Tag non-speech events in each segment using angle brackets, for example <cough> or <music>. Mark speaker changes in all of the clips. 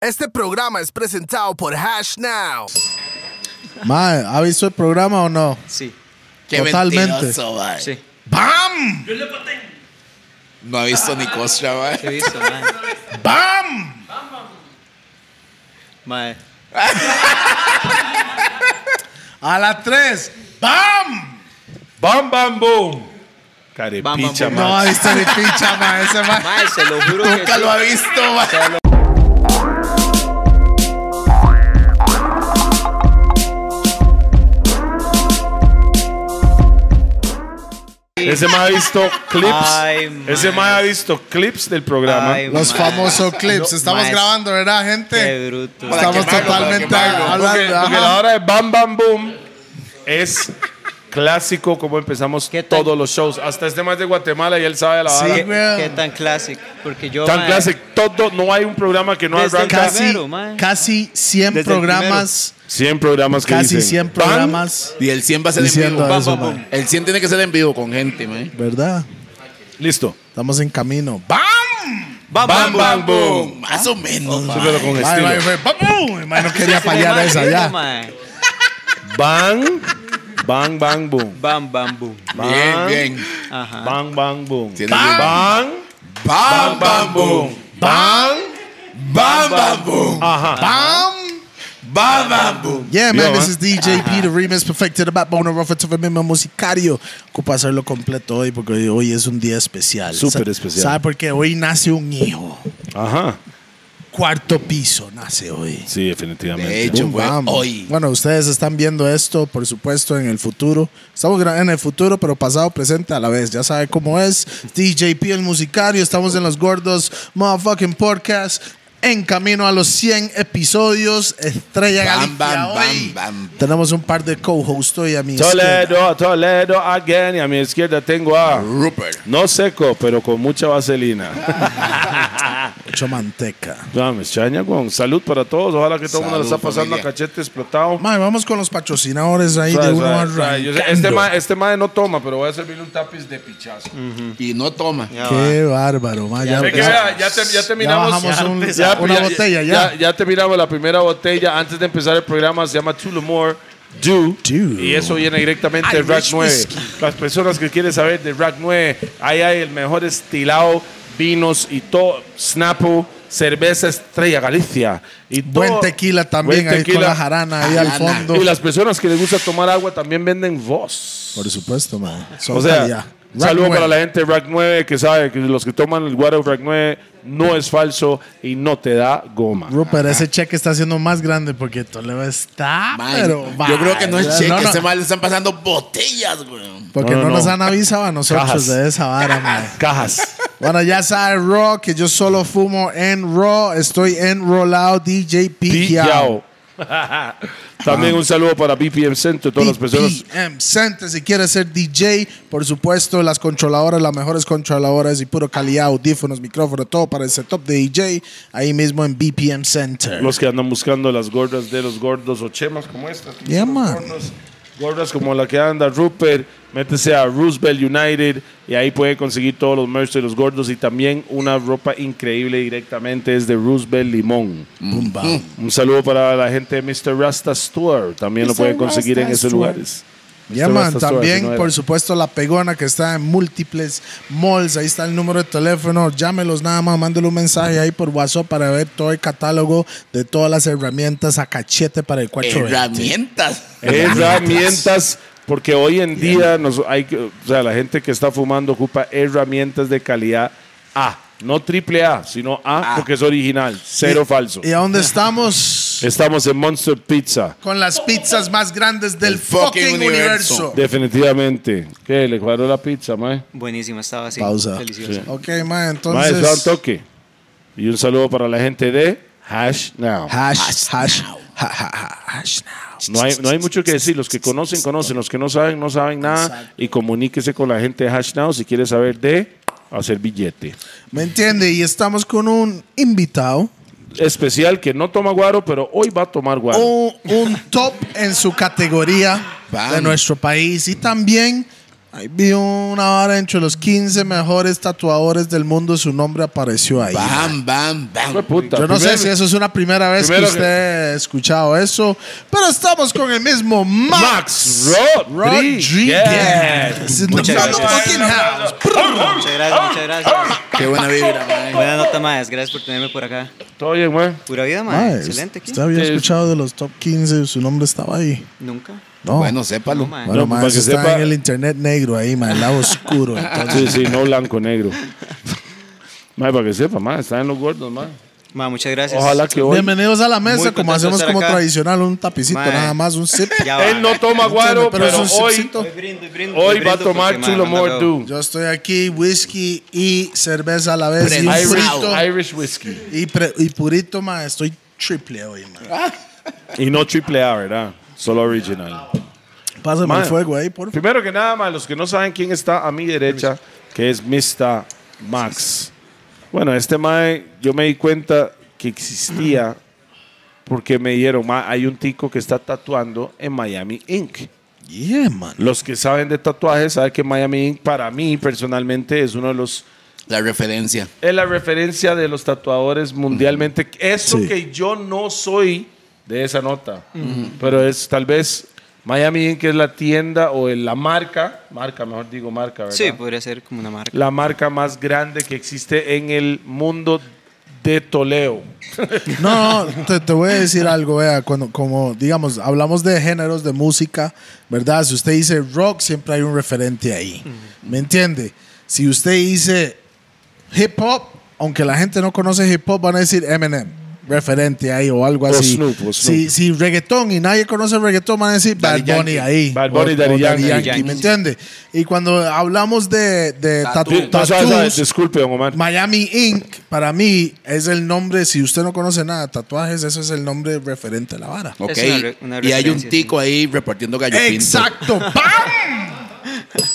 Speaker 1: Este programa es presentado por Hash Now.
Speaker 2: Mae, ¿ha visto el programa o no?
Speaker 3: Sí,
Speaker 4: Qué
Speaker 2: Totalmente.
Speaker 4: mentiroso, mae.
Speaker 3: sí.
Speaker 4: ¡Bam! No ha visto ni Costra,
Speaker 3: <laughs> ¿Qué he
Speaker 4: mae.
Speaker 3: visto, mae?
Speaker 4: ¡Bam!
Speaker 3: Mae.
Speaker 2: A la 3.
Speaker 4: ¡Bam!
Speaker 5: ¡Bam, bam, boom!
Speaker 3: Bam, bam,
Speaker 5: Carepicha,
Speaker 3: boom.
Speaker 2: No
Speaker 5: man.
Speaker 2: ha visto ni pincha, mae. Ese
Speaker 3: <laughs>
Speaker 2: mae.
Speaker 3: Mae, se lo juro que
Speaker 4: Nunca
Speaker 3: sí.
Speaker 4: lo ha visto, mae.
Speaker 3: Se lo-
Speaker 5: Ese más ha visto clips.
Speaker 3: Ay,
Speaker 5: ese
Speaker 3: mae.
Speaker 5: más ha visto clips del programa.
Speaker 3: Ay,
Speaker 2: Los
Speaker 3: mae.
Speaker 2: famosos clips.
Speaker 3: No,
Speaker 2: Estamos
Speaker 3: mae,
Speaker 2: grabando, ¿verdad, gente?
Speaker 3: Qué bruto.
Speaker 4: Para
Speaker 2: Estamos
Speaker 4: quemarlo, para
Speaker 2: totalmente
Speaker 4: quemarlo.
Speaker 2: hablando.
Speaker 5: porque, porque
Speaker 2: ajá.
Speaker 5: la hora de Bam Bam Boom es clásico como empezamos
Speaker 3: ¿Qué tal?
Speaker 5: todos los shows. Hasta este más de Guatemala y él sabe la
Speaker 2: Sí,
Speaker 5: hora.
Speaker 3: Qué,
Speaker 2: weón.
Speaker 3: qué tan clásico. Porque yo, este
Speaker 5: Tan
Speaker 3: mae,
Speaker 5: clásico. Todo, no hay un programa que no
Speaker 3: Desde el
Speaker 5: arranca.
Speaker 3: casi-
Speaker 2: Casi,
Speaker 3: primero, mae.
Speaker 2: casi 100
Speaker 3: Desde el
Speaker 2: programas.
Speaker 5: 100 programas que
Speaker 2: Casi
Speaker 5: dicen,
Speaker 2: 100
Speaker 5: "Bam",
Speaker 2: programas.
Speaker 4: Y el 100 va a ser en
Speaker 2: Diciendo
Speaker 4: vivo.
Speaker 3: bam,
Speaker 2: eso,
Speaker 3: bam,
Speaker 2: mae.
Speaker 4: El 100 tiene que ser en vivo con gente, mae.
Speaker 2: ¿Verdad?
Speaker 5: Listo.
Speaker 2: Estamos en camino.
Speaker 4: ¡Bam!
Speaker 3: Bam, bam, bam,
Speaker 4: boom! Más o menos, mae.
Speaker 5: Pero con
Speaker 2: Mae,
Speaker 5: estilo.
Speaker 2: mae, fue, ¡pam, pum! Mae, no quería
Speaker 3: se le
Speaker 2: fallar
Speaker 3: mae,
Speaker 2: esa ya.
Speaker 3: mae.
Speaker 5: Bang, bang, bang, boom.
Speaker 3: Bam, bam, boom.
Speaker 4: Bien, bien.
Speaker 3: Ajá.
Speaker 5: Bang, bang, boom.
Speaker 4: Tiene bien.
Speaker 5: Bang,
Speaker 4: ¡Bam, bam, boom!
Speaker 5: Bang.
Speaker 4: ¡Bam, bam, boom!
Speaker 5: Ajá.
Speaker 2: ¡Pam!
Speaker 4: ¡Bam, bam, boom!
Speaker 2: Yeah,
Speaker 5: Yo,
Speaker 2: man, this
Speaker 4: ah.
Speaker 5: eh.
Speaker 2: is DJ P, the remix perfected, the backbone of Rufford of Memo Musicario. Ocupa hacerlo completo hoy porque hoy- hoy es un día especial.
Speaker 5: Súper
Speaker 2: Sa-
Speaker 5: especial.
Speaker 2: ¿Sabe por qué? Hoy nace un hijo.
Speaker 5: Ajá.
Speaker 2: Cuarto piso nace hoy.
Speaker 5: Sí, definitivamente.
Speaker 4: De hecho,
Speaker 2: Boom,
Speaker 4: fue
Speaker 2: bam.
Speaker 4: hoy.
Speaker 2: Bueno, ustedes están viendo esto, por supuesto, en el futuro. Estamos gra- en el futuro, pero pasado, presente a la vez. Ya sabe cómo es. DJ P, el musicario. Estamos en los gordos motherfucking podcast. En camino a los 100 episodios. Estrella
Speaker 4: Bam,
Speaker 2: Galicia
Speaker 4: bam,
Speaker 2: hoy.
Speaker 4: bam, bam.
Speaker 2: Tenemos un par de co-hosts hoy a mi izquierda.
Speaker 5: Toledo, Toledo, again. Y a mi izquierda tengo a.
Speaker 4: Rupert.
Speaker 5: No seco, pero con mucha vaselina.
Speaker 2: Mucho manteca.
Speaker 5: Ya, me extraña, con salud para todos. Ojalá que todo el mundo le
Speaker 4: Salud,
Speaker 5: está pasando a
Speaker 4: familia.
Speaker 5: cachete explotado.
Speaker 2: Mae, vamos con los patrocinadores ahí
Speaker 5: Suave,
Speaker 2: de uno
Speaker 5: suave, suave. Yo sé-
Speaker 2: arrancando.
Speaker 5: Este mae este mae no toma, pero voy a servirle un tapiz de pichazo.
Speaker 4: Y no toma.
Speaker 3: Ya va.
Speaker 2: Qué bárbaro, mae. Ya,
Speaker 3: Ve
Speaker 5: Ve que
Speaker 2: empezó-
Speaker 5: vea, ya, te- ya
Speaker 2: ya
Speaker 5: terminamos.
Speaker 2: bajamos un-
Speaker 3: empezamos.
Speaker 2: una botella, ya.
Speaker 5: Ya, te miramos la primera botella antes de empezar el programa. Se llama Tulumore Dew.
Speaker 2: Dew.
Speaker 5: Y eso viene directamente de Rack 9. Las personas que quieren saber de Rack 9, ahí hay el mejor estilado, vinos y todo. Snapo, cerveza Estrella Galicia. Y
Speaker 2: Buen
Speaker 5: todo-
Speaker 2: tequila también
Speaker 5: buen
Speaker 2: ahí con
Speaker 5: tequila.
Speaker 2: la jarana ahí al
Speaker 4: Jarana.
Speaker 2: fondo.
Speaker 5: Y las personas que les gusta tomar agua también venden voz.
Speaker 2: Por supuesto, mae. Son
Speaker 5: O sea,
Speaker 2: calidad.
Speaker 5: saludo
Speaker 2: Rack
Speaker 5: para la
Speaker 2: nueve.
Speaker 5: gente de Rack 9 que sabe que los que toman el water Rack 9 no es falso y no te da goma.
Speaker 2: Rupert, ese cheque está siendo más grande porque Toledo está,
Speaker 4: Mae,
Speaker 2: pero... mae,
Speaker 4: yo creo que no es cheque,
Speaker 2: no, no,
Speaker 4: ese mal le están pasando botellas, güey.
Speaker 2: Porque no,
Speaker 5: No, no,
Speaker 2: nos
Speaker 5: no.
Speaker 2: han avisado a nosotros
Speaker 5: Cajas.
Speaker 2: de esa vara,
Speaker 5: <laughs>
Speaker 2: mae. <laughs>
Speaker 5: Cajas.
Speaker 2: Bueno, ya sabe Raw, que yo solo fumo en Raw. Estoy en Rollout DJ
Speaker 5: Pi-
Speaker 2: Pillao.
Speaker 5: Yao.
Speaker 2: Ah.
Speaker 5: También un saludo para BPM Centro, todas las personas.
Speaker 2: BPM Center, si quieres ser DJ, por supuesto, las controladoras, las mejores controladoras y puro calidad, audífonos, micrófono, todo para el setup de DJ, ahí mismo en BPM Center.
Speaker 5: Los que andan buscando las gordas de los gordos o chemas como estas. que
Speaker 2: Yeah,
Speaker 5: son
Speaker 2: man.
Speaker 5: gordos, Gordas como la que anda Rupert, métese a Roosevelt United y ahí puede conseguir todos los merch de los gordos y también una ropa increíble directamente desde Roosevelt Limón.
Speaker 2: Boom, bam.
Speaker 5: Un saludo para la gente de Mr. Rasta Store. También lo pueden conseguir en esos lugares.
Speaker 2: Ya,
Speaker 5: Mr.
Speaker 2: man,
Speaker 5: Rasta Store,
Speaker 2: también,
Speaker 5: si no era.
Speaker 2: por supuesto, la pegona que está en múltiples malls. Ahí está el número de teléfono. Llámelos nada más, mándele un mensaje ahí por WhatsApp para ver todo el catálogo de todas las herramientas a cachete para el 420.
Speaker 4: Herramientas.
Speaker 5: Herramientas. Porque hoy en día nos, hay, que- o sea, la gente que está fumando ocupa herramientas de calidad A. No triple A, sino A porque es original. Cero falso.
Speaker 2: ¿Y a dónde estamos?
Speaker 5: Estamos en Monster Pizza.
Speaker 2: Con las pizzas más grandes del
Speaker 4: El fucking
Speaker 2: fucking universo.
Speaker 4: universo.
Speaker 5: Definitivamente. ¿Qué? ¿Le cuadró la pizza, mae?
Speaker 3: Buenísima, estaba así.
Speaker 2: Pausa.
Speaker 3: Deliciosa.
Speaker 2: Ok, ma,
Speaker 5: Mae,
Speaker 2: entonces.
Speaker 5: se da un toque. Y un saludo para la gente de Hash Now.
Speaker 2: hash, hash, ha- ha- ha- hash now.
Speaker 5: No hay, no hay mucho que decir. Los que conocen, conocen. Los que no saben, no saben nada. Y comuníquese con la gente de HashNow si quiere saber de hacer billete.
Speaker 2: ¿Me entiende? Y estamos con un invitado.
Speaker 5: Especial que no toma guaro, pero hoy va a tomar guaro.
Speaker 2: Oh. un, un top en su categoría
Speaker 4: Bam.
Speaker 2: de nuestro país y también Ahí vi una vara entre los 15 mejores tatuadores del mundo, su nombre apareció ahí.
Speaker 4: Bam, bam, bam.
Speaker 5: Fue puta.
Speaker 2: Yo no sé
Speaker 5: Primero-
Speaker 2: si eso es una primera vez que
Speaker 5: primero
Speaker 2: usted ha escuchado eso, pero estamos con el mismo Max,
Speaker 5: Max Rodríguez.
Speaker 2: Rodríguez.
Speaker 3: Muchas
Speaker 2: Nombrado
Speaker 3: gracias.
Speaker 2: fucking house.
Speaker 3: Muchas gracias, muchas gracias.
Speaker 4: Qué buena vibra, man.
Speaker 3: Buena nota, más. Gracias por tenerme por acá.
Speaker 5: Todo bien, man.
Speaker 3: Pura vida,
Speaker 2: Mae,
Speaker 3: mae. Excelente aquí.
Speaker 2: Usted había
Speaker 5: Sí.
Speaker 2: escuchado de los top 15, su nombre estaba ahí.
Speaker 3: Nunca.
Speaker 2: No.
Speaker 4: Bueno, sépalo.
Speaker 3: No, mae.
Speaker 2: Bueno,
Speaker 5: No,
Speaker 2: mae,
Speaker 5: para
Speaker 2: eso
Speaker 5: que
Speaker 2: está
Speaker 5: sepa-
Speaker 2: en el internet negro ahí, mae, el lado oscuro. entonces.
Speaker 5: Sí, sí, no
Speaker 2: <laughs>
Speaker 5: blanco, negro. Mae, para que sepa, mae, están en los gordos, mae.
Speaker 3: Mae, muchas gracias.
Speaker 5: Ojalá que hoy.
Speaker 2: Bienvenidos a la mesa,
Speaker 3: Muy
Speaker 2: como
Speaker 3: contento de
Speaker 2: hacemos
Speaker 3: estar
Speaker 2: como
Speaker 3: acá.
Speaker 2: tradicional, un tapicito
Speaker 3: Mae.
Speaker 2: nada más, un sip.
Speaker 3: <laughs> Ya va.
Speaker 5: Él no toma guaro,
Speaker 2: Pero
Speaker 5: pero,
Speaker 2: es un
Speaker 5: hoy,
Speaker 2: sipsito.
Speaker 3: Hoy brindo, hoy brindo,
Speaker 5: hoy
Speaker 3: hoy
Speaker 5: va a
Speaker 3: brindo
Speaker 5: tomar
Speaker 3: porque, mae,
Speaker 5: Chulo
Speaker 3: manda
Speaker 5: More
Speaker 3: huevo.
Speaker 5: Dew.
Speaker 2: Yo estoy aquí, whisky y cerveza a la vez. Y, un
Speaker 4: Prensado.
Speaker 2: purito,
Speaker 5: Irish Whiskey.
Speaker 2: y, pre- y purito, mae, estoy triple hoy, mae.
Speaker 5: Y no triple A, ¿verdad? Solo original.
Speaker 2: Pásame
Speaker 5: Mae.
Speaker 2: el fuego ahí, por favor.
Speaker 5: Primero que nada, mae, los que no saben quién está a mi derecha, que es Mr. Max. Bueno, este mae, yo me di cuenta que existía porque me dijeron, mae, hay un tico que está tatuando en Miami Inc.
Speaker 2: Yeah, man.
Speaker 5: Los que saben de tatuajes saben que Miami Ink, para mí personalmente es uno de los
Speaker 4: La referencia.
Speaker 5: es la referencia de los tatuadores mundialmente. Eso
Speaker 2: Sí.
Speaker 5: que yo no soy de esa nota, pero es tal vez Miami Ink es la tienda o el- la marca, marca mejor digo marca, ¿verdad?
Speaker 3: Sí, pues. podría ser como una marca.
Speaker 5: la marca más grande que existe en el mundo de toleo. <laughs>
Speaker 2: No, no, te, te voy a decir algo, vea, cuando, como, digamos, hablamos de géneros de música, ¿verdad? Si usted dice rock, siempre hay un referente ahí, ¿me entiende? Si usted dice hip hop, aunque la gente no conoce hip hop, van a decir Eminem, referente ahí o algo así.
Speaker 5: Snoop, o Snoop.
Speaker 2: Si, si reggaetón y nadie conoce reggaetón, van a decir Bad
Speaker 4: Daddy
Speaker 2: Bunny
Speaker 4: Yankee.
Speaker 2: ahí.
Speaker 5: Bad Bunny,
Speaker 2: o-
Speaker 5: Daddy
Speaker 2: o
Speaker 5: Yankee.
Speaker 3: Yankee.
Speaker 2: ¿me entiende? Y cuando hablamos de, de
Speaker 4: Tatu.
Speaker 2: tatu-
Speaker 5: No, sabe, sabe,
Speaker 2: tattoos,
Speaker 5: disculpe, don Omar.
Speaker 2: Miami Inc. para mí es el nombre, si usted no conoce nada de tatuajes, eso es el nombre referente a la vara.
Speaker 4: Ok.
Speaker 3: una re- una
Speaker 4: y hay un
Speaker 3: referencia,
Speaker 4: tico ahí repartiendo gallo pinto.
Speaker 2: Exacto, ¡pam!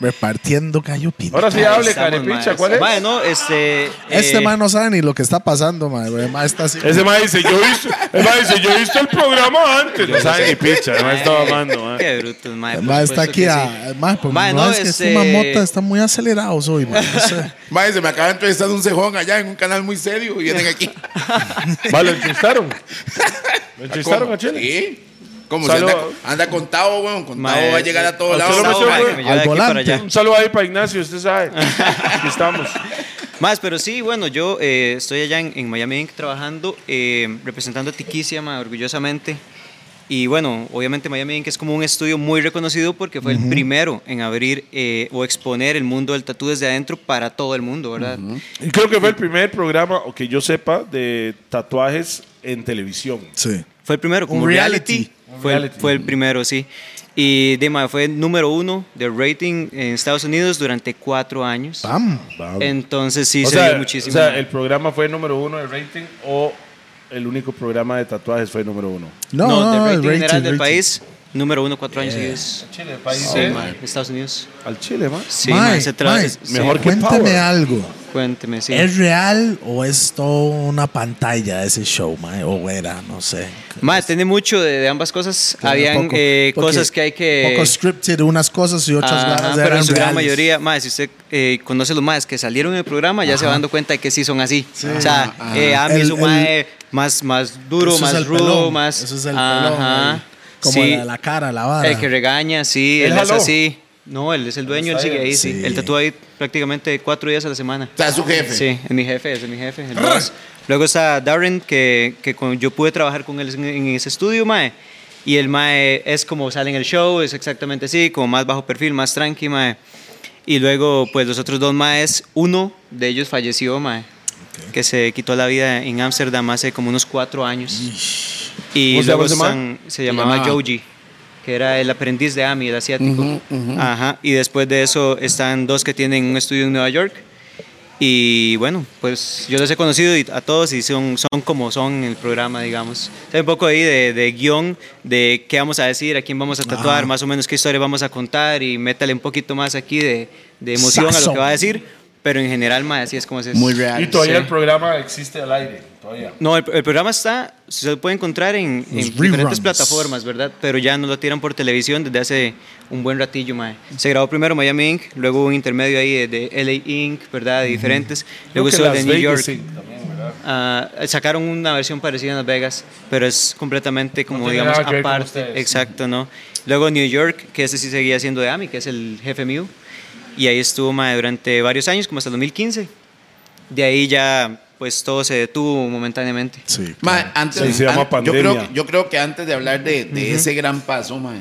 Speaker 2: Repartiendo gallo pinto.
Speaker 5: Ahora sí
Speaker 3: Ahí
Speaker 5: hable,
Speaker 3: estamos,
Speaker 5: carepicha,
Speaker 3: mae.
Speaker 5: ¿cuál es?
Speaker 3: Mae, no, este.
Speaker 2: este
Speaker 3: eh,
Speaker 2: man no sabe ni lo que está pasando, man. El man está así.
Speaker 5: Ese mae dice, yo he visto, el mae dice, yo he visto el programa antes. No sabe ni picha, el mae estaba amando, mae.
Speaker 3: eh, Qué bruto, mae.
Speaker 2: El
Speaker 3: por
Speaker 2: man está
Speaker 3: supuesto
Speaker 2: aquí
Speaker 3: que
Speaker 2: a.
Speaker 3: sí.
Speaker 2: man, pues,
Speaker 3: Mae,
Speaker 2: no,
Speaker 3: no,
Speaker 2: es que
Speaker 3: este-
Speaker 2: este mamota está muy acelerado hoy, man. No
Speaker 3: <laughs>
Speaker 2: sé.
Speaker 4: Mae, se me acaba de entrevistar un cejón allá en un canal muy serio y vienen
Speaker 6: <laughs>
Speaker 4: aquí.
Speaker 5: Va, lo entrevistaron. Lo entrevistaron a Chile.
Speaker 4: Sí. Como si
Speaker 5: Salud.
Speaker 4: anda, con- anda con Tavo, weón. Con
Speaker 3: Mae,
Speaker 4: Tavo va a llegar a todos
Speaker 5: ¿a
Speaker 4: lados.
Speaker 5: usted lo
Speaker 3: Gustavo,
Speaker 5: metió,
Speaker 3: mae, que me
Speaker 5: güey?
Speaker 3: lleve de
Speaker 2: Al
Speaker 3: aquí para
Speaker 2: volante.
Speaker 3: allá.
Speaker 5: Un saludo ahí para Ignacio, usted sabe. Aquí estamos.
Speaker 3: Más, pero sí, bueno, yo eh, estoy allá en, en Miami Inc. trabajando, eh, representando a Tiquicia, ma, orgullosamente. Y bueno, obviamente Miami Inc. es como un estudio muy reconocido porque fue el primero en abrir eh, o exponer el mundo del tatú desde adentro para todo el mundo, ¿verdad?
Speaker 5: Y creo que fue el primer programa, o que yo sepa, de tatuajes en televisión.
Speaker 2: Sí.
Speaker 3: Fue el primero, como
Speaker 2: Un
Speaker 3: reality.
Speaker 2: reality.
Speaker 3: Fue, el-
Speaker 5: reality.
Speaker 3: fue el primero, sí. Y de, ma, fue número uno de rating en Estados Unidos durante cuatro años.
Speaker 2: ¡Pam!
Speaker 3: Entonces sí
Speaker 5: o
Speaker 3: se
Speaker 5: sea,
Speaker 3: dio muchísimo.
Speaker 5: o sea,
Speaker 3: ma.
Speaker 5: el programa fue número uno de rating o el único programa de tatuajes fue número uno.
Speaker 2: No,
Speaker 3: no,
Speaker 2: no,
Speaker 3: del
Speaker 2: no,
Speaker 3: rating,
Speaker 2: el
Speaker 3: general
Speaker 2: rating,
Speaker 3: del
Speaker 2: rating. Eh,
Speaker 3: país, número uno cuatro años seguidos.
Speaker 5: Chile, país
Speaker 3: Sí, ma, Estados Unidos.
Speaker 5: Al Chile, man.
Speaker 3: Sí,
Speaker 2: Mae,
Speaker 3: mae, se tra-
Speaker 2: mae,
Speaker 3: es-
Speaker 5: mejor que
Speaker 2: Cuénteme
Speaker 5: Power.
Speaker 2: algo.
Speaker 3: sí, cuénteme, sí.
Speaker 2: ¿Es real o es todo una pantalla ese show, mae? O era, no sé.
Speaker 3: Mae, tiene mucho de, de ambas cosas.
Speaker 2: Claro,
Speaker 3: Habían
Speaker 2: poco,
Speaker 3: eh,
Speaker 2: porque
Speaker 3: cosas que hay que...
Speaker 2: Poco scripted, unas cosas y otras
Speaker 3: Ajá,
Speaker 2: ganas
Speaker 3: pero
Speaker 2: eran
Speaker 3: en su
Speaker 2: reales.
Speaker 3: gran mayoría, mae, si usted eh, conoce los maes que salieron del programa, ya se va dando cuenta de que sí son así. o sea, eh, Ami
Speaker 2: Ah, El-
Speaker 3: es un
Speaker 2: el-
Speaker 3: mae más, más duro,
Speaker 2: Eso es
Speaker 3: más
Speaker 2: el
Speaker 3: rudo,
Speaker 2: pelón,
Speaker 3: más...
Speaker 2: Eso es el
Speaker 3: Ajá,
Speaker 2: pelón, el- como
Speaker 3: sí.
Speaker 2: la, la cara, la vara.
Speaker 3: El que regaña, sí,
Speaker 5: Él
Speaker 3: él es
Speaker 5: jaló.
Speaker 3: así. No, él es el dueño, él sigue ahí, sí.
Speaker 2: Sí.
Speaker 3: Él tatúa ahí prácticamente cuatro días a la semana.
Speaker 4: Está su jefe.
Speaker 3: Sí, es mi jefe, ese es mi jefe. el boss. Luego está Darren, que, que con- yo pude trabajar con él en, en ese estudio, mae. Y el mae es como sale en el show, es exactamente así, como más bajo perfil, más tranqui, mae. Y luego, pues los otros dos maes, uno de ellos falleció, mae. Que se quitó la vida en Ámsterdam hace como unos cuatro años. Y
Speaker 5: ¿Cómo se llama
Speaker 3: luego
Speaker 5: ese Ah. mae?
Speaker 3: están- se llamaba
Speaker 4: llamaba-
Speaker 3: Joji, que era el aprendiz de Ami, el asiático. Ajá. Y después de eso están dos que tienen un estudio en Nueva York. Y bueno, pues yo los he conocido y- a todos y son, son como son en el programa, digamos. Hay un poco ahí de, de guión, de qué vamos a decir, a quién vamos a tatuar, más o menos qué historia vamos a contar y métale un poquito más aquí de, de emoción a lo
Speaker 2: Sazón.
Speaker 3: que va a decir. Pero en general, mae, así es como se
Speaker 4: Muy real.
Speaker 5: Y todavía
Speaker 3: Sí.
Speaker 5: el programa existe al aire. Todavía.
Speaker 3: No, el, el programa está, se puede encontrar en, en
Speaker 2: Los reruns.
Speaker 3: diferentes plataformas, ¿verdad? Pero ya nos lo tiran por televisión desde hace un buen ratillo, mae. Se grabó primero Miami Inc., luego un intermedio ahí de, de LA Inc., ¿verdad? De diferentes. Luego
Speaker 6: que
Speaker 3: hizo el de
Speaker 6: Las
Speaker 3: New York.
Speaker 6: Vegas, sí.
Speaker 3: Ah, sacaron una versión parecida en Las Vegas, pero es completamente como,
Speaker 5: tiene
Speaker 3: digamos,
Speaker 5: nada que ver con
Speaker 3: aparte.
Speaker 5: ustedes.
Speaker 3: Exacto, ¿no? Luego New York, que ese sí seguía siendo de AMI, que es el jefe mío. Y ahí estuvo mae, durante varios años, como hasta el 2015. De ahí ya, pues todo se detuvo momentáneamente.
Speaker 2: Sí.
Speaker 4: Mae, antes,
Speaker 6: Sí, se llama
Speaker 4: an- yo,
Speaker 6: pandemia.
Speaker 4: creo, que- yo creo que antes de hablar de, de ese gran paso, mae,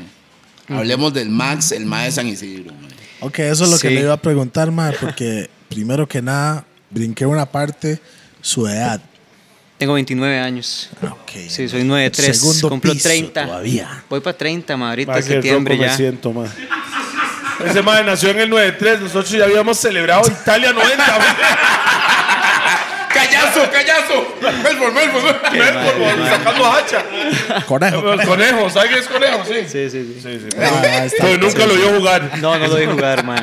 Speaker 4: hablemos del Max, el mae de San Isidro. mae.
Speaker 2: Ok, eso es lo que
Speaker 3: Sí.
Speaker 2: le iba a preguntar, mae, porque primero que nada, brinqué una parte, su edad.
Speaker 3: Tengo 29 años.
Speaker 2: Ah, ok.
Speaker 3: Sí, soy 9'3.
Speaker 2: Segundo
Speaker 3: Cumplo
Speaker 2: piso
Speaker 3: 30.
Speaker 2: todavía.
Speaker 3: Voy para 30, ma, ahorita
Speaker 6: Ma,
Speaker 3: en
Speaker 6: qué roco
Speaker 3: septiembre
Speaker 6: me
Speaker 3: ya.
Speaker 6: siento, ma.
Speaker 5: Ese madre nació en el 93. Nosotros ya habíamos celebrado Italia 90. mae. <laughs>
Speaker 4: ¡Callazo, callazo! ¡Melbourne, Melbourne!
Speaker 5: Por favor, Sacando hacha.
Speaker 2: Conejo.
Speaker 3: <laughs>
Speaker 5: El conejo, ¿sabes qué es conejo? Sí.
Speaker 3: Sí, sí, sí.
Speaker 2: Ah, está-
Speaker 6: Pero nunca lo vio jugar.
Speaker 3: No, no lo vi <laughs> jugar, ma.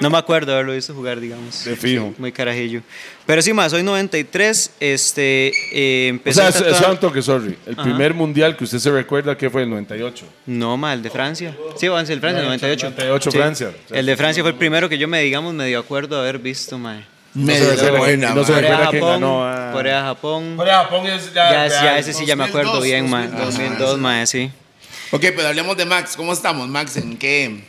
Speaker 3: No me acuerdo haberlo visto jugar, digamos.
Speaker 6: De fijo.
Speaker 3: Muy carajillo. Pero sí, ma, soy 93. Este, eh,
Speaker 6: O
Speaker 3: empecé
Speaker 6: sea,
Speaker 3: a
Speaker 6: es,
Speaker 3: tatuar-
Speaker 6: es un toque, sorry. El primer mundial que usted se recuerda que fue el 98.
Speaker 3: No, ma, el de Francia. Sí, o el de Francia, 98.
Speaker 6: 98
Speaker 3: Sí.
Speaker 6: Francia.
Speaker 3: El de Francia fue el primero que yo me, digamos, medio acuerdo de haber visto, ma.
Speaker 4: Medio
Speaker 6: se-
Speaker 4: buena,
Speaker 6: no se-
Speaker 4: mae.
Speaker 6: Ah, recuerda
Speaker 3: Corea,
Speaker 6: quién
Speaker 3: Japón.
Speaker 6: ganó, ah.
Speaker 3: Corea, Japón.
Speaker 5: Corea, Japón es ya.
Speaker 3: Ya,
Speaker 5: real.
Speaker 3: ya, ese sí ya me acuerdo
Speaker 4: 2002,
Speaker 3: bien, ma.
Speaker 4: 2002,
Speaker 3: 2002, ma, sí.
Speaker 4: Ok, pero hablemos de Max. ¿Cómo estamos, Max? ¿En qué,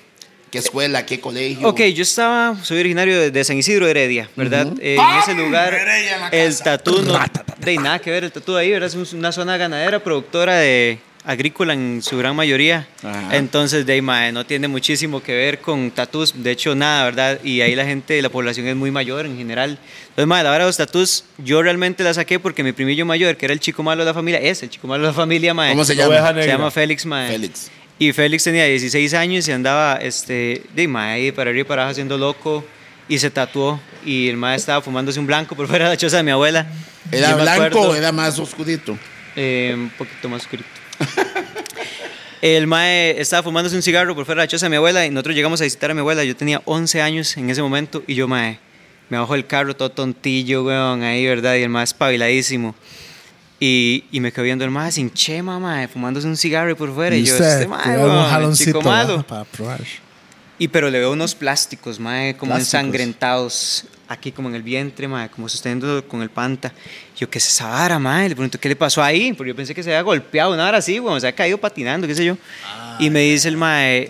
Speaker 4: qué escuela, qué colegio?
Speaker 3: Ok, yo estaba, soy originario de, de San Isidro Heredia, ¿verdad? Eh, en ese lugar,
Speaker 4: Heredia en la
Speaker 3: el
Speaker 4: casa.
Speaker 3: tatú no de nada que ver, el tatú ahí, ¿verdad? Es un- una zona ganadera, productora de agrícola en su gran mayoría.
Speaker 4: Ajá.
Speaker 3: Entonces, de ahí, mae, no tiene muchísimo que ver con tatús, de hecho, nada, ¿verdad? Y ahí la gente, la población es muy mayor en general. Entonces, mae, la hora de los tatús, yo realmente la saqué porque mi primillo mayor, que era el chico malo de la familia, es el chico malo de la familia, mae.
Speaker 4: ¿Cómo se
Speaker 6: La
Speaker 4: llama?
Speaker 6: oveja negra.
Speaker 3: Se llama Félix, mae.
Speaker 4: Félix.
Speaker 3: Y Félix tenía 16 años y andaba, este, de mae, ahí para arriba y para abajo haciendo loco. Y se tatuó. Y el mae estaba fumándose un blanco por fuera de la choza de mi abuela.
Speaker 4: ¿Era
Speaker 3: Yo me
Speaker 4: blanco
Speaker 3: acuerdo,
Speaker 4: o era más oscurito?
Speaker 3: eh, un poquito más oscurito. El mae estaba fumándose un cigarro por fuera de la choza de mi abuela y nosotros llegamos a visitar a mi abuela. Yo tenía 11 años en ese momento y yo, mae, me bajo el carro todo tontillo, weón, ahí, ¿verdad? Y el mae espabiladísimo. Y, y me quedó viendo el mae sin chema, mae, fumándose un cigarro y por fuera. Y,
Speaker 2: Y
Speaker 3: yo,
Speaker 2: usted,
Speaker 3: este mae,
Speaker 2: cuidado, un
Speaker 3: weón, el
Speaker 2: jaloncito,
Speaker 3: chico malo.
Speaker 2: ¿verdad? para probar.
Speaker 3: Y pero le veo unos plásticos, mae, como
Speaker 2: Plásticos.
Speaker 3: ensangrentados, aquí como en el vientre, mae, como sosteniendo con el panta. Yo, ¿qué es esa vara, mae? Le pregunto, ¿qué le pasó ahí? Porque yo pensé que se había golpeado, una vara así, bueno, se había caído patinando, qué sé yo. y
Speaker 6: Ah,
Speaker 3: me dice el mae,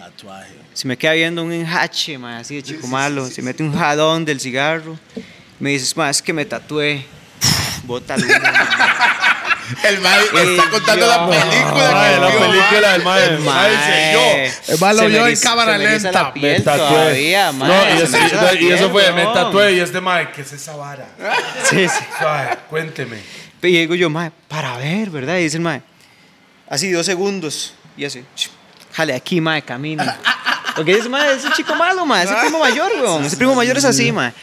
Speaker 3: se me queda viendo un enjache, mae, así de chico malo, se mete un jadón del cigarro. Me dices, mae, es que me
Speaker 6: <laughs>
Speaker 3: tatué. Bota luna,
Speaker 4: El mae
Speaker 3: Eh,
Speaker 4: está contando la
Speaker 3: yo-
Speaker 4: película.
Speaker 6: Mae,
Speaker 4: que
Speaker 6: la
Speaker 4: vio, mae.
Speaker 6: película del mae. Mae,
Speaker 3: mae.
Speaker 2: El mae lo
Speaker 3: Se me
Speaker 2: vio en
Speaker 3: eriza-
Speaker 2: cámara
Speaker 3: se me eriza
Speaker 2: lenta.
Speaker 3: la piel
Speaker 6: Me tatué.
Speaker 3: todavía,
Speaker 6: No,
Speaker 3: mae,
Speaker 6: y
Speaker 3: se
Speaker 6: eso-
Speaker 3: me eriza la
Speaker 6: y eso
Speaker 3: piel,
Speaker 6: fue, me
Speaker 3: weón.
Speaker 5: Tatué y este mae, ¿qué es esa vara?
Speaker 3: Sí, sí.
Speaker 5: Suave, cuénteme.
Speaker 3: Y llego yo, mae, para ver, ¿verdad? Y dice el mae, así dos segundos. Y así, chup, jale aquí, mae,
Speaker 5: <laughs>
Speaker 3: camino. Porque dice, mae, es un chico malo, mae, es el primo mayor, weón. Ese primo mayor es así, mae.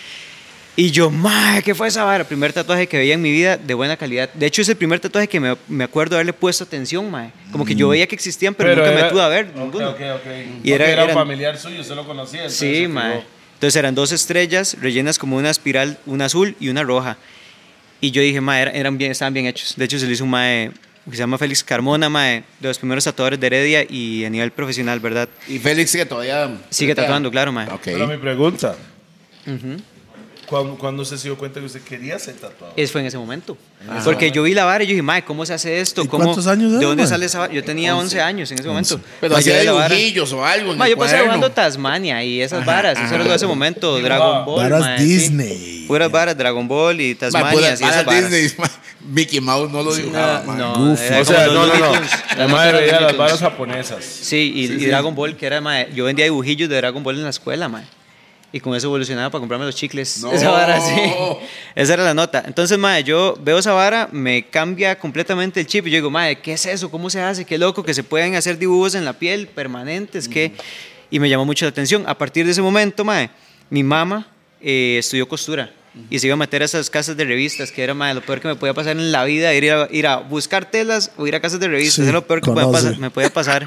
Speaker 3: Y yo, mae, ¿qué fue esa vara? Primer tatuaje que veía en mi vida de buena calidad. De hecho, es el primer tatuaje que me, me acuerdo haberle puesto atención, mae. Como que yo veía que existían, pero, nunca
Speaker 5: Mm. era-
Speaker 3: me pude a ver
Speaker 5: Ok,
Speaker 3: ninguno.
Speaker 5: ok, ok.
Speaker 3: Y
Speaker 5: Y
Speaker 3: era-
Speaker 5: era,
Speaker 3: eran-
Speaker 5: un familiar suyo, usted lo conocía. entonces se
Speaker 3: Sí,
Speaker 5: fijó.
Speaker 3: mae. Entonces eran dos estrellas rellenas como una espiral, una azul y una roja. Y yo dije, mae, era- eran bien, estaban bien hechos. De hecho, se le hizo un mae que se llama Félix Carmona, mae, de los primeros tatuadores de Heredia y a nivel profesional, ¿verdad?
Speaker 4: Y Félix que todavía...
Speaker 3: Sigue tatuando, claro, mae.
Speaker 4: Ok.
Speaker 6: Pero mi pregunta.
Speaker 5: Cuando, cuando usted se dio cuenta que usted quería ser tatuado.
Speaker 3: Eso fue en ese momento.
Speaker 4: Ah.
Speaker 3: Porque yo vi la vara y yo dije, mae, ¿cómo se hace esto?
Speaker 2: ¿Y
Speaker 3: ¿Cómo-
Speaker 2: cuántos años
Speaker 3: ¿De
Speaker 2: era,
Speaker 3: dónde
Speaker 2: mae?
Speaker 3: sale esa vara? Yo tenía 11 años en ese momento.
Speaker 4: Pero
Speaker 3: Mae, yo
Speaker 4: hacía
Speaker 3: vi la vara-
Speaker 4: dibujillos o algo en
Speaker 3: Mae,
Speaker 4: el
Speaker 3: yo pasé
Speaker 4: cuaderno.
Speaker 3: jugando Tasmania y esas varas. Eso era lo de ese momento. Dragon Ball.
Speaker 2: Varas
Speaker 3: mae, sí.
Speaker 2: Disney.
Speaker 3: Puras varas, Dragon Ball y
Speaker 4: Mae,
Speaker 3: Tasmania.
Speaker 4: pura-
Speaker 3: y esas
Speaker 4: para
Speaker 3: varas.
Speaker 4: Disney, mae. Mickey Mouse no lo dibujaba, mae.
Speaker 3: No,
Speaker 2: Goofy.
Speaker 3: era
Speaker 6: O
Speaker 3: como
Speaker 6: sea,
Speaker 3: los
Speaker 6: no, no,
Speaker 3: Looney
Speaker 6: no.
Speaker 3: Tunes. Era
Speaker 6: El
Speaker 3: como
Speaker 6: mae
Speaker 3: los Looney
Speaker 6: veía las
Speaker 3: Tunes.
Speaker 6: varas japonesas.
Speaker 3: Sí, y, y Dragon Ball, que era, mae, yo vendía dibujillos de Dragon Ball en la escuela, mae. Y con eso evolucionaba para comprarme los chicles.
Speaker 4: No.
Speaker 3: Esa vara, sí. Esa era la nota. Entonces, mae, yo veo esa vara, me cambia completamente el chip. Y yo digo, mae, ¿qué es eso? ¿Cómo se hace? Qué loco que se pueden hacer dibujos en la piel permanentes. ¿qué? Y me llamó mucho la atención. A partir de ese momento, mae, mi mamá eh, estudió costura. Y se iba a meter a esas casas de revistas, que era mae, lo peor que me podía pasar en la vida, ir a, ir a buscar telas o ir a casas de revistas.
Speaker 2: Sí,
Speaker 3: Eso es lo peor que podía
Speaker 2: conoce.
Speaker 5: <laughs>
Speaker 3: pasar- me podía pasar.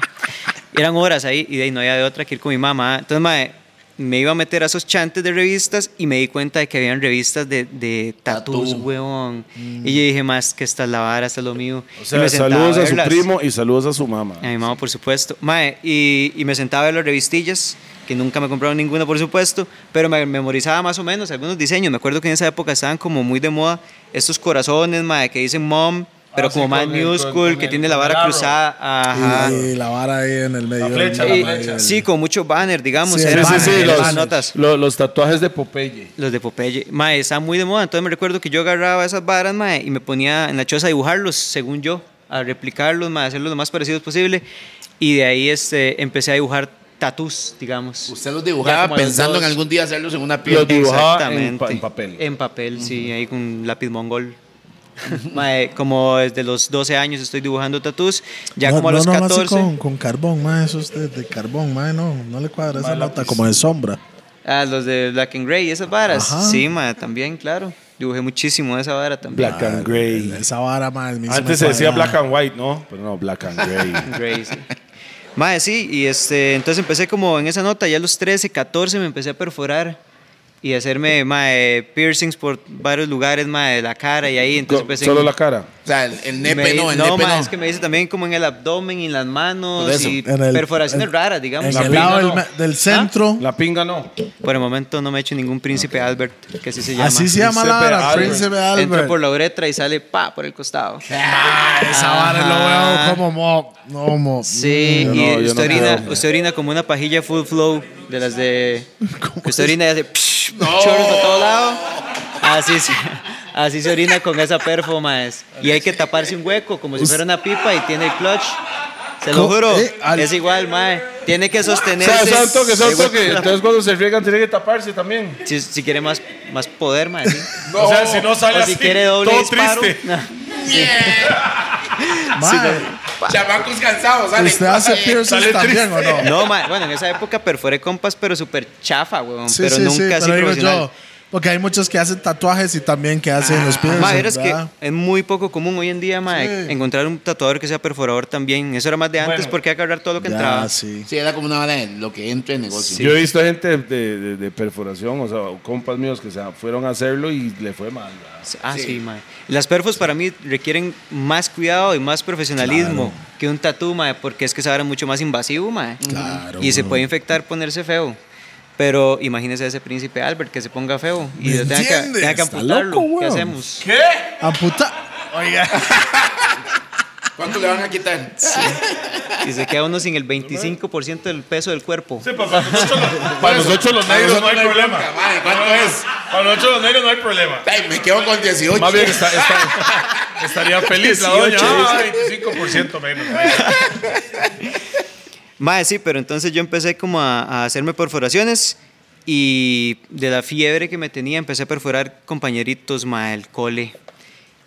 Speaker 3: Eran horas ahí y de ahí no había de otra que ir con mi mamá. Entonces, mae, me iba a meter a esos chantes de revistas y me di cuenta de que habían revistas de, de tatús,
Speaker 4: Tatú.
Speaker 3: huevón.
Speaker 5: Mm.
Speaker 3: Y yo dije, más que esta es la vara, esta es lo mío.
Speaker 6: O
Speaker 3: Y
Speaker 6: sea,
Speaker 3: me sentaba
Speaker 6: saludos a su
Speaker 3: verlas.
Speaker 6: primo y saludos a su mamá.
Speaker 3: A mi mamá, por supuesto. Mae, y, y me sentaba a ver las revistillas, que nunca me compraron ninguna, por supuesto, pero me memorizaba más o menos algunos diseños. Me acuerdo que en esa época estaban como muy de moda estos corazones, mae, que dicen mom, pero
Speaker 5: Ah, sí,
Speaker 3: como más
Speaker 5: con el-
Speaker 3: new
Speaker 5: con-
Speaker 3: school,
Speaker 5: con
Speaker 3: que
Speaker 5: el-
Speaker 3: tiene la
Speaker 5: con el
Speaker 3: vara
Speaker 5: arrow.
Speaker 3: cruzada. Ajá.
Speaker 2: Y la vara ahí en el medio.
Speaker 5: La flecha,
Speaker 2: del-
Speaker 3: Y-
Speaker 5: la flecha.
Speaker 3: sí, con muchos banners, digamos.
Speaker 2: Sí,
Speaker 3: eran
Speaker 2: sí, sí,
Speaker 3: eran
Speaker 2: los-
Speaker 3: las notas.
Speaker 6: Lo- los tatuajes de Popeye.
Speaker 3: Los de Popeye. Mae, estaban muy de moda. Entonces me recuerdo que yo agarraba esas varas, mae, y me ponía en la choza a dibujarlos, según yo, a replicarlos, mae, a hacerlos lo más parecidos posible. Y de ahí este, empecé a dibujar tatús, digamos.
Speaker 4: Usted los
Speaker 3: Ya
Speaker 4: dibujaba
Speaker 3: como a los
Speaker 4: pensando
Speaker 3: dos.
Speaker 4: en algún día hacerlos en una
Speaker 6: Los
Speaker 4: piel.
Speaker 6: dibujaba en
Speaker 3: Exactamente.
Speaker 6: pa- en papel.
Speaker 3: En papel, sí, ahí con un lápiz mongol. <laughs> mae, como desde los 12 años estoy dibujando tatús. Ya
Speaker 2: No,
Speaker 3: como a
Speaker 2: no,
Speaker 3: los
Speaker 2: no, más así
Speaker 3: 14.
Speaker 2: con, con carbón, ma, eso es de, de carbón, ma, no, no le cuadra esa nota, como de sombra.
Speaker 3: Ah, los de Black and Grey, esas varas.
Speaker 2: Ajá.
Speaker 3: Sí, mae, también, claro. Dibujé muchísimo esa vara también. <laughs>
Speaker 6: Black and Gray.
Speaker 2: Ah, Esa vara, ma, es mi-
Speaker 6: Antes se
Speaker 2: me
Speaker 6: decía
Speaker 2: cuadra.
Speaker 6: Black and White, ¿no? Pero no, Black and
Speaker 3: <laughs>
Speaker 6: Gray.
Speaker 3: Grace. Mae, sí, y este, entonces empecé como en esa nota, ya a los 13, 14 me empecé a perforar y a hacerme mae, piercings por varios lugares, mae, de la cara y ahí, entonces empecé
Speaker 6: Solo
Speaker 3: en-
Speaker 6: la cara.
Speaker 4: O sea, el, el
Speaker 3: me
Speaker 4: nepe
Speaker 3: di-
Speaker 4: no, el
Speaker 3: no,
Speaker 4: nepe
Speaker 3: mae,
Speaker 4: no.
Speaker 3: es que me dice también como en el abdomen y en las manos
Speaker 4: Por eso,
Speaker 3: y
Speaker 2: En el-
Speaker 3: perforaciones
Speaker 2: en-
Speaker 3: raras, digamos.
Speaker 2: En el
Speaker 6: pinga
Speaker 2: lado del,
Speaker 6: no.
Speaker 2: me- del centro.
Speaker 5: ¿Ah?
Speaker 6: La pinga no.
Speaker 3: Por el momento no me he hecho ningún príncipe Albert, que así se llama.
Speaker 2: Así se llama la
Speaker 6: Príncipe
Speaker 2: vara,
Speaker 6: Albert.
Speaker 2: Príncipe
Speaker 3: Entra
Speaker 2: Albert.
Speaker 3: por la uretra y sale pa por el costado.
Speaker 2: Ah, esa vara lo
Speaker 3: Ajá.
Speaker 2: veo como mo. No, mo.
Speaker 3: Sí,
Speaker 6: Mm,
Speaker 3: y
Speaker 6: yo no- yo
Speaker 3: usted,
Speaker 6: no
Speaker 3: orina,
Speaker 6: puedo.
Speaker 3: usted orina como una pajilla full flow de las de. que Usted orina y hace psh, chorros a todo lado. Así se, <laughs> así se orina con esa perfo, maes. Y hay que taparse un hueco como si fuera una pipa y tiene el clutch. Se lo
Speaker 2: Co-
Speaker 3: juro,
Speaker 2: eh, al-
Speaker 3: es igual, mae. Tiene que
Speaker 6: O sea,
Speaker 3: sostenerse.
Speaker 6: son toques, son
Speaker 3: El hueco
Speaker 6: toques.
Speaker 3: de la-
Speaker 6: Entonces cuando se friegan tiene que taparse también.
Speaker 3: Si, si quiere más, más poder, mae. ¿sí?
Speaker 5: O sea, si no sale
Speaker 3: O
Speaker 5: así,
Speaker 3: si quiere doble
Speaker 5: todo
Speaker 3: disparo.
Speaker 5: triste.
Speaker 2: Ma,
Speaker 4: Chamacos cansados, sale.
Speaker 2: ¿Usted hace piercings
Speaker 5: Sale
Speaker 2: también o no?
Speaker 3: <laughs> No, mae. Bueno, en esa época perforé compas, pero súper chafa, weón.
Speaker 2: Sí,
Speaker 3: pero
Speaker 2: sí,
Speaker 3: nunca
Speaker 2: sí,
Speaker 3: así
Speaker 2: pero digo
Speaker 3: profesional.
Speaker 2: yo, Porque hay muchos que hacen tatuajes y también que hacen los piercings.
Speaker 3: Ma, vieras que
Speaker 2: ¿verdad?
Speaker 3: es muy poco común hoy en día, ma, encontrar un tatuador que sea perforador también. Eso era más de antes porque hay que agarrar todo lo que entraba.
Speaker 2: Ya, sí.
Speaker 4: Sí, era como una bala de lo que entra en negocio.
Speaker 6: Yo he visto gente de, de- de perforación, o sea, compas míos que se fueron a hacerlo y le fue mal. ¿verdad?
Speaker 3: Ah, sí, ma. Las perfos para mí requieren más cuidado y más profesionalismo que un tatú, ma, porque es que esa vara es mucho más invasivo, ma.
Speaker 2: Claro,
Speaker 3: y se
Speaker 2: bro.
Speaker 3: puede infectar, ponerse feo. Pero imagínese a ese príncipe Albert que se ponga feo y
Speaker 2: ¿Me
Speaker 3: yo tenga que,
Speaker 2: entiendes?
Speaker 3: tenga que
Speaker 2: Está
Speaker 3: amputarlo.
Speaker 2: loco,
Speaker 3: ¿Qué
Speaker 2: weón.
Speaker 3: hacemos?
Speaker 2: Amputa.
Speaker 4: ¿Cuánto le van a quitar?
Speaker 3: Y se queda uno sin el 25% del peso del cuerpo.
Speaker 5: para nosotros los, pues, para nosotros los negros no hay problema.
Speaker 4: bronca, madre, ¿cuánto
Speaker 5: No, no, no.
Speaker 4: es?
Speaker 5: Para nosotros los negros no hay problema.
Speaker 4: Ay, me quedo con 18.
Speaker 5: Más bien está- está- estaría feliz la doña.
Speaker 3: 18,
Speaker 5: Ah, 25% menos. madre.
Speaker 3: Mae, sí, pero entonces yo empecé como a, a hacerme perforaciones y de la fiebre que me tenía empecé a perforar compañeritos, mae, el cole.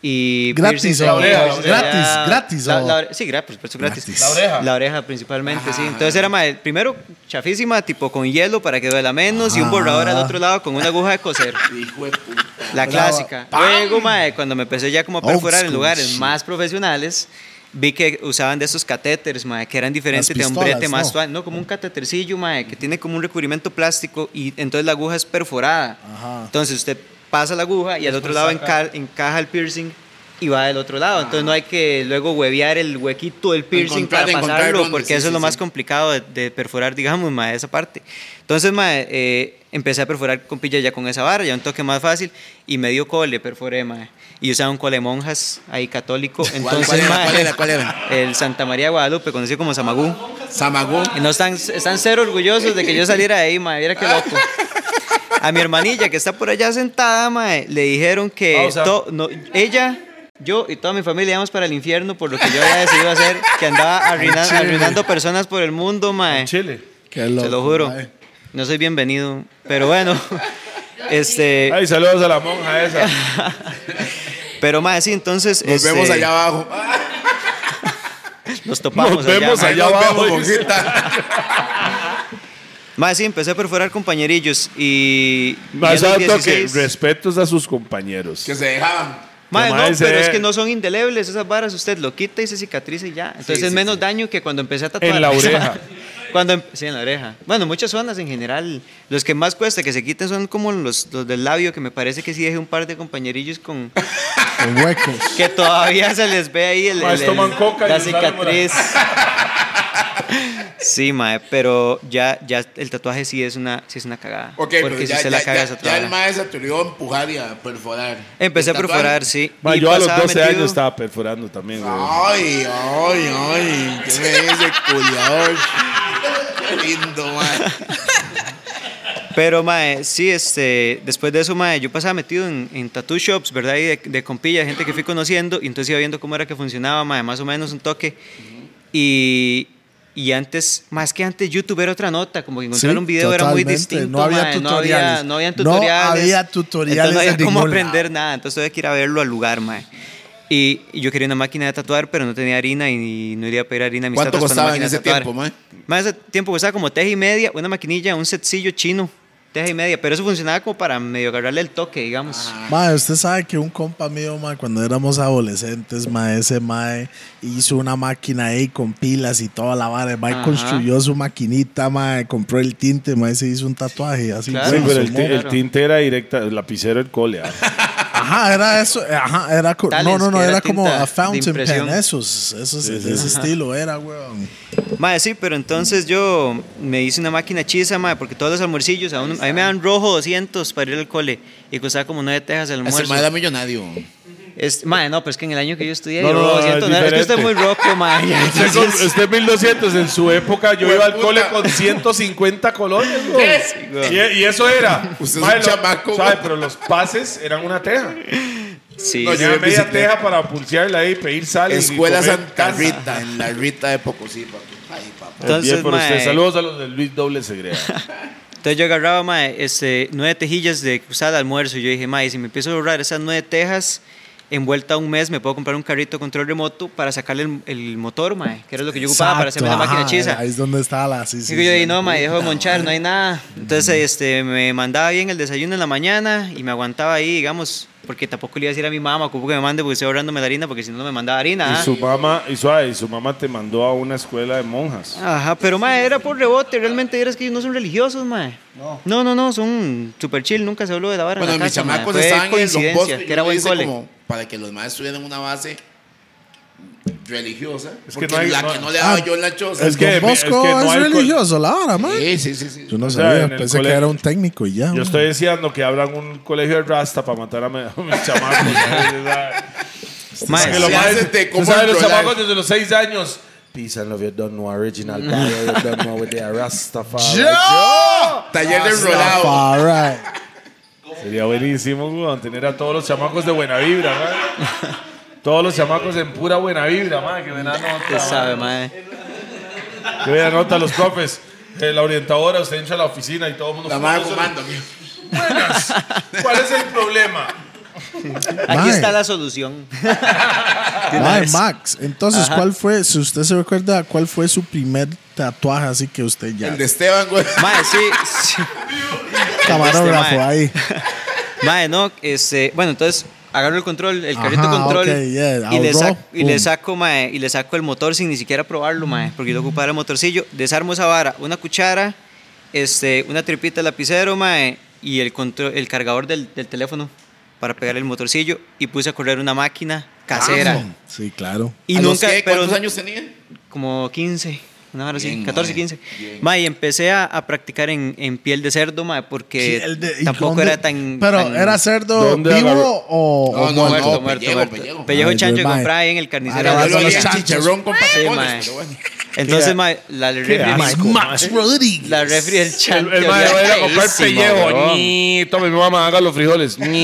Speaker 3: Y pues,
Speaker 2: Gratis,
Speaker 3: piercings
Speaker 2: ¿o?
Speaker 3: aquí, piercings
Speaker 2: Gratis,
Speaker 3: allá.
Speaker 2: gratis,
Speaker 3: La-
Speaker 2: ¿o?
Speaker 3: la ore- sí, gratis, por supuesto, gratis.
Speaker 2: Gratis.
Speaker 5: La oreja.
Speaker 3: La oreja principalmente,
Speaker 2: Ah.
Speaker 3: sí. Entonces era, mae, primero chafísima, tipo con hielo para que duela menos y un borrador al otro lado con una aguja de coser.
Speaker 4: Hijo de puta.
Speaker 3: La clásica. Luego, mae, cuando me empecé ya como a
Speaker 2: Old
Speaker 3: perforar en
Speaker 2: school
Speaker 3: lugares
Speaker 2: shit.
Speaker 3: más profesionales, vi que usaban de esos catéteres, mae, que eran diferentes
Speaker 2: Las
Speaker 3: de un
Speaker 2: pistolas,
Speaker 3: brete más
Speaker 2: ¿no?
Speaker 3: suave. No, como un catetercillo, mae, que tiene como un recubrimiento plástico y entonces la aguja es perforada. Entonces usted pasa la aguja y al otro lado enca- encaja el piercing y va del otro lado. Entonces no hay que luego huevear el huequito del piercing
Speaker 4: Encontrar-
Speaker 3: para
Speaker 4: encontrar
Speaker 3: pasarlo,
Speaker 4: dónde,
Speaker 3: porque
Speaker 4: sí,
Speaker 3: eso
Speaker 4: sí,
Speaker 3: es lo
Speaker 4: sí.
Speaker 3: más complicado de, de perforar, digamos, ma, esa parte. Entonces, ma, eh, empecé a perforar con pilla ya con esa vara, ya un toque más fácil, y medio cole perforé, ma. Y usaba un cole monjas ahí católico. Entonces,
Speaker 4: cuál era,
Speaker 3: ma,
Speaker 4: cuál era, cuál era?
Speaker 3: <laughs> El Santa María de Guadalupe, conocido como Samagú.
Speaker 4: Samagó.
Speaker 3: Y no están, están cero orgullosos de que yo saliera de ahí, ma, mira qué loco. A mi hermanilla que está por allá sentada, ma, le dijeron que
Speaker 6: Ah, o sea-
Speaker 3: to- no, ella, yo y toda mi familia íbamos para el infierno por lo que yo había decidido hacer, que andaba arruina-
Speaker 2: Chile.
Speaker 3: arruinando personas por el mundo, ma.
Speaker 6: Chile.
Speaker 2: Qué
Speaker 3: Se lo
Speaker 2: loco,
Speaker 3: juro.
Speaker 2: ma.
Speaker 3: No soy bienvenido, pero bueno. Este,
Speaker 6: Ay, saludos a la monja esa.
Speaker 3: pero ma, sí, entonces
Speaker 4: Nos
Speaker 3: este,
Speaker 4: vemos allá abajo. Ah,
Speaker 3: Nos topamos
Speaker 6: Nos
Speaker 3: allá,
Speaker 6: vemos
Speaker 3: ma.
Speaker 6: allá.
Speaker 4: nos
Speaker 6: abajo,
Speaker 4: vemos,
Speaker 6: dice.
Speaker 4: Bojita.
Speaker 3: Ma, sí, empecé a perforar compañerillos y
Speaker 6: Más
Speaker 3: y a los
Speaker 6: alto que
Speaker 3: 16
Speaker 6: respetos a sus compañeros.
Speaker 4: Que se dejaban.
Speaker 3: Mae,
Speaker 6: Que
Speaker 3: no,
Speaker 6: mae,
Speaker 3: pero
Speaker 6: se-
Speaker 3: es que no son <laughs> indelebles esas varas. Usted lo quita y se cicatriza y ya. Entonces es menos daño que cuando empecé a tatuar.
Speaker 6: En la oreja.
Speaker 3: Cuando, em- sí, en la oreja. Bueno, muchas zonas en general. Los que más cuesta que se quiten son como los, los del labio, que me parece que sí dejé un par de compañerillos con...
Speaker 2: Con huecos.
Speaker 3: Que todavía se les ve ahí el,
Speaker 5: Más
Speaker 3: el- el-
Speaker 5: toman coca y
Speaker 3: la
Speaker 5: les sale por ahí.
Speaker 3: cicatriz. Sí, mae, pero ya, ya el tatuaje sí es una, sí es una cagada.
Speaker 4: Ok,
Speaker 3: porque
Speaker 4: pero
Speaker 3: si
Speaker 4: ya,
Speaker 3: se
Speaker 4: ya,
Speaker 3: la caga
Speaker 4: ya,
Speaker 3: es otra
Speaker 4: ya el
Speaker 3: vara.
Speaker 4: mae se atrevió a empujar y a perforar.
Speaker 3: Empecé a
Speaker 4: El tatuaje.
Speaker 3: perforar, sí.
Speaker 6: Ma,
Speaker 3: Y
Speaker 6: yo a los
Speaker 3: pasaba
Speaker 6: 12
Speaker 3: metido-
Speaker 6: años estaba perforando también, güey.
Speaker 4: Ah, Ay, ay, ay. ¿Qué me dice, culiador? Qué lindo, mae.
Speaker 3: Pero, mae, sí, este, después de eso, mae, yo pasaba metido en, en tattoo shops, ¿verdad? Y de, de compilla, gente que fui conociendo, y entonces iba viendo cómo era que funcionaba, mae, más o menos un toque. Y, y antes, más que antes, YouTube era otra nota, como que encontrar
Speaker 2: Sí,
Speaker 3: un video era muy
Speaker 2: totalmente.
Speaker 3: distinto.
Speaker 2: No había
Speaker 3: mae, No había,
Speaker 2: tutoriales.
Speaker 3: no habían
Speaker 2: No
Speaker 3: tutoriales.
Speaker 2: había tutoriales
Speaker 3: Entonces, no
Speaker 2: en
Speaker 3: había cómo
Speaker 2: ningún lado.
Speaker 3: aprender nada, entonces había que ir a verlo al lugar, mae. Y, y yo quería una máquina de tatuar, pero no tenía harina y, no iría a pedir harina a mis
Speaker 4: ¿Cuánto
Speaker 3: tatas para una
Speaker 4: costaba en
Speaker 3: máquina de
Speaker 4: ese
Speaker 3: tatuar.
Speaker 4: tiempo, mae?
Speaker 3: Más de tiempo costaba como teja y media, una maquinilla, un setcillo chino, teja y media, pero eso funcionaba como para medio agarrarle el toque, digamos.
Speaker 2: Mae, usted sabe que un compa mío, mae, cuando éramos adolescentes, mae, ese mae hizo una máquina ahí con pilas y toda la vara. El mae
Speaker 3: Ajá.
Speaker 2: construyó su maquinita, mae, compró el tinte, mae, se hizo un tatuaje así.
Speaker 3: Claro.
Speaker 6: Sí,
Speaker 2: bueno,
Speaker 6: pero
Speaker 2: su
Speaker 6: el, ti-
Speaker 2: mo-
Speaker 6: el tinte era directa, el lapicero del cole. ah.
Speaker 2: Ajá, era eso. eh, Ajá, era. co-
Speaker 3: Tales,
Speaker 2: no, no, no,
Speaker 3: que era
Speaker 2: era como
Speaker 3: tinta
Speaker 2: a
Speaker 3: de
Speaker 2: fountain pen.
Speaker 3: impresión.
Speaker 2: Esos, esos, de ese estilo era, weón.
Speaker 3: Mae, sí, pero entonces yo me hice una máquina chisa, mae, porque todos los almuercillos, a, uno- a mí me dan rojo 200 para ir al cole y costaba como nueve tejas el
Speaker 4: Ese
Speaker 3: almuerzo.
Speaker 4: mae era millonario.
Speaker 3: Es, mae, no, pero es que en el año que yo estudié,
Speaker 6: No,
Speaker 3: yo
Speaker 6: no, no,
Speaker 3: rojo
Speaker 6: es
Speaker 3: 200, no, es, que
Speaker 6: diferente.
Speaker 3: usted es muy roco,
Speaker 6: <laughs>
Speaker 3: mae. <laughs> ya,
Speaker 5: Usted, con,
Speaker 3: entonces-
Speaker 5: usted 1200, en su época yo iba al
Speaker 4: Hueputa.
Speaker 5: cole con 150 colonias. güey. Y, y eso era.
Speaker 4: Usted es un
Speaker 5: Mae, lo-
Speaker 4: chamaco, güey.
Speaker 5: ¿sabe? Pero los pases eran una teja.
Speaker 3: sí,
Speaker 4: No,
Speaker 3: sí.
Speaker 4: yo-
Speaker 5: Tenía media
Speaker 4: bicicleta.
Speaker 5: teja para pulsearla ahí, pedir sal. y
Speaker 4: Escuela
Speaker 5: comer
Speaker 4: Santa
Speaker 5: casa.
Speaker 4: Rita, en la Rita de Pocosí, papi. Ay, papá.
Speaker 6: Bien
Speaker 3: entonces,
Speaker 6: por usted.
Speaker 3: mae,
Speaker 6: Saludos a los de Luis
Speaker 7: <laughs>
Speaker 6: Doble Segrea.
Speaker 3: Entonces yo agarraba, mae, este, nueve tejillas de usada de almuerzo. Y yo dije, mae, si me empiezo a ahorrar esas nueve tejas, en vuelta a un mes me puedo comprar un carrito control remoto para sacarle el, el motor, mae, que era lo que yo ocupaba para hacerme la
Speaker 2: Exacto,
Speaker 3: máquina
Speaker 2: ajá,
Speaker 3: chisa.
Speaker 2: Ahí es donde está la. Sí, sí,
Speaker 3: Y yo
Speaker 2: sí.
Speaker 3: dije, no, mae, dejo de monchar, no hay nada. Entonces este, me mandaba bien el desayuno en la mañana y me aguantaba ahí, digamos, porque tampoco le iba a decir a mi mamá, ocupo que me mande porque estoy ahorrándome la harina, porque si no, no me mandaba harina.
Speaker 6: Y
Speaker 3: ¿ah?
Speaker 6: su mamá, y suave, y su mamá te mandó a una escuela de monjas.
Speaker 3: Ajá, pero mae, era por rebote, realmente era es que ellos no son religiosos, mae. No. no, no, son super chill, nunca se habló de la vara. en
Speaker 4: Bueno,
Speaker 3: la
Speaker 4: mis
Speaker 3: casa, mae.
Speaker 4: chamacos
Speaker 3: Fue
Speaker 4: estaban en los
Speaker 3: coincidencia,
Speaker 4: bosques.
Speaker 3: que era buen cole.
Speaker 4: para que los maestros tuvieran una base religiosa.
Speaker 6: que
Speaker 4: porque
Speaker 6: no hay-
Speaker 4: la
Speaker 6: no-
Speaker 4: que no le daba
Speaker 2: Ah,
Speaker 4: yo en la choza.
Speaker 6: es que-
Speaker 2: Don Bosco es,
Speaker 6: es que no hay col-
Speaker 2: religioso, la vara, mae.
Speaker 4: Sí, sí, sí. sí.
Speaker 2: Yo no
Speaker 6: sea,
Speaker 2: sabía,
Speaker 6: en el
Speaker 2: pensé que
Speaker 6: colegio-
Speaker 2: era un técnico y ya.
Speaker 6: Yo
Speaker 2: man.
Speaker 6: estoy diciendo que abran un colegio de rasta para matar a, mi- <laughs> a mis
Speaker 7: <laughs>
Speaker 6: chamacos.
Speaker 3: Mae,
Speaker 5: Que lo
Speaker 4: Sí,
Speaker 5: más-
Speaker 4: haces de
Speaker 5: usted
Speaker 4: cómo
Speaker 5: sabe, los
Speaker 4: controlar.
Speaker 5: chamacos desde los 6 años.
Speaker 7: Peace and love, you don't know original power, you don't know with the
Speaker 6: <laughs>
Speaker 7: Rastafari.
Speaker 4: Taller
Speaker 3: Ah,
Speaker 4: de enrolado.
Speaker 2: All right.
Speaker 6: Sería buenísimo, weón, tener a todos los chamacos de buena vibra, man. Todos los chamacos en pura buena vibra, man. Qué buena nota.
Speaker 3: Usted sabe,
Speaker 6: man.
Speaker 3: mae.
Speaker 6: Qué buena nota los profes. Eh, la orientadora, usted entra a la oficina y todo el mundo...
Speaker 4: La madre
Speaker 6: fumando.
Speaker 4: fumando.
Speaker 6: Buenas. ¿Cuál es el problema?
Speaker 3: Aquí
Speaker 2: Mae.
Speaker 3: está la solución. <laughs> De una
Speaker 2: Mae,
Speaker 3: vez.
Speaker 2: Max, entonces, ¿cuál fue, si usted se recuerda, cuál fue su primer tatuaje así que usted ya
Speaker 4: El de Esteban, güey.
Speaker 3: Mae, sí, sí.
Speaker 2: camarógrafo
Speaker 3: Este, mae.
Speaker 2: ahí?
Speaker 3: Mae, no, este, bueno, entonces agarro el control, el carrito
Speaker 2: Ajá,
Speaker 3: control
Speaker 2: ok, yeah,
Speaker 3: y, le
Speaker 2: ahorró,
Speaker 3: saco, y le
Speaker 2: pum.
Speaker 3: saco, mae, y le saco el motor sin ni siquiera probarlo, mae, porque yo ocupaba el motorcillo, desarmo esa vara, una cuchara, este, una tripita de lapicero, mae, y el contro- el cargador del, del teléfono para pegar el motorcillo y puse a correr una máquina casera.
Speaker 2: Sí, claro.
Speaker 3: Y
Speaker 4: ¿A los
Speaker 3: nunca,
Speaker 4: qué?
Speaker 3: pero
Speaker 4: ¿Cuántos años tenía?
Speaker 3: como 15, una vara así,
Speaker 4: Bien,
Speaker 3: 14,
Speaker 4: mae,
Speaker 3: 15.
Speaker 4: bien.
Speaker 3: Mae, y empecé a, a practicar en, en piel de cerdo, mae, porque
Speaker 2: Sí, el de- ¿y
Speaker 3: Eh, tampoco
Speaker 2: dónde-
Speaker 3: era tan...
Speaker 2: Pero,
Speaker 3: tan-
Speaker 2: ¿era cerdo
Speaker 6: ¿Dónde agarró?
Speaker 2: vivo o.?
Speaker 4: No,
Speaker 2: o
Speaker 4: no,
Speaker 2: muerto?
Speaker 3: muerto, muerto,
Speaker 4: pellejo,
Speaker 3: muerto.
Speaker 4: pellejo. Ah,
Speaker 3: Pellejo
Speaker 2: Ay,
Speaker 3: chancho
Speaker 2: Dios,
Speaker 3: que
Speaker 2: mae.
Speaker 3: compraba ahí en el carnicero.
Speaker 2: Ahora vas
Speaker 4: Yo lo
Speaker 2: a los
Speaker 4: olía
Speaker 2: chanchos.
Speaker 4: chicharrón con
Speaker 3: Sí, mae.
Speaker 4: patacones. pero
Speaker 3: <laughs>
Speaker 4: bueno.
Speaker 3: Entonces, mae, la refri,
Speaker 6: asco,
Speaker 3: mae,
Speaker 2: Max Rodríguez.
Speaker 3: la refri del chancho.
Speaker 5: El, el mae
Speaker 3: olía
Speaker 5: va a ir a comprar
Speaker 3: feísimo,
Speaker 5: pellejo.
Speaker 3: weón.
Speaker 5: Ni, tome mi mamá, haga los
Speaker 6: <laughs>
Speaker 5: frijoles. Ni.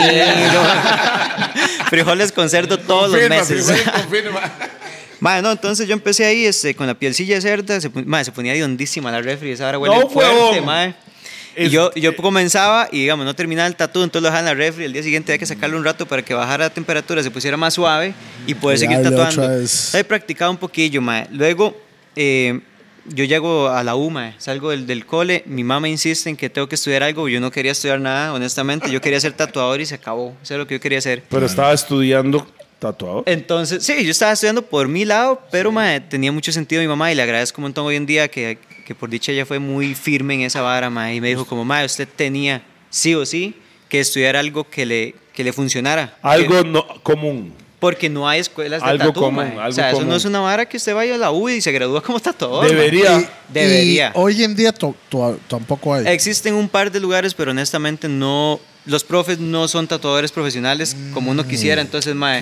Speaker 3: Frijoles con cerdo todos los
Speaker 4: Confirma,
Speaker 3: meses.
Speaker 4: confirma, confirma.
Speaker 3: Mae, no, entonces yo empecé ahí este, con la pielcilla de cerda. Se, pon- mae, se ponía de hondísima la refri. Esa hora huele
Speaker 5: No,
Speaker 3: fuerte,
Speaker 5: huevón.
Speaker 3: mae. Y
Speaker 5: Es-
Speaker 3: yo, yo comenzaba y, digamos, no terminaba el tatu, entonces lo dejaba en la refri. El día siguiente había que sacarlo un rato para que bajara la temperatura, se pusiera más suave y poder seguir
Speaker 2: Diablo,
Speaker 3: tatuando.
Speaker 2: otra vez.
Speaker 3: He practicado un poquillo, mae. Luego, eh, yo llego a la U, mae. Salgo del, del cole. Mi mamá insiste en que tengo que estudiar algo. Yo no quería estudiar nada, honestamente. Yo quería ser tatuador y se acabó. Eso es lo que yo quería hacer.
Speaker 6: Pero estaba estudiando tatuado.
Speaker 5: Eh,
Speaker 3: Entonces, sí, yo estaba estudiando por mi lado, pero mae, tenía mucho sentido mi mamá y le agradezco un montón hoy en día que, que que por dicha ella fue muy firme en esa vara, mae, y me dijo como, mae, usted tenía sí o sí que estudiar algo que le, que le funcionara.
Speaker 6: Algo no, común.
Speaker 3: Porque no hay escuelas de
Speaker 6: Algo
Speaker 3: tatu,
Speaker 6: común,
Speaker 3: mae.
Speaker 6: algo
Speaker 3: o sea, eso
Speaker 6: común.
Speaker 3: no es una vara que usted vaya a la U y se gradúa como tatuador. mae.
Speaker 6: Debería.
Speaker 2: Y-
Speaker 3: Debería.
Speaker 2: y hoy en día to- to- tampoco hay.
Speaker 3: Existen un par de lugares, pero honestamente no. Los profes no son tatuadores profesionales como
Speaker 2: Mm,
Speaker 3: uno quisiera, entonces, mae,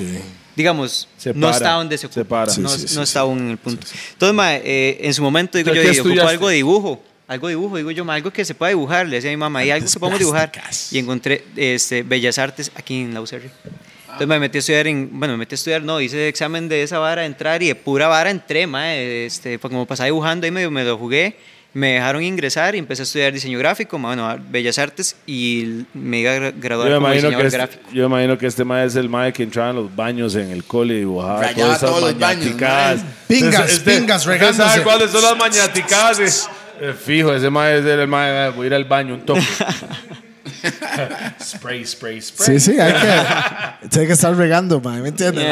Speaker 3: digamos,
Speaker 6: Se
Speaker 3: no
Speaker 6: para,
Speaker 3: está donde se ocupa.
Speaker 6: se para.
Speaker 2: Sí,
Speaker 3: no
Speaker 2: sí, sí,
Speaker 3: no
Speaker 2: sí.
Speaker 3: está aún en el punto. Entonces, mae, eh, en su momento, digo yo,
Speaker 5: Entonces, ¿qué
Speaker 3: "Ey, ocupo
Speaker 5: estudiaste?
Speaker 3: algo de dibujo. Algo de dibujo, digo yo, "mae, algo que se pueda dibujar. Le decía a mi mamá, y algo que podamos dibujar. Y encontré este, Bellas Artes aquí en la UCR. Entonces me metí a estudiar en, bueno, me metí a estudiar, no, hice examen de esa vara, entrar y de pura vara entré, mae, este, pues como pasaba dibujando ahí medio me lo jugué, me dejaron ingresar y empecé a estudiar diseño gráfico, mae, bueno, a- Bellas Artes y me iba a gra-
Speaker 6: Yo
Speaker 3: graduar
Speaker 6: me,
Speaker 3: como
Speaker 6: imagino
Speaker 3: diseñador
Speaker 6: que este,
Speaker 3: gráfico.
Speaker 6: yo me imagino que este mae es el mae que entraba en los baños en el cole y dibujaba
Speaker 4: Rayaba
Speaker 6: todas esas
Speaker 4: todos los baños,
Speaker 6: mañaticadas. este,
Speaker 4: mae.
Speaker 2: Pingas, pingas,
Speaker 5: ¿Usted
Speaker 2: regándose.
Speaker 5: sabe cuáles son las mañaticadas? eh?
Speaker 6: Eh, fijo, ese mae es el mae, eh, voy a ir al baño un toque.
Speaker 5: Spray, spray,
Speaker 2: Sí,
Speaker 5: spray.
Speaker 2: sí, hay que, <laughs> tiene que estar regando, mae, ¿me entiendes?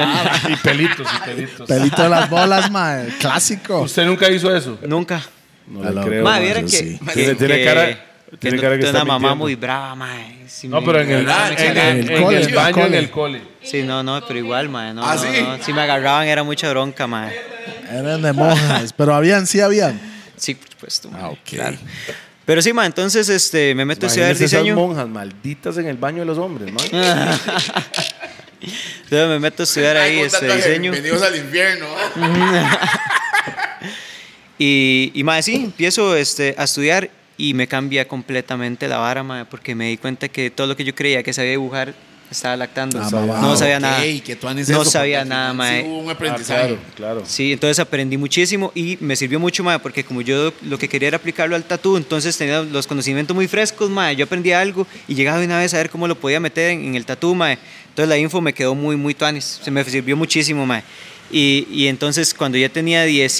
Speaker 5: Y pelitos, y pelitos.
Speaker 2: Pelito de las bolas, mae, clásico.
Speaker 5: ¿Usted nunca hizo eso?
Speaker 3: Nunca.
Speaker 6: No
Speaker 2: Aló.
Speaker 6: le creo.
Speaker 3: Mae,
Speaker 6: mae.
Speaker 3: viera
Speaker 2: yo
Speaker 3: que,
Speaker 2: sí.
Speaker 3: que-
Speaker 6: Tiene- tiene
Speaker 3: que-
Speaker 6: cara- tiene
Speaker 3: no-
Speaker 6: cara que
Speaker 3: tengo
Speaker 6: está
Speaker 3: una mamá
Speaker 6: mintiendo.
Speaker 3: muy brava, mae. sí
Speaker 5: No,
Speaker 3: me-
Speaker 5: pero en el,
Speaker 4: Ah,
Speaker 5: en
Speaker 4: en
Speaker 5: el-
Speaker 2: el
Speaker 5: en
Speaker 2: cole,
Speaker 5: el baño,
Speaker 2: cole.
Speaker 5: en el cole.
Speaker 3: Sí, no, no, pero igual, mae, no,
Speaker 4: ¿Ah,
Speaker 3: no,
Speaker 4: sí?
Speaker 3: no, si me agarraban era mucha bronca, mae.
Speaker 2: Eran de mojas, pero habían, sí habían.
Speaker 3: Sí, por supuesto.
Speaker 4: Ah,
Speaker 3: mae, claro. Pero sí, ma, entonces este, me meto a estudiar
Speaker 6: Imagínese esas
Speaker 3: diseño. Ah,
Speaker 6: monjas malditas en el baño de los hombres, mae.
Speaker 3: Entonces me meto a estudiar ahí
Speaker 4: Ay, con
Speaker 3: este
Speaker 4: tatuaje,
Speaker 3: diseño.
Speaker 4: Bienvenidos al infierno. ¿eh?
Speaker 3: Y, y ma, sí, empiezo este, a estudiar y me cambia completamente la vara, ma, porque me di cuenta que todo lo que yo creía que sabía dibujar estaba lactando.
Speaker 2: Ah,
Speaker 3: no
Speaker 2: mamá,
Speaker 3: sabía nada.
Speaker 4: Ey, que tú andes
Speaker 3: no
Speaker 4: eso,
Speaker 3: sabía
Speaker 4: porque
Speaker 3: nada,
Speaker 4: al
Speaker 3: ma. eh.
Speaker 4: final sí hubo un
Speaker 6: Ah,
Speaker 4: aprendizaje.
Speaker 6: claro, claro.
Speaker 3: Sí, entonces aprendí muchísimo y me sirvió mucho, mae, porque como yo lo que quería era aplicarlo al tatú, entonces tenía los conocimientos muy frescos, mae. Yo aprendí algo y llegaba de una vez a ver cómo lo podía meter en, en el tatú, mae. Entonces la info me quedó muy, muy tuanis. Se me sirvió muchísimo, mae. Y, y entonces cuando ya tenía 10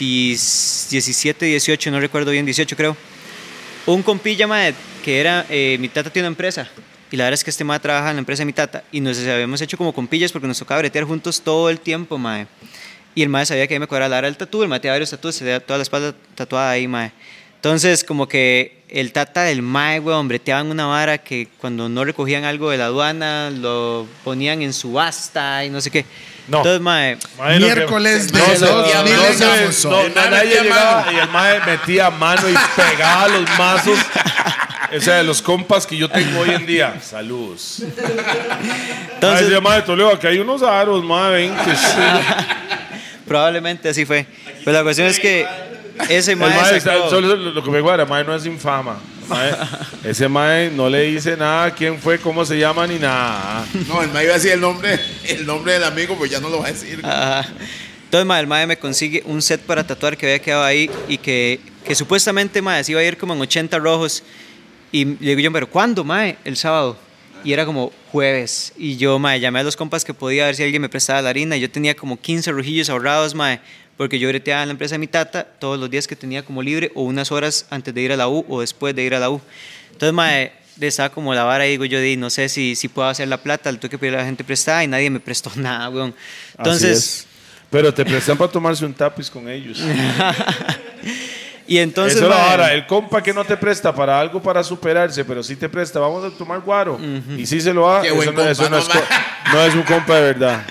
Speaker 3: 17, 18, no recuerdo bien, 18 creo, un compilla, mae, que era, eh, mi tata tiene una empresa. Y la verdad es que este mae trabaja en la empresa de mi tata. Y nos habíamos hecho como compillas porque nos tocaba bretear juntos todo el tiempo, mae. Y el mae sabía que ahí me cuadraba la área del tatú. El mae tenía varios tatuajes, se veía toda la espalda tatuada ahí, mae. Entonces, como que el tata del mae, weón, breteaban una vara que cuando no recogían algo de la aduana, lo ponían en subasta y no sé qué.
Speaker 6: No.
Speaker 3: Entonces, mae,
Speaker 6: Mae, lo que-
Speaker 2: Miércoles de
Speaker 6: No, se-
Speaker 2: dos
Speaker 6: no,
Speaker 4: día
Speaker 6: se-
Speaker 2: mil
Speaker 4: doce,
Speaker 2: gramos.
Speaker 4: Gamuso.
Speaker 6: no,
Speaker 4: El mae
Speaker 6: nadie
Speaker 4: metía
Speaker 6: llegaba
Speaker 4: mano.
Speaker 6: y el mae metía mano y pegaba los mazos.
Speaker 5: O sea, de los compas que yo tengo hoy en día. Saludos.
Speaker 6: Entonces,
Speaker 3: entonces
Speaker 6: mae, Toledo, que hay unos aros, mae, ven que sí.
Speaker 3: probablemente así fue. Pero la cuestión es que ese
Speaker 6: El mae
Speaker 3: mae
Speaker 6: está-
Speaker 3: sacó-
Speaker 6: solo lo lo que me guarda, mae no es infama.
Speaker 3: <laughs>
Speaker 6: Mae, ese mae no le dice nada, quién fue, cómo se llama, ni nada.
Speaker 4: No, el ma iba a decir el nombre, el nombre del amigo, pues ya no lo va a decir.
Speaker 3: Ajá. Ah, Entonces, ma, el mae me consigue un set para tatuar que había quedado ahí y que, que supuestamente, mae, se iba a ir como en 80 rojos. Y le digo yo, pero ¿cuándo, mae? El sábado. Y era como jueves. Y yo, mae, llamé a los compas que podía ver si alguien me prestaba la harina. Y yo tenía como 15 rojillos ahorrados, mae, porque yo breteaba en la empresa de mi tata todos los días que tenía como libre o unas horas antes de ir a la U o después de ir a la U. Entonces, mae, estaba como la vara y digo yo, di, no sé si, si puedo hacer la plata, le tuve que pedir a la gente prestada y nadie me prestó <laughs> nada, weón. Entonces...
Speaker 6: Así es. Pero te prestan para tomarse un tapiz con ellos.
Speaker 3: <laughs> Y entonces,
Speaker 6: Eso es la
Speaker 3: mae,
Speaker 6: vara. El compa que no te presta para algo para superarse, pero sí te presta, vamos a tomar guaro. Y si se lo da,
Speaker 4: Qué
Speaker 6: eso,
Speaker 4: buen
Speaker 6: no, eso
Speaker 4: compa,
Speaker 6: no es,
Speaker 4: no,
Speaker 6: co-
Speaker 4: mae.
Speaker 6: no es un compa de verdad.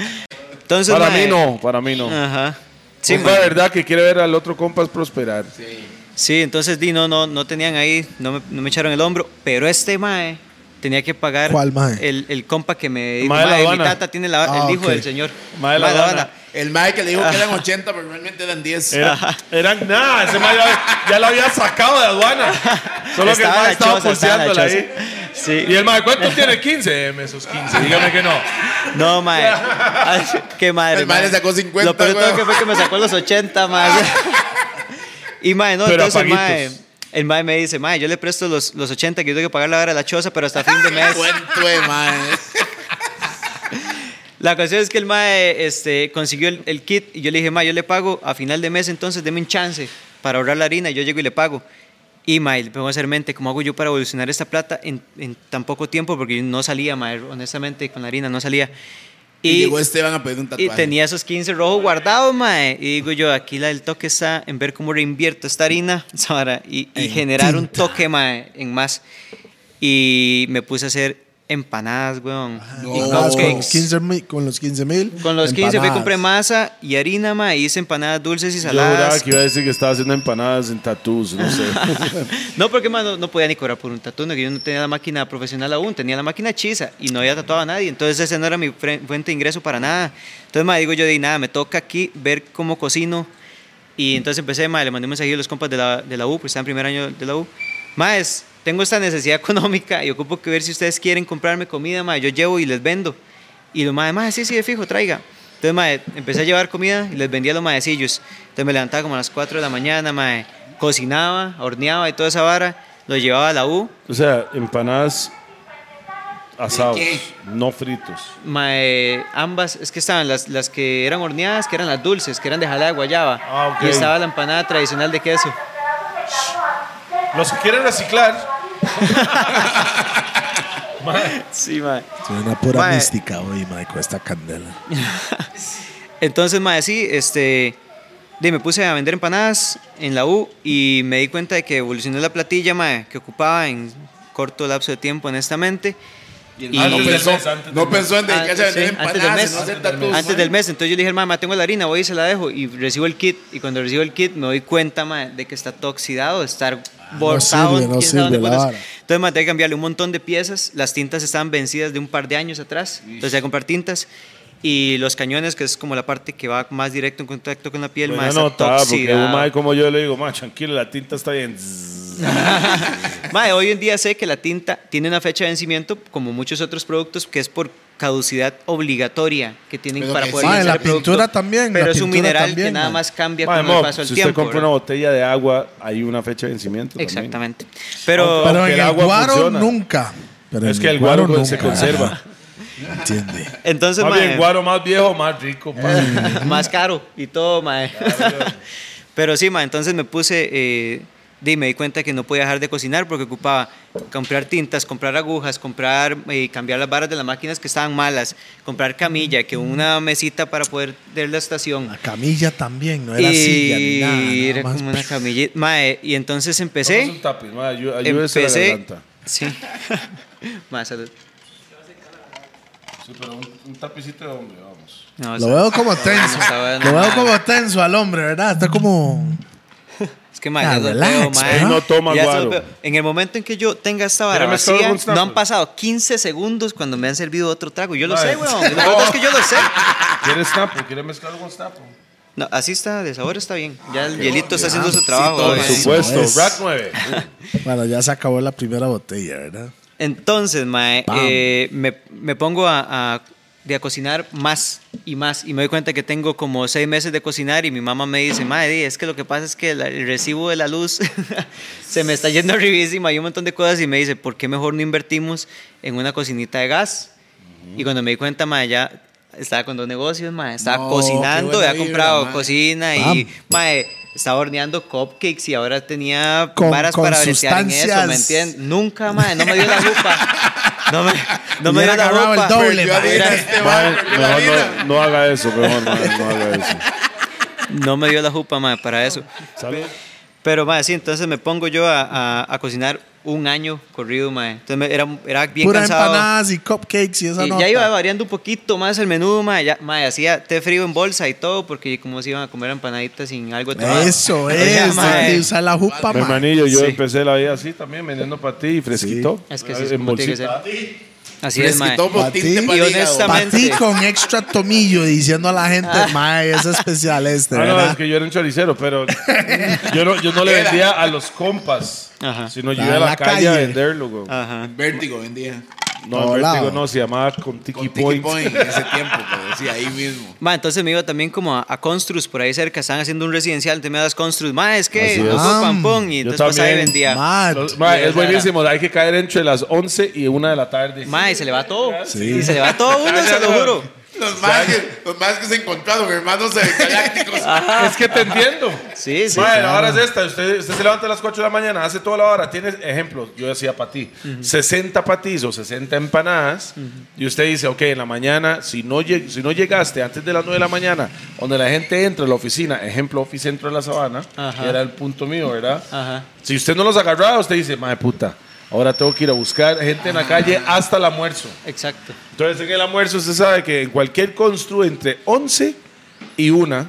Speaker 3: entonces,
Speaker 6: Para
Speaker 3: mae,
Speaker 6: mí no, para mí no.
Speaker 3: Ajá. Sí,
Speaker 6: compa de
Speaker 3: mae.
Speaker 6: verdad que quiere ver al otro compa prosperar.
Speaker 3: Sí, entonces di, no, no, no tenían ahí, no me, no me echaron el hombro, pero este mae tenía que pagar
Speaker 2: ¿Cuál mae?
Speaker 3: El, el compa que me dijo,
Speaker 6: Mae de la
Speaker 3: "Mae, mi
Speaker 6: aduana".
Speaker 3: tata tiene la,
Speaker 2: Ah,
Speaker 3: el hijo
Speaker 2: ok.
Speaker 3: del señor.
Speaker 6: Mae de la
Speaker 3: Mae de
Speaker 6: aduana.
Speaker 4: El mae que le dijo que eran
Speaker 3: Ah.
Speaker 4: 80, pero realmente eran 10.
Speaker 6: Era-
Speaker 5: Eran nada, ese mae ya, ya lo había sacado de aduana. Solo que el
Speaker 3: Estaba
Speaker 5: mae
Speaker 3: la
Speaker 5: estaba
Speaker 3: choza, estaba la
Speaker 5: pulseándola
Speaker 3: choza.
Speaker 5: ahí.
Speaker 3: Sí.
Speaker 5: Y el mae, ¿cuánto tiene? 15. Deme esos 15, dígame que no.
Speaker 3: No,
Speaker 6: <laughs>
Speaker 3: mae. Ay, Qué madre.
Speaker 4: El mae le sacó 50,
Speaker 3: Lo peor de todo
Speaker 4: weón.
Speaker 3: que fue que me sacó los 80, mae. Y mae, no,
Speaker 6: Pero
Speaker 3: entonces el mae,
Speaker 6: apaguitos.
Speaker 3: el mae me dice, mae, yo le presto los, los 80 que yo tengo que pagar la hora de la choza, pero hasta fin de mes.
Speaker 4: Cuento de eh. mae.
Speaker 3: La cuestión es que el mae este, consiguió el, el kit y yo le dije, mae, yo le pago a final de mes, entonces deme un chance para ahorrar la harina. y Yo llego y le pago. Y mae, le pongo a hacer mente, ¿cómo hago yo para evolucionar esta plata en, en tan poco tiempo? Porque yo no salía, mae, honestamente, con la harina no salía.
Speaker 4: Y, llegó Esteban a pedir un tatuaje.
Speaker 3: Y tenía esos 15 rojos guardados, mae. Y digo yo, aquí la del toque está en ver cómo reinvierto esta harina <laughs> esa vara, y, y generar un toque, mae, en más. Y me puse a hacer empanadas, weón. y
Speaker 2: Con las- con,
Speaker 3: cupcakes.
Speaker 2: 15 mil- con los 15 mil.
Speaker 3: Con los 15 fui
Speaker 2: empanadas.
Speaker 3: compré masa y harina, mae. Hice empanadas dulces y
Speaker 6: Yo juraba
Speaker 3: saladas.
Speaker 6: que iba a decir que estaba haciendo empanadas en tatús, no sé.
Speaker 3: <laughs> No, porque mae, no, no podía ni cobrar por un tatuaje. que Yo no tenía la máquina profesional aún. Tenía la máquina chisa y no había tatuado a nadie. Entonces, ese no era mi fre- fuente de ingreso para nada. Entonces, mae, digo yo, di nada, me toca aquí ver cómo cocino. Y entonces empecé, mae, le mandé un mensaje a los compas de la, de la U, pues está en primer año de la U. Maes, tengo esta necesidad <laughs> económica y ocupo que ver si ustedes quieren comprarme comida, mae. Yo llevo y les vendo. Y los maes, mae, sí, sí, de fijo, traiga. Entonces, mae, empecé a llevar comida y les vendía a los maecillos. Entonces me levantaba como a las 4 de la mañana, mae. Cocinaba, horneaba y toda esa vara. Lo llevaba a la U.
Speaker 6: O sea, empanadas asados,
Speaker 4: qué?
Speaker 6: no fritos.
Speaker 3: Mae, ambas, es que estaban las, las que eran horneadas, que eran las dulces, que eran de jalea de guayaba.
Speaker 5: Ah, ok.
Speaker 3: Y estaba la empanada tradicional de queso.
Speaker 5: Los que quieren reciclar.
Speaker 3: Sí, mae.
Speaker 2: Suena pura
Speaker 3: Mae.
Speaker 2: mística hoy, mae, con esta candela.
Speaker 3: Entonces, mae, sí, este, de, me puse a vender empanadas en la U y me di cuenta de que evolucionó la platilla, mae, que ocupaba en corto lapso de tiempo, honestamente. Y-
Speaker 4: no,
Speaker 5: Antes del
Speaker 4: pensó,
Speaker 5: mes, antes del
Speaker 4: no pensó en
Speaker 3: Ah,
Speaker 4: dedicarse a
Speaker 3: sí,
Speaker 4: vender
Speaker 3: antes del
Speaker 4: empanadas,
Speaker 3: mes.
Speaker 4: no hacer tatuajes.
Speaker 3: Antes del mes. Entonces yo le dije, mamá, tengo la harina, voy y se la dejo. Y recibo el kit. Y cuando recibo el kit, me doy cuenta, mae, de que está todo oxidado, de estar botado.
Speaker 2: sirve, Ah, no
Speaker 3: quién sabe
Speaker 2: sirve
Speaker 3: dónde
Speaker 2: la
Speaker 3: putas.
Speaker 2: vara.
Speaker 3: Entonces, mae, tengo que cambiarle un montón de piezas. Las tintas estaban vencidas de un par de años atrás. Entonces, ya comprar tintas. Y los cañones, que es como la parte que va más directo en contacto con la piel, mae,
Speaker 6: Buena
Speaker 3: está
Speaker 6: nota,
Speaker 3: todo
Speaker 6: porque un
Speaker 3: oxidado.
Speaker 6: mae como yo le digo, ma, tranquilo, la tinta está bien. Zzz.
Speaker 3: <laughs> Mae, hoy en día sé que la tinta tiene una fecha de vencimiento, como muchos otros productos, que es por caducidad obligatoria que tienen
Speaker 4: Pero
Speaker 3: para
Speaker 4: que
Speaker 3: poder
Speaker 4: sí.
Speaker 3: vender
Speaker 2: Mae, la
Speaker 3: el producto.
Speaker 2: pintura también,
Speaker 3: Pero
Speaker 2: la
Speaker 3: es un
Speaker 2: pintura
Speaker 3: mineral que
Speaker 2: también,
Speaker 3: nada
Speaker 2: mae.
Speaker 3: más cambia
Speaker 6: Mae,
Speaker 3: con
Speaker 6: mo,
Speaker 3: el paso del
Speaker 6: si usted
Speaker 3: tiempo.
Speaker 6: compra una
Speaker 3: ¿verdad?
Speaker 6: botella de agua, hay una fecha de vencimiento. también.
Speaker 3: Exactamente. Pero,
Speaker 2: Pero
Speaker 6: Aunque
Speaker 2: en
Speaker 6: el
Speaker 2: el
Speaker 6: agua
Speaker 2: guaro
Speaker 6: funciona.
Speaker 2: nunca. Pero
Speaker 6: Es
Speaker 2: en
Speaker 6: que el guaro pues,
Speaker 2: nunca.
Speaker 6: se conserva.
Speaker 2: <laughs> Entiende.
Speaker 3: entonces,
Speaker 5: Más
Speaker 3: mae,
Speaker 5: bien, guaro más viejo, más rico. pa.
Speaker 3: <laughs> más caro y todo, mae.
Speaker 2: Ah,
Speaker 3: <laughs> Pero sí, mae, entonces me puse, eh, di, me di cuenta que no podía dejar de cocinar porque ocupaba comprar tintas, comprar agujas, comprar eh, cambiar las varas de las máquinas que estaban malas, comprar camilla, que una mesita para poder ver la estación.
Speaker 2: La camilla también, Ah, no era silla ni nada. nada
Speaker 3: era
Speaker 2: más. pues.
Speaker 3: como una camilla, mae, y entonces
Speaker 6: Es
Speaker 3: empecé,
Speaker 6: un tapiz, ma, ayú- ayúdese la
Speaker 3: empecé,
Speaker 6: garganta.
Speaker 3: sí, <laughs> mae, salud.
Speaker 6: Sí, pero un, un tapicito de hombre, vamos.
Speaker 3: No,
Speaker 2: Lo
Speaker 3: salud.
Speaker 2: veo como tenso.
Speaker 3: está bueno,
Speaker 2: Lo veo
Speaker 3: mae.
Speaker 2: como tenso al hombre, ¿verdad? Está como.
Speaker 3: Es que, mae,
Speaker 2: Ah,
Speaker 3: ya los
Speaker 2: relax,
Speaker 3: veo, mae.
Speaker 2: Él
Speaker 6: no toma
Speaker 3: Ya
Speaker 6: guaro.
Speaker 3: los veo. En el momento en que yo tenga esta vara
Speaker 6: Pero me estoy
Speaker 3: vacía,
Speaker 6: algún
Speaker 3: no han
Speaker 6: snack.
Speaker 3: pasado 15 segundos cuando me han servido otro trago. Yo lo
Speaker 6: Mae.
Speaker 3: sé, weón. La verdad es que yo lo
Speaker 6: <laughs>
Speaker 3: sé.
Speaker 6: ¿Quiere snapo? ¿Quiere mezclar con snapo?
Speaker 3: No, así está, de sabor está bien. Ya el hielito está haciendo su trabajo.
Speaker 2: todo
Speaker 3: mae.
Speaker 6: Por supuesto,
Speaker 2: es.
Speaker 6: Rack 9.
Speaker 2: Bueno, ya se acabó la primera botella, ¿verdad?
Speaker 3: Entonces, mae,
Speaker 2: Bam.
Speaker 3: eh, me, me pongo a, a- de a cocinar más y más. Y me doy cuenta que tengo como seis meses de cocinar y mi mamá me dice, mae, di, es que lo que pasa es que la- el recibo de la luz <laughs> se me está yendo arribísima y un montón de cosas. Y me dice, ¿por qué mejor no invertimos en una cocinita de gas? Y cuando me di cuenta, mae, ya estaba con dos negocios, mae. Estaba
Speaker 4: No, qué
Speaker 3: cocinando,
Speaker 4: buena
Speaker 3: había comprado
Speaker 4: vibra, mae.
Speaker 3: cocina y,
Speaker 2: Bam.
Speaker 3: mae, estaba horneando cupcakes y ahora tenía
Speaker 2: Con-
Speaker 3: varas
Speaker 2: con
Speaker 3: para bretear en eso, ¿me
Speaker 2: sustancias.
Speaker 3: entiendes? Nunca, madre, no me dio la lupa. No me, no me
Speaker 2: Hubiera
Speaker 3: dio la
Speaker 2: agarrado el
Speaker 3: lupa.
Speaker 2: doble,
Speaker 4: Yo
Speaker 2: mae.
Speaker 4: dije,
Speaker 3: Mira,
Speaker 4: este va a
Speaker 6: Mae,
Speaker 4: perder la vida.
Speaker 6: mejor no, no haga eso, mejor ma, no haga eso.
Speaker 3: No me dio la jupa, madre, para eso.
Speaker 6: ¿Sabe?
Speaker 3: Pero, madre, sí, entonces me pongo yo a, a- a cocinar un año corrido, madre. Entonces me- era, era bien
Speaker 2: Pura
Speaker 3: cansado.
Speaker 2: empanadas y cupcakes y esa
Speaker 3: Y
Speaker 2: nota.
Speaker 3: ya iba variando un poquito más el menú, madre. Ya, mae, hacía té frío en bolsa y todo, porque como se iban a comer empanaditas sin algo
Speaker 5: ah,
Speaker 3: tomado.
Speaker 2: Eso
Speaker 3: O sea,
Speaker 2: es,
Speaker 3: mae,
Speaker 2: de usar la jupa,
Speaker 6: Mi
Speaker 2: mae.
Speaker 6: hermanillo, yo
Speaker 3: Sí.
Speaker 6: empecé la vida así también, vendiendo para ti y fresquito.
Speaker 3: Es que así es
Speaker 6: en
Speaker 3: como tiene que
Speaker 6: bolsita.
Speaker 3: ser. Así
Speaker 4: Les
Speaker 3: es, mae.
Speaker 4: quitó
Speaker 2: Pa'
Speaker 4: botinte
Speaker 2: ti.
Speaker 4: para
Speaker 3: Y
Speaker 4: el hígado.
Speaker 3: honestamente-
Speaker 2: Para ti con extra tomillo diciendo a la gente,
Speaker 5: Ah.
Speaker 2: mae, es especial este,
Speaker 6: Ah, no, es
Speaker 2: ¿verdad?
Speaker 6: que yo era un choricero, pero yo no, yo no le vendía a los compas,
Speaker 3: Ajá.
Speaker 6: sino yo
Speaker 2: Ah,
Speaker 6: iba a
Speaker 2: en
Speaker 6: la,
Speaker 2: la
Speaker 6: calle, a
Speaker 2: calle.
Speaker 6: venderlo. güey.
Speaker 3: Ajá.
Speaker 4: Vértigo vendía.
Speaker 6: no,
Speaker 2: Todo lado.
Speaker 6: Vértigo no, se llamaba con Tiki
Speaker 4: Con Tiki
Speaker 6: Point.
Speaker 4: Point en ese tiempo, pero sí, ahí mismo.
Speaker 3: Ma, entonces me iba también como a, a Construs, por ahí cerca, estaban haciendo un residencial, te me das Construs, ma, es que
Speaker 6: Así
Speaker 3: no
Speaker 6: es.
Speaker 3: ocupan,
Speaker 2: Ah,
Speaker 3: pum, y
Speaker 6: yo
Speaker 3: entonces pasaba y
Speaker 6: también.
Speaker 3: vendía. Ma,
Speaker 2: Mae,
Speaker 6: Los- ma, es buenísimo, hay que caer entre las 11 y 1 de la tarde.
Speaker 3: y se le va todo,
Speaker 2: Sí.
Speaker 3: y se le va todo uno, se lo juro.
Speaker 4: Los más, que, los más que se encontraron, hermanos eh,
Speaker 3: <laughs>
Speaker 4: galácticos.
Speaker 5: Ah, Es que te entiendo.
Speaker 3: ah, Sí, sí.
Speaker 5: Mae, la hora es esta. Usted, usted se levanta a las 4 de la mañana, hace toda la hora. Tiene ejemplos. Yo decía para ti: 60 patís o 60 empanadas. Y usted dice, ok, en la mañana, si no, lleg- si no llegaste antes de las 9 de la mañana, donde la gente entra a la oficina, ejemplo, Oficentro de la Sabana,
Speaker 3: Ajá. Ah.
Speaker 5: que era el punto mío, ¿verdad?
Speaker 3: Ajá.
Speaker 5: Si usted no los agarraba, usted dice, madre puta, ahora tengo que ir a buscar gente en
Speaker 3: Ah.
Speaker 5: la calle hasta el almuerzo.
Speaker 3: Exacto.
Speaker 5: Entonces, en el almuerzo, usted sabe que en cualquier constru entre 11 y 1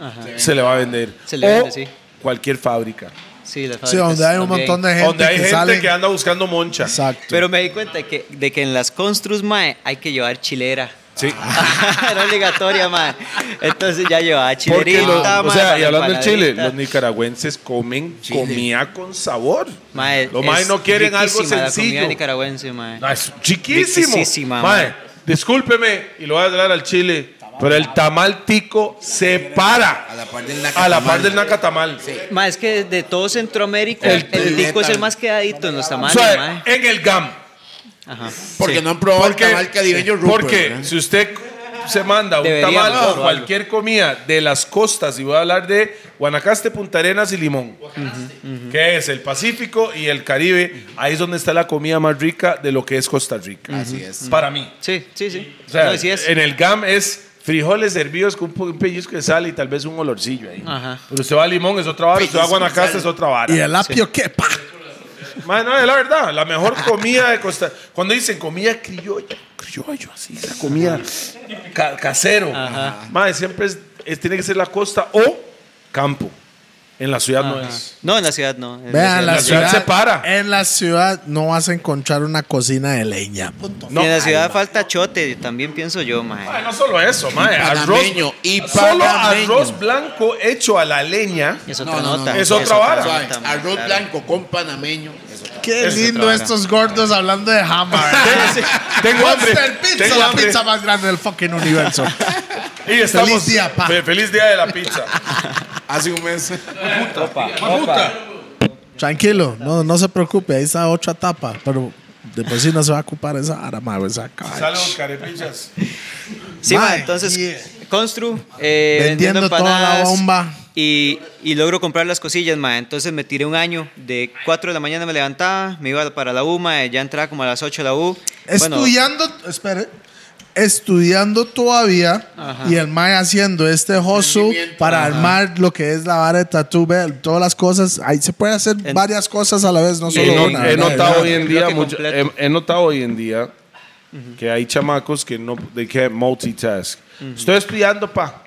Speaker 3: Ajá.
Speaker 5: se le va a vender.
Speaker 3: Se le vende,
Speaker 5: o
Speaker 3: sí.
Speaker 5: cualquier fábrica.
Speaker 3: Sí, las
Speaker 2: Sí,
Speaker 3: fábricas
Speaker 2: donde hay un
Speaker 3: también.
Speaker 2: montón de gente
Speaker 5: donde hay
Speaker 2: que
Speaker 5: gente
Speaker 2: sale.
Speaker 5: que anda buscando moncha.
Speaker 2: Exacto.
Speaker 3: Pero me di cuenta que, de que en las construs, mae, hay que llevar chilera. <laughs>
Speaker 5: Sí.
Speaker 2: Ah.
Speaker 3: Era obligatoria, mae. Entonces ya llevaba
Speaker 5: Porque
Speaker 3: chilerita,
Speaker 5: lo- o
Speaker 3: mae,
Speaker 5: sea,
Speaker 3: para
Speaker 5: y hablando de Chile,
Speaker 3: empanadita.
Speaker 5: los nicaragüenses comen comida con sabor.
Speaker 3: Mae,
Speaker 5: los más
Speaker 3: es
Speaker 5: no quieren algo
Speaker 3: riquísima la comida
Speaker 5: sencillo.
Speaker 3: nicaragüense, mae.
Speaker 5: Ah, es chiquísimo.
Speaker 3: Riquisísima,
Speaker 5: Mae,
Speaker 3: mae.
Speaker 5: discúlpeme y lo voy a hablar al Chile, pero el tamal tico se para
Speaker 4: A la par del
Speaker 5: a la par del
Speaker 4: nacatamal.
Speaker 5: nacatamal.
Speaker 3: Mae, es que de todo Centroamérica,
Speaker 5: El-
Speaker 3: el,
Speaker 4: el
Speaker 3: tico es
Speaker 4: neta.
Speaker 3: el más quedadito en los
Speaker 5: O
Speaker 3: tamales, mae.
Speaker 5: sea, en el GAM.
Speaker 3: Ajá.
Speaker 4: Porque
Speaker 3: Sí.
Speaker 4: no han probado el tamal caribeño Rupert.
Speaker 5: porque
Speaker 4: ¿verdad?
Speaker 5: si usted se manda un
Speaker 3: Deberían
Speaker 5: tamal o
Speaker 3: probarlo.
Speaker 5: cualquier comida de las costas, y voy a hablar de Guanacaste, Punta Arenas y Limón, que es el Pacífico y el Caribe, ahí es donde está la comida más rica de lo que es Costa Rica.
Speaker 4: Así es.
Speaker 5: Para mí.
Speaker 3: Sí, sí, sí.
Speaker 5: O sea,
Speaker 3: No, sí es.
Speaker 5: en el GAM es frijoles hervidos con un po- un pellizco de sal y tal vez un olorcillo ahí.
Speaker 3: Ajá.
Speaker 5: Pero usted va a Limón, es otra vara. Usted va a
Speaker 4: Pellizco de
Speaker 5: Guanacaste,
Speaker 4: sal.
Speaker 5: es otra vara.
Speaker 2: y el apio que pa.
Speaker 5: Mae, no, es la verdad, la mejor comida de Costa Cuando dicen comida criolla, criollo, así, esa comida ca- casero.
Speaker 3: Ajá.
Speaker 5: Mae, siempre es- es- tiene que ser la costa o campo. En la ciudad no
Speaker 3: Ajá.
Speaker 5: es.
Speaker 3: Ah. No, en la ciudad no. En
Speaker 2: Vean, la,
Speaker 5: la ciudad
Speaker 2: ciudad,
Speaker 5: se para.
Speaker 2: En la ciudad no vas a encontrar una cocina de leña. Punto.
Speaker 3: Y en la ciudad falta chote, también pienso yo, mae.
Speaker 5: Mae, no solo eso, mae, arroz.
Speaker 4: Panameño, y
Speaker 5: Solo
Speaker 4: panameño.
Speaker 5: arroz blanco hecho a la leña.
Speaker 3: Es
Speaker 4: No,
Speaker 3: otra
Speaker 4: no, no,
Speaker 3: nota.
Speaker 4: no.
Speaker 5: Es otra vara.
Speaker 4: Suave.
Speaker 3: nota, mae,
Speaker 4: Arroz
Speaker 3: claro.
Speaker 4: blanco con panameño. Es otra
Speaker 2: Qué
Speaker 3: Eso
Speaker 2: lindo
Speaker 3: trabaja.
Speaker 2: estos gordos hablando de hammer.
Speaker 5: <laughs> Tengo hambre.
Speaker 2: Monster Pizza,
Speaker 5: tengo
Speaker 2: la
Speaker 5: hambre.
Speaker 2: pizza más grande del fucking universo.
Speaker 5: Y estamos,
Speaker 2: Feliz día, pa.
Speaker 5: fe- Feliz día de la pizza.
Speaker 4: Hace un mes.
Speaker 2: Tranquilo, no, no se preocupe, ahí está otra tapa, pero después sí no se va a ocupar esa arma, esa caja.
Speaker 5: Salud, carepichas.
Speaker 3: Sí,
Speaker 2: Mae,
Speaker 3: mae, entonces,
Speaker 2: yeah.
Speaker 3: Constru, eh,
Speaker 2: Vendiendo
Speaker 3: vendiendo
Speaker 2: toda la
Speaker 3: empanadas
Speaker 2: bomba.
Speaker 3: Y, y logro comprar las cosillas, mae. Entonces me tiré un año. De 4 de la mañana me levantaba, me iba para la U, mae. Ya entraba como a las 8 de la U. Bueno,
Speaker 2: Estudiando, espere, estudiando todavía
Speaker 3: Ajá.
Speaker 2: y el Mae haciendo este hustle
Speaker 4: Emprendimiento.
Speaker 2: para armar lo que es la vara de tatu, ve, todas las cosas. Ahí se puede hacer
Speaker 3: En-
Speaker 2: varias cosas a la vez, no solo
Speaker 5: he, no-
Speaker 2: una.
Speaker 5: he
Speaker 2: ¿verdad?
Speaker 5: notado
Speaker 2: ¿verdad?
Speaker 5: hoy en
Speaker 3: Creo
Speaker 5: día
Speaker 3: que
Speaker 5: mucho-
Speaker 3: completo.
Speaker 5: he, he notado hoy en día que hay chamacos que no they can't multitask. Estoy estudiando, pa.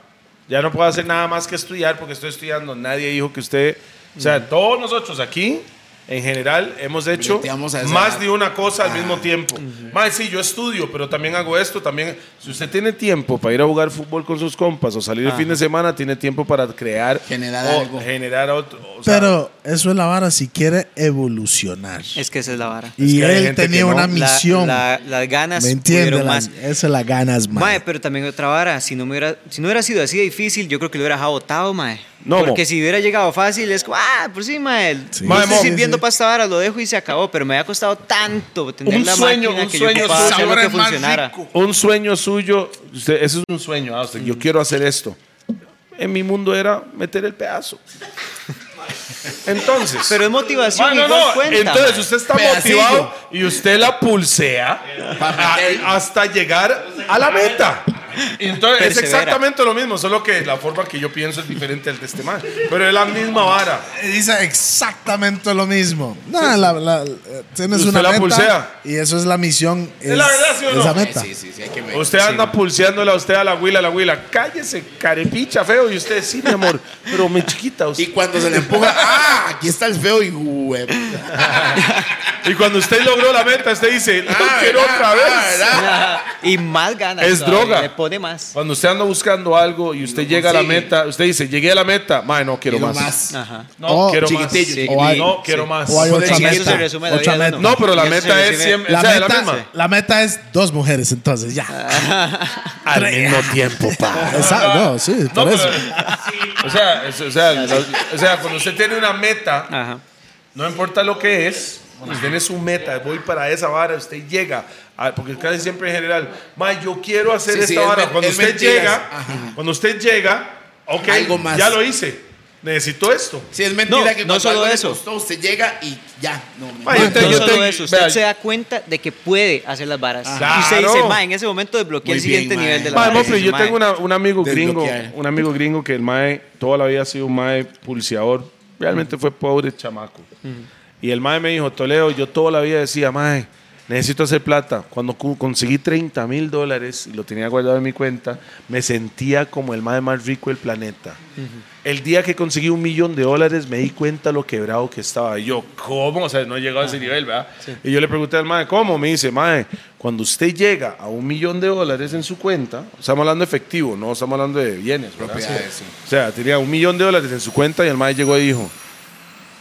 Speaker 5: Ya no puedo hacer nada más que estudiar porque estoy estudiando. Nadie dijo que usted, o sea, todos nosotros aquí en general hemos hecho
Speaker 4: Breteamos a esa
Speaker 5: más
Speaker 4: edad. Ah.
Speaker 5: de una cosa al mismo tiempo. Mae, sí, yo estudio, pero también hago esto, también si usted tiene tiempo para ir a jugar fútbol con sus compas o
Speaker 3: Ah.
Speaker 5: salir el fin de semana, tiene tiempo para crear
Speaker 4: Generar
Speaker 5: o
Speaker 4: algo.
Speaker 5: generar otro, o sea,
Speaker 2: Pero eso es la vara si quiere evolucionar.
Speaker 3: es que esa es la vara.
Speaker 2: y
Speaker 5: que hay
Speaker 2: él
Speaker 5: gente que
Speaker 2: tenía
Speaker 5: no.
Speaker 2: una
Speaker 3: La-
Speaker 2: misión.
Speaker 3: la- las ganas
Speaker 2: ¿Me entiendes?
Speaker 3: pudieron más.
Speaker 2: Esa es la ganas,
Speaker 3: Mae,
Speaker 2: Mae.
Speaker 3: pero también otra vara, si no, me hubiera, si no hubiera sido así de difícil, yo creo que lo hubiera agotado, mae.
Speaker 5: No,
Speaker 3: Porque
Speaker 5: mo.
Speaker 3: si hubiera llegado fácil, es como, ah, pues sí, mae.
Speaker 2: Sí.
Speaker 3: no
Speaker 5: Mae,
Speaker 3: estoy
Speaker 5: mo.
Speaker 3: sirviendo
Speaker 2: Sí, sí.
Speaker 3: para esta vara, lo dejo y se acabó, pero me había costado tanto tener
Speaker 5: Un
Speaker 3: la
Speaker 5: sueño,
Speaker 3: máquina
Speaker 5: un
Speaker 3: que
Speaker 5: sueño,
Speaker 3: yo ocupaba
Speaker 5: su-
Speaker 3: hacer lo
Speaker 2: sabor
Speaker 3: que
Speaker 2: es más
Speaker 3: funcionara.
Speaker 2: rico.
Speaker 5: un sueño suyo, usted, ese es un sueño, ah, usted, yo quiero hacer esto. En mi mundo era meter el pedazo. <laughs> Entonces,
Speaker 3: Pero es motivación
Speaker 5: Ah,
Speaker 3: igual cuenta.
Speaker 5: entonces
Speaker 3: mae.
Speaker 5: usted está
Speaker 4: Pedacillo.
Speaker 5: motivado y usted
Speaker 3: <laughs>
Speaker 5: la pulsea
Speaker 4: Para
Speaker 5: a-
Speaker 4: meter.
Speaker 5: hasta llegar a la meta. Y Entonces es
Speaker 3: Persevera.
Speaker 5: exactamente lo mismo, solo que la forma que yo pienso es diferente al de este man, pero es la misma vara.
Speaker 2: Dice exactamente lo mismo. No, la- la- eh, tienes
Speaker 5: Usted
Speaker 2: una
Speaker 5: la
Speaker 2: meta
Speaker 5: pulsea.
Speaker 2: y eso es la misión. Es,
Speaker 5: la verdad, ¿sí o no?
Speaker 2: esa
Speaker 4: Eh,
Speaker 2: meta.
Speaker 4: Sí, sí, sí, hay que ver.
Speaker 5: Usted anda pulseándola a usted a la huila, a la huila. Cállese, carepicha feo y usted sí, mi amor, pero mi chiquita, usted
Speaker 4: Y cuando se le <laughs> empuja, ¡ah! Aquí está el feo y güey.
Speaker 5: Y cuando usted logró la meta, usted dice, no
Speaker 4: Ah,
Speaker 5: quiero
Speaker 4: ¿verdad?
Speaker 5: otra
Speaker 4: Ah,
Speaker 5: vez.
Speaker 4: ¿verdad?
Speaker 3: <laughs> y más ganas.
Speaker 5: Es
Speaker 3: todavía,
Speaker 5: droga.
Speaker 3: Le pone más.
Speaker 5: Cuando usted anda buscando algo y usted llega a la
Speaker 4: consigue.
Speaker 5: meta, usted dice, llegué a la meta, mae, no quiero
Speaker 4: Quiero
Speaker 5: más.
Speaker 4: más.
Speaker 3: Ajá.
Speaker 5: No,
Speaker 2: Oh,
Speaker 5: quiero más.
Speaker 4: chiquitillo,
Speaker 5: Sí,
Speaker 2: O hay-
Speaker 5: no, quiero más.
Speaker 2: o hay otra
Speaker 3: Sí, eso
Speaker 2: meta.
Speaker 3: se resume la
Speaker 2: otra
Speaker 3: vida de
Speaker 2: meta.
Speaker 3: uno.
Speaker 5: No, pero la
Speaker 3: Eso se
Speaker 5: meta es
Speaker 3: resume-
Speaker 5: siempre,
Speaker 2: La,
Speaker 5: o sea, es la
Speaker 2: meta,
Speaker 5: misma.
Speaker 2: la meta es dos mujeres, entonces ya.
Speaker 5: Al mismo tiempo, pa.
Speaker 2: Exacto, no, sí, por
Speaker 5: No,
Speaker 2: eso.
Speaker 5: pero- o, sea, es- o, sea, la- o sea, cuando usted tiene una meta,
Speaker 3: <laughs> Ajá.
Speaker 5: No importa lo que es, cuando usted tiene su meta, voy para esa vara, usted llega ah, porque casi siempre en general, mae, yo quiero hacer
Speaker 4: Sí,
Speaker 5: esta
Speaker 4: sí, es
Speaker 5: vara.
Speaker 4: men-
Speaker 5: Cuando
Speaker 4: es
Speaker 5: usted
Speaker 4: mentiras.
Speaker 5: llega,
Speaker 4: Ajá.
Speaker 5: cuando usted llega, ok,
Speaker 4: Algo más.
Speaker 5: ya lo hice. Necesito esto.
Speaker 4: Si es mentira
Speaker 3: No,
Speaker 4: que cuando
Speaker 3: no solo
Speaker 4: algo le
Speaker 3: eso.
Speaker 4: costó, usted llega y ya. No, me-
Speaker 5: Mae, yo te-
Speaker 3: No
Speaker 5: yo
Speaker 3: solo
Speaker 5: te-
Speaker 3: eso, usted
Speaker 5: vea,
Speaker 3: se da cuenta de que puede hacer las varas.
Speaker 5: Ajá.
Speaker 3: Y usted dice,
Speaker 5: Claro.
Speaker 3: ma, en ese momento desbloqueé
Speaker 4: Muy
Speaker 3: el siguiente
Speaker 4: bien, ma.
Speaker 3: nivel de la
Speaker 5: Mae,
Speaker 3: vara. Y
Speaker 5: Mofre,
Speaker 3: dice,
Speaker 5: yo
Speaker 3: ma,
Speaker 5: tengo una- un amigo gringo,
Speaker 4: Desbloquear.
Speaker 5: un amigo gringo que el mae toda la vida ha sido un mae pulseador, realmente fue pobre chamaco. Y el mae me dijo, Toledo, yo toda la vida decía, mae, necesito hacer plata. Cuando cu- conseguí 30 mil dólares y lo tenía guardado en mi cuenta, me sentía como el mae más rico del planeta. El día que conseguí un millón de dólares me di cuenta lo quebrado que estaba. Y yo, ¿cómo? O sea, no he llegado a ese nivel, ¿verdad? Y yo le pregunté al mae, ¿cómo? Me dice, mae, cuando usted llega a un millón de dólares en su cuenta, estamos hablando de efectivo, no estamos hablando de bienes, ¿verdad?
Speaker 4: Propiedades, sí.
Speaker 5: O sea, tenía un millón de dólares en su cuenta y el mae llegó y dijo,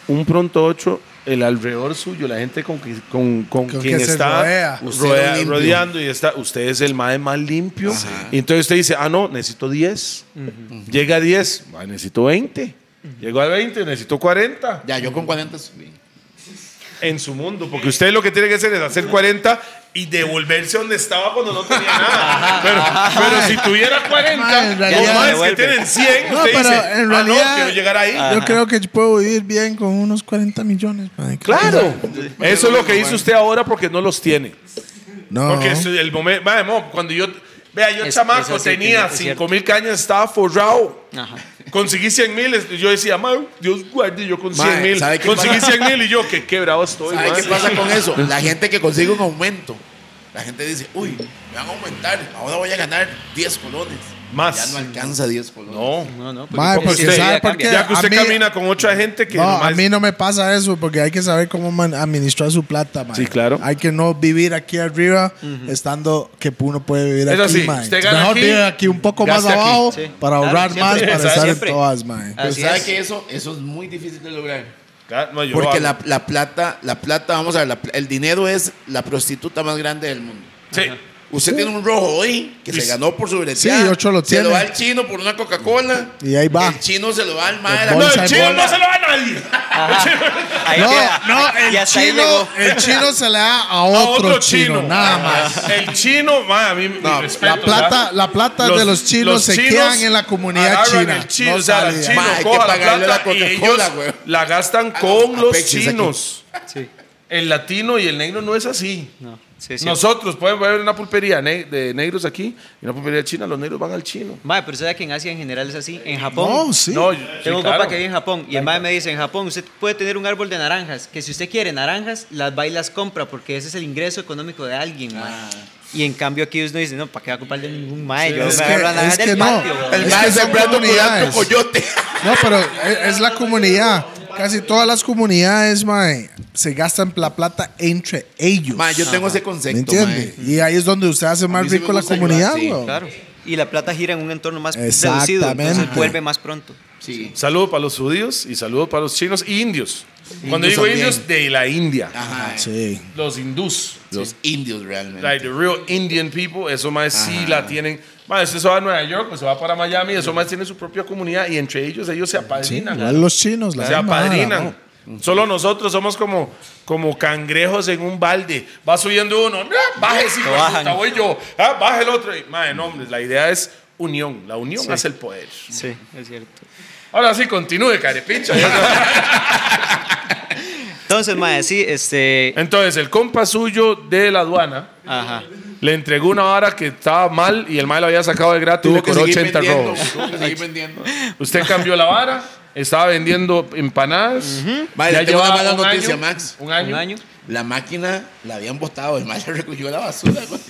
Speaker 5: un pronto ocho, el alrededor suyo, la gente con, que- con, con
Speaker 2: Con
Speaker 5: quien
Speaker 2: que se
Speaker 5: está
Speaker 2: rodea.
Speaker 5: rodea-
Speaker 4: Usted era limpio.
Speaker 5: rodeando y está, usted es el mae más limpio. Y entonces usted dice, ah, no, necesito 10. Llega a 10, "Ah, necesito 20. Llegó a 20, necesito 40
Speaker 4: Ya, yo con 40 subí.
Speaker 5: en su mundo, porque usted lo que tiene que hacer es hacer 40 y devolverse donde estaba cuando no
Speaker 4: <laughs>
Speaker 5: tenía nada. pero, pero si tuviera 40,
Speaker 2: Mae, en realidad-
Speaker 5: los maes que
Speaker 3: Devuelve.
Speaker 5: tienen 100,
Speaker 2: No,
Speaker 5: usted
Speaker 2: pero
Speaker 5: dice,
Speaker 2: en
Speaker 5: "Ah, no,
Speaker 2: realidad-
Speaker 5: quiero llegar ahí.
Speaker 2: Yo creo que yo puedo vivir bien con unos 40 millones. mae.
Speaker 5: Claro, eso es lo que dice usted ahora porque no los tiene.
Speaker 2: No.
Speaker 5: Porque es el momento. Mae, mo, cuando yo. Vea, yo
Speaker 3: Es-
Speaker 5: chamaco
Speaker 3: es así,
Speaker 5: tenía
Speaker 3: es cierto.
Speaker 5: 5 mil cañas, estaba forrado.
Speaker 3: Ajá.
Speaker 5: Conseguí 100 mil, yo decía, mae, Dios guarde, yo con 100
Speaker 4: Mae,
Speaker 5: mil.
Speaker 4: ¿sabe qué
Speaker 5: Conseguí
Speaker 4: pasa?
Speaker 5: 100 mil y yo, qué quebrado estoy.
Speaker 4: ¿Sabe
Speaker 5: mae.
Speaker 4: qué pasa con eso? La gente que consigue un aumento, la gente dice, uy, me van a aumentar, ahora voy a ganar 10 colones.
Speaker 5: Más.
Speaker 4: Ya no alcanza 10 colones.
Speaker 3: No,
Speaker 5: No.
Speaker 3: pues no,
Speaker 2: Mae,
Speaker 3: porque
Speaker 2: Ah, porque
Speaker 3: usted
Speaker 2: pues ¿sabe
Speaker 3: ya
Speaker 2: por
Speaker 3: cambia.
Speaker 2: qué?
Speaker 5: Ya que
Speaker 2: A
Speaker 5: usted
Speaker 2: mí-
Speaker 5: camina con otra gente que.
Speaker 2: No, a
Speaker 5: nomás-
Speaker 2: mí no me pasa eso porque hay que saber cómo man- administrar su plata, man.
Speaker 5: Sí, claro.
Speaker 2: Hay que no vivir aquí arriba estando que uno puede vivir
Speaker 5: Eso
Speaker 2: aquí,
Speaker 5: sí,
Speaker 2: man.
Speaker 5: usted gana
Speaker 2: Mejor
Speaker 5: aquí,
Speaker 2: vive aquí un poco más
Speaker 5: gaste aquí.
Speaker 2: abajo
Speaker 3: Sí.
Speaker 2: para
Speaker 3: Claro,
Speaker 2: ahorrar
Speaker 3: siempre,
Speaker 2: más, para
Speaker 3: ¿sabes?
Speaker 2: estar
Speaker 3: Siempre.
Speaker 2: en todas, Pues, man.
Speaker 3: Ah,
Speaker 4: Pero
Speaker 3: Así
Speaker 4: ¿sabe
Speaker 3: es.
Speaker 4: que eso, eso es muy difícil de lograr?
Speaker 5: Ya, no, yo lo
Speaker 4: Porque
Speaker 5: hago.
Speaker 4: la, la plata, la plata, vamos a ver, la pl- el dinero es la prostituta más grande del mundo.
Speaker 5: Sí.
Speaker 4: Usted tiene un rojo hoy que se ganó por su breteada.
Speaker 2: Sí, ocho lo
Speaker 4: Se lo
Speaker 2: tiene.
Speaker 4: da al chino por una Coca-Cola.
Speaker 2: Y ahí va.
Speaker 4: El chino se lo da al mae de la
Speaker 5: No, el
Speaker 2: Bolsa de
Speaker 5: chino
Speaker 2: bola.
Speaker 5: no se lo va a nadie.
Speaker 3: Ahí
Speaker 2: No,
Speaker 3: queda.
Speaker 2: no, el
Speaker 3: Y hasta ahí
Speaker 2: chino,
Speaker 3: llegó.
Speaker 2: el chino se le da a
Speaker 5: A
Speaker 2: otro,
Speaker 5: otro
Speaker 2: chino,
Speaker 5: chino.
Speaker 2: nada más.
Speaker 5: <laughs> El chino, ma, a mí mi respeto,
Speaker 2: La plata,
Speaker 5: ¿verdad?
Speaker 2: la plata de los chinos se
Speaker 5: chinos
Speaker 2: quedan en la comunidad
Speaker 5: agarran
Speaker 2: china.
Speaker 5: el chino,
Speaker 2: No
Speaker 5: o sea, el
Speaker 2: salía.
Speaker 5: chino
Speaker 4: Ma, hay que
Speaker 5: coja la
Speaker 4: pagarle
Speaker 5: plata
Speaker 4: la
Speaker 5: y ellos
Speaker 4: Coca-Cola, güey.
Speaker 5: la gastan
Speaker 4: Ah,
Speaker 5: con
Speaker 4: no,
Speaker 5: los
Speaker 4: Apexis aquí.
Speaker 5: chinos.
Speaker 3: Sí.
Speaker 5: El latino y el negro no es así.
Speaker 3: No, sí, sí.
Speaker 5: Nosotros podemos ver una pulpería ne- de negros aquí y una pulpería china, los negros van al chino.
Speaker 3: Mae, pero ¿sabe que en Asia en general es así? En Japón.
Speaker 2: No, sí.
Speaker 5: No, yo- sí,
Speaker 3: Tengo un
Speaker 5: claro.
Speaker 3: compa que vive en Japón y el mae me dice, en Japón usted puede tener un árbol de naranjas, que si usted quiere naranjas, las va y las compra porque ese es el ingreso económico de alguien, mae.
Speaker 2: Ah.
Speaker 3: Y en cambio aquí uno dice, no, ¿para qué va a comprarle ningún mae? Yo
Speaker 2: es
Speaker 3: me
Speaker 2: que-
Speaker 3: agarro las
Speaker 2: es
Speaker 3: naranjas
Speaker 2: que
Speaker 3: del
Speaker 2: no.
Speaker 3: patio.
Speaker 2: El
Speaker 3: weón".
Speaker 4: El
Speaker 2: Es que
Speaker 4: mae
Speaker 2: son
Speaker 4: sembrando
Speaker 2: comunidades.
Speaker 4: culantro coyote.
Speaker 2: No, pero es, es la comunidad. Casi todas las comunidades, mae, se gastan la plata entre ellos.
Speaker 4: Mae, yo tengo ese
Speaker 2: ¿Me
Speaker 4: concepto, mae.
Speaker 2: entiende? Y ahí es donde usted hace más
Speaker 4: mí sí me
Speaker 2: rico la
Speaker 4: gusta
Speaker 2: comunidad,
Speaker 4: ayudar, sí,
Speaker 2: weón.
Speaker 3: Claro. Y la plata gira en un entorno más reducido,
Speaker 2: Exactamente.
Speaker 3: entonces vuelve más pronto.
Speaker 4: Sí.
Speaker 5: Saludos para los judíos y saludos para los chinos e indios. Cuando digo
Speaker 4: también.
Speaker 5: indios, de la India.
Speaker 4: Ajá. eh,
Speaker 2: Sí.
Speaker 5: Los hindús.
Speaker 4: Los indios realmente.
Speaker 5: Like the real Indian people, esos más sí la tienen. Más, usted se va a Nueva York, o se va para Miami, esos más tienen su propia comunidad y entre ellos ellos se apadrinan.
Speaker 2: Igual los chinos, la
Speaker 5: se
Speaker 2: misma vara,
Speaker 5: apadrinan.
Speaker 2: ¿no?
Speaker 5: Solo nosotros somos como, como cangrejos en un balde. Va subiendo uno, "Ah, bájese, hijo de
Speaker 3: bajan.
Speaker 5: puta, voy yo, ah, baja el otro. Y, madre, no, hombre, la idea es unión. La unión hace el poder.
Speaker 3: Sí, es cierto.
Speaker 5: Ahora sí, continúe, carepicha.
Speaker 3: Entonces, mae, sí, este...
Speaker 5: Entonces, el compa suyo de la aduana
Speaker 3: Ajá.
Speaker 5: le entregó una vara que estaba mal y el mal lo había sacado de gratis y le
Speaker 4: Tuvo que
Speaker 5: cobró
Speaker 4: seguir
Speaker 5: 80
Speaker 4: vendiendo.
Speaker 5: robos.
Speaker 4: Tuvo que seguir vendiendo.
Speaker 5: Usted cambió la vara, estaba vendiendo empanadas.
Speaker 4: Vale,
Speaker 5: Ya
Speaker 4: le tengo una
Speaker 5: llevaba
Speaker 4: mala
Speaker 5: un
Speaker 4: noticia,
Speaker 5: año-
Speaker 4: Max.
Speaker 5: Un año.
Speaker 3: Un año.
Speaker 4: La máquina la habían botado, el mae la <laughs> recogió la basura. güey.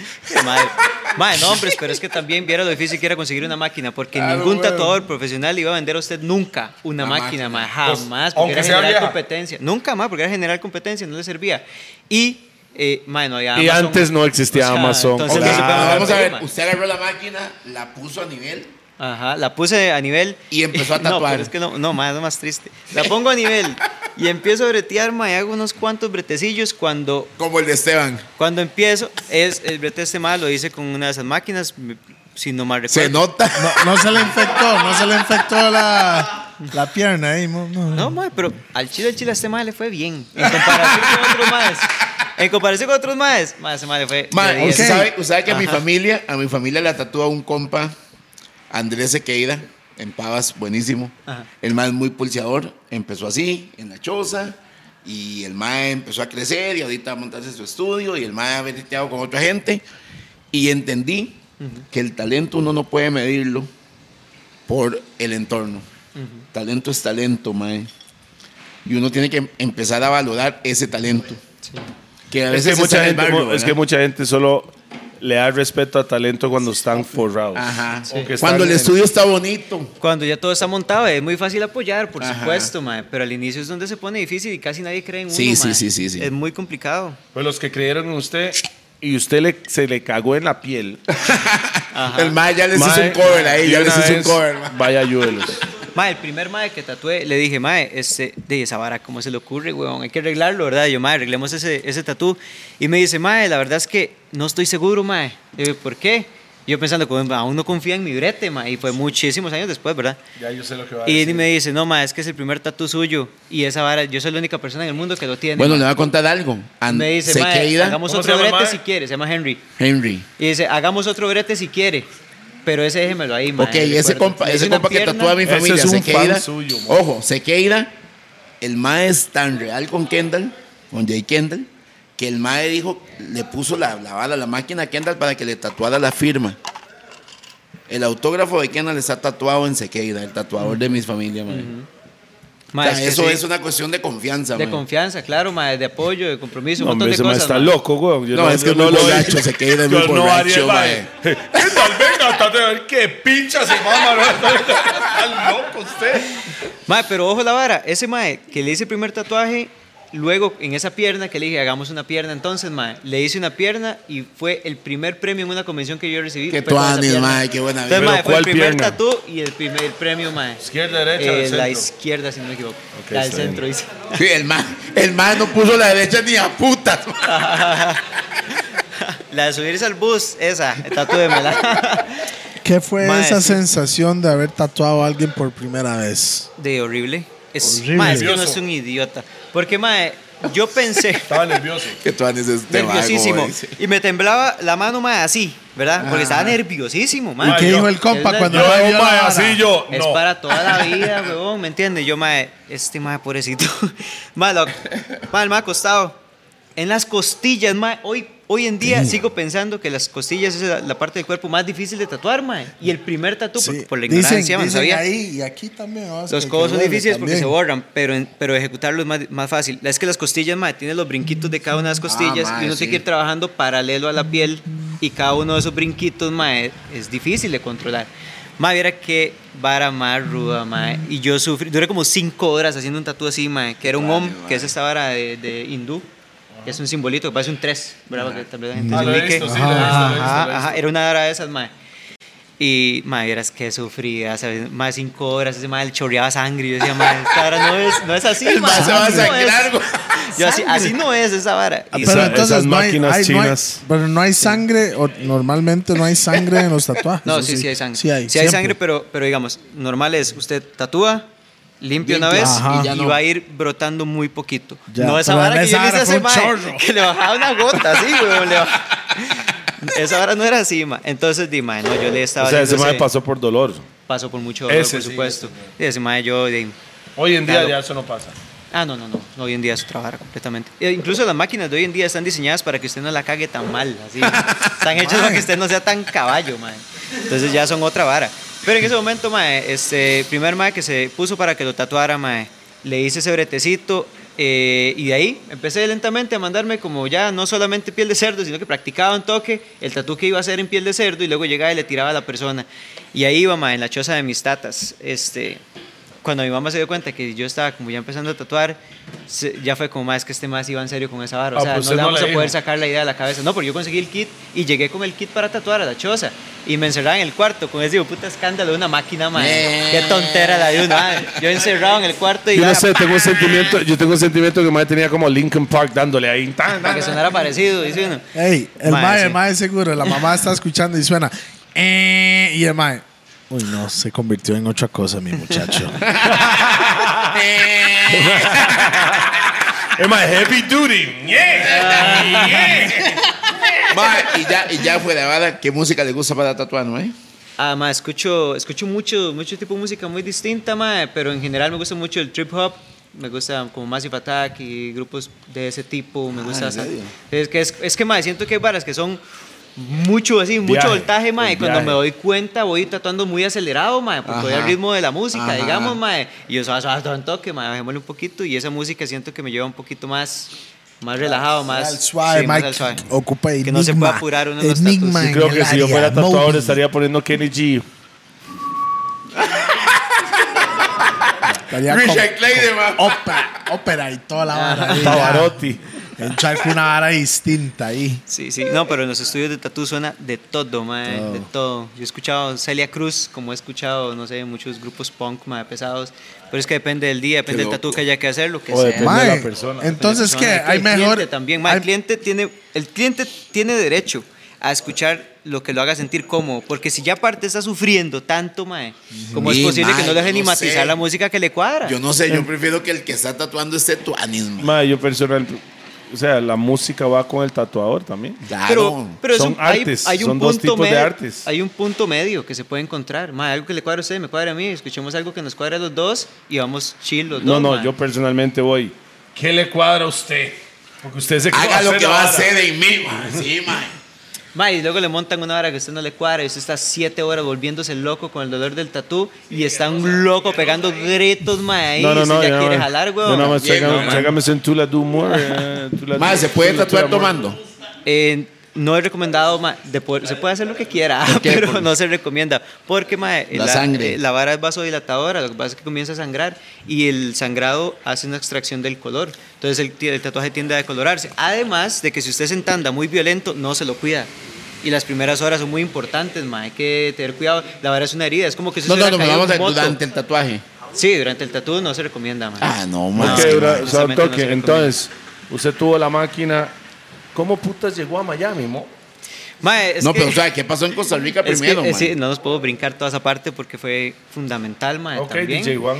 Speaker 3: Madre, madre, no, hombres, pero es que también viera lo difícil que era conseguir una máquina, porque
Speaker 4: Claro,
Speaker 3: ningún
Speaker 4: weón.
Speaker 3: tatuador profesional le iba a vender a usted nunca una
Speaker 4: La
Speaker 3: máquina,
Speaker 4: máquina.
Speaker 3: mae,
Speaker 5: Pues,
Speaker 3: jamás, porque
Speaker 5: aunque
Speaker 3: era
Speaker 5: sea
Speaker 3: generar
Speaker 5: vieja.
Speaker 3: competencia. Nunca más, porque era generar competencia, no le servía. Y, eh, mae, no había
Speaker 5: Y
Speaker 3: Amazon.
Speaker 5: antes no existía
Speaker 3: O sea,
Speaker 5: Amazon.
Speaker 3: entonces
Speaker 4: Ok,
Speaker 3: no se puede hablar
Speaker 4: vamos
Speaker 3: de
Speaker 4: a
Speaker 3: ello,
Speaker 4: ver,
Speaker 3: mae.
Speaker 4: usted agarró la máquina, la puso a nivel.
Speaker 3: Ajá, la puse a nivel.
Speaker 4: Y empezó
Speaker 3: <laughs>
Speaker 4: a
Speaker 3: No,
Speaker 4: tatuar.
Speaker 3: pero es que no, no, más, no más triste. La pongo a nivel y empiezo a bretear, mae, hago unos cuantos bretecillos cuando
Speaker 4: Como el de Esteban.
Speaker 3: Cuando empiezo, es el brete este mal lo hice con una de esas máquinas, m- si no mal
Speaker 4: Se
Speaker 3: recuerdo.
Speaker 4: nota.
Speaker 2: No, no se le infectó, no se le infectó la, la pierna ahí. mo- no.
Speaker 3: No, mae, pero al chile, al chile, a este mal le fue bien. En comparación con otros más. En comparación con otros maes, maes, se le fue.
Speaker 4: Ma,
Speaker 3: de diez.
Speaker 4: usted sabe, usted sabe que a mi familia, a mi familia la tatúa un compa, Andrés Sequeira, en Pavas, buenísimo.
Speaker 3: Ajá.
Speaker 4: El más muy pulseador, empezó así, en la choza, y el mae empezó a crecer y ahorita a montarse su estudio y el mae ha veteado con otra gente y entendí que el talento uno no puede medirlo por el entorno. Talento es talento, mae. Y uno tiene que em- empezar a valorar ese talento. Que a
Speaker 6: Es
Speaker 4: veces
Speaker 6: que, mucha
Speaker 4: está en el
Speaker 6: gente,
Speaker 4: barrio,
Speaker 6: es que
Speaker 4: ¿verdad?
Speaker 6: mucha gente solo le da respeto a talento cuando están forrados.
Speaker 4: Ajá.
Speaker 6: O que
Speaker 4: Cuando el
Speaker 6: están en-
Speaker 4: estudio está bonito.
Speaker 3: Cuando ya todo está montado, es muy fácil apoyar, por
Speaker 4: Ajá.
Speaker 3: supuesto, mae. Pero al inicio es donde se pone difícil y casi nadie cree en uno.
Speaker 4: Sí, sí,
Speaker 3: mae.
Speaker 4: sí, sí, sí.
Speaker 3: Es muy complicado.
Speaker 6: Pues los que creyeron en usted y usted le, se le cagó en la piel.
Speaker 4: El mae ya les hizo
Speaker 6: Mae,
Speaker 4: un cover ahí,
Speaker 6: de
Speaker 4: ya les
Speaker 6: una
Speaker 4: hizo un
Speaker 6: vez,
Speaker 4: cover, mae.
Speaker 6: Vaya, ayúdelos.
Speaker 3: Mae, el primer mae que tatué, le dije, mae, este, de esa vara, ¿cómo se le ocurre, weón? Hay que arreglarlo, ¿verdad? Yo, mae, arreglemos ese, ese tatú. Y me dice, mae, la verdad es que no estoy seguro, mae. Le digo, ¿por qué? Yo pensando, como, aún no confía en mi brete, mae. Y fue muchísimos años después, ¿verdad?
Speaker 6: Ya yo sé lo que va a
Speaker 3: Y
Speaker 6: decir.
Speaker 3: él me dice, no, mae, es que es el primer tatú suyo. Y esa vara, yo soy la única persona en el mundo que lo tiene.
Speaker 4: Bueno,
Speaker 3: mae".
Speaker 4: le voy a contar algo. And-
Speaker 3: me dice, mae,
Speaker 4: Sequeira,
Speaker 3: hagamos
Speaker 6: ¿Cómo
Speaker 3: otro
Speaker 6: se llama,
Speaker 3: brete
Speaker 6: mae?
Speaker 3: si quiere. Se llama Henry.
Speaker 4: Henry.
Speaker 3: Y dice, hagamos otro brete si quiere. Pero ese déjemelo ahí, mae.
Speaker 4: Ok, ese
Speaker 3: Recuerdo.
Speaker 4: compa,
Speaker 3: Le hice
Speaker 4: ese
Speaker 3: una
Speaker 4: compa que
Speaker 3: pierna.
Speaker 4: tatúa a mi
Speaker 6: Ese
Speaker 4: familia,
Speaker 6: es un fan
Speaker 4: Sequeira.
Speaker 6: suyo, mae.
Speaker 4: Ojo, Sequeira, el mae es tan real con Kendall, con Jay Kendall, que el mae dijo, le puso la, la bala, la máquina a Kendall para que le tatuara la firma. El autógrafo de Kendall está tatuado en Sequeira, el tatuador de mis familias, mae. O
Speaker 3: Mae,
Speaker 4: sea,
Speaker 3: es que
Speaker 4: eso
Speaker 3: sí.
Speaker 4: es una cuestión de confianza,
Speaker 3: De
Speaker 4: mae.
Speaker 3: confianza, claro, mae, de apoyo, de compromiso, un
Speaker 6: No,
Speaker 3: montón
Speaker 6: hombre,
Speaker 3: de
Speaker 6: ese mae
Speaker 3: cosas.
Speaker 6: está
Speaker 3: mae.
Speaker 6: loco, weón. Yo
Speaker 4: No, es que es muy borracho, se queda muy
Speaker 6: Yo no
Speaker 4: borracho,
Speaker 6: haría el mae. ¿Qué tal? Venga, tate, a ver qué pincha se mama, Está loco usted.
Speaker 3: Mae, pero ojo la vara, ese mae que le hice el primer tatuaje, luego en esa pierna que le dije, hagamos una pierna, entonces, mae, le hice una pierna y fue el primer premio en una convención que yo recibí.
Speaker 4: Qué
Speaker 3: fue con esa
Speaker 4: tuanis,
Speaker 3: pierna.
Speaker 4: mae, qué buena
Speaker 3: Entonces,
Speaker 4: vida.
Speaker 3: mae, fue el
Speaker 6: ¿cuál
Speaker 3: primer
Speaker 6: pierna?
Speaker 3: tatú y el primer el premio, mae.
Speaker 6: Izquierda, derecha,
Speaker 3: Eh,
Speaker 6: del
Speaker 3: La
Speaker 6: centro.
Speaker 3: izquierda, si no me equivoco. la del
Speaker 6: está bien.
Speaker 3: centro, dice. <laughs>
Speaker 4: Sí, el mae, el mae no puso la derecha ni a putas, mae.
Speaker 3: La de subirse al bus, esa, tatúemela.
Speaker 6: <laughs>
Speaker 2: ¿Qué fue
Speaker 3: Mae,
Speaker 2: esa
Speaker 3: sí.
Speaker 2: sensación de haber tatuado a alguien por primera vez?
Speaker 3: De horrible. Es,
Speaker 2: Horrible.
Speaker 3: mae, es que uno
Speaker 6: Nervioso.
Speaker 3: es un idiota. Porque, mae,
Speaker 2: <laughs>
Speaker 3: yo pensé...
Speaker 6: Estaba nervioso.
Speaker 4: Que tuanis es este mae,
Speaker 3: <laughs>
Speaker 4: como
Speaker 3: nerviosísimo.
Speaker 4: dice.
Speaker 3: Y me temblaba la mano más así, ¿verdad? Porque estaba nerviosísimo,
Speaker 2: Ah. ¿Y
Speaker 3: man.
Speaker 2: qué
Speaker 6: yo-
Speaker 2: dijo el compa
Speaker 3: yo-
Speaker 2: cuando
Speaker 6: Yo,
Speaker 2: mae vio la
Speaker 6: mae,
Speaker 2: vara?
Speaker 6: así yo.
Speaker 3: Es
Speaker 6: No.
Speaker 3: para toda la vida, <laughs> huevón, ¿me entiendes? Yo, mae, este mae, pobrecito. <laughs> Mae, lo, mae, el mae acostado. En las costillas, mae, hoy, hoy en día sigo pensando que las costillas es la, la parte del cuerpo más difícil de tatuar, mae. Y el primer tatu,
Speaker 2: Sí.
Speaker 3: por, por la
Speaker 2: Dicen-
Speaker 3: ignorancia, mae, no
Speaker 2: dicen
Speaker 3: sabía.
Speaker 2: ahí y aquí también. Oscar,
Speaker 3: Los
Speaker 2: que
Speaker 3: codos son
Speaker 2: duele
Speaker 3: difíciles porque se
Speaker 2: también.
Speaker 3: borran, pero, en- pero ejecutarlo es más, más fácil. Es que las costillas, madre, tiene los brinquitos de cada una de las costillas
Speaker 4: Ah,
Speaker 3: y
Speaker 4: mae,
Speaker 3: uno
Speaker 4: sí.
Speaker 3: tiene que ir trabajando paralelo a la piel y cada uno de esos brinquitos, madre, es difícil de controlar. Madre, viera qué vara más ruda, madre. Y yo sufrí, duré como cinco horas haciendo un tatu así, madre, que era un om, que es esta vara de, de hindú. que Es un simbolito que parece un 3, ¿verdad? Para que tal vez la gente
Speaker 6: Ah,
Speaker 3: se
Speaker 6: lo he
Speaker 3: ubique.
Speaker 6: visto, sí, lo he visto, lo he visto, lo he
Speaker 3: Ajá,
Speaker 6: visto.
Speaker 3: ajá, era una vara de esas, madre. Y, madre, vieras que sufría, ¿sabes? Más de cinco horas, ese madre le chorreaba sangre. Y yo decía, madre, esta vara no es, no
Speaker 2: <laughs>
Speaker 3: es así, madre.
Speaker 4: se va a
Speaker 3: así no es".
Speaker 4: sangrar, güey.
Speaker 3: <laughs> Yo así, así no es esa vara.
Speaker 2: Ah,
Speaker 3: Y
Speaker 2: pero
Speaker 6: Esa-
Speaker 2: entonces
Speaker 6: esas
Speaker 2: no hay-
Speaker 6: máquinas
Speaker 2: hay- no hay-
Speaker 6: chinas.
Speaker 2: pero no hay sangre, o normalmente no hay sangre en los tatuajes.
Speaker 3: No,
Speaker 2: ¿o
Speaker 3: sí, sí hay sangre.
Speaker 2: Sí hay, siempre.
Speaker 3: sangre, pero, pero digamos, normal es, usted tatúa, limpia una vez
Speaker 2: Ajá.
Speaker 3: y,
Speaker 4: ya
Speaker 3: y
Speaker 4: no.
Speaker 3: va a ir brotando muy poquito.
Speaker 2: Ya,
Speaker 3: no esa
Speaker 2: pero
Speaker 3: vara
Speaker 2: en
Speaker 3: que yo
Speaker 2: esa
Speaker 3: le hice
Speaker 2: vara
Speaker 3: a ese
Speaker 2: fue un
Speaker 3: mae,
Speaker 2: chorro.
Speaker 3: que le bajaba una
Speaker 2: <laughs>
Speaker 3: gota, así, weón, le bajaba. Esa vara no era así, ma. Entonces, di, ma, no, yo le
Speaker 6: O
Speaker 3: estaba
Speaker 6: sea, ese
Speaker 3: haciendo
Speaker 6: mae
Speaker 3: ese-
Speaker 6: pasó por dolor.
Speaker 3: pasó por mucho dolor,
Speaker 6: Ese
Speaker 3: por
Speaker 6: sí,
Speaker 3: supuesto. Y ese mae yo, di,
Speaker 6: Hoy en día
Speaker 3: Claro.
Speaker 6: ya eso no pasa.
Speaker 3: Ah, no, no, no. No, Hoy en día es otra vara completamente. E incluso las máquinas de hoy en día están diseñadas para que usted no la cague tan mal. Así. están hechas para que usted no sea tan caballo, mae. Entonces ya son otra vara. Pero en ese momento, mae, este primer mae que se puso para que lo tatuara, mae, le hice ese bretecito. eh, y de ahí empecé lentamente a mandarme como ya no solamente piel de cerdo, sino que practicaba un toque el tatu que iba a hacer en piel de cerdo y luego llegaba y le tiraba a la persona. Y ahí iba, mae, en la choza de mis tatas. Este, cuando mi mamá se dio cuenta que yo estaba como ya empezando a tatuar, se- ya fue como más que este más iba en serio con esa vara. O
Speaker 6: Ah,
Speaker 3: sea,
Speaker 6: pues
Speaker 3: no
Speaker 6: usted
Speaker 3: le
Speaker 6: no
Speaker 3: vamos
Speaker 6: le
Speaker 3: a
Speaker 6: dijo.
Speaker 3: poder sacar la idea de la cabeza. No, porque yo conseguí el kit y llegué con el kit para tatuar a la choza. Y me encerraba en el cuarto con ese hijo de puta escándalo de una máquina, madre.
Speaker 4: Eh.
Speaker 3: Qué tontera la de uno, madre. Yo encerrado en el cuarto y
Speaker 6: Yo no
Speaker 3: era
Speaker 6: sé, tengo un sentimiento, yo tengo un sentimiento que mae tenía como Linkin Park dándole ahí. Tan,
Speaker 3: para que sonara parecido, dice uno.
Speaker 2: Ey, el
Speaker 3: Mae,
Speaker 2: mae,
Speaker 3: sí.
Speaker 2: el mae seguro, la mamá está escuchando y suena. "Eh", y el mae. Uy, no, se convirtió en
Speaker 3: <laughs>
Speaker 2: otra cosa, mi muchacho.
Speaker 5: Am I heavy duty? Yeah.
Speaker 4: Mae, y ya, y ya fuera de vara, ¿qué música le gusta para eh? tatuar, mae?
Speaker 3: Ah, ma, escucho, escucho mucho, mucho tipo de música muy distinta, ma, pero en general me gusta mucho el trip hop. Me gusta como Massive Attack y grupos de ese tipo. Me gusta. esa- es que, es, es que ma, siento que hay varas que son mucho así, mucho
Speaker 5: viaje,
Speaker 3: voltaje, ma, y
Speaker 5: el
Speaker 3: cuando
Speaker 5: viaje.
Speaker 3: me doy cuenta voy tatuando muy acelerado, ma, porque voy al
Speaker 4: Ajá.
Speaker 3: ritmo de la música,
Speaker 4: Ajá.
Speaker 3: digamos, ma. Y yo suave, suave, suave, un toque, ma, bajémosle un poquito. Y esa música siento que me lleva un poquito más, más relajado, más.
Speaker 2: al suave,
Speaker 3: sí, más
Speaker 2: Mike
Speaker 3: al suave.
Speaker 2: ocupa
Speaker 3: Que no se
Speaker 2: enigma,
Speaker 3: puede apurar uno en los
Speaker 2: enigma
Speaker 3: tatuajes.
Speaker 2: en
Speaker 6: Creo
Speaker 2: el
Speaker 6: que si yo
Speaker 2: área,
Speaker 6: fuera tatuador
Speaker 2: Moby.
Speaker 6: estaría poniendo Kenny G.
Speaker 2: Estaría
Speaker 4: Richard Clayder, mae.
Speaker 2: como ópera, ópera y toda la vara. ahí, ya.
Speaker 6: Pavarotti.
Speaker 2: Echar con una vara distinta ahí.
Speaker 3: Sí, sí. No, pero en los estudios de tatú suena de todo, mae, de todo. Yo he escuchado Celia Cruz, como he escuchado, no sé, muchos grupos punk, mae, pesados. Pero es que depende del día, depende del tatú que haya que hacer, lo que
Speaker 6: O
Speaker 3: sea.
Speaker 6: depende de la
Speaker 2: Mae,
Speaker 6: persona.
Speaker 2: Entonces, ¿qué?
Speaker 3: Persona, el
Speaker 2: Hay
Speaker 3: cliente
Speaker 2: mejor.
Speaker 3: también, mae,
Speaker 2: hay-
Speaker 3: el cliente tiene el cliente tiene derecho a escuchar lo que lo haga sentir cómodo, porque si ya aparte está sufriendo tanto, mae, ¿cómo es
Speaker 4: Sí,
Speaker 3: posible que
Speaker 4: mae,
Speaker 3: no le dejen ni
Speaker 4: yo no
Speaker 3: matizar
Speaker 4: sé.
Speaker 3: la música que le cuadra?
Speaker 4: Yo no sé, yo prefiero que el que está tatuando esté tuanismo.
Speaker 6: Ma, yo personal. O sea, la música va con el tatuador también.
Speaker 4: Claro.
Speaker 3: Pero, pero es
Speaker 6: Son
Speaker 3: un, hay-
Speaker 6: artes,
Speaker 3: hay, un
Speaker 6: son dos
Speaker 3: punto
Speaker 6: tipos de
Speaker 3: medio,
Speaker 6: artes.
Speaker 3: Hay un punto medio que se puede encontrar. Ma, algo que le cuadra a usted, me cuadra a mí. Escuchemos algo que nos cuadra a los dos y vamos chill los
Speaker 6: No,
Speaker 3: dos.
Speaker 6: no,
Speaker 3: ma.
Speaker 6: yo personalmente voy.
Speaker 5: ¿Qué le cuadra a usted? Porque usted se
Speaker 4: Haga lo que
Speaker 5: la
Speaker 4: va a
Speaker 5: vara.
Speaker 4: hacer de mí, mae. Sí, mae.
Speaker 3: Ma, y luego le montan una hora que a usted no le cuadra y usted está siete horas volviéndose loco con el dolor del tatú y está un loco pegando gritos, ma, ahí.
Speaker 6: No, no,
Speaker 3: y
Speaker 6: no.
Speaker 3: usted ya
Speaker 6: yo
Speaker 3: quiere
Speaker 6: no-
Speaker 3: jalar,
Speaker 6: Yo nada
Speaker 3: weón.
Speaker 6: más,
Speaker 4: Bien,
Speaker 6: ságame-
Speaker 4: no, man.
Speaker 6: ságame en Tula Do More. eh, Tula
Speaker 4: Mae,
Speaker 6: Do-
Speaker 4: se puede
Speaker 6: Tula Do
Speaker 4: tatuar
Speaker 6: More.
Speaker 4: tomando.
Speaker 3: Eh, no es recomendado, ma, de poder- se puede hacer lo que quiera, <laughs>
Speaker 4: qué?
Speaker 3: pero
Speaker 4: Por-
Speaker 3: no se recomienda. Porque ma, eh,
Speaker 4: La sangre.
Speaker 3: eh, la vara es vasodilatadora, lo que pasa es que comienza a sangrar y el sangrado hace una extracción del color. Entonces el, ti- el tatuaje tiende a decolorarse. Además de que si usted se entanda muy violento, no se lo cuida. Y las primeras horas son muy importantes, ma, hay que tener cuidado. La vara es una herida, es como que si
Speaker 4: No,
Speaker 3: usted hubiera
Speaker 4: no, no, me
Speaker 3: caído
Speaker 4: vamos a
Speaker 3: en moto.
Speaker 4: durante el tatuaje.
Speaker 3: Sí, durante el tatu no se recomienda, ma.
Speaker 4: Ah, no,
Speaker 6: Ok,
Speaker 4: mae.
Speaker 3: es que
Speaker 6: bra-
Speaker 3: no,
Speaker 6: o sea,
Speaker 3: justamente no
Speaker 6: toque.
Speaker 3: se
Speaker 6: Entonces, usted tuvo la máquina. ¿Cómo putas llegó a Miami, mo?
Speaker 3: Ma, es
Speaker 4: no,
Speaker 3: que-
Speaker 4: pero o sea, ¿qué pasó en Costa Rica
Speaker 3: Es que,
Speaker 4: primero,
Speaker 3: eh,
Speaker 4: mae?
Speaker 3: sí, no nos puedo brincar toda esa parte porque fue fundamental, mae,
Speaker 6: Ok,
Speaker 3: Ah, también.
Speaker 6: DJ Juan.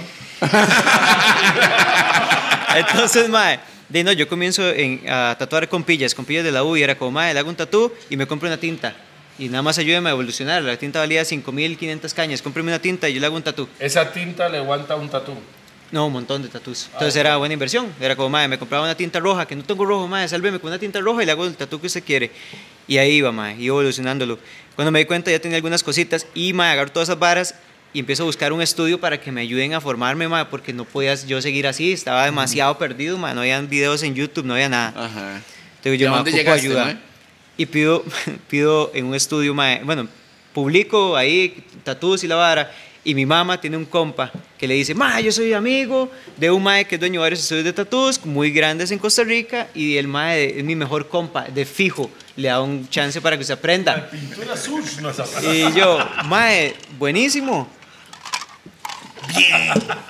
Speaker 3: <laughs> Entonces, mae, de no, yo comienzo en- a tatuar con pillas, con pillas de la U y era como, mae, le hago un tatú y me compro una tinta. Y nada más ayúdeme a evolucionar. La tinta valía 5.500 cañas. Cómprame una tinta y yo le hago un tatú.
Speaker 5: Esa tinta le aguanta un tatú.
Speaker 3: No, un montón de tatús. Entonces era buena inversión. Era como, mae, me compraba una tinta roja, que no tengo rojo, mae, sálveme con una tinta roja y le hago el tatú que usted quiere. Y ahí iba, mae, iba evolucionándolo. Cuando me di cuenta ya tenía algunas cositas y, mae, agarro todas esas varas y empiezo a buscar un estudio para que me ayuden a formarme, mae, porque no podía yo seguir así, estaba demasiado perdido, mae, no había videos en YouTube, no había nada.
Speaker 4: Ajá.
Speaker 3: Entonces
Speaker 4: ¿Y a
Speaker 3: yo me
Speaker 4: dónde
Speaker 3: ocupo
Speaker 4: llegaste,
Speaker 3: ayuda.
Speaker 4: mae?
Speaker 3: Y pido, <laughs> pido en un estudio, mae, bueno, publico ahí tatuos y la vara. Y mi mamá tiene un compa que le dice, ma, yo soy amigo de un mae que es dueño de varios estudios de tatuos muy grandes en Costa Rica y el mae es mi mejor compa, de fijo, le da un chance para que se aprenda.
Speaker 5: Pintura sush, no esa-
Speaker 3: Y yo, mae, buenísimo.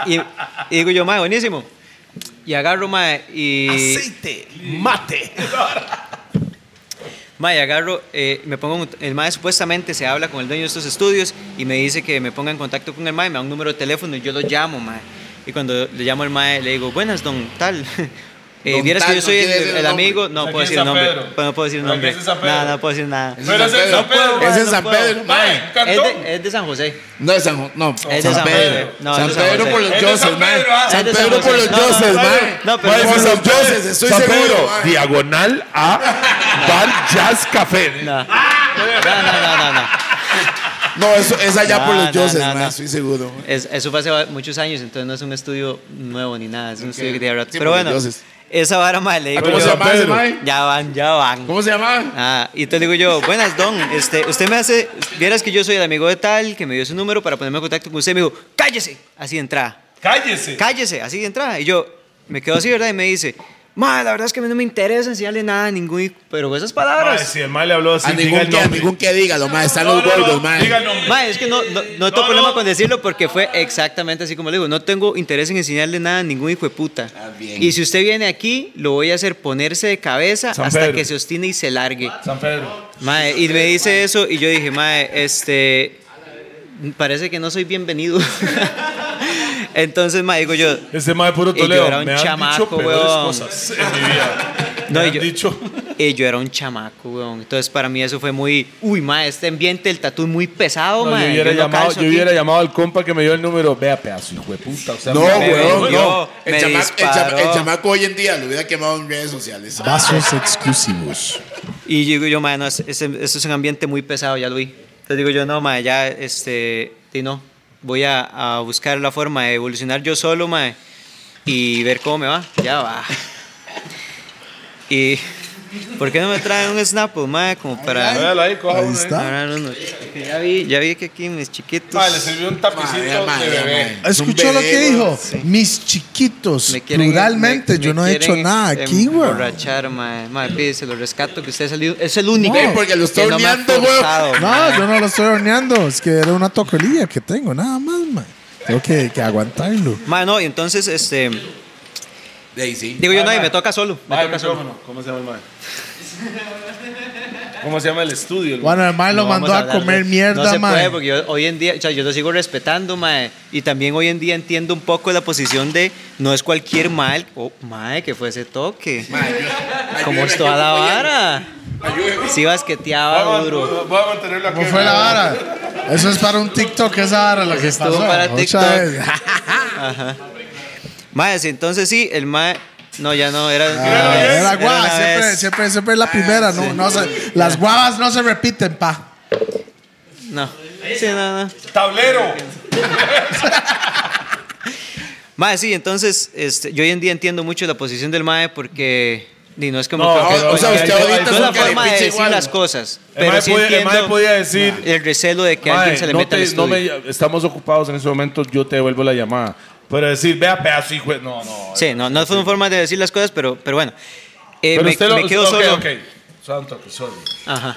Speaker 3: Bien. Y, y digo yo, mae, buenísimo. Y agarro, mae, y...
Speaker 5: Mate.
Speaker 3: Mae, agarro, eh, me pongo, en- el mae supuestamente se habla con el dueño de estos estudios y me dice que me ponga en contacto con el mae, me da un número de teléfono y yo lo llamo, mae. Y cuando le llamo al mae, le digo, buenas, don tal. <laughs> Eh,
Speaker 4: Don
Speaker 3: Vieras
Speaker 4: tal,
Speaker 3: que yo
Speaker 4: no
Speaker 3: soy el,
Speaker 4: quiere decir el
Speaker 3: el
Speaker 4: nombre.
Speaker 3: amigo, no
Speaker 5: Aquí
Speaker 3: puedo
Speaker 5: en
Speaker 3: decir el
Speaker 5: San
Speaker 3: nombre,
Speaker 5: Pedro.
Speaker 3: pues no puedo decir el
Speaker 5: Aquí
Speaker 3: nombre.
Speaker 5: es en San Pedro.
Speaker 3: No, no puedo decir nada.
Speaker 4: Ese
Speaker 5: Pero ese es San Pedro.
Speaker 3: mae,
Speaker 4: Ese es
Speaker 3: no
Speaker 4: San
Speaker 3: puedo.
Speaker 4: Pedro,
Speaker 5: Mae,
Speaker 4: mae.
Speaker 3: Es
Speaker 5: cantón.
Speaker 3: de, es de San José.
Speaker 4: No es San Juan, no.
Speaker 3: de San Pedro. No,
Speaker 4: San
Speaker 3: es de San
Speaker 4: Pedro
Speaker 3: José.
Speaker 4: por los
Speaker 5: Es de
Speaker 4: dioses,
Speaker 5: San
Speaker 4: mae.
Speaker 5: Pedro, ah.
Speaker 4: San
Speaker 3: Es de San
Speaker 4: Pedro por
Speaker 3: José.
Speaker 4: los
Speaker 3: No, no,
Speaker 4: dioses,
Speaker 3: no,
Speaker 4: mae.
Speaker 3: no, pero
Speaker 4: Mae,
Speaker 3: no,
Speaker 4: por
Speaker 3: San
Speaker 4: los dioses, estoy
Speaker 6: San Pedro,
Speaker 4: seguro. mae.
Speaker 6: diagonal
Speaker 5: <laughs>
Speaker 6: a Bar Jazz Café.
Speaker 3: No. No, no, no, no, no.
Speaker 4: No, eso es allá
Speaker 3: No,
Speaker 4: por los
Speaker 3: no,
Speaker 4: dioses,
Speaker 3: no,
Speaker 4: mae,
Speaker 3: no.
Speaker 4: estoy seguro. mae.
Speaker 3: Es- eso fue hace va- muchos años, entonces no es un estudio nuevo ni nada, es un estudio que tiene rato.
Speaker 4: Sí,
Speaker 3: Pero
Speaker 4: porque
Speaker 3: bueno,
Speaker 4: dioses.
Speaker 3: esa vara, mae, le digo
Speaker 4: ¿Cómo
Speaker 3: yo,
Speaker 4: se llama ese, mae?
Speaker 3: Ya van, ya van.
Speaker 4: ¿Cómo se llama?
Speaker 3: Ah, y te digo yo, buenas, don. Este, usted me hace. Vieras que yo soy el amigo de tal, que me dio su número para ponerme en contacto con usted. Me dijo, cállese, así de entrada.
Speaker 5: Cállese.
Speaker 3: Cállese, así de entrada. Y yo me quedo así, ¿verdad? Y me dice, ma, la verdad es que a mí no me interesa enseñarle nada a ningún. Pero esas
Speaker 5: Mae,
Speaker 3: palabras.
Speaker 5: si el mae le habló así,
Speaker 4: A
Speaker 5: diga
Speaker 4: ningún
Speaker 5: el
Speaker 4: que, a
Speaker 5: nombre.
Speaker 4: ningún que diga, lo mae, están
Speaker 5: No,
Speaker 4: los
Speaker 5: no, no,
Speaker 4: gordos,
Speaker 5: Diga
Speaker 4: mae.
Speaker 5: el nombre.
Speaker 3: Ma, es que no, no, no
Speaker 5: No,
Speaker 3: tengo problema
Speaker 5: no.
Speaker 3: con decirlo porque fue exactamente así como le digo. No tengo interés en enseñarle nada a ningún hijo de puta.
Speaker 4: Ah, bien.
Speaker 3: Y si usted viene aquí, lo voy a hacer ponerse de cabeza
Speaker 5: San
Speaker 3: hasta
Speaker 5: Pedro.
Speaker 3: que se obstine y se largue.
Speaker 5: San Pedro.
Speaker 3: Mae, y me dice eso y yo dije, mae, este, parece que no soy bienvenido. <laughs> Entonces, mae, digo yo.
Speaker 5: Este mae puro
Speaker 3: Y yo
Speaker 5: Toledo.
Speaker 3: era un
Speaker 5: me han
Speaker 3: chamaco,
Speaker 5: dicho peores
Speaker 3: weón.
Speaker 5: cosas en mi vida.
Speaker 3: <laughs> No,
Speaker 5: me
Speaker 3: y
Speaker 5: han
Speaker 3: yo-
Speaker 5: dicho.
Speaker 3: Y "Eh, yo era un chamaco, weón. Entonces, para mí eso fue muy. Uy, mae, este ambiente, el tatu es muy pesado,
Speaker 5: No,
Speaker 3: mae.
Speaker 5: yo hubiera,
Speaker 3: no
Speaker 5: llamado,
Speaker 3: calzo
Speaker 5: yo hubiera
Speaker 3: aquí".
Speaker 5: llamado al compa que me dio el número. Vea, pedazo, hijo de puta. O sea,
Speaker 4: No,
Speaker 5: me-
Speaker 3: Me
Speaker 4: weón,
Speaker 3: vendió,
Speaker 4: no. El,
Speaker 3: me
Speaker 4: chama- el chama-
Speaker 3: disparó.
Speaker 4: el chamaco hoy en día lo hubiera quemado en redes sociales.
Speaker 2: Vasos exclusivos.
Speaker 3: Y yo digo yo, mae, no, es- es- eso es un ambiente muy pesado, ya lo vi. Entonces digo yo, no, mae, ya, este, y no, voy a, a buscar la forma de evolucionar yo solo, mae, y ver cómo me va. Ya va. Y, ¿por qué no me traen un Snapple, mae, como para...
Speaker 5: Véalo ahí, coja
Speaker 2: Ahí
Speaker 5: uno,
Speaker 2: está.
Speaker 3: Ahora no, no, ya vi, ya vi que aquí mis chiquitos...
Speaker 5: Ah, le sirvió un tapicito
Speaker 4: Madre, madre,
Speaker 5: de bebé.
Speaker 4: madre. Es un
Speaker 2: ¿Escuchó lo
Speaker 4: bebé,
Speaker 2: que dijo?
Speaker 4: weón.
Speaker 2: Mis chiquitos.
Speaker 3: Me quieren-
Speaker 2: Pluralmente,
Speaker 3: me-
Speaker 2: yo
Speaker 3: me
Speaker 2: no he hecho
Speaker 3: quieren em,
Speaker 2: nada aquí, güey.
Speaker 3: Emborrachar, mae, mae, pide, se lo rescato, que usted ha salido, es el único.
Speaker 4: Ve, porque lo está
Speaker 3: que no me ha
Speaker 4: horneando, güey.
Speaker 3: forzado, mae.
Speaker 2: No, yo no lo estoy horneando. Es que era una tocolilla que tengo, nada más, man. Tengo que, que aguantarlo.
Speaker 3: Mae, no, y entonces, este,
Speaker 4: De ahí sí.
Speaker 3: digo yo, no, y me toca solo, me
Speaker 5: Mae,
Speaker 3: toca solo.
Speaker 5: micrófono. ¿Cómo se llama el <laughs> mae? ¿Cómo se llama el estudio? el
Speaker 2: Bueno, el man lo
Speaker 3: No
Speaker 2: mandó
Speaker 3: vamos
Speaker 2: a,
Speaker 3: hablar de-
Speaker 2: comer mierda,
Speaker 3: No se
Speaker 2: man.
Speaker 3: puede porque yo hoy en día, o sea, yo lo sigo respetando, mae, y también hoy en día entiendo un poco la posición de no es cualquier mal, oh, mae, que fue ese toque. Como es toda la vara. Sí basqueteaba
Speaker 5: mae?
Speaker 3: duro.
Speaker 5: Voy a mantenerlo aquí.
Speaker 2: ¿Cómo fue la vara? Eso es para un TikTok, esa vara la que
Speaker 3: Estuvo
Speaker 2: pasó.
Speaker 3: para
Speaker 2: Otra
Speaker 3: TikTok.
Speaker 2: vez.
Speaker 3: Mae, sí, entonces sí, el mae no ya no era
Speaker 2: Ah,
Speaker 3: una vez,
Speaker 2: Era
Speaker 3: una
Speaker 2: guava, siempre,
Speaker 3: vez. Ah,
Speaker 2: siempre, siempre es la primera, no, no se- las guavas no se repiten, pa.
Speaker 3: No. Sí, no, no.
Speaker 5: ¡Tablero!
Speaker 3: <laughs> Mae, sí, entonces este, yo hoy en día entiendo mucho la posición del mae porque ni no es como
Speaker 5: No,
Speaker 3: cualquier-
Speaker 5: o sea, usted
Speaker 3: no
Speaker 5: ahorita
Speaker 3: es
Speaker 5: es
Speaker 3: la
Speaker 5: un cara de
Speaker 3: forma de
Speaker 4: pinche
Speaker 3: decir
Speaker 4: igual.
Speaker 3: las cosas,
Speaker 5: El
Speaker 3: pero
Speaker 5: mae
Speaker 3: sí
Speaker 5: podía- el
Speaker 3: entiendo
Speaker 5: mae podía decir,
Speaker 3: el recelo de que alguien
Speaker 5: Mae,
Speaker 3: se le
Speaker 5: no
Speaker 3: meta
Speaker 5: te-
Speaker 3: al
Speaker 5: no
Speaker 3: estudio.
Speaker 5: me- estamos ocupados en ese momento, yo te devuelvo la llamada. Pero decir, vea, pedazo, hijo. de-". No, no.
Speaker 3: Sí, no, no fue una forma de decir las cosas, pero, pero bueno. Eh,
Speaker 5: Pero
Speaker 3: me,
Speaker 5: usted lo-
Speaker 3: me quedo
Speaker 5: ok,
Speaker 3: solo.
Speaker 5: ok. Santo, que sorry.
Speaker 3: Ajá,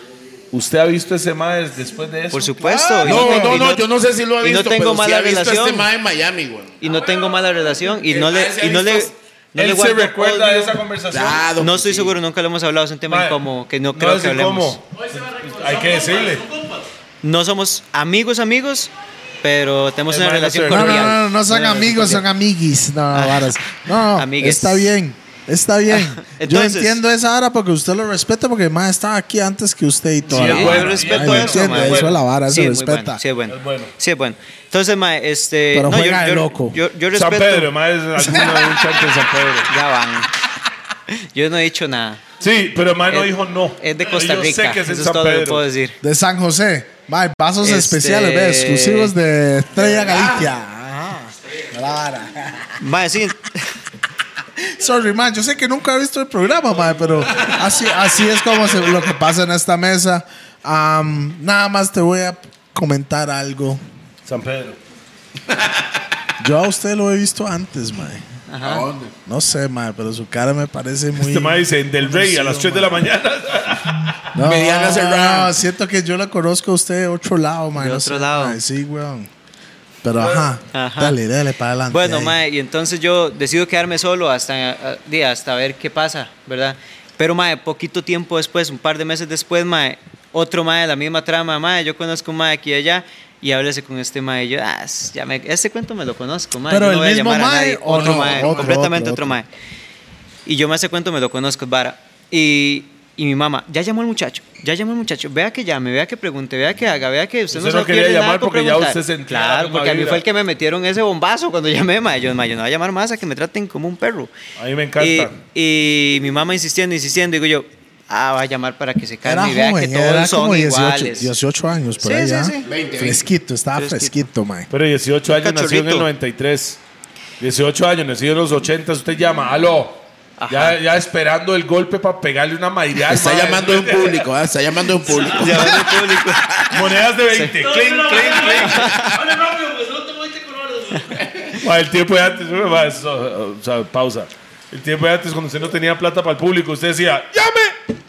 Speaker 5: ¿Usted ha visto ese mae después de eso? Ah,
Speaker 3: por supuesto. y
Speaker 4: No,
Speaker 3: te-
Speaker 4: no,
Speaker 3: y
Speaker 4: no, yo no sé si lo ha
Speaker 3: y
Speaker 4: visto.
Speaker 3: no tengo
Speaker 4: pero sí
Speaker 3: mala
Speaker 4: ha visto a
Speaker 3: relación.
Speaker 4: este mae en Miami, güey.
Speaker 3: Y no tengo mala relación. Y no
Speaker 5: Eh,
Speaker 3: le,
Speaker 4: mae se ha
Speaker 3: y no le,
Speaker 4: visto-
Speaker 3: no le
Speaker 5: Él se
Speaker 3: guardo
Speaker 5: recuerda de
Speaker 3: odio.
Speaker 5: esa conversación.
Speaker 4: Claro.
Speaker 3: No
Speaker 4: que
Speaker 3: estoy
Speaker 4: sí.
Speaker 3: seguro, nunca lo hemos hablado. Es un tema
Speaker 5: Mae,
Speaker 3: incómomo que no creo
Speaker 5: es
Speaker 3: que hablemos.
Speaker 5: incómodo. Hay que decirle.
Speaker 3: No somos amigos, amigos, pero tenemos
Speaker 5: El
Speaker 3: una
Speaker 5: mae no
Speaker 3: relación
Speaker 5: se-
Speaker 2: No, no,
Speaker 3: cordial.
Speaker 2: no, no, no son amigos, son amiguis. No, no, varas. No, no,
Speaker 3: Ah, Amigues.
Speaker 2: está bien. Está
Speaker 3: <laughs>
Speaker 2: bien. Yo
Speaker 3: Entonces-
Speaker 2: entiendo esa vara porque usted lo respeta porque más estaba aquí antes que usted y todo.
Speaker 3: Sí,
Speaker 5: la
Speaker 3: yo
Speaker 5: vara, mae.
Speaker 3: respeto
Speaker 5: Yo
Speaker 3: eso,
Speaker 2: entiendo,
Speaker 3: mae.
Speaker 2: eso es la vara,
Speaker 3: Sí,
Speaker 2: se
Speaker 3: es muy
Speaker 2: respeta.
Speaker 3: bueno, sí, es bueno.
Speaker 5: Es bueno.
Speaker 3: Sí, es bueno. Entonces, mae, este...
Speaker 2: Pero
Speaker 3: yo,
Speaker 2: juega de
Speaker 3: yo-
Speaker 2: loco.
Speaker 3: Yo, yo
Speaker 5: San
Speaker 3: respeto...
Speaker 5: Pedro, mae, es alguno de un chante en San
Speaker 3: <laughs>
Speaker 5: Pedro.
Speaker 3: Ya van. <laughs> Yo no he dicho nada.
Speaker 5: Sí, pero mae no
Speaker 3: Es-
Speaker 5: dijo no.
Speaker 3: Es de Costa
Speaker 5: Yo sé
Speaker 3: Rica.
Speaker 5: que es en
Speaker 3: eso es
Speaker 5: San
Speaker 3: todo lo que
Speaker 5: Pedro.
Speaker 3: puedo decir.
Speaker 2: De San José. Mae, vasos
Speaker 3: Este-
Speaker 2: especiales, ve, exclusivos de Estrella Galicia.
Speaker 3: Ah.
Speaker 2: Ajá. La vara.
Speaker 3: Mae, sí.
Speaker 2: Sorry, man, yo sé que nunca he visto el programa, man, pero así, así es como se- lo que pasa en esta mesa. Am, nada más te voy a comentar algo.
Speaker 5: San Pedro.
Speaker 2: Yo a usted lo he visto antes, man.
Speaker 4: ¿A dónde?
Speaker 2: No sé, man, pero su cara me parece muy...
Speaker 5: Este mae dice, del rey a las 3 de la mañana.
Speaker 2: no,
Speaker 4: Mediana cerrada.
Speaker 2: no, siento que yo la conozco a usted de otro lado, man.
Speaker 3: De
Speaker 2: no
Speaker 3: otro
Speaker 2: sé,
Speaker 3: lado.
Speaker 2: man, sí, weón. Pero ajá,
Speaker 3: Ajá.
Speaker 2: dale, dale para adelante.
Speaker 3: Bueno,
Speaker 2: ahí.
Speaker 3: mae, y entonces yo decido quedarme solo hasta, ah, di, hasta ver qué pasa, ¿verdad? Pero, mae, poquito tiempo después, un par de meses después, mae, otro mae de la misma trama, mae, yo conozco un mae aquí y allá, y háblese con este mae, y yo, ah, s- ya me, este cuento me lo conozco, mae,
Speaker 2: Pero
Speaker 3: yo
Speaker 2: el
Speaker 3: no voy a
Speaker 2: mismo
Speaker 3: llamar a
Speaker 2: mae,
Speaker 3: nadie,
Speaker 2: ¿o
Speaker 3: otro
Speaker 2: no?
Speaker 3: mae,
Speaker 2: Otro,
Speaker 3: completamente
Speaker 2: otro,
Speaker 3: otro, mae. Y yo me hace cuento, me lo conozco, es vara. Y, y mi mamá, ya llamó el muchacho, ya llamó el muchacho, vea que llame, vea que pregunte, vea que haga, vea que usted,
Speaker 5: Usted no
Speaker 3: se
Speaker 5: quería
Speaker 3: pierde nada
Speaker 5: llamar
Speaker 3: con
Speaker 5: porque ya
Speaker 3: preguntar.
Speaker 5: usted sentía la
Speaker 3: Claro,
Speaker 5: misma
Speaker 3: porque a mí
Speaker 5: vibra.
Speaker 3: fue el que me metieron ese bombazo cuando <laughs> llamé, ma. Yo, ma, yo no voy a llamar más a que me traten como un perro.
Speaker 5: A mí me encanta.
Speaker 3: Y, y mi mamá insistiendo, insistiendo, digo yo, ah, va a llamar para que se
Speaker 2: Era
Speaker 3: calme y vea
Speaker 2: joven,
Speaker 3: que todos
Speaker 2: era
Speaker 3: son
Speaker 2: como 18,
Speaker 3: iguales.
Speaker 2: 18 años, por
Speaker 3: Sí,
Speaker 2: ahí,
Speaker 3: sí,
Speaker 2: ¿ah?
Speaker 3: sí.
Speaker 4: 20,
Speaker 2: Fresquito, estaba
Speaker 3: Fresquito.
Speaker 2: fresquito, man.
Speaker 5: Pero 18 años nació en
Speaker 3: cachorrito.
Speaker 5: el 93. 18 años, nacido en los 80, usted llama, aló. Ya, ya esperando el golpe para pegarle una maidad.
Speaker 4: Está
Speaker 5: mae.
Speaker 4: llamando de un público, ah, está llamando de un público.
Speaker 3: Llamando al público.
Speaker 5: Monedas de 20. Clink, clink, clink. Ma, el tiempo de antes, ma, eso, o sea, pausa. El tiempo de antes, cuando usted no tenía plata para el público, usted decía, ¡llame!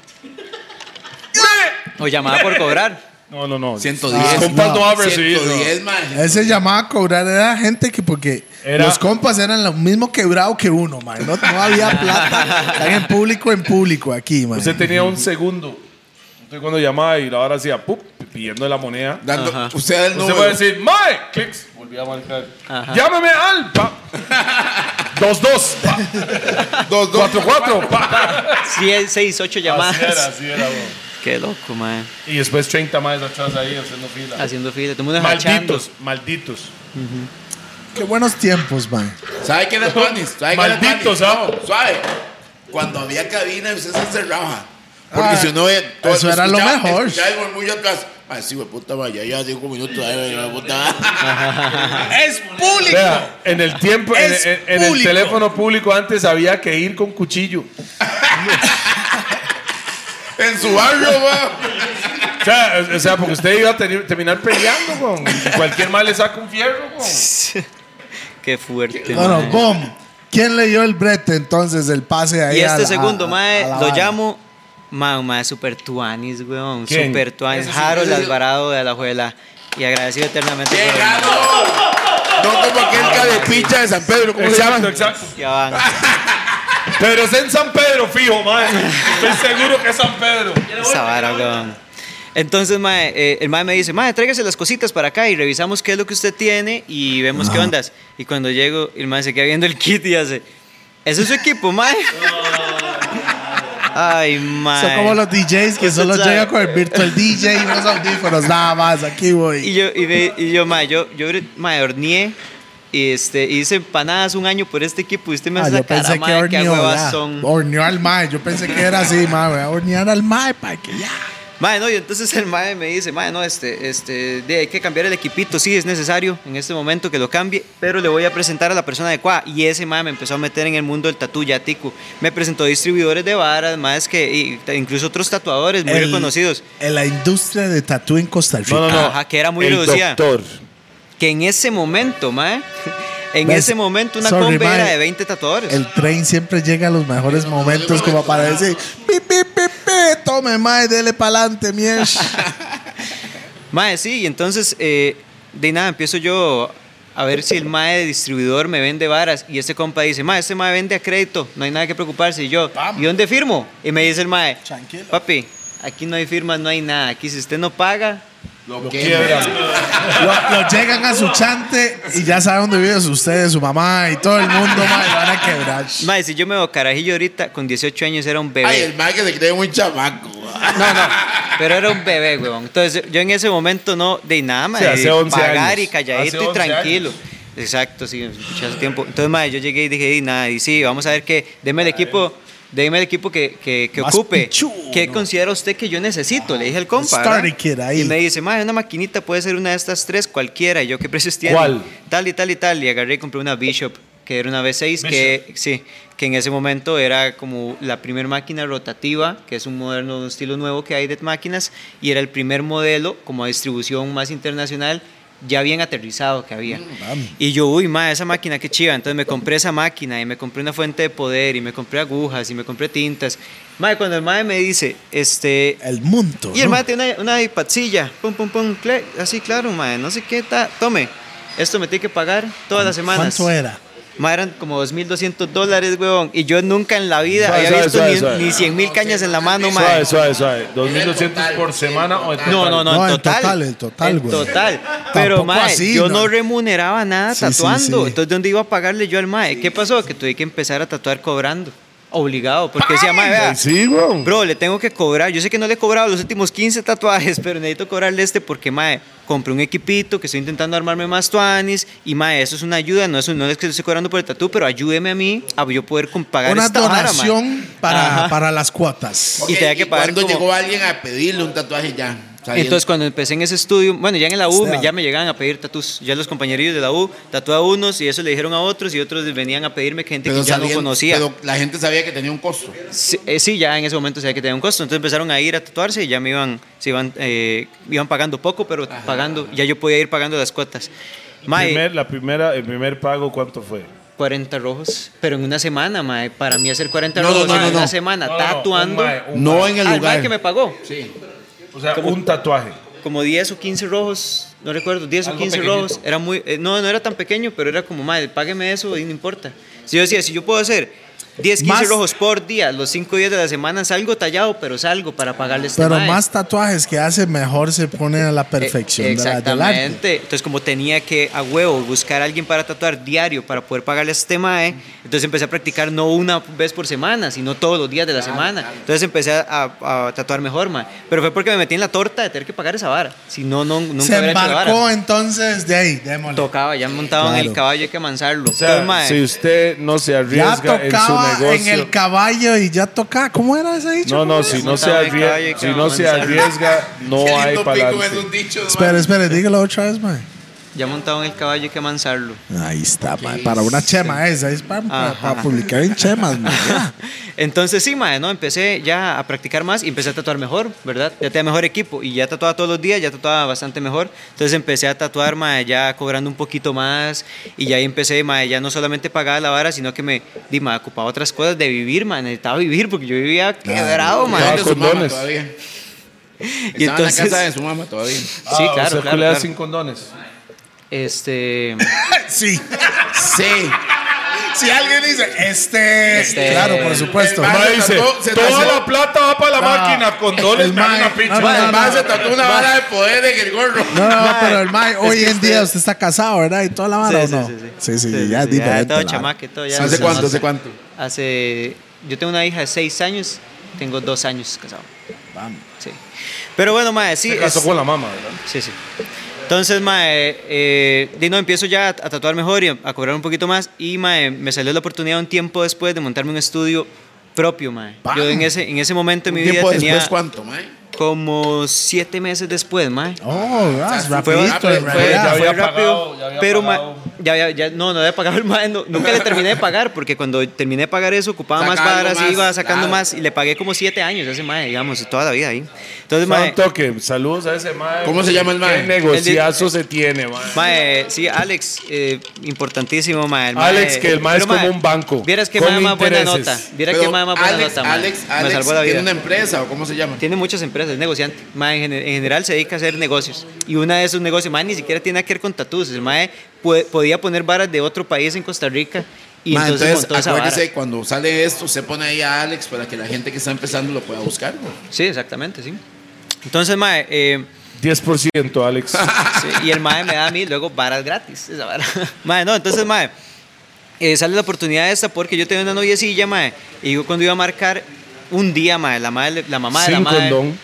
Speaker 5: ¡Llame!
Speaker 3: O llamada por cobrar.
Speaker 5: No, no, no.
Speaker 4: 110.
Speaker 5: Compas
Speaker 2: no,
Speaker 5: no, va a recibir. no.
Speaker 4: 110, mae.
Speaker 2: Ese llamaba a cobrar era gente que porque
Speaker 5: Era-
Speaker 2: los compas eran lo mismo quebrado que uno, man. No, no había
Speaker 3: <laughs>
Speaker 2: plata. Están en público, en público aquí, man.
Speaker 5: Usted tenía un segundo. Entonces, cuando llamaba y la hora hacía, ¡pup! pidiendo la moneda.
Speaker 4: Dando, usted da el
Speaker 5: Usted
Speaker 4: número.
Speaker 5: puede decir, ¡Mae! Clics. Volví a marcar. Llámame al. Pa. <laughs> 2-2. pa.
Speaker 4: dos, dos,
Speaker 5: 4-4. pa.
Speaker 3: 6, 8
Speaker 5: Así era,
Speaker 3: llamadas.
Speaker 5: así era, bro.
Speaker 3: Qué loco, mae.
Speaker 5: Y después 30 más atrás ahí haciendo fila.
Speaker 3: Haciendo fila. Todo el mundo hachando.
Speaker 5: Malditos, malditos.
Speaker 2: Qué buenos tiempos, man.
Speaker 4: ¿Sabe qué era Tuanis? ¿Sabe qué era Tuanis?
Speaker 5: Malditos, ¿sabes?
Speaker 4: No, Suave. Cuando había cabina, usted se encerraba. Porque
Speaker 2: Ah,
Speaker 4: si uno ve.
Speaker 2: eso era lo
Speaker 4: escuchaba-
Speaker 2: mejor.
Speaker 4: escuchaba el murmullo atrás. Ay, sí, güey, puta, vaya, ya cinco minutos. Ay, güey, puta. <laughs>
Speaker 2: Es público.
Speaker 5: Vea, en el tiempo, en,
Speaker 2: Es
Speaker 5: en- en el
Speaker 2: público.
Speaker 5: teléfono público antes había que ir con cuchillo.
Speaker 4: En su barrio, güey.
Speaker 5: O sea, o- o sea, porque usted iba a tener- terminar peleando con cualquier mal le saca un fierro. con-
Speaker 3: Qué fuerte,
Speaker 2: Bueno,
Speaker 3: mae.
Speaker 2: boom. ¿Quién le dio el brete entonces el pase ahí?
Speaker 3: Y
Speaker 2: a
Speaker 3: este
Speaker 2: la-
Speaker 3: segundo,
Speaker 2: a-
Speaker 3: mae,
Speaker 2: a la
Speaker 3: lo
Speaker 2: vara?
Speaker 3: llamo. Mae, un mae, super tuanis, weón.
Speaker 5: ¿Quién?
Speaker 3: Super tuanis.
Speaker 4: Ese sí,
Speaker 3: Harold
Speaker 4: ese sí.
Speaker 3: Alvarado de Alajuela. Y agradecido eternamente. por el-
Speaker 4: Llegado. No como aquel cabepicha de San Pedro, ¿cómo se
Speaker 5: Exacto,
Speaker 4: llaman?
Speaker 5: exacto.
Speaker 3: Ya van.
Speaker 5: Pero es en San Pedro, fijo, mae. Estoy seguro que es San Pedro.
Speaker 3: Esa vara, weón. Entonces, mae, eh, el mae me dice, mae, tráigase las cositas para acá y revisamos qué es lo que usted tiene y vemos qué ondas. Y cuando llego, el mae se queda viendo el kit y hace, ese es su equipo, mae. <laughs> Ay, mae.
Speaker 2: Son como los DJs que
Speaker 3: Usted
Speaker 2: solo
Speaker 3: sabe.
Speaker 2: llegan con el virtual DJ y unos audífonos, nada más, aquí
Speaker 3: Y
Speaker 2: voy.
Speaker 3: yo, y, ve- y yo, mae, yo, yo, mae, horneé y este, hice empanadas un año por este equipo y usted me
Speaker 2: Ah,
Speaker 3: hace
Speaker 2: yo
Speaker 3: la cara,
Speaker 2: pensé que
Speaker 3: mae, qué
Speaker 2: horneó,
Speaker 3: huevas
Speaker 2: ya.
Speaker 3: son.
Speaker 2: horneó al mae, yo pensé que era así, mae, voy a hornear al mae para que ya.
Speaker 3: Mae, no, y entonces el mae me dice, mae, no, este, este, de, hay que cambiar el equipito, sí, es necesario en este momento que lo cambie, pero le voy a presentar a la persona adecuada. Y ese mae me empezó a meter en el mundo del tatu ya, tico. Me presentó distribuidores de varas, más que, y ta- incluso otros tatuadores muy
Speaker 2: El-
Speaker 3: reconocidos.
Speaker 2: En la industria de tatú en Costa Rica.
Speaker 3: no, no. Ajá, que era muy
Speaker 6: el
Speaker 3: reducida.
Speaker 6: doctor.
Speaker 3: Que en ese momento, mae, <laughs> en
Speaker 2: ¿Ves?
Speaker 3: ese momento una
Speaker 2: Sorry,
Speaker 3: combe era
Speaker 2: mae.
Speaker 3: de 20 tatuadores.
Speaker 2: El tren siempre llega a los mejores momentos como para decir, pi, pi, pi, pi, tome mae, dele pa'lante,
Speaker 3: <laughs>
Speaker 2: miesh.
Speaker 3: Mae, sí, y entonces, eh, de nada, empiezo yo a ver si el mae distribuidor me vende varas. Y este compa dice, mae, este mae vende a crédito, no hay nada que preocuparse. Y yo, ¿y dónde firmo? Y me dice el mae,
Speaker 2: Tranquilo.
Speaker 3: papi, aquí no hay firmas, no hay nada. Aquí si usted no paga,
Speaker 4: Lo
Speaker 2: lo, lo llegan a su chante y ya saben dónde vive ustedes, su mamá y todo el mundo, mae, lo van a quebrar.
Speaker 3: mae, si yo me veo carajillo ahorita, con 18 años era un bebé.
Speaker 4: Ay, el mae que se cree muy chamaco. güey.
Speaker 3: No, no, pero era un bebé, huevón. Entonces yo en ese momento no, de nada, más
Speaker 5: Sí, hace 11
Speaker 3: pagar
Speaker 5: años.
Speaker 3: y
Speaker 5: Hace
Speaker 3: calladito y
Speaker 5: 11
Speaker 3: tranquilo. Exacto, sí, mucho hace tiempo. Entonces, madre, yo llegué y dije, "Di, nada, y sí, vamos a ver qué, deme el equipo, deme el equipo que, que, que
Speaker 2: Más
Speaker 3: ocupe.
Speaker 2: pichudo.
Speaker 3: ¿Qué considera usted que yo necesito? Le dije al compa.
Speaker 2: Un starter
Speaker 3: ¿verdad?
Speaker 2: kit ahí.
Speaker 3: Y me dice, madre, una maquinita puede ser una de estas tres, cualquiera. Y yo, ¿qué precios tiene?
Speaker 5: ¿Cuál?
Speaker 3: Tal y tal y tal. Y agarré y compré una Bishop, que era una V6, que sí, que en ese momento era como la primer máquina rotativa, que es un moderno, un estilo nuevo que hay de máquinas, y era el primer modelo como distribución más internacional ya bien aterrizado que había. Y yo, uy, ma, esa máquina qué chiva. Entonces me compré esa máquina y me compré una fuente de poder y me compré agujas y me compré tintas. Ma, cuando el mae me dice, este,
Speaker 2: El mundo.
Speaker 3: y el
Speaker 2: ¿no?
Speaker 3: mae tiene una, una iPadcilla, pum, pum, pum, cle- así, claro, mae, no sé qué, ta, tome, esto me tiene que pagar todas las semanas.
Speaker 2: ¿Cuánto era?
Speaker 3: Mae, eran como 2.200 dólares, weón, y yo nunca en la vida
Speaker 6: Suave,
Speaker 3: había
Speaker 6: suave,
Speaker 3: visto
Speaker 6: suave,
Speaker 3: ni,
Speaker 6: suave.
Speaker 3: ni 100.000 cañas en la mano, mae.
Speaker 6: Suave, suave, suave. 2200
Speaker 5: Por semana o
Speaker 3: No, no, no,
Speaker 2: No,
Speaker 3: en
Speaker 2: en
Speaker 3: total.
Speaker 2: total, en total,
Speaker 3: En
Speaker 2: güey.
Speaker 3: total. Pero,
Speaker 2: Tampoco
Speaker 3: mae,
Speaker 2: así,
Speaker 3: yo no.
Speaker 2: ¿no?
Speaker 3: remuneraba nada
Speaker 2: Sí, sí,
Speaker 3: tatuando.
Speaker 2: sí.
Speaker 3: Entonces, ¿dónde iba a pagarle yo al mae? ¿Qué pasó? Que tuve que empezar a tatuar cobrando. Obligado, porque decía, mae, vea,
Speaker 6: Sí, weón.
Speaker 3: Bro, le tengo que cobrar. Yo sé que no le he cobrado los últimos 15 tatuajes, <laughs> pero necesito cobrarle este porque, mae, compré un equipito que estoy intentando armarme más tuanis. Y, mae, eso es una ayuda. No es, no es que estoy cobrando por el tatu, pero ayúdeme a mí a yo poder com- pagar
Speaker 2: Una
Speaker 3: esta vara, mae.
Speaker 2: donación para,
Speaker 3: Ajá.
Speaker 2: para las cuotas.
Speaker 3: Y tenía que pagar
Speaker 4: Cuando
Speaker 3: como-
Speaker 4: llegó alguien a pedirle un tatuaje ya. sabiendo-
Speaker 3: Entonces, cuando empecé en ese estudio, bueno, ya en la U me-
Speaker 2: Esteban.
Speaker 3: ya me llegaban a pedir tatus. Ya los compañerillos de la U tatué a unos y eso le dijeron a otros y otros venían a pedirme que gente
Speaker 4: pero
Speaker 3: que ya no
Speaker 4: sabían-
Speaker 3: conocía.
Speaker 4: Pero la gente sabía que tenía un costo.
Speaker 3: Sí, eh, sí, ya en ese momento sabía que tenía un costo. Entonces empezaron a ir a tatuarse y ya me iban, se iban, eh, iban pagando poco, pero pagando, ya yo podía ir pagando las cuotas. Mae,
Speaker 6: Primer- la primera, el primer pago, ¿cuánto fue?
Speaker 3: 40 rojos, pero en una semana, mae, para mí hacer 40
Speaker 4: No, no,
Speaker 3: rojos
Speaker 4: no, no,
Speaker 3: en una
Speaker 4: no.
Speaker 3: semana,
Speaker 5: No, no, no,
Speaker 3: tatuando.
Speaker 5: un mae, un
Speaker 4: No en el
Speaker 3: al mae
Speaker 4: lugar.
Speaker 3: que me pagó,
Speaker 4: Sí.
Speaker 5: O sea, un tatuaje.
Speaker 3: como 10 o 15 rojos, no recuerdo, 10 o
Speaker 5: Algo
Speaker 3: 15
Speaker 5: pequeñito.
Speaker 3: rojos, era muy, eh, no, no era tan pequeño, pero era como, mae, págueme eso y no importa. Si yo decía, si yo puedo hacer 10, 15
Speaker 2: Más-
Speaker 3: rojos por día, los 5 días de la semana salgo tallado, pero salgo para pagarle este
Speaker 2: Pero
Speaker 3: mae.
Speaker 2: más tatuajes que hace, mejor se pone a la
Speaker 3: Eh,
Speaker 2: perfección. de la- del arte.
Speaker 3: Exactamente. Entonces, como tenía que a huevo buscar a alguien para tatuar diario para poder pagarle este mae, entonces empecé a practicar no una vez por semana, sino todos los días de la semana. Entonces empecé a, a tatuar mejor, mae. Pero fue porque me metí en la torta de tener que pagar esa vara. Si no, no nunca
Speaker 2: Se
Speaker 3: hubiera hecho la vara.
Speaker 2: embarcó entonces de ahí, démosle.
Speaker 3: Tocaba, ya montado en el
Speaker 2: Claro.
Speaker 3: caballo hay que amansarlo.
Speaker 6: O sea,
Speaker 3: Entonces, mae,
Speaker 6: si usted no se
Speaker 2: Ya
Speaker 6: arriesga en su
Speaker 2: tocaba en,
Speaker 6: negocio.
Speaker 2: el caballo y ya tocaba. ¿Cómo era ese dicho?
Speaker 6: no, no,
Speaker 2: compadre?
Speaker 6: si no, se
Speaker 3: Montado en el
Speaker 6: arrie-
Speaker 3: caballo,
Speaker 6: si
Speaker 3: que
Speaker 6: no se
Speaker 3: avanzar.
Speaker 6: arriesga, no
Speaker 4: Qué
Speaker 6: hay
Speaker 4: lindo
Speaker 6: para
Speaker 4: pico esos dichos,
Speaker 2: Espera,
Speaker 4: man.
Speaker 2: espera, dígalo otra vez, man.
Speaker 3: ya montado en el caballo hay que amansarlo.
Speaker 2: Ahí está, man. Para una chema esa, es para, para-
Speaker 3: Ajá.
Speaker 2: para publicar en chemas,
Speaker 3: <laughs>
Speaker 2: man. Ya.
Speaker 3: Entonces sí, mae, ¿no? Empecé ya a practicar más y empecé a tatuar mejor, ¿verdad? Ya tenía mejor equipo y ya tatuaba todos los días, ya tatuaba bastante mejor. Entonces empecé a tatuar, mae, ya cobrando un poquito más y ya ahí empecé, mae, ya no solamente pagaba la vara, sino que me, di, mae, ocupaba otras cosas de vivir, mae, necesitaba vivir porque yo vivía quebrado, mae.
Speaker 4: Estaba
Speaker 6: Madre.
Speaker 4: con su mamá
Speaker 6: Condones.
Speaker 4: todavía.
Speaker 3: Y
Speaker 4: Estaba en la
Speaker 3: entonces-
Speaker 4: casa de su mamá todavía.
Speaker 3: Sí,
Speaker 6: Ah,
Speaker 3: claro,
Speaker 6: usted
Speaker 3: claro,
Speaker 6: culea
Speaker 3: claro.
Speaker 6: sin condones.
Speaker 3: Este,
Speaker 2: Sí.
Speaker 4: Sí.
Speaker 2: Si alguien dice, este.
Speaker 3: Este-
Speaker 2: Claro, por supuesto.
Speaker 4: El man se
Speaker 6: dice,
Speaker 4: tatuó- se
Speaker 6: toda
Speaker 4: tatuó-
Speaker 6: la plata va para la máquina, condones,
Speaker 2: el
Speaker 6: me dan
Speaker 2: mae-
Speaker 6: una pizza.
Speaker 2: no, no,
Speaker 4: El
Speaker 2: no,
Speaker 4: man
Speaker 2: no.
Speaker 4: se tatuó una bala de poder en el gorro.
Speaker 2: No, no, pero el Mae, hoy
Speaker 3: que
Speaker 2: en
Speaker 3: usted-
Speaker 2: día usted está casado, ¿verdad? Y toda la
Speaker 3: sí,
Speaker 2: vara,
Speaker 3: sí,
Speaker 2: ¿o Ah, no?
Speaker 3: sí, sí.
Speaker 2: sí, sí,
Speaker 3: Sí,
Speaker 2: ya es
Speaker 3: sí, ya
Speaker 2: diferente.
Speaker 3: todo
Speaker 2: la-
Speaker 3: chamaque, todo ya.
Speaker 4: <laughs> ¿Hace
Speaker 3: se
Speaker 4: cuánto?
Speaker 3: nota.
Speaker 4: ¿Hace cuánto?
Speaker 3: Hace, yo tengo una hija de 6 años, tengo 2 años casado. Sí. Pero bueno, mae, sí.
Speaker 6: Se casó
Speaker 3: es-
Speaker 6: con la mamá, ¿verdad?
Speaker 3: Sí, sí. Entonces, mae, eh, di, no, empiezo ya a, a tatuar mejor y a, a cobrar un poquito más. Y, mae, me salió la oportunidad un tiempo después de montarme un estudio propio, mae.
Speaker 4: Bam.
Speaker 3: Yo en ese, en ese momento de mi
Speaker 4: Un
Speaker 3: vida
Speaker 4: tiempo
Speaker 3: tenía
Speaker 4: después, ¿cuánto, mae?
Speaker 3: como siete meses después, mae.
Speaker 2: Oh, that's
Speaker 3: Fue,
Speaker 2: rapidito,
Speaker 3: fue-
Speaker 2: en
Speaker 3: fue-
Speaker 2: realidad.
Speaker 6: ya
Speaker 3: fue
Speaker 6: había
Speaker 3: rápido,
Speaker 6: pagado, ya había
Speaker 3: pero mae,
Speaker 6: pagado.
Speaker 3: ya, había- ya- no, no había pagado el mae, no, nunca le terminé de pagar, porque cuando terminé de pagar eso ocupaba más
Speaker 4: Sacando
Speaker 3: varas,
Speaker 4: más,
Speaker 3: iba sacando
Speaker 4: claro.
Speaker 3: más, y le pagué como siete años a ese mae, digamos, toda la vida ahí. Entonces, mae,
Speaker 6: Santo que saludos a ese mae.
Speaker 4: ¿Cómo se llama el mae?
Speaker 6: Qué negociazo se tiene, mae.
Speaker 3: Mae, sí, Alex, eh, importantísimo, mae. el mae-
Speaker 6: Alex, que el mae es
Speaker 3: Pero,
Speaker 6: como un banco,
Speaker 3: Vieras que
Speaker 6: con
Speaker 3: mae más buena
Speaker 6: intereses.
Speaker 3: nota. Viera que
Speaker 4: Pero
Speaker 3: mae más buena
Speaker 4: Alex,
Speaker 3: nota, mae.
Speaker 4: Alex,
Speaker 3: Me
Speaker 4: Alex
Speaker 3: salvó la vida.
Speaker 4: tiene una em- empresa, ¿o cómo se llama?
Speaker 3: Tiene muchas empresas, es negociante. Mae, en, gener- en general se dedica a hacer negocios. Y una de esos negocios, mae, ni siquiera tiene nada que ver con tatuajes. El mae pu- podía poner varas de otro país en Costa Rica y
Speaker 4: Ma,
Speaker 3: entonces, montó esa vara.
Speaker 4: acuérdese, cuando sale esto, se pone ahí a Alex para que la gente que está empezando lo pueda buscar. ¿no?
Speaker 3: Sí, exactamente, sí. Entonces, mae, eh,
Speaker 6: 10%, Alex.
Speaker 3: Sí, y el mae me da a mí luego varas gratis. Esa vara. Mae, no, entonces, mae, eh, sale la oportunidad esta porque yo tenía una noviecilla, mae, y yo cuando iba a marcar un día, mae, la, mae- la mamá de la
Speaker 6: Sin
Speaker 3: mae,
Speaker 6: condón.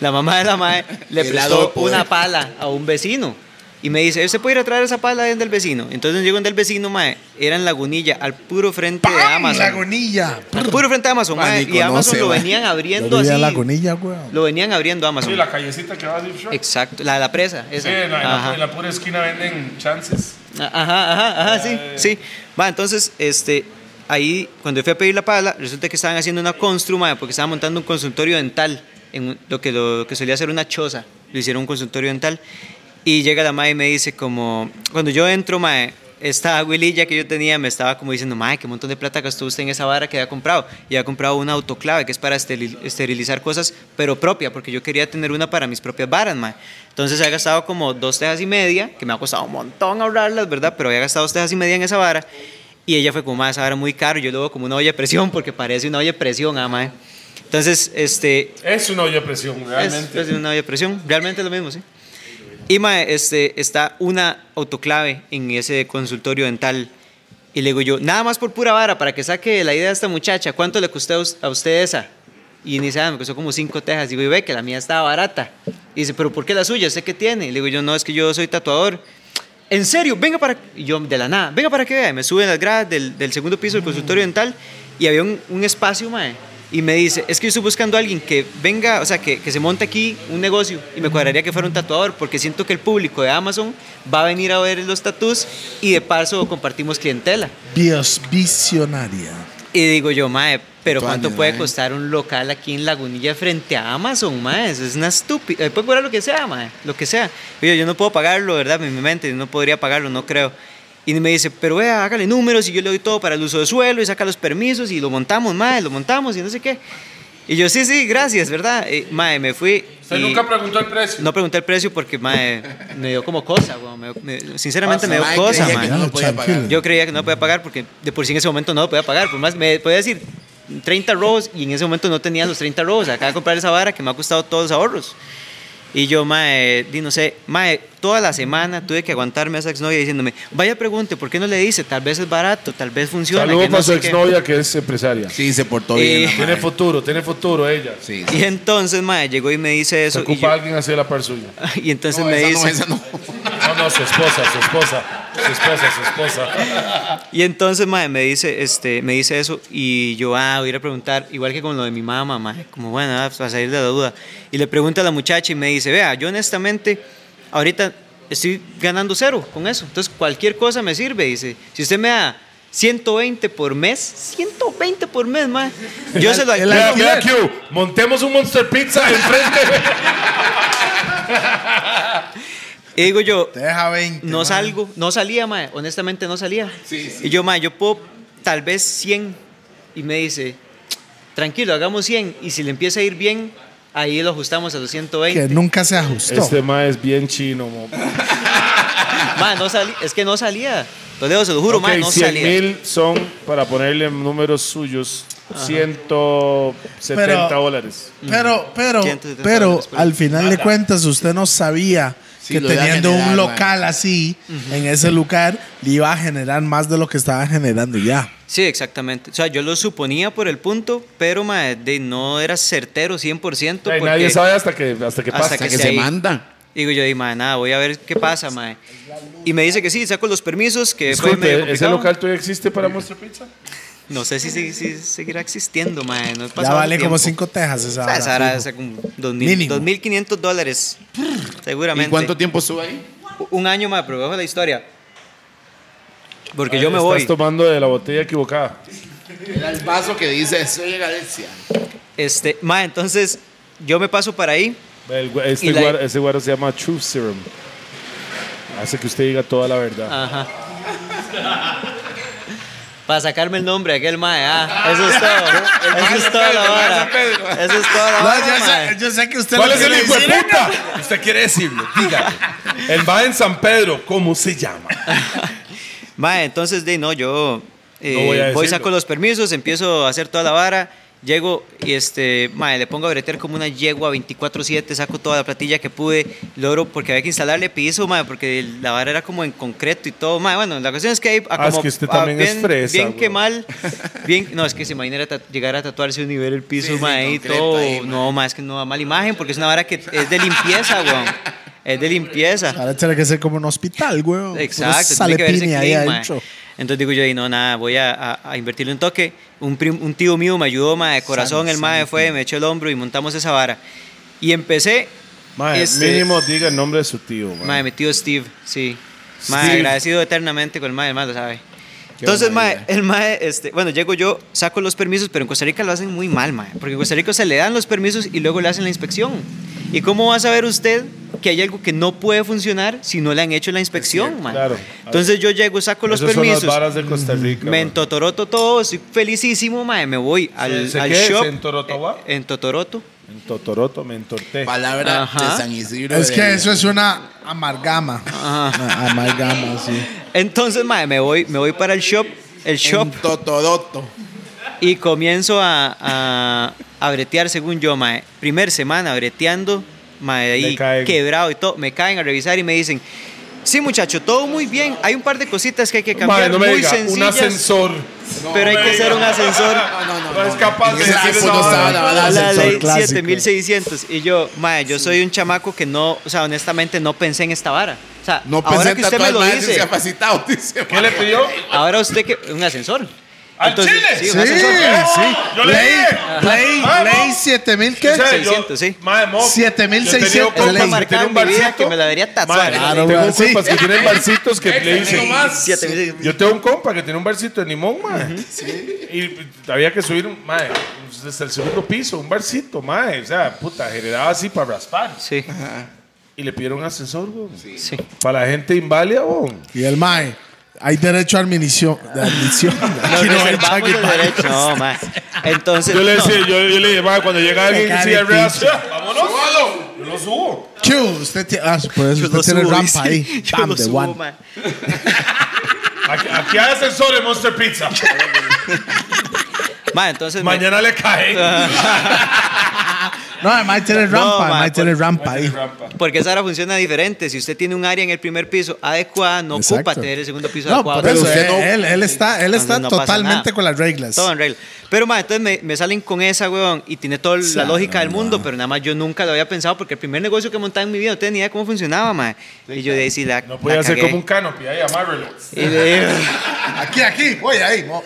Speaker 3: la mamá de la mae, le
Speaker 4: El lado de
Speaker 3: prestó
Speaker 4: poder.
Speaker 3: una pala a un vecino. Y me dice, ¿se puede ir a traer esa pala del vecino? Entonces llego del vecino, mae, era en Lagunilla, al puro frente de
Speaker 2: ¡Pam!
Speaker 3: Amazon.
Speaker 2: Lagunilla.
Speaker 3: Al puro frente de Amazon,
Speaker 4: Ah,
Speaker 3: mae,
Speaker 4: ni
Speaker 3: y Amazon
Speaker 4: conoce,
Speaker 3: lo
Speaker 4: mae.
Speaker 3: venían abriendo
Speaker 2: Yo
Speaker 3: así.
Speaker 2: vivía en Lagunilla, weón.
Speaker 3: Lo venían abriendo Amazon.
Speaker 6: Sí, la callecita que va a Deep Shore.
Speaker 3: Exacto, la de la presa.
Speaker 6: Sí,
Speaker 3: Esa.
Speaker 6: en la, en la-
Speaker 3: Ajá.
Speaker 6: en la pura esquina venden chances.
Speaker 3: Ajá, ajá, ajá, sí, sí. Va, entonces, este, ahí, cuando yo fui a pedir la pala, resulta que estaban haciendo una constru, mae, porque estaban montando un consultorio dental, en un- lo que, lo, que solía ser una choza, lo hicieron un consultorio dental, y llega la mae y me dice como, cuando yo entro, mae, esta huililla que yo tenía me estaba como diciendo, mae, qué montón de plata gastó usted en esa vara que había comprado. Y había comprado una autoclave que es para esteril- esterilizar cosas, pero propia, porque yo quería tener una para mis propias varas, mae. Entonces había gastado como dos tejas y media, que me ha costado un montón ahorrarlas, ¿verdad? Pero había gastado dos tejas y media en esa vara. Y ella fue como, mae, esa vara es muy caro. Yo luego como una olla de presión, porque parece una olla de presión, ah, mae. Entonces, este,
Speaker 6: Es una olla a presión, realmente.
Speaker 3: es, es una olla a presión, realmente es lo mismo, sí. Y mae, este, está una autoclave en ese consultorio dental. Y le digo yo, nada más por pura vara, para que saque la idea de esta muchacha, ¿cuánto le costó a us- a usted esa? Y ni sabe, me costó como cinco tejas. Digo, y ve que la mía estaba barata. Y dice, ¿pero por qué la suya? ¿Sé qué tiene? Y le digo yo, no, es que yo soy tatuador. En serio, venga para. Y yo, de la nada, venga para que vea. Y Me suben las gradas del, del segundo piso del consultorio dental y había un, un espacio, mae. Y me dice, es que yo estoy buscando a alguien que venga, o sea, que, que se monte aquí un negocio y me cuadraría que fuera un tatuador, porque siento que el público de Amazon va a venir a ver los tatús y de paso compartimos clientela.
Speaker 2: Dios, visionaria.
Speaker 3: Y digo yo, mae, pero
Speaker 4: Tuanis,
Speaker 3: ¿cuánto puede
Speaker 4: mae.
Speaker 3: costar un local aquí en Lagunilla frente a Amazon, mae? Eso es una estúpida. Puede cobrar lo que sea, mae, lo que sea. Y yo, yo no puedo pagarlo, ¿verdad? En mi mente, yo no podría pagarlo, no creo. Y me dice, pero vea, hágale números y yo le doy todo para el uso de suelo y saca los permisos y lo montamos, mae, lo montamos y no sé qué. Y yo, sí, sí, gracias, ¿verdad? Y, mae, me fui.
Speaker 5: Usted
Speaker 3: y
Speaker 5: nunca preguntó el precio.
Speaker 3: No pregunté el precio porque, mae, me dio como cosa, weón. me- me- sinceramente me dio
Speaker 4: Mae,
Speaker 3: cosa,
Speaker 4: creía que
Speaker 3: mae.
Speaker 4: no lo podía pagar.
Speaker 2: Tranquilo.
Speaker 3: Yo creía que no podía pagar porque de por sí en ese momento no lo podía pagar. Por más, me podía decir 30 robos y en ese momento no tenía los 30 robos. Acaba de comprar esa vara que me ha costado todos los ahorros. Y yo, mae, di, no sé, mae, toda la semana tuve que aguantarme a esa exnovia diciéndome, vaya pregunte, ¿por qué no le dice? Tal vez es barato, tal vez funciona. que
Speaker 5: Saludos
Speaker 3: no
Speaker 5: para su
Speaker 3: sé qué".
Speaker 5: exnovia que es empresaria.
Speaker 4: Sí, se portó
Speaker 3: Eh,
Speaker 4: bien. la
Speaker 5: Tiene
Speaker 4: madre.
Speaker 5: futuro, tiene futuro ella.
Speaker 4: Sí,
Speaker 3: Y
Speaker 4: sí.
Speaker 3: entonces, mae, llegó y me dice
Speaker 5: Se
Speaker 3: eso. Y,
Speaker 5: ocupa
Speaker 3: yo-
Speaker 5: alguien así de la par suya.
Speaker 3: <laughs> y entonces
Speaker 4: No,
Speaker 3: me
Speaker 4: esa
Speaker 3: dice...
Speaker 4: no, esa no.
Speaker 5: No, no, su esposa, su esposa. Su esposa, su esposa.
Speaker 3: Y entonces, mae, me dice, este, me dice eso y yo, ah, voy a ir a preguntar, igual que con lo de mi mamá, mae, como bueno, ah, para salir de la duda. Y le pregunta a la muchacha y me dice, vea, yo honestamente, ahorita estoy ganando cero con eso, entonces cualquier cosa me sirve. Dice, si usted me da 120 por mes, 120 por mes, mae, yo se lo
Speaker 2: El
Speaker 5: Vea,
Speaker 3: alquilo.
Speaker 5: vea, Q, montemos un Monster Pizza enfrente.
Speaker 3: Y digo yo,
Speaker 2: Te deja 20.
Speaker 3: no
Speaker 2: man.
Speaker 3: salgo, no salía, mae, honestamente no salía.
Speaker 4: Sí, sí.
Speaker 3: Y yo, mae, yo puedo tal vez 100. Y me dice, tranquilo, hagamos 100. Y si le empieza a ir bien, ahí lo ajustamos a los 120.
Speaker 2: Que nunca se ajustó.
Speaker 6: Este mae es bien chino, mo.
Speaker 3: Mae, no salí, es que no salía. Toledo, se lo juro, mae, no salía.
Speaker 6: mil son, para ponerle números suyos, 170
Speaker 2: Pero-
Speaker 6: dólares.
Speaker 3: Mm.
Speaker 2: Pero, pero,
Speaker 3: 170
Speaker 2: pero
Speaker 3: dólares por
Speaker 2: al final de cuentas usted no sabía
Speaker 4: Sí,
Speaker 2: que
Speaker 4: lo iba a
Speaker 2: teniendo
Speaker 4: generar,
Speaker 2: un
Speaker 4: man.
Speaker 2: local así en ese lugar le iba a generar más de lo que estaba generando ya.
Speaker 3: Sí, exactamente. O sea, yo lo suponía por el punto, pero mae, de, no era certero 100%.
Speaker 6: Ay,
Speaker 3: Porque,
Speaker 6: nadie sabe hasta que, hasta
Speaker 3: Hasta
Speaker 6: que pasa.
Speaker 4: Hasta que
Speaker 3: esté
Speaker 4: se
Speaker 3: ahí.
Speaker 4: manda.
Speaker 3: Digo yo, di, mae, nada, voy a ver qué pasa, mae. Y me dice que sí, saco los permisos, que fue medio
Speaker 6: Disculpe, ¿ese
Speaker 3: complicado.
Speaker 6: local todavía existe para Monster Pizza?
Speaker 3: No sé si, si- si seguirá existiendo, mae. No he
Speaker 2: Ya
Speaker 3: pasado
Speaker 2: vale
Speaker 3: tiempo.
Speaker 2: como cinco tejas esa
Speaker 3: O sea,
Speaker 2: vara,
Speaker 3: esa vara
Speaker 2: fijo.
Speaker 3: hace como 2000,
Speaker 2: Mínimo.
Speaker 3: 2.500 dólares. Seguramente.
Speaker 4: ¿Y cuánto tiempo estuvo ahí?
Speaker 3: Un año más, pero bajo la historia. Porque yo me
Speaker 6: Estás
Speaker 3: voy.
Speaker 6: tomando de la botella equivocada.
Speaker 4: Era el vaso que dice, soy de Galicia.
Speaker 3: Este, ma, entonces yo me paso para ahí.
Speaker 6: El gua- este
Speaker 3: Y la-
Speaker 6: guaro- ese guaro se llama Truth Serum. Hace que usted diga toda la verdad.
Speaker 3: Ajá. Para sacarme el nombre de aquel mae. Ah,
Speaker 2: <laughs>
Speaker 3: eso es todo. Eso es toda la vara. Eso es toda la
Speaker 2: No,
Speaker 3: vara.
Speaker 2: yo, sé,
Speaker 3: mae.
Speaker 2: yo sé que usted
Speaker 5: ¿Cuál
Speaker 2: lo
Speaker 5: es el
Speaker 2: quiere
Speaker 5: hijo de
Speaker 2: decir.
Speaker 5: puta? Usted quiere decirlo, dígalo. El va en San Pedro, ¿cómo se llama?
Speaker 3: Mae, entonces, de no, yo eh,
Speaker 5: No voy a
Speaker 3: voy,
Speaker 5: decirlo.
Speaker 3: saco los permisos, empiezo a hacer toda la vara, llego y este, mae, le pongo a bretear como una yegua 24-7, saco toda la platilla que pude, logro, porque había que instalarle piso, mae, porque el- la vara era como en concreto y todo, mae, bueno, la cuestión es que hay... a
Speaker 6: Ah, es que usted también
Speaker 3: bien,
Speaker 6: es fresa,
Speaker 3: Bien que
Speaker 6: weón. <laughs>
Speaker 3: mal, bien, no, es que se imagina tat- llegar a tatuarse un nivel el piso,
Speaker 4: Sí, sí,
Speaker 3: mae, y
Speaker 4: concreto
Speaker 3: todo,
Speaker 4: ahí, mae.
Speaker 3: no, mae, es que no da mala imagen, porque es una vara que es de limpieza, weón, es de limpieza.
Speaker 2: Ahora tiene que ser como un hospital, güey.
Speaker 3: Exacto, tiene que verse
Speaker 2: Salepini ahí
Speaker 3: clean, mae.
Speaker 2: adentro.
Speaker 3: Entonces digo yo, y no, nada, voy a, a- a invertirle un toque. Un, prim- un tío mío me ayudó, mae, de corazón, el mae fue, me echó el hombro y montamos esa vara. Y empecé,
Speaker 6: Mae,
Speaker 3: Este-
Speaker 6: mínimo diga el nombre de su tío. mae.
Speaker 3: mae, mi tío Steve, sí. Mae,
Speaker 6: Steve.
Speaker 3: agradecido eternamente con el mae, el mae lo sabe. Entonces, mae, el mae, este, bueno, llego yo, saco los permisos, pero en Costa Rica lo hacen muy mal, mae, porque en Costa Rica se le dan los permisos y luego le hacen la inspección. ¿Y cómo va a saber usted que hay algo que no puede funcionar si no le han hecho la inspección, mae?
Speaker 6: claro.
Speaker 3: Entonces yo llego, saco los
Speaker 6: Esas
Speaker 3: permisos. Mm,
Speaker 6: son las varas de Costa Rica.
Speaker 3: Me
Speaker 6: mae.
Speaker 3: entotoroto todo, estoy felicísimo, mae. Me voy al,
Speaker 5: ¿Se
Speaker 3: al
Speaker 5: qué? ¿Se
Speaker 3: shop.
Speaker 5: entorotoba?
Speaker 3: eh, En Totoroto.
Speaker 6: En Totoroto me entorté.
Speaker 4: Palabra
Speaker 3: Ajá.
Speaker 4: de San Isidro.
Speaker 2: Es
Speaker 4: de-
Speaker 2: que eso es una amalgama. Una Amalgama, sí.
Speaker 3: Entonces, mae, me voy, me voy para el shop. El shop.
Speaker 4: Un totodoto.
Speaker 3: Y comienzo a, a, a bretear según yo, mae. Primer semana breteando, mae,
Speaker 6: Le
Speaker 3: ahí
Speaker 6: caen.
Speaker 3: quebrado y todo. Me caen a revisar y me dicen, sí, muchacho, todo muy bien. Hay un par de cositas que hay que cambiar,
Speaker 5: Mae, no me
Speaker 3: muy
Speaker 5: diga, un
Speaker 3: sencillas,
Speaker 5: ascensor.
Speaker 3: pero hay
Speaker 5: me
Speaker 3: que
Speaker 5: diga.
Speaker 3: hacer un
Speaker 5: <laughs>
Speaker 3: ascensor.
Speaker 4: No, no, no.
Speaker 5: No es capaz
Speaker 4: En
Speaker 5: de
Speaker 4: ese
Speaker 5: decir
Speaker 4: tiempo
Speaker 5: esa
Speaker 4: no estaba
Speaker 5: vara.
Speaker 4: la bala
Speaker 3: A
Speaker 4: del
Speaker 3: la
Speaker 4: sensor.
Speaker 3: ley
Speaker 2: clásico.
Speaker 3: 7600. Y yo, mae, yo soy un chamaco que no, o sea, honestamente no pensé en esta vara. O sea,
Speaker 4: No
Speaker 3: ahora que
Speaker 4: presenta
Speaker 3: usted me
Speaker 4: todas
Speaker 3: lo
Speaker 4: las
Speaker 3: dice,
Speaker 4: discapacitados, dice.
Speaker 5: ¿Qué le pidió?
Speaker 3: ahora usted que. Un ascensor.
Speaker 5: ¿Al
Speaker 3: Entonces,
Speaker 5: chile?
Speaker 3: Sí, un
Speaker 2: Sí,
Speaker 3: ascensor.
Speaker 2: sí.
Speaker 5: Yo le
Speaker 2: Play,
Speaker 5: dije.
Speaker 2: play,
Speaker 5: Vamos.
Speaker 2: play 7000 qué?
Speaker 5: O sea, yo-
Speaker 3: 600, sí.
Speaker 5: Mae, mo,
Speaker 2: 7600
Speaker 5: yo he tenido
Speaker 2: de
Speaker 5: compas
Speaker 2: ley.
Speaker 5: que tienen un
Speaker 3: Marcada en mi vida
Speaker 5: barcito.
Speaker 3: que me la debería tatuar.
Speaker 5: Mae,
Speaker 2: Claro,
Speaker 6: Tengo
Speaker 2: güey, sí.
Speaker 6: compas que tienen barcitos que le
Speaker 4: Tengo
Speaker 6: dicen.
Speaker 4: más.
Speaker 3: 7600.
Speaker 5: Yo tengo un compa que tiene un barcito de limón, mae. Y había que subir, un- mae, desde el segundo piso, un barcito, mae. O sea, puta, generaba así para raspar.
Speaker 3: Sí,
Speaker 5: Y le pidieron ascensor, weón.
Speaker 3: sí.
Speaker 5: Para la gente inválida, weón.
Speaker 2: Y el mae, hay derecho a admisión. De admisión.
Speaker 3: Nos
Speaker 2: Aquí no hay
Speaker 3: reservamos el
Speaker 2: chaque-
Speaker 3: derecho. No, mae. Entonces,
Speaker 5: Yo le,
Speaker 3: no,
Speaker 5: decía, yo, yo le dije, "Ma, cuando llega alguien que sigue reazo, <laughs> vámonos. Yo lo subo.
Speaker 2: Chu, usted tiene. Ah, por eso
Speaker 3: yo
Speaker 2: usted
Speaker 3: lo
Speaker 2: tiene
Speaker 3: subo,
Speaker 2: rampa
Speaker 3: dice.
Speaker 2: ahí.
Speaker 3: <laughs> Yo
Speaker 2: Bam,
Speaker 3: lo
Speaker 2: de
Speaker 3: subo,
Speaker 2: one.
Speaker 3: mae.
Speaker 5: Aquí, aquí hay ascensor en Monster
Speaker 3: <laughs>
Speaker 5: Pizza.
Speaker 3: Mae, entonces, mae,
Speaker 5: Mañana le cae.
Speaker 3: <laughs>
Speaker 2: No, el Mike tiene rampa. El
Speaker 3: mae,
Speaker 2: Mike tiene rampa ahí.
Speaker 3: porque esa ahora funciona diferente. Si usted tiene un área en el primer piso adecuada, no ocupa
Speaker 2: Exacto.
Speaker 3: tener el segundo piso
Speaker 2: No,
Speaker 3: adecuado.
Speaker 2: por eso.
Speaker 4: usted
Speaker 2: eh,
Speaker 4: no-
Speaker 2: Él, él está, él está
Speaker 3: Entonces no pasa
Speaker 2: totalmente
Speaker 3: nada.
Speaker 2: con las reglas.
Speaker 3: Todo en regla. Pero, ma, entonces me, me salen con esa, weón, y tiene toda la lógica del mundo, pero nada más yo nunca lo había pensado porque el primer negocio que montaba en mi vida no tenía ni idea cómo funcionaba, ma. y yo de ahí sí la.
Speaker 5: No puede
Speaker 3: la
Speaker 5: hacer
Speaker 3: cagué.
Speaker 5: como un canopy ahí, amárrelo.
Speaker 3: Y le,
Speaker 2: <laughs> Aquí, aquí, voy ahí. mo.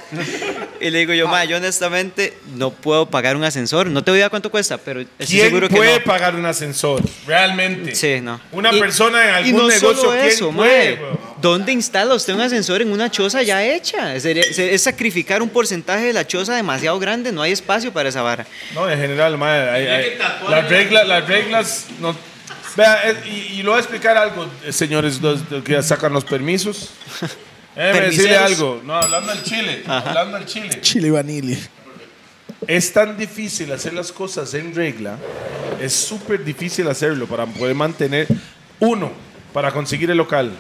Speaker 3: y le digo yo, ma, yo honestamente no puedo pagar un ascensor. No te voy a dar cuánto cuesta, pero estoy
Speaker 5: ¿Quién
Speaker 3: seguro que
Speaker 5: puede
Speaker 3: no.
Speaker 5: pagar un ascensor? Realmente.
Speaker 3: Sí, no.
Speaker 5: Una
Speaker 3: Y-
Speaker 5: persona en
Speaker 3: y
Speaker 5: algún
Speaker 3: no
Speaker 5: negocio.
Speaker 3: solo
Speaker 5: ¿quién
Speaker 3: eso,
Speaker 5: puede,
Speaker 3: mae.
Speaker 5: weón?
Speaker 3: ¿Dónde instala usted un ascensor en una choza ya hecha? Sería- se- es sacrificar un porcentaje de la choza demasiado grande, no hay espacio para esa vara.
Speaker 5: No, en general, madre. hay- hay- las, reglas, las reglas. No, vea, eh, y, y lo voy a explicar algo, eh, señores los- los que sacan
Speaker 3: <laughs>
Speaker 5: los permisos. Déjeme decirle
Speaker 3: Permiseros.
Speaker 5: algo. No, hablando al Chile. Hablando al Chile.
Speaker 2: Chile vanille.
Speaker 5: Es tan difícil hacer las cosas en regla, es súper difícil hacerlo para poder mantener, uno, para conseguir el local,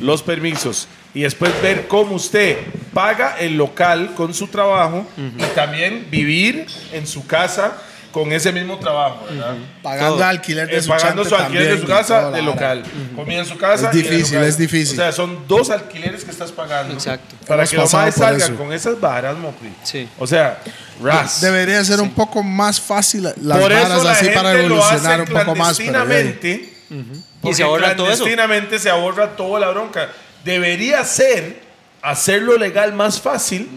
Speaker 5: los permisos, y después ver cómo usted paga el local con su trabajo y también vivir en su casa con ese mismo trabajo, ¿verdad?
Speaker 2: Pagando
Speaker 3: Todo.
Speaker 2: alquiler de
Speaker 5: Eh,
Speaker 2: su
Speaker 5: pagando
Speaker 2: chante
Speaker 5: su alquiler de
Speaker 2: también
Speaker 5: su
Speaker 2: y toda
Speaker 5: casa,
Speaker 2: la
Speaker 5: del
Speaker 2: vara.
Speaker 5: local. Comida en su casa.
Speaker 2: Es
Speaker 5: y del
Speaker 2: difícil,
Speaker 5: local.
Speaker 2: es difícil.
Speaker 5: O sea, son dos alquileres que estás pagando.
Speaker 3: Exacto.
Speaker 5: Para
Speaker 2: Hemos
Speaker 5: que los
Speaker 2: pasado
Speaker 5: maes
Speaker 2: por
Speaker 5: salgan
Speaker 2: eso.
Speaker 5: con esas varas, Mocri.
Speaker 3: Sí.
Speaker 5: O sea, ras.
Speaker 2: Debería ser un poco más fácil las
Speaker 5: Por
Speaker 2: varas
Speaker 5: eso la
Speaker 2: así
Speaker 5: gente
Speaker 2: para
Speaker 5: lo hace
Speaker 2: evolucionar un poco más. pero, hey,
Speaker 5: clandestinamente.
Speaker 3: Y se ahorra todo eso.
Speaker 5: Clandestinamente se ahorra toda la bronca. Debería ser hacerlo legal más fácil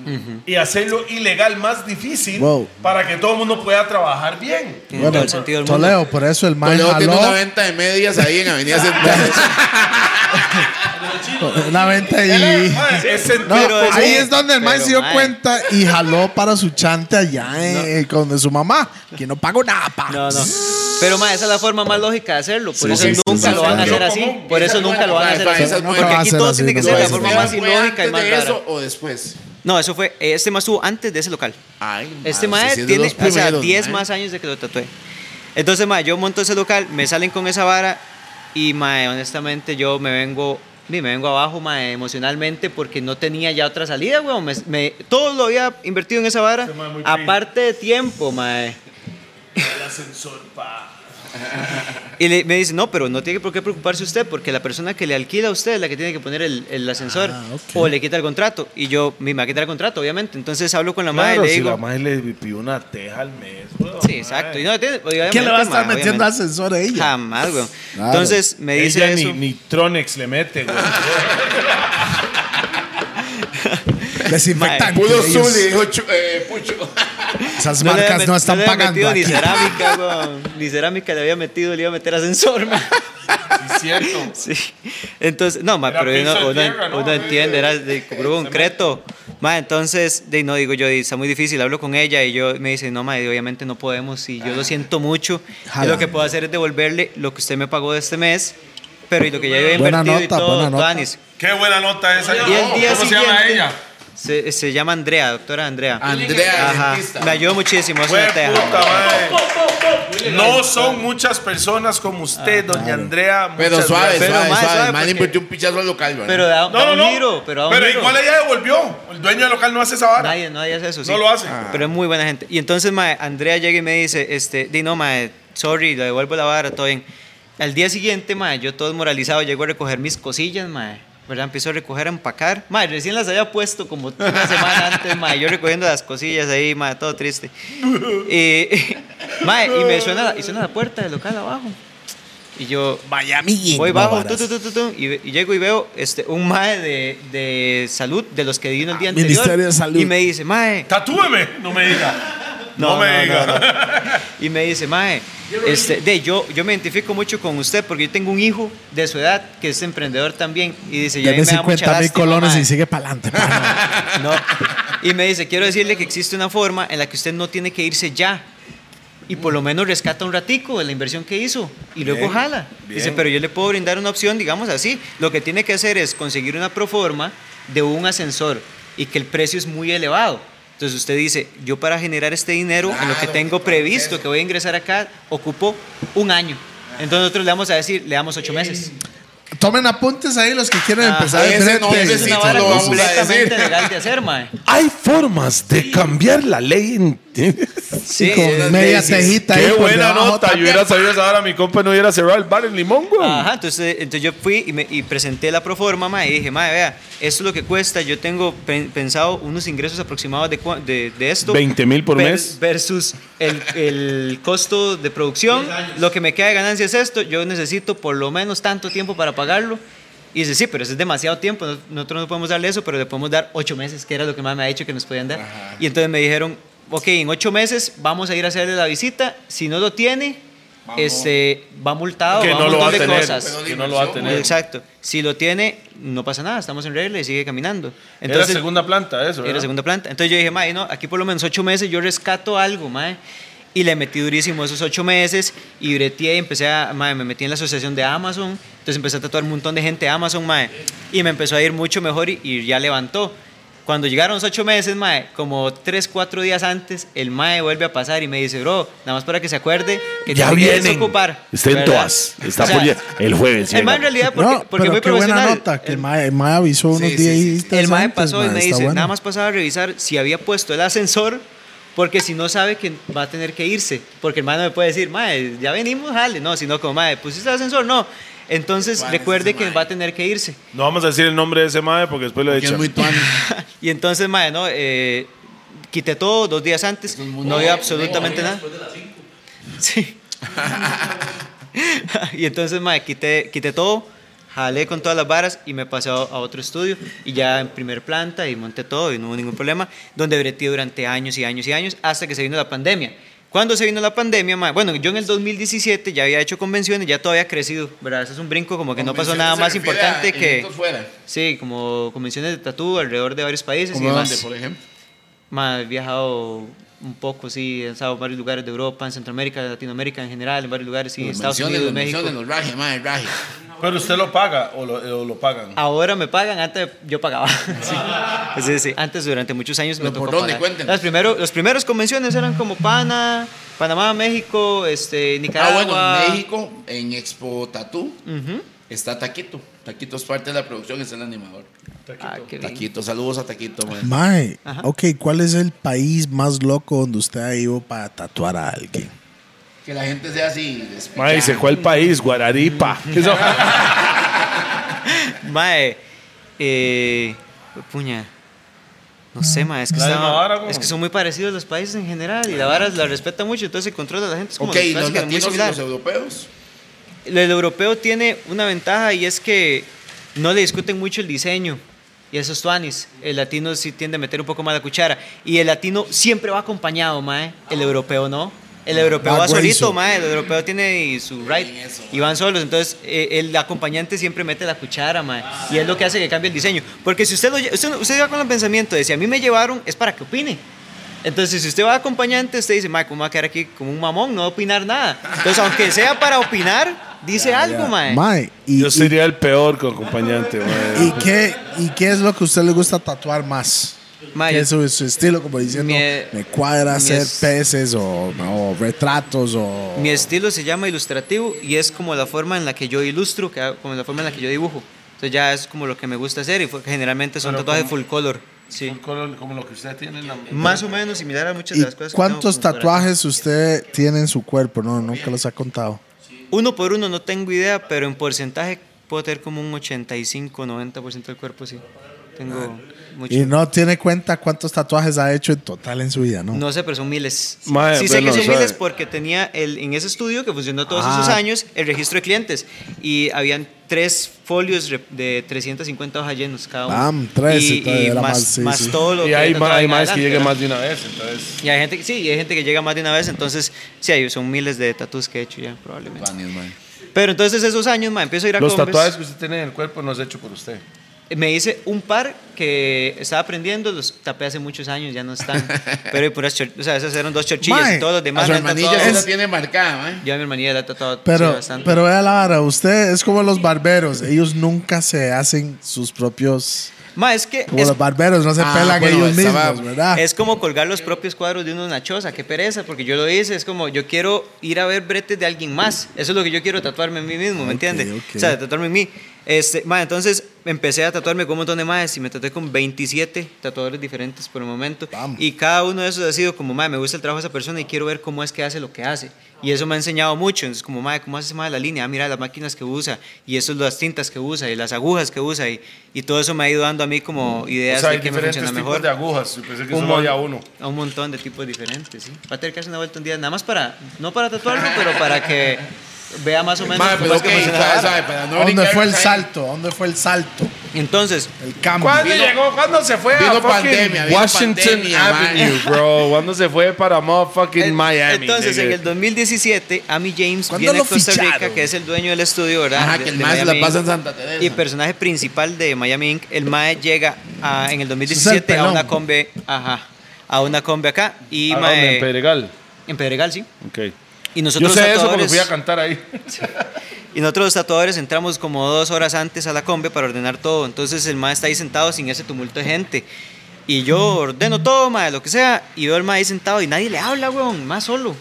Speaker 5: y hacerlo ilegal más difícil
Speaker 2: Wow.
Speaker 5: para que todo el mundo pueda trabajar bien.
Speaker 3: Tiene todo
Speaker 2: Bueno,
Speaker 3: el sentido del mundo.
Speaker 2: Toledo, por eso el Mike
Speaker 4: Toledo tiene
Speaker 2: jaló
Speaker 4: una venta de medias ahí en Avenida Central.
Speaker 2: una venta y...
Speaker 5: Mae, es sentido
Speaker 2: No,
Speaker 3: Pero
Speaker 2: ahí
Speaker 3: es-
Speaker 2: es donde el Mike
Speaker 3: pero,
Speaker 2: se dio
Speaker 3: mae.
Speaker 2: cuenta y jaló para su chante allá eh, con de su mamá, que no pagó nada, pa.
Speaker 3: No, no. Pero ma, esa es la forma más lógica de hacerlo. Por
Speaker 4: Sí,
Speaker 3: eso
Speaker 4: sí, sí,
Speaker 3: nunca
Speaker 4: sí,
Speaker 3: lo
Speaker 4: sí,
Speaker 3: van a
Speaker 4: sí.
Speaker 3: hacer así.
Speaker 4: ¿Cómo?
Speaker 3: Por eso
Speaker 4: Esa es
Speaker 3: nunca lo
Speaker 4: buena,
Speaker 3: van a hacer
Speaker 4: esa es
Speaker 3: así.
Speaker 4: buena.
Speaker 3: Porque
Speaker 2: No va a
Speaker 3: aquí
Speaker 2: ser
Speaker 3: todo
Speaker 2: así,
Speaker 3: tiene que
Speaker 2: no
Speaker 3: ser
Speaker 2: va
Speaker 3: de
Speaker 2: a
Speaker 3: la
Speaker 2: ser
Speaker 3: forma
Speaker 2: así.
Speaker 3: más ilógica y
Speaker 4: Pues, antes
Speaker 3: más
Speaker 4: de
Speaker 3: rara.
Speaker 4: eso o después?
Speaker 3: No, eso fue. Este más estuvo antes de ese local.
Speaker 4: Ay,
Speaker 3: Este
Speaker 4: mae,
Speaker 3: mae
Speaker 4: si Ah, es de
Speaker 3: tiene
Speaker 4: los
Speaker 3: o sea,
Speaker 4: primeros,
Speaker 3: 10
Speaker 4: mae.
Speaker 3: más años de que lo tatué. Entonces, mae, yo monto ese local, me salen con esa vara y, mae, honestamente yo me vengo, sí, me vengo abajo, mae, emocionalmente porque no tenía ya otra salida, weón. Me, me- todo lo había invertido en esa vara,
Speaker 2: Este
Speaker 3: aparte de tiempo, mae. Y le- me dice, no, pero no tiene por qué preocuparse usted, porque la persona que le alquila a usted es la que tiene que poner el, el ascensor
Speaker 2: Ah,
Speaker 3: o le quita el contrato. Y yo, me va a quitar el contrato, obviamente. Entonces hablo con la madre y
Speaker 5: Claro,
Speaker 3: le
Speaker 5: si
Speaker 3: digo,
Speaker 5: la madre le pidió una teja al mes. weón,
Speaker 3: Sí,
Speaker 5: mae.
Speaker 3: exacto. Y no, tiene-
Speaker 2: ¿Quién le va a estar
Speaker 3: obviamente,
Speaker 2: metiendo
Speaker 3: ma,
Speaker 2: ascensor a
Speaker 3: obviamente.
Speaker 2: ella?
Speaker 3: Jamás, weón.
Speaker 2: Claro.
Speaker 3: Entonces me dice
Speaker 5: Ella
Speaker 3: eso.
Speaker 5: ni, ni Tronex le mete, güey.
Speaker 2: Desinfectante.
Speaker 4: Pudo
Speaker 2: ellos.
Speaker 4: Zuli, dijo Chu- eh, Pucho.
Speaker 2: Esas
Speaker 3: le
Speaker 2: marcas
Speaker 3: había
Speaker 2: no
Speaker 3: met-
Speaker 2: están
Speaker 3: le había
Speaker 2: pagando.
Speaker 3: metido ni
Speaker 2: aquí.
Speaker 3: cerámica, weón. Ni cerámica le había metido, le iba a meter ascensor,
Speaker 5: <laughs>
Speaker 3: ma.
Speaker 5: Cierto.
Speaker 3: Sí. Entonces, no, ma,
Speaker 5: Era
Speaker 3: pero uno,
Speaker 5: piso de
Speaker 3: uno-
Speaker 5: tierra, ¿no?
Speaker 3: uno entiende, era de puro concreto. Ma, entonces, de, no, digo yo, está muy difícil, hablo con ella y yo me dice, no, ma, obviamente no podemos y
Speaker 5: Ah.
Speaker 3: yo lo siento mucho. Yo
Speaker 2: Jala.
Speaker 3: lo que puedo hacer es devolverle lo que usted me pagó de este mes, pero y lo que ya había
Speaker 2: Buena
Speaker 3: invertido y
Speaker 2: nota,
Speaker 3: todo,
Speaker 2: buena nota.
Speaker 3: Tuanis.
Speaker 5: Qué buena nota esa.
Speaker 3: Y el día
Speaker 5: ¿Cómo se
Speaker 3: siguiente
Speaker 5: llama ella?
Speaker 3: Se, se llama Andrea, doctora Andrea.
Speaker 4: Andrea,
Speaker 3: Ajá.
Speaker 4: dentista.
Speaker 3: Me ayudó muchísimo, es
Speaker 5: Ah, Fue
Speaker 3: una teja.
Speaker 5: puta, mae. No son muchas personas como usted, doña Andrea.
Speaker 4: Pero
Speaker 5: muchas
Speaker 4: suave,
Speaker 5: gracias.
Speaker 3: Pero
Speaker 4: suave,
Speaker 3: más
Speaker 4: suave.
Speaker 3: suave,
Speaker 4: El man
Speaker 3: porque-
Speaker 4: invirtió un pichazo al local, ¿verdad?
Speaker 3: Pero da, da
Speaker 5: No, no,
Speaker 3: un
Speaker 5: no.
Speaker 3: giro, pero da un giro.
Speaker 5: igual ella devolvió. El dueño del local no hace esa vara.
Speaker 3: Nadie, nadie hace eso. sí.
Speaker 5: No lo hace.
Speaker 3: Pero es muy buena gente. Y entonces, mae, Andrea llega y me dice, este, di no, mae, sorry, le devuelvo la vara, todo bien. Al día siguiente, mae, yo todo desmoralizado, llego a recoger mis cosillas, mae. ¿Verdad? Empiezo a recoger, a empacar. Mae, recién las había puesto como una semana antes, mae. Yo recogiendo las cosillas ahí, mae, todo triste. Y, <laughs> mae, y me suena, la- y suena la puerta del local abajo. Y yo,
Speaker 2: Miami.
Speaker 3: Voy
Speaker 2: no
Speaker 3: bajo,
Speaker 2: varas.
Speaker 3: tu, tu, tu, tu, tu, y, y llego y veo este, un mae de, de salud, de los que vino el día anterior.
Speaker 2: Ah, Ministerio de Salud.
Speaker 3: Y me dice, mae.
Speaker 5: Tatúeme. No me diga. No, me diga.
Speaker 3: no. Y me dice, mae, este, de, yo, yo me identifico mucho con usted porque yo tengo un hijo de su edad que es emprendedor también. Y dice, ya me
Speaker 2: Deme
Speaker 3: da mucha
Speaker 2: 50 mil
Speaker 3: lástima,
Speaker 2: colones
Speaker 3: mae.
Speaker 2: y sigue para adelante.
Speaker 3: <laughs>
Speaker 2: pana.
Speaker 3: No. Y me dice, quiero decirle que existe una forma en la que usted no tiene que irse ya. Y por lo menos rescata un ratico de la inversión que hizo. Y luego jala. Dice, pero yo le puedo brindar una opción, digamos así. Lo que tiene que hacer es conseguir una proforma de un ascensor y que el precio es muy elevado. Entonces usted dice, yo para generar este dinero, en lo que
Speaker 8: Claro,
Speaker 3: tengo
Speaker 8: claro,
Speaker 3: previsto
Speaker 8: eso.
Speaker 3: que voy a ingresar acá, ocupo un año. Entonces nosotros le vamos a decir, le damos ocho meses.
Speaker 2: Tomen apuntes ahí los que quieren
Speaker 3: Ajá,
Speaker 2: empezar de
Speaker 8: ese
Speaker 2: frente.
Speaker 8: no, ese
Speaker 3: Es una
Speaker 8: sí,
Speaker 3: vara
Speaker 8: lo vamos a
Speaker 3: completamente
Speaker 8: decir.
Speaker 3: legal de hacer, mae.
Speaker 6: Hay formas de cambiar la ley.
Speaker 5: <laughs>
Speaker 3: Sí,
Speaker 2: con
Speaker 3: es-
Speaker 2: media tejita ahí
Speaker 5: Qué
Speaker 2: por
Speaker 5: buena
Speaker 2: debajo
Speaker 5: nota. Yo
Speaker 2: también.
Speaker 5: hubiera sabido esa hora, mi compa no hubiera cerrado el bar en Limón, güey.
Speaker 3: Ajá, entonces, eh, entonces yo fui y, me- y presenté la proforma, ma, y dije, ma, vea, esto es lo que cuesta, yo tengo pen- pensado unos ingresos aproximados de, cua- de, de esto.
Speaker 6: 20,000 por mes.
Speaker 3: Versus el, el costo de producción, lo que me queda de ganancia es esto, yo necesito por lo menos tanto tiempo para pagarlo. Y dice, sí, pero eso es demasiado tiempo, no- nosotros no podemos darle eso, pero le podemos dar ocho meses, que era lo que más me ha dicho que nos podían dar. Y entonces me dijeron, ok, en ocho meses vamos a ir a hacerle la visita, si no lo tiene, este, va multado,
Speaker 5: Que
Speaker 3: va
Speaker 5: no
Speaker 3: un
Speaker 5: lo va a
Speaker 3: montón de
Speaker 5: tener.
Speaker 3: cosas.
Speaker 5: Que no lo va a tener.
Speaker 3: Exacto. Si lo tiene, no pasa nada, estamos en regla y sigue caminando.
Speaker 5: Era
Speaker 3: Entonces,
Speaker 5: segunda planta, eso.
Speaker 3: era
Speaker 5: ¿verdad?
Speaker 3: segunda planta. Entonces yo dije, mae, no, aquí por lo menos ocho meses yo rescato algo, mae. Y le metí durísimo esos ocho meses y breteé y empecé a, mae, me metí en la asociación de Amazon. Entonces empecé a tatuar un montón de gente de Amazon, mae. Y me empezó a ir mucho mejor y, y ya levantó. Cuando llegaron los ocho meses, mae, como tres, cuatro días antes, el mae vuelve a pasar y me dice, bro, nada más para que se acuerde que
Speaker 6: Ya
Speaker 3: te quieres
Speaker 6: vienen.
Speaker 3: ocupar.
Speaker 6: Está en
Speaker 3: ¿verdad?
Speaker 6: todas. Está
Speaker 3: O sea,
Speaker 6: por ya- el jueves.
Speaker 3: El mae en
Speaker 6: llega.
Speaker 3: realidad, porque,
Speaker 2: No,
Speaker 3: porque
Speaker 2: pero
Speaker 3: muy
Speaker 2: qué buena
Speaker 3: profesional.
Speaker 2: nota. Que el
Speaker 3: el-
Speaker 2: mae, el mae avisó unos
Speaker 4: sí,
Speaker 2: días
Speaker 4: sí, sí.
Speaker 2: días
Speaker 3: el mae
Speaker 2: antes,
Speaker 3: pasó y
Speaker 2: mae,
Speaker 3: me
Speaker 2: está
Speaker 3: dice,
Speaker 2: bueno.
Speaker 3: nada más pasaba a revisar si había puesto el ascensor, porque si no sabe que va a tener que irse. Porque el mae no me puede decir, mae, ya venimos, jale. No, sino como, mae, ¿pusiste el ascensor? No. Entonces
Speaker 8: Juan,
Speaker 3: recuerde
Speaker 8: ese
Speaker 3: que
Speaker 8: mae.
Speaker 3: va a tener que irse.
Speaker 5: No vamos a decir el nombre de ese madre porque después lo he
Speaker 4: Que es
Speaker 5: dicho.
Speaker 4: muy tuani.
Speaker 3: Y entonces, mae, no, eh, quité todo dos días antes, no había absolutamente nada. Sí. y entonces, mae, quité, quité todo, jalé con todas las varas y me pasé a, a otro estudio. Y ya en primer planta y monté todo y no hubo ningún problema. Donde breteé durante años y años y años hasta que se vino la pandemia. ¿Cuándo se vino la pandemia, mae? Bueno, yo en el 2017 ya había hecho convenciones, ya todo había crecido, ¿verdad? Eso es un brinco como <laughs> que no pasó nada más importante que... Sí, como convenciones de tatú alrededor de varios países. y
Speaker 4: ¿Cómo
Speaker 3: demás.
Speaker 4: dónde, por ejemplo?
Speaker 3: Más, he viajado un poco, sí, he estado en varios lugares de Europa, en Centroamérica, Latinoamérica en general, en varios lugares, sí, Estados
Speaker 4: Mencionen,
Speaker 3: Unidos,
Speaker 4: los
Speaker 3: México.
Speaker 4: mencionen, los raje, madre, raje.
Speaker 5: Pero usted lo paga o lo, o lo pagan.
Speaker 3: Ahora me pagan, antes yo pagaba. <laughs> sí. Sí, sí, Antes, durante muchos años me
Speaker 4: Ah.
Speaker 3: tocó
Speaker 4: ¿Pero por dónde?
Speaker 3: pagar.
Speaker 4: Cuéntenos.
Speaker 3: Las primero, los primeros convenciones eran como Pana, Panamá, México, este, Nicaragua.
Speaker 4: Ah, bueno, México, en Expo Tatú, está Taquito. Taquito es parte de la producción, es el animador.
Speaker 3: Ah, qué bien.
Speaker 4: Taquito, saludos a Taquito, man.
Speaker 2: Mae,
Speaker 3: Ajá.
Speaker 2: ok, ¿cuál es el país más loco donde usted ha ido para tatuar a alguien?
Speaker 4: Que la gente sea así.
Speaker 6: Mae,
Speaker 4: despechada.
Speaker 6: dice, ¿cuál país? Guararipa.
Speaker 3: <laughs>
Speaker 6: Eso-
Speaker 3: Ah. Mae, eh, puña. No sé, mae, es que,
Speaker 5: La misma
Speaker 3: estaba-
Speaker 5: vara, güey.
Speaker 3: es que son muy parecidos los países en general y la vara la respeta mucho, entonces el control de la gente es como
Speaker 4: Ok,
Speaker 3: los
Speaker 4: ¿y los
Speaker 3: clásicos, muy
Speaker 4: latinos y
Speaker 3: similar.
Speaker 4: los europeos.
Speaker 3: El el europeo tiene una ventaja y es que no le discuten mucho el diseño. Y esos tuanis. El latino sí tiende a meter un poco más la cuchara. Y el latino siempre va acompañado, mae. El europeo no. El europeo
Speaker 2: Va
Speaker 3: va solito,
Speaker 2: güeyzo.
Speaker 3: mae. El europeo tiene y su ride. Y van solos. Entonces, eh, el acompañante siempre mete la cuchara, mae. Y es lo que hace que cambie el diseño. Porque si usted, lo lle- usted, usted va con el pensamiento de si a mí me llevaron, es para que opine. Entonces, si usted va acompañante, usted dice, Mae, ¿cómo va a quedar aquí como un mamón? No va a opinar nada. Entonces, aunque sea para opinar, dice algo, Mae.
Speaker 2: Mae, ¿y,
Speaker 6: Yo sería el peor con acompañante,
Speaker 2: y-
Speaker 6: mae.
Speaker 2: y qué, ¿y qué es lo que a usted le gusta tatuar más?
Speaker 3: Mae,
Speaker 2: ¿Qué
Speaker 3: yo-
Speaker 2: es su, su estilo? Como diciendo,
Speaker 3: Mi-
Speaker 2: me cuadra
Speaker 3: mi
Speaker 2: hacer
Speaker 3: es-
Speaker 2: peces o, o retratos o...
Speaker 3: Mi estilo se llama ilustrativo y es como la forma en la que yo ilustro, que hago- como la forma en la que yo dibujo. Entonces, ya es como lo que me gusta hacer y fue- generalmente son tatuajes full color. Sí.
Speaker 5: Color Como lo que usted tiene en la
Speaker 3: Más o menos similar a muchas
Speaker 2: ¿Y
Speaker 3: de las cosas. que tengo
Speaker 2: cuántos
Speaker 3: como por acá.
Speaker 2: tatuajes usted tiene en su cuerpo? No, nunca los ha contado.
Speaker 3: Uno por uno no tengo idea, pero en porcentaje puedo tener como un 85, 90% del cuerpo, sí. Tengo
Speaker 5: Ah.
Speaker 3: mucho.
Speaker 2: Y no tiene cuenta cuántos tatuajes ha hecho en total en su vida, ¿no?
Speaker 3: No sé, pero son miles.
Speaker 6: Mae,
Speaker 3: sí sé
Speaker 6: bueno,
Speaker 3: que son
Speaker 6: sabe.
Speaker 3: miles porque tenía el, en ese estudio que funcionó todos esos años el registro de clientes y habían tres folios re- de 350 hojas llenos cada uno.
Speaker 2: Bam, tres,
Speaker 3: Y,
Speaker 2: entonces
Speaker 3: y
Speaker 2: era
Speaker 3: más,
Speaker 2: más, sí,
Speaker 3: más
Speaker 2: sí.
Speaker 3: todo lo
Speaker 5: Y
Speaker 3: que
Speaker 5: hay,
Speaker 3: no
Speaker 5: ma- hay
Speaker 3: traen
Speaker 5: más que
Speaker 3: adelante,
Speaker 5: lleguen
Speaker 3: ¿verdad?
Speaker 5: más de una vez, entonces.
Speaker 3: Y hay gente que sí, y hay gente que llega más de una vez, entonces sí, hay, son miles de tatuajes que he hecho ya, probablemente.
Speaker 4: Tuanis, mae.
Speaker 3: Pero entonces esos años, ma, empiezo a ir a
Speaker 5: Los
Speaker 3: Converse.
Speaker 5: tatuajes que usted tiene en el cuerpo no es hecho por usted.
Speaker 3: Me hice un par que estaba aprendiendo, los tapé hace muchos años, ya no están. Pero hay puras chor- o sea, esas eran dos chorchillas
Speaker 2: Mae,
Speaker 3: y todos los
Speaker 4: A
Speaker 3: demás
Speaker 4: su
Speaker 3: me han
Speaker 4: hermanilla
Speaker 3: tatuado-
Speaker 4: se la tiene marcada, man.
Speaker 3: Ya mi hermanilla la ha tatuado sí,
Speaker 2: Pero,
Speaker 3: bastante.
Speaker 2: pero vea la vara, usted es como los barberos, ellos nunca se hacen sus propios
Speaker 3: Ma, es que
Speaker 2: Como
Speaker 3: es,
Speaker 2: los barberos no se
Speaker 8: Ah,
Speaker 2: pelan
Speaker 8: bueno,
Speaker 2: ellos
Speaker 8: estaba-
Speaker 2: mismos, ¿verdad?
Speaker 3: es como colgar los propios cuadros de uno en una choza. Qué pereza, porque yo lo hice. Es como, yo quiero ir a ver bretes de alguien más. Eso es lo que yo quiero tatuarme en mí mismo, ¿me entiendes?
Speaker 2: ok.
Speaker 3: O sea, tatuarme en mí. Este, ma, entonces empecé a tatuarme con un montón de madres y me tatué con 27 tatuadores diferentes por el momento. Y cada uno de esos ha sido como, madre, me gusta el trabajo de esa persona y quiero ver cómo es que hace lo que hace. Y eso me ha enseñado mucho. Entonces, como, madre, ¿cómo hace más la línea? Ah, mira las máquinas que usa y eso las tintas que usa y las agujas que usa y, y todo eso me ha ido dando a mí como
Speaker 5: O
Speaker 3: ideas
Speaker 5: sea, hay
Speaker 3: de que me
Speaker 5: diferentes
Speaker 3: funciona
Speaker 5: tipos
Speaker 3: mejor.
Speaker 5: de agujas. Yo pensé que
Speaker 3: Un
Speaker 5: solo había
Speaker 3: mon-
Speaker 5: uno.
Speaker 3: a un montón de tipos diferentes, sí. Va a tener que hacer una vuelta un día, nada más para, no para tatuarme, pero para que vea más o menos
Speaker 8: Mae,
Speaker 3: cómo
Speaker 8: pero
Speaker 3: es que
Speaker 8: ok,
Speaker 3: funciona la
Speaker 8: sabe,
Speaker 3: vara.
Speaker 8: sabe, para no
Speaker 2: ¿Dónde
Speaker 8: brincarnos
Speaker 2: fue el
Speaker 8: ahí.
Speaker 2: salto? ¿Dónde fue el salto?
Speaker 3: Entonces,
Speaker 2: El cambio.
Speaker 5: ¿Cuándo llegó? ¿Cuándo se fue a
Speaker 8: Vino
Speaker 5: fucking
Speaker 8: pandemia, vino
Speaker 5: Washington
Speaker 8: pandemia,
Speaker 5: Avenue, bro? ¿Cuándo se fue para motherfucking
Speaker 3: en-
Speaker 5: Miami?
Speaker 3: entonces en
Speaker 5: nigga?
Speaker 3: el 2017, Amy James
Speaker 2: ¿Cuándo
Speaker 3: viene a
Speaker 2: lo
Speaker 3: Costa Rica,
Speaker 2: ficharon?
Speaker 3: que es el dueño del estudio, ¿verdad?
Speaker 8: Ajá,
Speaker 3: De-
Speaker 8: que el
Speaker 3: de
Speaker 8: mae se la
Speaker 3: Miami
Speaker 8: pasa en
Speaker 3: Inc.
Speaker 8: Santa Teresa.
Speaker 3: Y personaje principal de Miami Inc. El Mae llega a- en el 2017 a
Speaker 2: pelón.
Speaker 3: una combe, ajá, a una combe acá y
Speaker 5: ¿A dónde?
Speaker 3: mae-
Speaker 5: ¿En Pedregal?
Speaker 3: en Pedregal, sí.
Speaker 5: Ok.
Speaker 3: Y
Speaker 5: Yo
Speaker 3: nosotros
Speaker 5: sé eso porque
Speaker 3: tatuadores-
Speaker 5: fui a
Speaker 3: <laughs>
Speaker 5: cantar ahí.
Speaker 3: Y nosotros los tatuadores entramos como dos horas antes a la combe para ordenar todo. Entonces el ma está ahí sentado sin ese tumulto de gente. Y yo ordeno todo, ma, lo que sea. Y veo al ma ahí sentado y nadie le habla, weón. Más solo.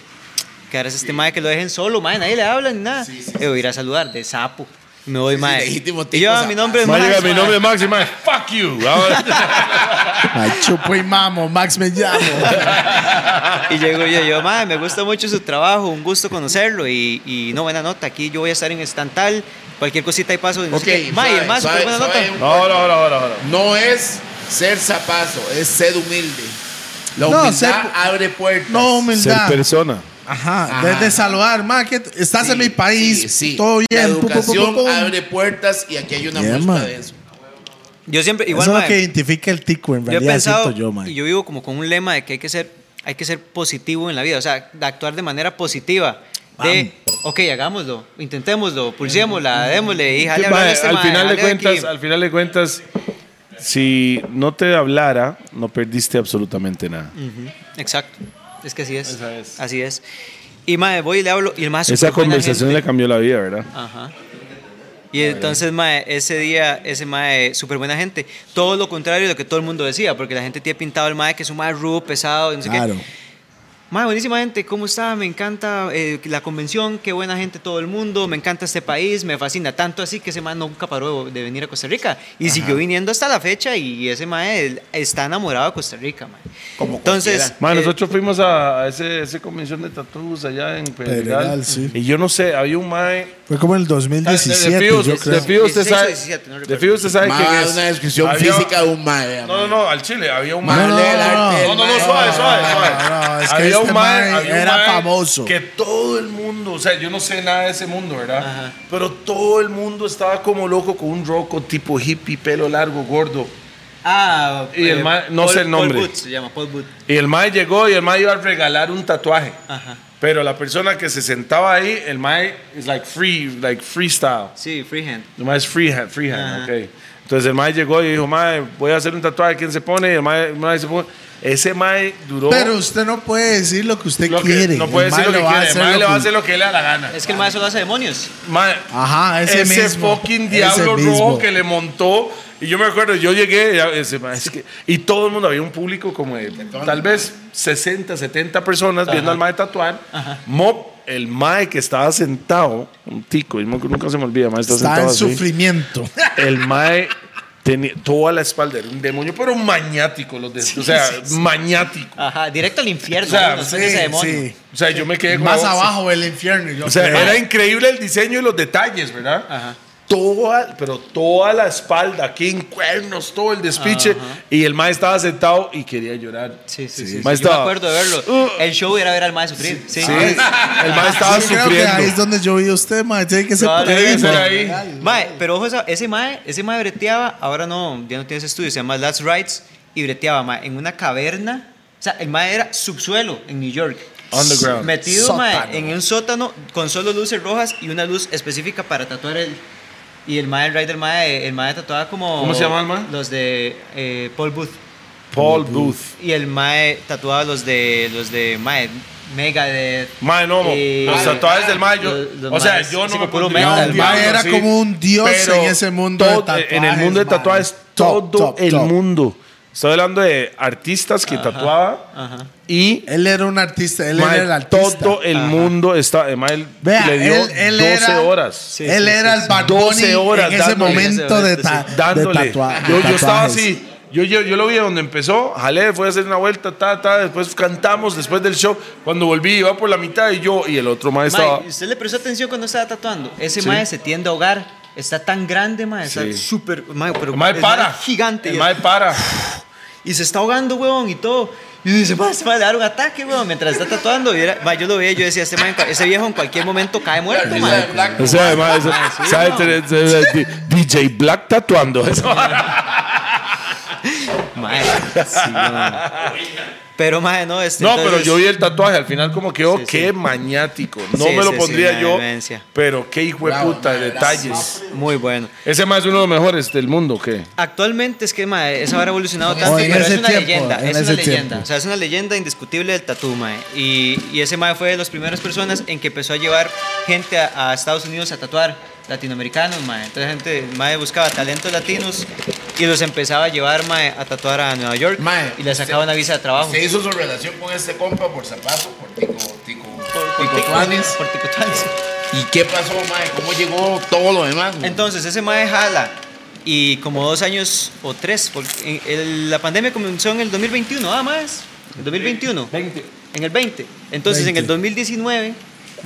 Speaker 3: Que ahora es este ma que lo dejen solo, ma. Nadie le habla ni nada. Yo voy a ir a saludar de sapo. Y Me voy, ma.
Speaker 8: legítimo
Speaker 3: y
Speaker 8: tipo
Speaker 3: yo, ah,
Speaker 8: zapazo.
Speaker 3: mi nombre es
Speaker 5: Ma,
Speaker 3: Max,
Speaker 5: llega mi
Speaker 3: ma.
Speaker 5: nombre es Max y ma,
Speaker 3: <laughs>
Speaker 5: fuck you. Ahora-
Speaker 2: Ay, chupo y mamo, Max me llamo.
Speaker 3: Y llego yo, yo, madre, me gusta mucho su trabajo, un gusto conocerlo. Y, y no, buena nota, aquí yo voy a estar en estantal, cualquier cosita ahí paso. y No sé
Speaker 8: Ok,
Speaker 3: qué. Ma, y el ma,
Speaker 8: suave,
Speaker 3: súper buena
Speaker 8: suave,
Speaker 3: nota.
Speaker 8: suave.
Speaker 5: Ahora, ahora, ahora, ahora.
Speaker 8: No es ser zapazo, es ser humilde. La
Speaker 2: No,
Speaker 8: humildad
Speaker 2: ser-
Speaker 8: abre puertas.
Speaker 2: No,
Speaker 6: Ser
Speaker 2: humildad.
Speaker 6: persona.
Speaker 2: Ajá,
Speaker 3: Ah.
Speaker 8: Ajá.
Speaker 2: desde saludar, ma, que t- estás
Speaker 8: Sí,
Speaker 2: en mi país,
Speaker 8: sí, sí.
Speaker 2: todo
Speaker 8: La
Speaker 2: bien. pum, pum, pum,
Speaker 8: educación
Speaker 2: pum, pum.
Speaker 8: abre puertas y aquí hay una
Speaker 2: Yeah,
Speaker 8: muestra
Speaker 2: man.
Speaker 8: de eso.
Speaker 3: Yo siempre, igual,
Speaker 2: Eso es lo
Speaker 3: mae,
Speaker 2: que identifica el tico, en
Speaker 3: yo he
Speaker 2: realidad,
Speaker 3: pensado,
Speaker 2: siento yo, ma.
Speaker 3: y yo vivo como con un lema de que hay que ser, hay que ser positivo en la vida, o sea, de actuar de manera positiva. De, ok, hagámoslo, intentémoslo, pulsémosla, démosle, y jale a
Speaker 6: Sí,
Speaker 3: hablar a
Speaker 6: mae,
Speaker 3: este
Speaker 6: al
Speaker 3: mae,
Speaker 6: final de
Speaker 3: jale aquí.
Speaker 6: cuentas, al final de cuentas, si no te hablara, no perdiste absolutamente nada.
Speaker 3: Ujú, Exacto, es que así es. Así es. Y mae, voy y le hablo, y el más
Speaker 6: Esa conversación le cambió la vida, ¿verdad?
Speaker 3: Ajá. Y entonces, mae, ese día, ese mae, súper buena gente. Todo lo contrario de lo que todo el mundo decía, porque la gente tiene pintado al mae que es un mae rudo, pesado, y no sé
Speaker 2: Claro.
Speaker 3: qué. Mae, buenísima gente, ¿cómo está? Me encanta eh, la convención, qué buena gente todo el mundo, me encanta este país, me fascina. Tanto así que ese mae nunca paró de venir a Costa Rica y siguió viniendo hasta la fecha y ese mae él, está enamorado de Costa Rica, mae. Como entonces,
Speaker 6: Ma,
Speaker 3: eh,
Speaker 6: nosotros fuimos a, a ese, ese convención de tatuajes allá en Pedregal.
Speaker 2: Pedregal, sí.
Speaker 6: Y yo no sé, había un mae.
Speaker 2: Fue como en el 2017,
Speaker 5: De Fius,
Speaker 2: yo
Speaker 5: de
Speaker 2: creo.
Speaker 5: Fius, usted
Speaker 3: 16 o
Speaker 5: sabe.
Speaker 3: 17, no
Speaker 5: De
Speaker 3: recuerdo.
Speaker 5: Fius, usted sabe quién
Speaker 8: Mae,
Speaker 5: es.
Speaker 8: una descripción
Speaker 5: Había-
Speaker 8: física de un mae.
Speaker 5: No, no, no, al Chile. Había un
Speaker 8: Mae,
Speaker 5: mae.
Speaker 2: no,
Speaker 8: lee el
Speaker 2: no,
Speaker 8: arte
Speaker 2: no.
Speaker 8: del
Speaker 5: No, no, no,
Speaker 8: mae.
Speaker 5: suave, suave,
Speaker 2: no,
Speaker 5: suave.
Speaker 2: no, es que
Speaker 5: había
Speaker 2: este
Speaker 5: un mae,
Speaker 2: mae
Speaker 5: había un
Speaker 2: era
Speaker 5: mae
Speaker 2: famoso.
Speaker 5: Que todo el mundo, o sea, yo no sé nada de ese mundo, ¿verdad? Pero todo el mundo estaba como loco con un roco tipo hippie, pelo largo, gordo.
Speaker 3: ah,
Speaker 5: Y el mae- no
Speaker 3: Paul-
Speaker 5: sé el nombre.
Speaker 3: Paul Booth se llama Paul Booth.
Speaker 5: Y el mae llegó y el mae iba a regalar un tatuaje.
Speaker 3: Ajá.
Speaker 5: Pero la persona que se sentaba ahí, el mae es like free, like freestyle.
Speaker 3: Sí, Freehand.
Speaker 5: El mae es freehand, freehand,
Speaker 3: Ajá.
Speaker 5: ok. Entonces el mae llegó y dijo, mae, voy a hacer un tatuaje, ¿quién se pone? Y el mae, el mae se pone. Ese mae duró...
Speaker 2: Pero usted no puede decir lo que usted
Speaker 5: lo que-
Speaker 2: quiere.
Speaker 5: no
Speaker 2: el
Speaker 5: puede decir
Speaker 2: mae
Speaker 5: lo que
Speaker 2: va a
Speaker 5: quiere. El
Speaker 2: hacer
Speaker 5: mae
Speaker 2: lo
Speaker 5: le va a
Speaker 2: que-
Speaker 5: hacer lo que le da la gana.
Speaker 3: Es que el mae solo hace demonios.
Speaker 5: Mae,
Speaker 2: Ajá, ese mismo,
Speaker 5: fucking
Speaker 2: ese
Speaker 5: diablo rojo
Speaker 2: mismo.
Speaker 5: que le montó. Y yo me acuerdo, yo llegué y, ese mae, es que- y todo el mundo, había un público como de tal vez 60, 70 personas viendo al mae tatuar. Mob, el mae que estaba sentado, un tico, y mo- nunca se me olvida, mae, está
Speaker 2: Está en
Speaker 5: sentado así. <laughs>
Speaker 2: sufrimiento.
Speaker 5: El mae tenía toda la espalda, era un demonio, pero maniático, los de, o sea, maniático.
Speaker 3: Ajá, directo al infierno.
Speaker 5: O sea,
Speaker 3: ¿no? No sé qué
Speaker 2: sí,
Speaker 3: ese demonio.
Speaker 2: sí.
Speaker 5: O sea, yo me quedé como-
Speaker 2: Más abajo del infierno. yo
Speaker 5: O sea,
Speaker 2: creo.
Speaker 5: era increíble el diseño y los detalles, ¿verdad?
Speaker 3: Ajá.
Speaker 5: Toda, pero toda la espalda, aquí en cuernos, todo el despiche. Y el mae estaba sentado y quería llorar.
Speaker 3: Sí, sí, sí. sí.
Speaker 5: Mae
Speaker 3: Yo me
Speaker 5: estaba-
Speaker 3: acuerdo de verlo. El show era ver al mae sufrir. Sí.
Speaker 5: Sí, el mae estaba
Speaker 2: Yo creo que ahí es
Speaker 5: sufriendo.
Speaker 2: donde yo vi a usted, ma. Tiene que ser por
Speaker 3: Probablemente.
Speaker 2: ahí,
Speaker 5: Debe ser
Speaker 2: ma.
Speaker 5: ahí.
Speaker 3: Mae, pero ojo, esa- ese mae, ese mae breteaba, ahora no, ya no tiene ese estudio, se llama Last Rights, y breteaba, mae, en una caverna. O sea, el mae era subsuelo en New York.
Speaker 5: Underground.
Speaker 3: Metido,
Speaker 2: Sótano.
Speaker 3: mae, en un sótano con solo luces rojas y una luz específica para tatuar el... Y el mae, el rider mae, el mae tatuaba como...
Speaker 5: ¿Cómo se llama el mae?
Speaker 3: Los de eh, Paul Booth.
Speaker 5: Paul Booth.
Speaker 3: Y el mae tatuaba los de los de mae Megadeth.
Speaker 5: Mae, no,
Speaker 3: Eh,
Speaker 5: los tatuajes del mae, yo-
Speaker 3: los- los
Speaker 5: o sea,
Speaker 3: maes,
Speaker 5: yo
Speaker 3: así
Speaker 5: no
Speaker 3: como puro
Speaker 5: pondría
Speaker 3: metal, mae.
Speaker 5: un diablo
Speaker 2: Mae, era
Speaker 5: así,
Speaker 2: como un dios
Speaker 5: pero
Speaker 2: en ese mundo de
Speaker 5: todo- En el
Speaker 2: tatuajes,
Speaker 5: mundo de
Speaker 2: mae.
Speaker 5: tatuajes,
Speaker 2: Top,
Speaker 5: todo
Speaker 2: top,
Speaker 5: el
Speaker 2: top.
Speaker 5: mundo. Estoy hablando de artistas que tatuaba
Speaker 3: Ajá.
Speaker 5: y
Speaker 2: Él era un artista, él
Speaker 5: mae,
Speaker 2: era el artista.
Speaker 5: todo el mundo está. Mae, él
Speaker 2: Vea,
Speaker 5: le dio
Speaker 2: él- él
Speaker 5: 12
Speaker 2: era-
Speaker 5: horas.
Speaker 3: Sí,
Speaker 2: él
Speaker 3: sí,
Speaker 2: era
Speaker 3: sí,
Speaker 2: el
Speaker 3: sí.
Speaker 2: Bad Bunny
Speaker 5: 12 horas
Speaker 2: en ese
Speaker 5: dándole.
Speaker 2: momento de,
Speaker 3: Sí,
Speaker 2: ta-
Speaker 5: dándole.
Speaker 2: de tatua- de
Speaker 5: yo, yo estaba
Speaker 2: tatuajes.
Speaker 5: así. Yo, yo, yo lo vi donde empezó, jalé, fue a hacer una vuelta, ta, ta, después cantamos, después del show, cuando volví iba por la mitad y yo y el otro mae estaba...
Speaker 3: Mae, ¿usted le prestó atención cuando estaba tatuando? Ese mae se tiende a ahogar. Está tan grande, mae. Está
Speaker 5: Sí.
Speaker 3: súper. mae, pero
Speaker 5: El mae
Speaker 3: el
Speaker 5: para.
Speaker 3: mae es gigante.
Speaker 5: El
Speaker 3: y-
Speaker 5: mae para.
Speaker 3: Y se está ahogando, weón, y todo. Y uno dice, "Mae, este mae le va a dar un ataque, weón, mientras está tatuando. Y era- mae, yo lo veía, yo decía, este mae en cua- ese viejo en cualquier momento cae muerto, mae.
Speaker 5: O sea, además, eso- sabe tener- sabe- di- DJ Black tatuando eso.
Speaker 3: Mae, sí, weón. Pero, mae, no, este.
Speaker 5: No,
Speaker 3: entonces-
Speaker 5: pero yo vi el tatuaje, al final como quedó,
Speaker 3: Sí, sí.
Speaker 5: qué maniático. No
Speaker 3: Sí,
Speaker 5: me
Speaker 3: sí,
Speaker 5: lo
Speaker 3: sí,
Speaker 5: pondría
Speaker 3: una
Speaker 5: yo,
Speaker 3: demencia.
Speaker 5: pero qué hijo de puta de detalles.
Speaker 3: Muy bueno.
Speaker 5: Ese más es uno de los mejores del mundo, ¿qué?
Speaker 3: Actualmente es que mae, esa vara ha evolucionado tanto,
Speaker 2: en
Speaker 3: pero es
Speaker 2: ese
Speaker 3: una
Speaker 2: tiempo,
Speaker 3: leyenda,
Speaker 2: en
Speaker 3: es una
Speaker 2: ese
Speaker 3: leyenda.
Speaker 2: tiempo.
Speaker 3: O sea, es una leyenda indiscutible del tatú, mae. Y, y ese mae fue de las primeras personas en que empezó a llevar gente a, a Estados Unidos a tatuar, latinoamericanos, mae. Entonces, gente, el mae buscaba talentos latinos y los empezaba a llevar, mae, a tatuar a Nueva York
Speaker 8: Mae,
Speaker 3: y le sacaba una visa de trabajo.
Speaker 8: Se hizo su relación con este compa por zapato, por tico, tico.
Speaker 3: Por- por
Speaker 8: Tico
Speaker 3: tico-
Speaker 8: Tuanis.
Speaker 3: por tico tuanis.
Speaker 8: ¿Y qué pasó, mae? ¿Cómo llegó todo lo demás? mae?
Speaker 3: Entonces, ese mae jala y como dos años o tres, porque en- el- la pandemia comenzó en el 2021, ah, más, el 2021. En el 20. Entonces, en el 2019,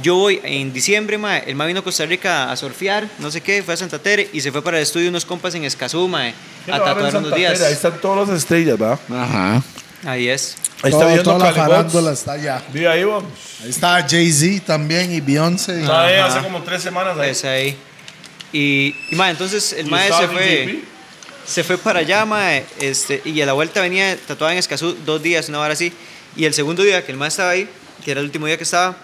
Speaker 3: yo voy en diciembre, mae, el mae vino a Costa Rica a surfear, no sé qué, fue a Santa Tere y se fue para el estudio unos compas en Escazú, mae, a tatuar unos días.
Speaker 5: Ahí están todas las estrellas, ¿verdad?
Speaker 8: Ajá.
Speaker 3: Ahí es.
Speaker 5: Ahí
Speaker 2: Todo-
Speaker 5: está este, viendo
Speaker 2: toda la farándula
Speaker 5: Calibox.
Speaker 2: está allá.
Speaker 5: Vive ahí, vamos.
Speaker 2: Ahí está Jay-Z también y Beyoncé.
Speaker 5: Está ahí,
Speaker 3: Ajá.
Speaker 5: hace como tres semanas ahí.
Speaker 3: Es pues, ahí. Y, y mae, entonces el
Speaker 5: Y
Speaker 3: mae
Speaker 5: estaba
Speaker 3: se
Speaker 5: en
Speaker 3: fue,
Speaker 5: GP.
Speaker 3: se fue para allá, mae, este, y a la vuelta venía tatuado en Escazú dos días, una hora así. Y el segundo día que el mae estaba ahí, que era el último día que estaba,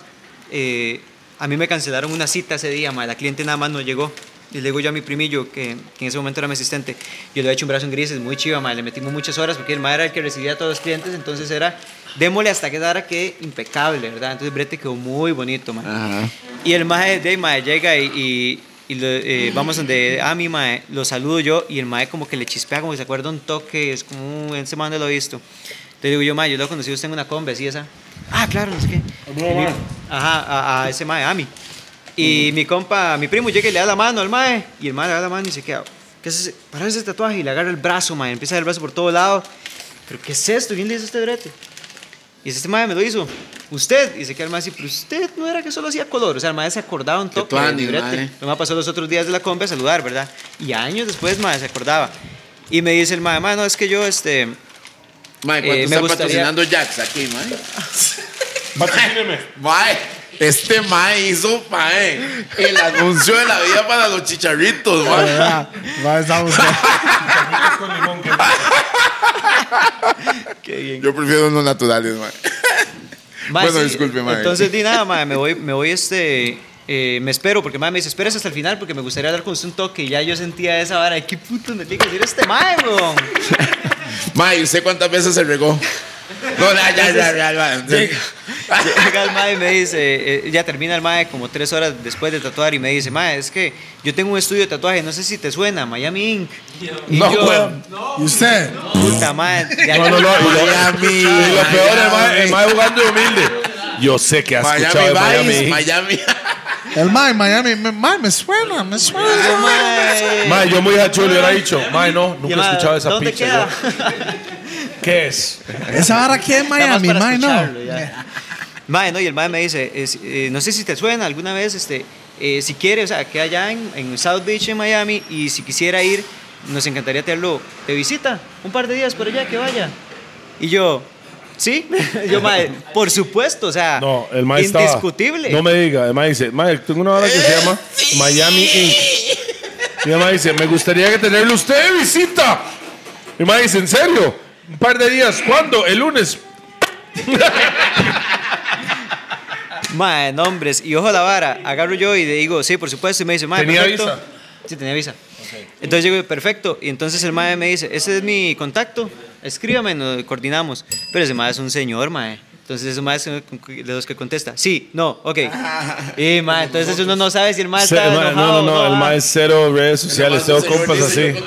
Speaker 3: eh, a mí me cancelaron una cita ese día, mae. La cliente nada más no llegó. Y le digo yo a mi primillo, que, que en ese momento era mi asistente, yo le he hecho un brazo en grises, muy chiva, mae. Le metimos muchas horas porque el mae era el que recibía a todos los clientes, entonces era, démosle hasta que dara que impecable, ¿verdad? Entonces el brete quedó muy bonito, mae. Y el mae de mae llega y, y- y lo- eh, vamos donde a mi mae, lo saludo yo y el mae como que le chispea, como que se acuerda un toque, es como, "Uh, ese mae no lo he visto. Te digo yo, mae, yo lo conocí a usted en una combe, ¿sí esa? Ah, claro, no sé qué. Y digo, Ajá, a, a ese mae, a mí. Y mi compa, mi primo llega y le da la mano al mae y el mae le da la mano y se queda, ¿qué es ese? Para ese tatuaje y le agarra el brazo, mae, empieza a dar el brazo por todo lado. ¿Pero qué es esto? ¿Quién le hizo este brete? Y dice, este madre me lo hizo. Usted. Y se queda el mae así, pero usted no era que solo hacía color. O sea, el mae se acordaba un toque.
Speaker 8: tuanis,
Speaker 3: del librete.
Speaker 8: mae.
Speaker 3: Lo más pasó los otros días de la compra a saludar, ¿verdad? Y años después, mae, se acordaba. Y me dice el mae, mae, no, es que yo, este...
Speaker 8: Mae, ¿cuánto
Speaker 3: Eh, me
Speaker 8: está
Speaker 3: gustaría-
Speaker 8: patrocinando Jax aquí, mae?
Speaker 3: <laughs>
Speaker 5: Patrocíneme.
Speaker 8: Mae, este mae hizo, mae, el anuncio de la vida para los
Speaker 3: <laughs>
Speaker 8: chicharritos, mae.
Speaker 2: ¿verdad? Va, está buscando.
Speaker 3: Qué bien.
Speaker 8: Yo prefiero los naturales, mae.
Speaker 3: Mae,
Speaker 8: Bueno, disculpe, mae.
Speaker 3: Entonces,
Speaker 8: <laughs>
Speaker 3: di nada, mae, me voy, me voy, este... eh, me espero, porque mae me dice, espérese hasta el final porque me gustaría hablar con usted un toque. Y ya yo sentía esa vara de, ¿qué puto me tiene que decir este mae,
Speaker 8: <laughs>
Speaker 3: weón?
Speaker 8: Mae, ¿y ¿usted cuántas veces se regó? No, ya, ya, ya, ya, ya.
Speaker 3: Llega el mae y me dice, eh, ya termina el mae como tres horas después de tatuar y me dice, mae, es que yo tengo un estudio de tatuaje, no sé si te suena, Miami Inc. Y
Speaker 5: No,
Speaker 3: yo,
Speaker 5: weón.
Speaker 2: ¿Y usted?
Speaker 3: puta mae, de
Speaker 5: No, no, no. Y lo,
Speaker 8: Miami,
Speaker 5: y lo peor, el mae- el mae jugando de humilde. Yo sé que has escuchado
Speaker 8: <laughs>
Speaker 5: de
Speaker 8: Miami
Speaker 5: Miami.
Speaker 8: Vice, Miami.
Speaker 2: El Mike, Miami. me- Mike, me suena, me suena.
Speaker 3: allá, mae.
Speaker 5: Mae, yo muy hachudo le hubiera dicho, mae, no,
Speaker 3: Y
Speaker 5: nunca
Speaker 3: el
Speaker 5: he
Speaker 3: mae,
Speaker 5: escuchado esa
Speaker 3: ¿Dónde
Speaker 5: pizza.
Speaker 3: queda?
Speaker 5: ¿Qué es?
Speaker 2: Esa vara aquí en
Speaker 3: Nada más
Speaker 2: Miami,
Speaker 3: para
Speaker 2: Mike,
Speaker 3: escucharlo,
Speaker 2: no.
Speaker 3: ya. <laughs> Mae, no, y el mae me dice, es- eh, no sé si te suena alguna vez, este, eh, si quieres, o sea, que allá en, en South Beach, en Miami, y si quisiera ir, nos encantaría tenerlo de visita, un par de días por allá, que vaya. Y yo, ¿sí? <laughs> yo, mae, por supuesto, o sea,
Speaker 5: No, el mae estaba-
Speaker 3: indiscutible. Eh,
Speaker 5: No me diga, el mae dice, mae, tengo una hora que se llama Miami Inc. Y el mae dice, me gustaría que tenerlo usted de visita. Y el mae dice, ¿en serio? Un par de días, ¿cuándo? El lunes.
Speaker 3: Mae, nombres, y ojo la vara, agarro yo y le digo, sí, por supuesto, y me dice, mae,
Speaker 5: ¿Tenía
Speaker 3: perfecto.
Speaker 5: visa?
Speaker 3: Sí, tenía visa. Entonces yo digo, perfecto, y entonces el mae me dice, ese es mi contacto, escríbame, nos coordinamos. Pero ese mae es un señor, mae. Entonces ese mae es uno de los que contesta, sí, no,
Speaker 5: <laughs>
Speaker 3: ok. Y mae, entonces uno no sabe si el mae Ah,
Speaker 6: Se-
Speaker 3: está
Speaker 6: el mae-
Speaker 3: enojado
Speaker 6: no, no, no,
Speaker 3: o
Speaker 6: el mae es cero redes sociales, cero compas así. Ese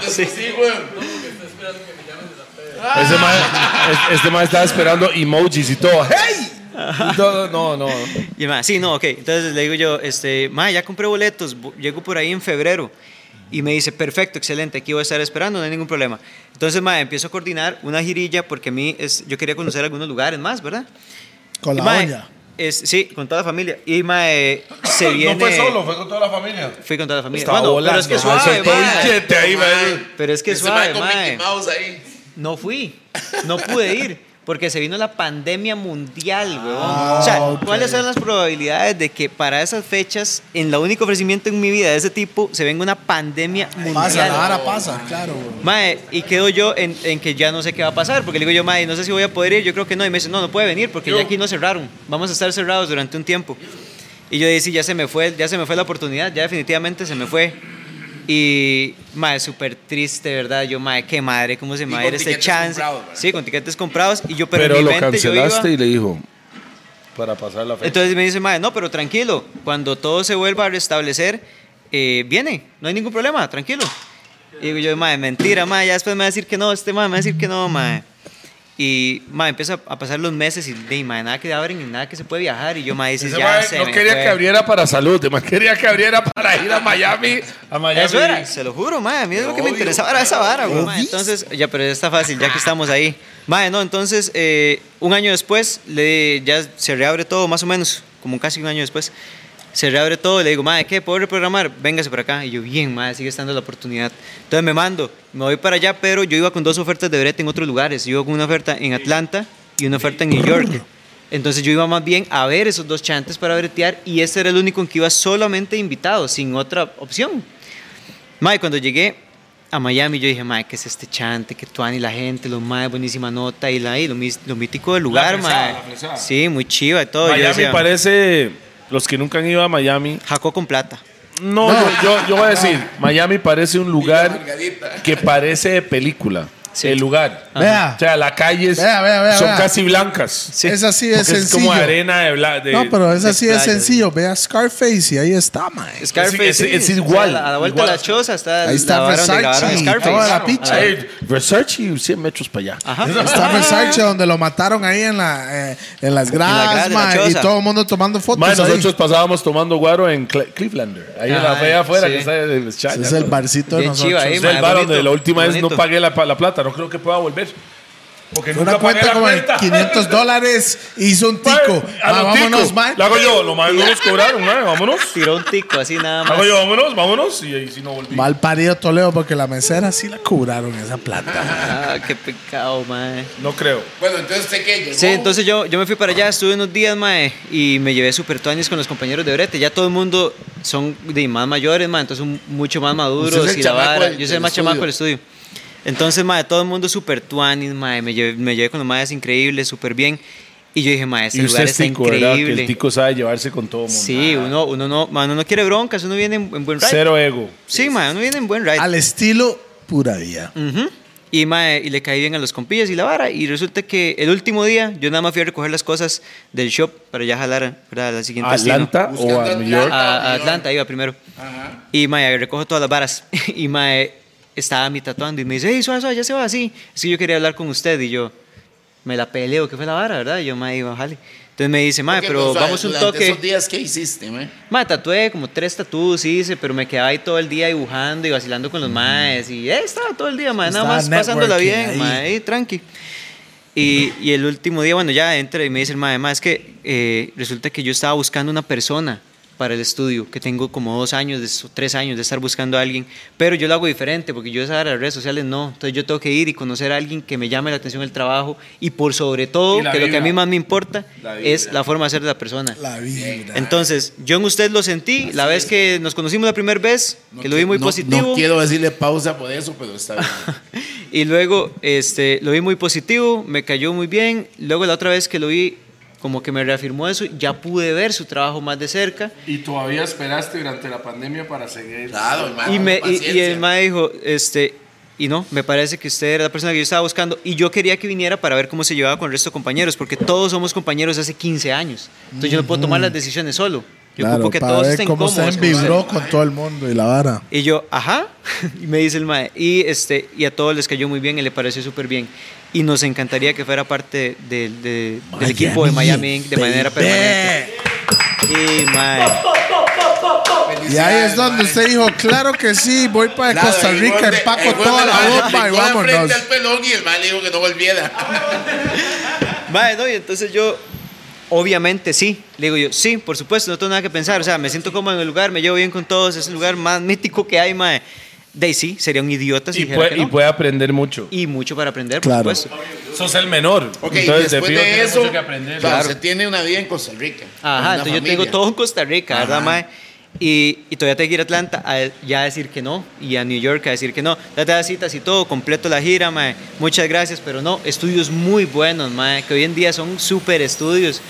Speaker 6: mae, es- este mae estaba esperando emojis y todo. ¡Hey! Y todo, no, no.
Speaker 3: Y el mae, sí, no, ok. Entonces le digo yo, este, mae, ya compré boletos, bu- llego por ahí en febrero. Y me dice, perfecto, excelente, aquí voy a estar esperando, no hay ningún problema. Entonces, mae, empiezo a coordinar una girilla porque a mí es, yo quería conocer algunos lugares más, ¿verdad?
Speaker 2: Con
Speaker 3: Y,
Speaker 2: la
Speaker 3: mae,
Speaker 2: doña.
Speaker 3: es- sí, con toda la familia. Y mae, se viene.
Speaker 5: <laughs> No fue solo, fue con toda la familia.
Speaker 3: Fui con toda la familia.
Speaker 6: Está
Speaker 3: Bueno, pero
Speaker 6: volando,
Speaker 3: es que
Speaker 2: Ah,
Speaker 6: mae,
Speaker 3: suave,
Speaker 6: soltó
Speaker 3: mae.
Speaker 6: billete ahí, mae.
Speaker 3: Pero es que
Speaker 8: Ese
Speaker 3: suave,
Speaker 8: mae con Mickey
Speaker 3: mae.
Speaker 8: Mouse ahí.
Speaker 3: No fui. No pude ir. Porque se vino la pandemia mundial, weón. o sea, ¿cuáles son las probabilidades de que para esas fechas, en la único ofrecimiento en mi vida de ese tipo, se venga una pandemia mundial?
Speaker 2: Pasa, la vara pasa, claro, güey.
Speaker 3: Mae, y quedo yo en, en que ya no sé qué va a pasar, porque le digo yo, Mae, no sé si voy a poder ir, yo creo que no, y me dice, no, no puede venir, porque ya aquí no cerraron, vamos a estar cerrados durante un tiempo. Y yo dije, sí, ya se me fue, ya se me fue la oportunidad, ya definitivamente se me fue. Y, Mae, súper triste, ¿verdad? Yo, Mae, qué madre, cómo se me va a
Speaker 8: con
Speaker 3: ir este
Speaker 8: tiquetes
Speaker 3: chance.
Speaker 8: comprados, ¿verdad?
Speaker 3: sí, con tiquetes comprados, y yo, pero,
Speaker 6: Pero
Speaker 3: en mi
Speaker 6: lo
Speaker 3: mente yo iba-
Speaker 6: cancelaste y le dijo. Para pasar la fecha.
Speaker 3: entonces me dice, madre, no, pero tranquilo, cuando todo se vuelva a restablecer, eh, viene, no hay ningún problema, tranquilo. Y digo yo, madre, mentira, madre, ya después me va a decir que no, este madre me va a decir que no, madre. Y, madre, empieza a pasar los meses y, de, madre, nada que abren y nada que se puede viajar. Y yo, madre, dices,
Speaker 6: Ese
Speaker 3: ya
Speaker 6: mae
Speaker 3: se
Speaker 6: no
Speaker 3: me
Speaker 6: quería
Speaker 3: fue".
Speaker 6: que abriera para salud, mae, quería que abriera para ir a Miami. A Miami.
Speaker 3: Eso era, se lo juro, madre. A mí es lo que me interesaba era esa vara, güey, mae. Entonces, ya, pero ya está fácil, ya que estamos ahí. Madre, no, entonces, eh, un año después, le, ya se reabre todo, más o menos, como casi un año después. Se reabre todo, le digo, madre, ¿qué? ¿Puedo reprogramar? Véngase por acá. Y yo, bien, madre, sigue estando la oportunidad. Entonces me mando, me voy para allá, pero yo iba con dos ofertas de brete en otros lugares. Yo iba con una oferta en Atlanta y una oferta en New York. Entonces yo iba más bien a ver esos dos chantes para bretear y ese era el único en que iba solamente invitado, sin otra opción. Mae, cuando llegué a Miami, yo dije, Mae, ¿qué es este chante? Que tuan y la gente, los Mae, buenísima nota y, la, y lo, mis- lo mítico del lugar, Mae. Sí, muy chiva y todo. Yo
Speaker 6: Miami
Speaker 3: decía,
Speaker 6: parece. Los que nunca han ido a Miami.
Speaker 3: Jaco con plata.
Speaker 6: No, Yo, yo, yo voy a decir, Miami parece un lugar que parece de película.
Speaker 3: Sí.
Speaker 6: El lugar.
Speaker 2: Vea.
Speaker 6: O sea, las calles
Speaker 2: Vea, vea, vea,
Speaker 6: son
Speaker 2: vea.
Speaker 6: casi blancas.
Speaker 3: Sí.
Speaker 2: Esa sí
Speaker 6: Porque
Speaker 2: es
Speaker 6: Es,
Speaker 2: sencillo.
Speaker 6: como arena de, bla- de-
Speaker 2: no, pero esa
Speaker 3: de
Speaker 2: sí es
Speaker 3: playa,
Speaker 2: sencillo. Ve a Scarface y ahí está, mae.
Speaker 3: Scarface.
Speaker 6: es- es
Speaker 3: sí,
Speaker 6: igual,
Speaker 3: o sea, a la vuelta
Speaker 6: igual.
Speaker 3: de la choza está
Speaker 2: Ahí está
Speaker 3: la vara donde
Speaker 2: Versace
Speaker 3: grabaron
Speaker 2: y
Speaker 3: Scarface.
Speaker 2: toda la picha.
Speaker 3: Ahí.
Speaker 6: Ay, Versace y 100 metros para allá.
Speaker 3: Ajá.
Speaker 2: Está Versace, donde lo mataron ahí en, la, eh, en las gradas,
Speaker 3: grada de la
Speaker 2: mae, Y
Speaker 3: choza.
Speaker 2: todo el mundo tomando fotos.
Speaker 6: Mae,
Speaker 2: Pues ahí.
Speaker 6: nosotros pasábamos tomando guaro en Cle- Clevelander. Ahí en la
Speaker 3: Ay,
Speaker 6: fea afuera
Speaker 3: sí.
Speaker 6: que está el
Speaker 2: Ese
Speaker 6: Chaya,
Speaker 2: es el
Speaker 6: ¿no?
Speaker 2: barcito de
Speaker 3: Bien chiva
Speaker 2: nosotros.
Speaker 3: ahí,
Speaker 6: Es el
Speaker 3: Mae,
Speaker 6: bar
Speaker 3: bonito,
Speaker 6: donde la última vez no
Speaker 3: bonito.
Speaker 6: pagué la, pa- la plata. No creo que pueda volver. Porque
Speaker 2: Una
Speaker 6: nunca pagué
Speaker 2: cuenta
Speaker 6: la
Speaker 2: como de
Speaker 6: cuenta.
Speaker 2: 500 dólares hizo un
Speaker 6: Mae,
Speaker 2: tico.
Speaker 6: A
Speaker 2: Ma,
Speaker 6: los
Speaker 2: Ah, vámonos,
Speaker 6: ticos.
Speaker 2: mae.
Speaker 6: Lo hago yo. Los maes no nos cobraron, mae, Vámonos.
Speaker 3: Tiró un tico así nada más.
Speaker 6: Hago yo, vámonos, vámonos. Y ahí sí no volví.
Speaker 2: Mal parido Toledo porque la mesera sí la cobraron esa plata.
Speaker 3: Ah, qué pecado, Mae.
Speaker 6: No creo.
Speaker 8: Bueno, entonces usted qué llegó.
Speaker 3: Sí, entonces yo, yo me fui para allá, estuve unos días, mae, y me llevé super tuanis con los compañeros de brete. Ya todo el mundo son de más mayores, mae, entonces un- mucho más
Speaker 8: Usted es
Speaker 3: maduros
Speaker 8: el
Speaker 3: y la
Speaker 8: chamaco
Speaker 3: vara.
Speaker 8: del-
Speaker 3: Yo soy
Speaker 8: del
Speaker 3: el más chamaco
Speaker 8: estudio.
Speaker 3: del estudio. Entonces, mae, todo el mundo super tuanis, mae, me llevé, me llevé con los maes increíbles, súper bien. Y yo dije, mae, este
Speaker 6: Y usted
Speaker 3: lugar
Speaker 6: es
Speaker 3: está
Speaker 6: tico, ¿verdad? Que el
Speaker 3: increíble.
Speaker 6: tico sabe llevarse con todo mundo.
Speaker 3: Sí, uno, uno, no, mae, uno no quiere broncas, uno viene en, en buen ride.
Speaker 6: Cero ego.
Speaker 3: Sí, mae, uno viene en buen ride.
Speaker 2: Al estilo pura vida.
Speaker 3: Ujú. Y, mae, y le caí bien a los compillas y la vara. Y resulta que el último día yo nada más fui a recoger las cosas del shop para ya jalar ¿verdad? a la siguiente destino.
Speaker 6: Atlanta o a New York.
Speaker 3: A, a Atlanta iba primero. Y mae, recojo todas las varas. <laughs> y mae, estaba a mí tatuando y me dice, hey, suave, suave, ya se va así. Es que yo quería hablar con usted. Y yo, me la peleo, que fue la vara, ¿verdad? Y yo, mae, iba, jale. Entonces me dice, mae,
Speaker 8: Ok,
Speaker 3: pero
Speaker 8: o sea,
Speaker 3: vamos un
Speaker 8: durante
Speaker 3: toque.
Speaker 8: esos días, ¿qué hiciste, mae?
Speaker 3: Mae, tatué como tres tatuos, hice, pero me quedaba ahí todo el día dibujando y vacilando con los maes. Y eh, estaba todo el día, mae, nada
Speaker 2: Estaba
Speaker 3: más pasándola
Speaker 2: networking
Speaker 3: bien,
Speaker 2: ahí.
Speaker 3: mae, ahí, tranqui. Y, y el último día, bueno, ya entra y me dice el mae, mae, es que eh, resulta que yo estaba buscando una persona para el estudio, que tengo como dos años, de eso- tres años de estar buscando a alguien, pero yo lo hago diferente, porque yo esa área de redes sociales no, entonces yo tengo que ir y conocer a alguien que me llame la atención el trabajo y por sobre todo,
Speaker 6: Y
Speaker 3: que
Speaker 6: la
Speaker 3: lo que a mí
Speaker 6: vibra.
Speaker 3: más me importa es la forma de ser de la persona.
Speaker 2: La vida.
Speaker 3: Entonces, yo en usted lo sentí la vez que nos conocimos la primera vez, que lo vi muy
Speaker 8: No-
Speaker 3: positivo.
Speaker 8: No quiero decirle pausa por eso, pero está bien.
Speaker 3: <laughs> Y luego este, lo vi muy positivo, me cayó muy bien. Luego la otra vez que lo vi, como que me reafirmó eso, ya pude ver su trabajo más de cerca.
Speaker 6: Y todavía esperaste durante la pandemia para seguir.
Speaker 8: Claro, hermano.
Speaker 3: y, me, y- y,
Speaker 8: paciencia.
Speaker 3: el ma dijo, este, Y no, me parece que usted era la persona que yo estaba buscando. Y yo quería que viniera para ver cómo se llevaba con el resto de compañeros, porque todos somos compañeros hace 15 años. Entonces yo no puedo tomar las decisiones solo. Yo
Speaker 2: Claro,
Speaker 3: ocupo que
Speaker 2: para
Speaker 3: todos
Speaker 2: ver
Speaker 3: estén
Speaker 2: cómo
Speaker 3: cómodos.
Speaker 2: se
Speaker 3: con usted.
Speaker 2: envibró con todo el mundo y la vara.
Speaker 3: Y yo, ajá, <laughs> y me dice el mae. Y, este, y a todos les cayó muy bien y le pareció súper bien. Y nos encantaría que fuera parte del- de- del equipo de Miami Inc. de manera permanente. Y, mae,
Speaker 2: Y ahí es donde usted dijo, claro que sí, voy para Costa Rica, empaco toda la bomba y vámonos.
Speaker 8: frente al pelón y el mal dijo que no
Speaker 2: <laughs>
Speaker 8: volviera.
Speaker 3: mae, no, y entonces yo, obviamente sí. Le digo yo, sí, por supuesto, no tengo nada que pensar. O sea, me siento cómodo en el lugar, me llevo bien con todos. Es el lugar más mítico que hay, mae. Daisy sería un idiota si
Speaker 5: Y
Speaker 3: dijera
Speaker 5: puede,
Speaker 3: que
Speaker 5: y
Speaker 3: no.
Speaker 5: puede aprender mucho.
Speaker 3: Y mucho para aprender,
Speaker 2: Claro.
Speaker 3: por supuesto.
Speaker 5: Sos el menor.
Speaker 8: Ok,
Speaker 5: Entonces,
Speaker 8: después
Speaker 5: fijo,
Speaker 8: de
Speaker 5: tiene
Speaker 8: eso,
Speaker 5: mucho que aprender.
Speaker 8: o sea, se tiene una vida en Costa Rica.
Speaker 3: Ajá,
Speaker 8: una
Speaker 3: entonces yo tengo
Speaker 8: familia.
Speaker 3: todo en Costa Rica, ¿verdad,
Speaker 8: Ajá.
Speaker 3: mae? Y, y todavía tengo que ir a Atlanta a, ya a decir que no, y a New York a decir que no. Ya te das citas y todo, completo la gira, mae. Muchas gracias, pero no, estudios muy buenos, mae, que hoy en día son súper estudios.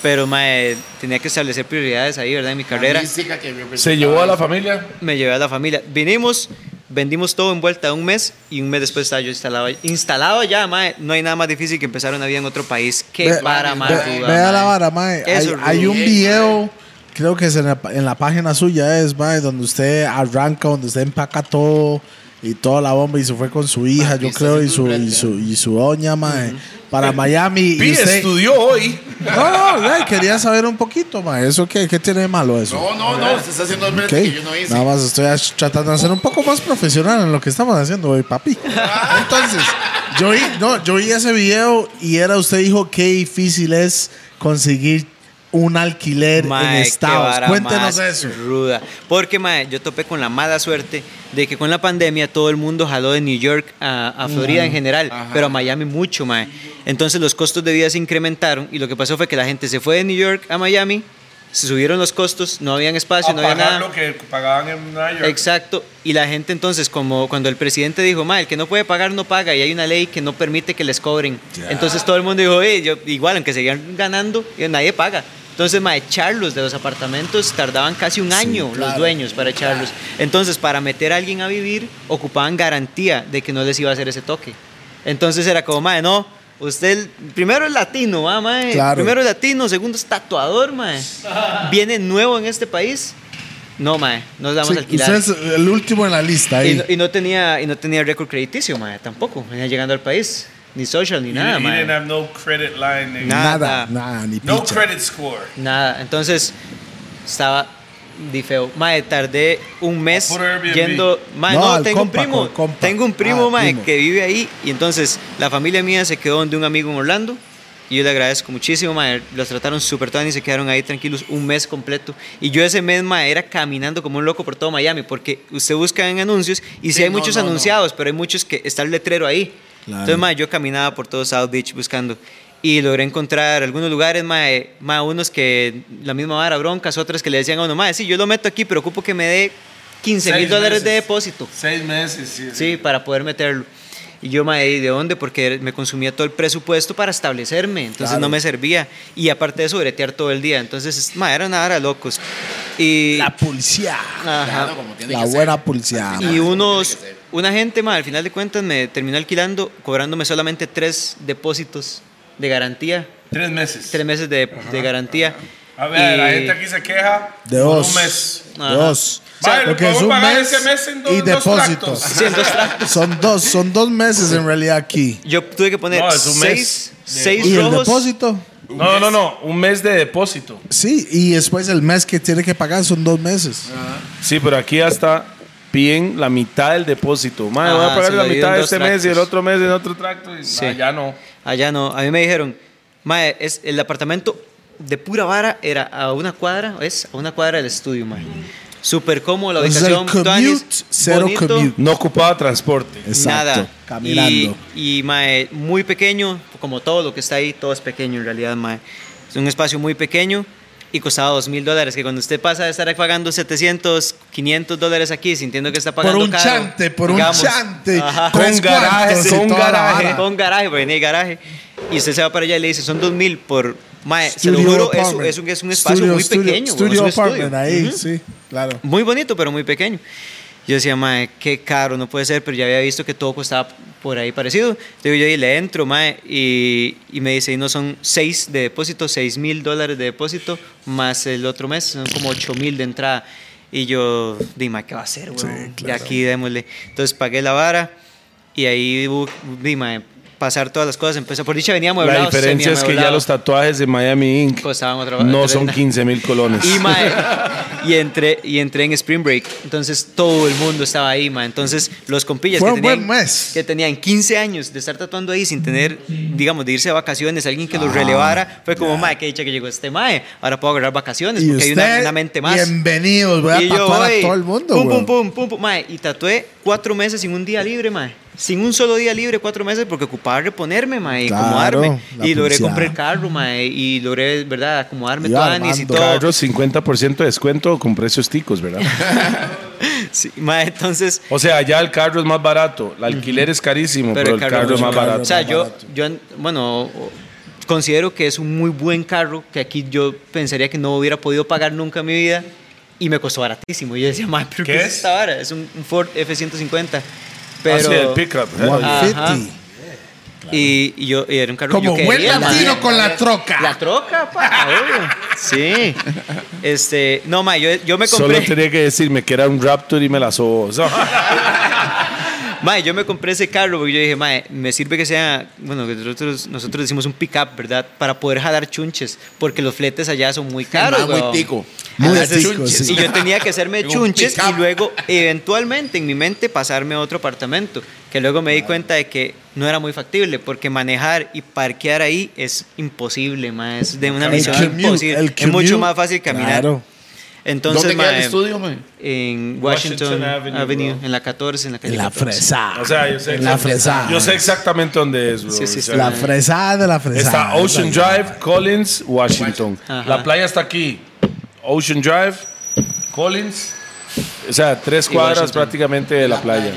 Speaker 3: Pero, mae, tenía que establecer prioridades ahí, ¿verdad? En mi carrera.
Speaker 8: Mística que representaba
Speaker 5: Se llevó a la familia.
Speaker 3: Me llevé a la familia. Vinimos, vendimos todo en vuelta de un mes, y un mes después estaba yo instalado, instalado ya, mae. No hay nada más difícil que empezar una vida en otro país. Qué
Speaker 2: Ve-
Speaker 3: para,
Speaker 2: Ve-
Speaker 3: mae. duda,
Speaker 2: Vea la
Speaker 3: mae.
Speaker 2: vara, mae. Hay,
Speaker 3: Eso,
Speaker 2: hay un
Speaker 3: Rubén,
Speaker 2: video, creo que es en la, en la página suya, es, mae, donde usted arranca, donde usted empaca todo y toda la bomba y se fue con su hija, yo
Speaker 8: está
Speaker 2: creo, y su,
Speaker 8: haciendo un
Speaker 2: y su, y su doña, mae,
Speaker 3: Eh,
Speaker 2: para Miami.
Speaker 5: <laughs> Pi
Speaker 2: Y usted,
Speaker 5: estudió hoy.
Speaker 2: no, no, mae, quería saber un poquito, mae. ¿Eso qué, qué tiene de malo eso?
Speaker 8: No, no, no, se está haciendo el
Speaker 2: Ok.
Speaker 8: que yo no hice.
Speaker 2: Nada más estoy ach- tratando de ser un poco más profesional en lo que estamos haciendo hoy, papi.
Speaker 5: Ah.
Speaker 2: Entonces, yo vi, no, yo vi ese video y era usted dijo qué difícil es conseguir un alquiler
Speaker 3: Mae,
Speaker 2: en
Speaker 3: qué
Speaker 2: Estados.
Speaker 3: vara
Speaker 2: Cuéntenos
Speaker 3: más
Speaker 2: eso.
Speaker 3: Ruda. Porque, mae, yo topé con la mala suerte de que con la pandemia todo el mundo jaló de New York a, a Florida en general, pero a Miami mucho, mae. Entonces los costos de vida se incrementaron y lo que pasó fue que la gente se fue de New York a Miami, se subieron los costos, no habían espacio, Ah, no había nada.
Speaker 5: que pagaban en Nueva York.
Speaker 3: Exacto, y la gente entonces, como cuando el presidente dijo, ma, el que no puede pagar no paga, y hay una ley que no permite que les cobren. Entonces todo el mundo dijo, "Ey, yo, igual, aunque seguían ganando, eh, nadie paga. Entonces, ma, echarlos de los apartamentos tardaban casi un año los dueños para echarlos. Entonces, para meter a alguien a vivir, ocupaban garantía de que no les iba a hacer ese toque. Entonces era como, ma, no, usted primero es latino, ma, ma, eh,
Speaker 2: Claro.
Speaker 3: primero es latino, segundo es tatuador, ma. Viene nuevo en este país. No, mae, nos la vamos
Speaker 2: Sí,
Speaker 3: a alquilar.
Speaker 2: usted es el último en la lista
Speaker 3: Y
Speaker 2: ahí.
Speaker 3: no, y no tenía y no tenía récord crediticio, mae, tampoco. Venía llegando al país, ni social ni nada, mae.
Speaker 5: have no credit line. nigga.
Speaker 2: nada,
Speaker 3: nada.
Speaker 2: nada, ni picha.
Speaker 5: score.
Speaker 3: Nada. Entonces estaba di feo. Mae, tardé un mes
Speaker 5: puro Airbnb.
Speaker 3: yendo, mae,
Speaker 2: No,
Speaker 3: no,
Speaker 2: al
Speaker 3: tengo
Speaker 2: compa,
Speaker 3: un primo,
Speaker 2: con compa.
Speaker 3: tengo un primo,
Speaker 2: Ah,
Speaker 3: mae,
Speaker 2: primo.
Speaker 3: que vive ahí y entonces la familia mía se quedó donde un amigo en Orlando. Y yo le agradezco muchísimo, mae. Los trataron súper tan y se quedaron ahí tranquilos un mes completo. Y yo ese mes, mae, era caminando como un loco por todo Miami, porque usted busca en anuncios y sí, hay muchos anunciados, pero hay muchos que está el letrero ahí. Entonces, mae, yo caminaba por todo South Beach buscando y logré encontrar algunos lugares, mae, mae, unos que la misma vara broncas, otros que le decían a uno, mae, sí, yo lo meto aquí, pero ocupo que me dé 15 mil
Speaker 5: Seis
Speaker 3: dólares de
Speaker 5: meses.
Speaker 3: depósito.
Speaker 5: Seis meses. Sí.
Speaker 3: Sí, para poder meterlo. Y yo, mae, ¿y ¿de dónde? Porque me consumía todo el presupuesto para establecerme, entonces no me servía. Y aparte de eso, bretear todo el día. Entonces, es- mae, era una vara de locos. Y,
Speaker 2: La policía.
Speaker 3: ajá.
Speaker 8: Como tiene
Speaker 2: La
Speaker 8: que ser.
Speaker 2: buena
Speaker 4: Ah,
Speaker 2: policía.
Speaker 3: y unos, una gente, mae, al final de cuentas me terminó alquilando, cobrándome solamente tres depósitos de garantía,
Speaker 5: Tres meses.
Speaker 3: tres meses de, de garantía.
Speaker 5: A ver, la
Speaker 3: Y-
Speaker 5: gente aquí se queja
Speaker 2: De
Speaker 5: por
Speaker 2: dos.
Speaker 5: un mes.
Speaker 3: Ajá.
Speaker 2: Dos.
Speaker 5: Vale,
Speaker 2: Porque
Speaker 5: podemos
Speaker 2: es un
Speaker 5: pagar
Speaker 2: mes,
Speaker 5: ese mes en dos-
Speaker 2: y
Speaker 5: dos
Speaker 2: depósitos.
Speaker 5: tractos.
Speaker 3: Sí,
Speaker 5: <laughs>
Speaker 3: en dos
Speaker 2: <laughs>
Speaker 3: tractos.
Speaker 2: Son dos, son dos meses en realidad aquí.
Speaker 3: Yo tuve que poner
Speaker 5: No, es un
Speaker 3: seis,
Speaker 5: mes
Speaker 3: seis
Speaker 2: ¿Y el
Speaker 3: rojos.
Speaker 2: depósito?
Speaker 5: No, no, no, un mes de depósito.
Speaker 2: Sí, y después el mes que tiene que pagar son dos meses.
Speaker 3: Ah,
Speaker 5: Sí, pero aquí hasta piden la mitad del depósito. Madre,
Speaker 3: Ajá,
Speaker 5: voy a pagar
Speaker 3: se lo
Speaker 5: la
Speaker 3: dividen
Speaker 5: mitad
Speaker 3: en
Speaker 5: de
Speaker 3: dos
Speaker 5: este mes y el
Speaker 3: tractos.
Speaker 5: otro mes en otro tracto. Y,
Speaker 3: Sí.
Speaker 5: nah, ya no.
Speaker 3: Allá no, a mí me dijeron, mae, es el apartamento de pura vara era a una cuadra, es a una cuadra del estudio, mae. Súper cómodo la
Speaker 2: O sea, el
Speaker 3: ubicación,
Speaker 2: commute,
Speaker 3: tuanis,
Speaker 2: cero
Speaker 3: bonito,
Speaker 2: commute.
Speaker 5: No ocupaba transporte.
Speaker 3: Nada.
Speaker 2: Exacto. Caminando.
Speaker 3: Y, y, mae, muy pequeño, como todo lo que está ahí, todo es pequeño en realidad, mae. Es un espacio muy pequeño y costaba dos mil dólares, que cuando usted pasa de estar pagando 700, 500 dólares aquí, sintiendo que está
Speaker 2: por
Speaker 3: pagando
Speaker 2: un
Speaker 3: caro,
Speaker 2: chante, por
Speaker 3: digamos,
Speaker 2: un chante.
Speaker 3: ajá.
Speaker 2: Tres
Speaker 5: Con garaje,
Speaker 2: cuartos y
Speaker 5: con
Speaker 2: toda la
Speaker 5: garaje.
Speaker 2: vara.
Speaker 3: <laughs> con garaje, porque tiene garaje. Y usted se va para allá y le dice, son dos mil por... Mae, se lo
Speaker 2: Studio
Speaker 3: juro, es,
Speaker 2: apartment.
Speaker 3: es un, es un espacio
Speaker 2: Studio,
Speaker 3: muy
Speaker 2: studio,
Speaker 3: pequeño. weón, es
Speaker 2: Studio
Speaker 3: un
Speaker 2: apartment,
Speaker 3: estudio.
Speaker 2: ahí,
Speaker 3: Ujú.
Speaker 2: sí, claro.
Speaker 3: Muy bonito, pero muy pequeño. Yo decía, mae, qué caro, no puede ser, pero ya había visto que todo costaba por ahí parecido. Entonces yo ahí le entro, mae, y, y me dice, y no son 6 de depósito, 6 mil dólares de depósito, más el otro mes, son como 8 mil de entrada. Y yo, dime, ¿qué va a hacer, weón? Y aquí démosle. Entonces pagué la vara y ahí, dime, pasar todas las cosas. Empezó, por dicha venía
Speaker 6: La
Speaker 3: amueblado,
Speaker 6: diferencia es que ya
Speaker 3: semiamueblado.
Speaker 6: los tatuajes de Miami Inc.
Speaker 3: Costaban Pues, otra-
Speaker 6: no
Speaker 3: otra
Speaker 6: son
Speaker 3: arena.
Speaker 6: 15 mil
Speaker 2: <laughs>
Speaker 6: colones.
Speaker 3: Y,
Speaker 6: <laughs>
Speaker 3: mae, y, entré, y entré en Spring Break. Entonces todo el mundo estaba ahí, mae. Entonces los compillas
Speaker 2: Fue
Speaker 3: que
Speaker 2: un
Speaker 3: tenían,
Speaker 2: buen mes.
Speaker 3: que tenían 15 años de estar tatuando ahí sin tener, digamos, de irse de vacaciones, alguien que los relevara, fue como, mae, qué dicha que llegó este mae. Ahora puedo agarrar vacaciones
Speaker 2: Ah, Y
Speaker 3: porque hay una,
Speaker 2: usted,
Speaker 3: una mente más.
Speaker 2: bienvenidos, voy a
Speaker 3: Y yo
Speaker 2: tatuar a
Speaker 3: voy,
Speaker 2: todo el mundo,
Speaker 3: Pum,
Speaker 2: weón.
Speaker 3: pum, pum, pum, pum, mae. Y tatué cuatro meses sin un día libre, mae. Sin un solo día libre, cuatro meses, porque ocupaba reponerme, mae, y
Speaker 2: Claro,
Speaker 3: acomodarme.
Speaker 2: la
Speaker 3: Y logré
Speaker 2: pulseada.
Speaker 3: comprar carro, mae, y logré, ¿verdad?, acomodarme
Speaker 2: Iba
Speaker 3: tuanis y
Speaker 2: armando.
Speaker 3: todo.
Speaker 6: Carros, 50% de descuento con precios ticos,
Speaker 3: <laughs>
Speaker 6: ¿verdad?
Speaker 3: Sí, mae, entonces.
Speaker 6: o sea, ya el carro es más barato, el alquiler es carísimo, pero, el carro, es más barato.
Speaker 3: O sea, yo, yo, bueno, o- considero que es un muy buen carro que aquí yo pensaría que no hubiera podido pagar nunca en mi vida y me costó baratísimo. Y yo decía, <laughs> mae, ¿pero qué, es esta vara? Es un, un Ford F-150. Pero.
Speaker 6: Ah, sí, el pickup. ¿eh?
Speaker 2: 150.
Speaker 3: Ajá. Y, y yo, y era un carro
Speaker 2: Como
Speaker 3: que yo
Speaker 2: buen
Speaker 3: quería, mae.
Speaker 2: latino con la troca.
Speaker 3: La troca, pa, obvio.
Speaker 2: <laughs>
Speaker 3: Sí. Este, no, mae, yo, yo me compré.
Speaker 6: Solo tenía que decirme que era un Raptor y me la sobo. <laughs>
Speaker 3: Mae, yo me compré ese carro porque yo dije, mae, me sirve que sea, bueno, que nosotros, nosotros decimos un pickup, ¿verdad? Para poder jalar chunches, porque los fletes allá son muy caros.
Speaker 4: mae, muy
Speaker 3: weón.
Speaker 4: tico.
Speaker 2: Muy
Speaker 3: Entonces,
Speaker 2: tico, sí.
Speaker 3: Y yo tenía que
Speaker 4: <laughs>
Speaker 3: hacerme
Speaker 4: Un
Speaker 3: chunches y
Speaker 4: pickup.
Speaker 3: luego, eventualmente, en mi mente, pasarme a otro apartamento, que luego me di cuenta de que no era muy factible, porque manejar y parquear ahí es imposible, mae, es de una
Speaker 2: El
Speaker 3: misión
Speaker 2: commute,
Speaker 3: imposible.
Speaker 2: el
Speaker 3: Es mucho
Speaker 2: commute.
Speaker 3: más fácil caminar.
Speaker 2: Claro.
Speaker 3: Entonces,
Speaker 4: ¿Dónde queda el
Speaker 3: mae,
Speaker 4: estudio, mae?
Speaker 3: En Washington,
Speaker 5: Washington Avenue,
Speaker 3: Avenue,
Speaker 5: bro.
Speaker 3: en la 14, en la calle
Speaker 2: En la
Speaker 3: 14.
Speaker 2: fresa.
Speaker 5: O sea, yo sé
Speaker 2: En la
Speaker 5: exactamente-
Speaker 2: fresa.
Speaker 5: Yo sé exactamente dónde es, bro.
Speaker 3: Sí, sí,
Speaker 5: O sea,
Speaker 3: sí.
Speaker 2: La fresada de la fresada.
Speaker 6: Está Ocean Drive, Collins, Washington.
Speaker 3: Ajá.
Speaker 6: La playa está aquí. Ocean Drive, Collins. O sea, tres
Speaker 3: Y
Speaker 6: cuadras
Speaker 3: Washington.
Speaker 6: prácticamente de la playa.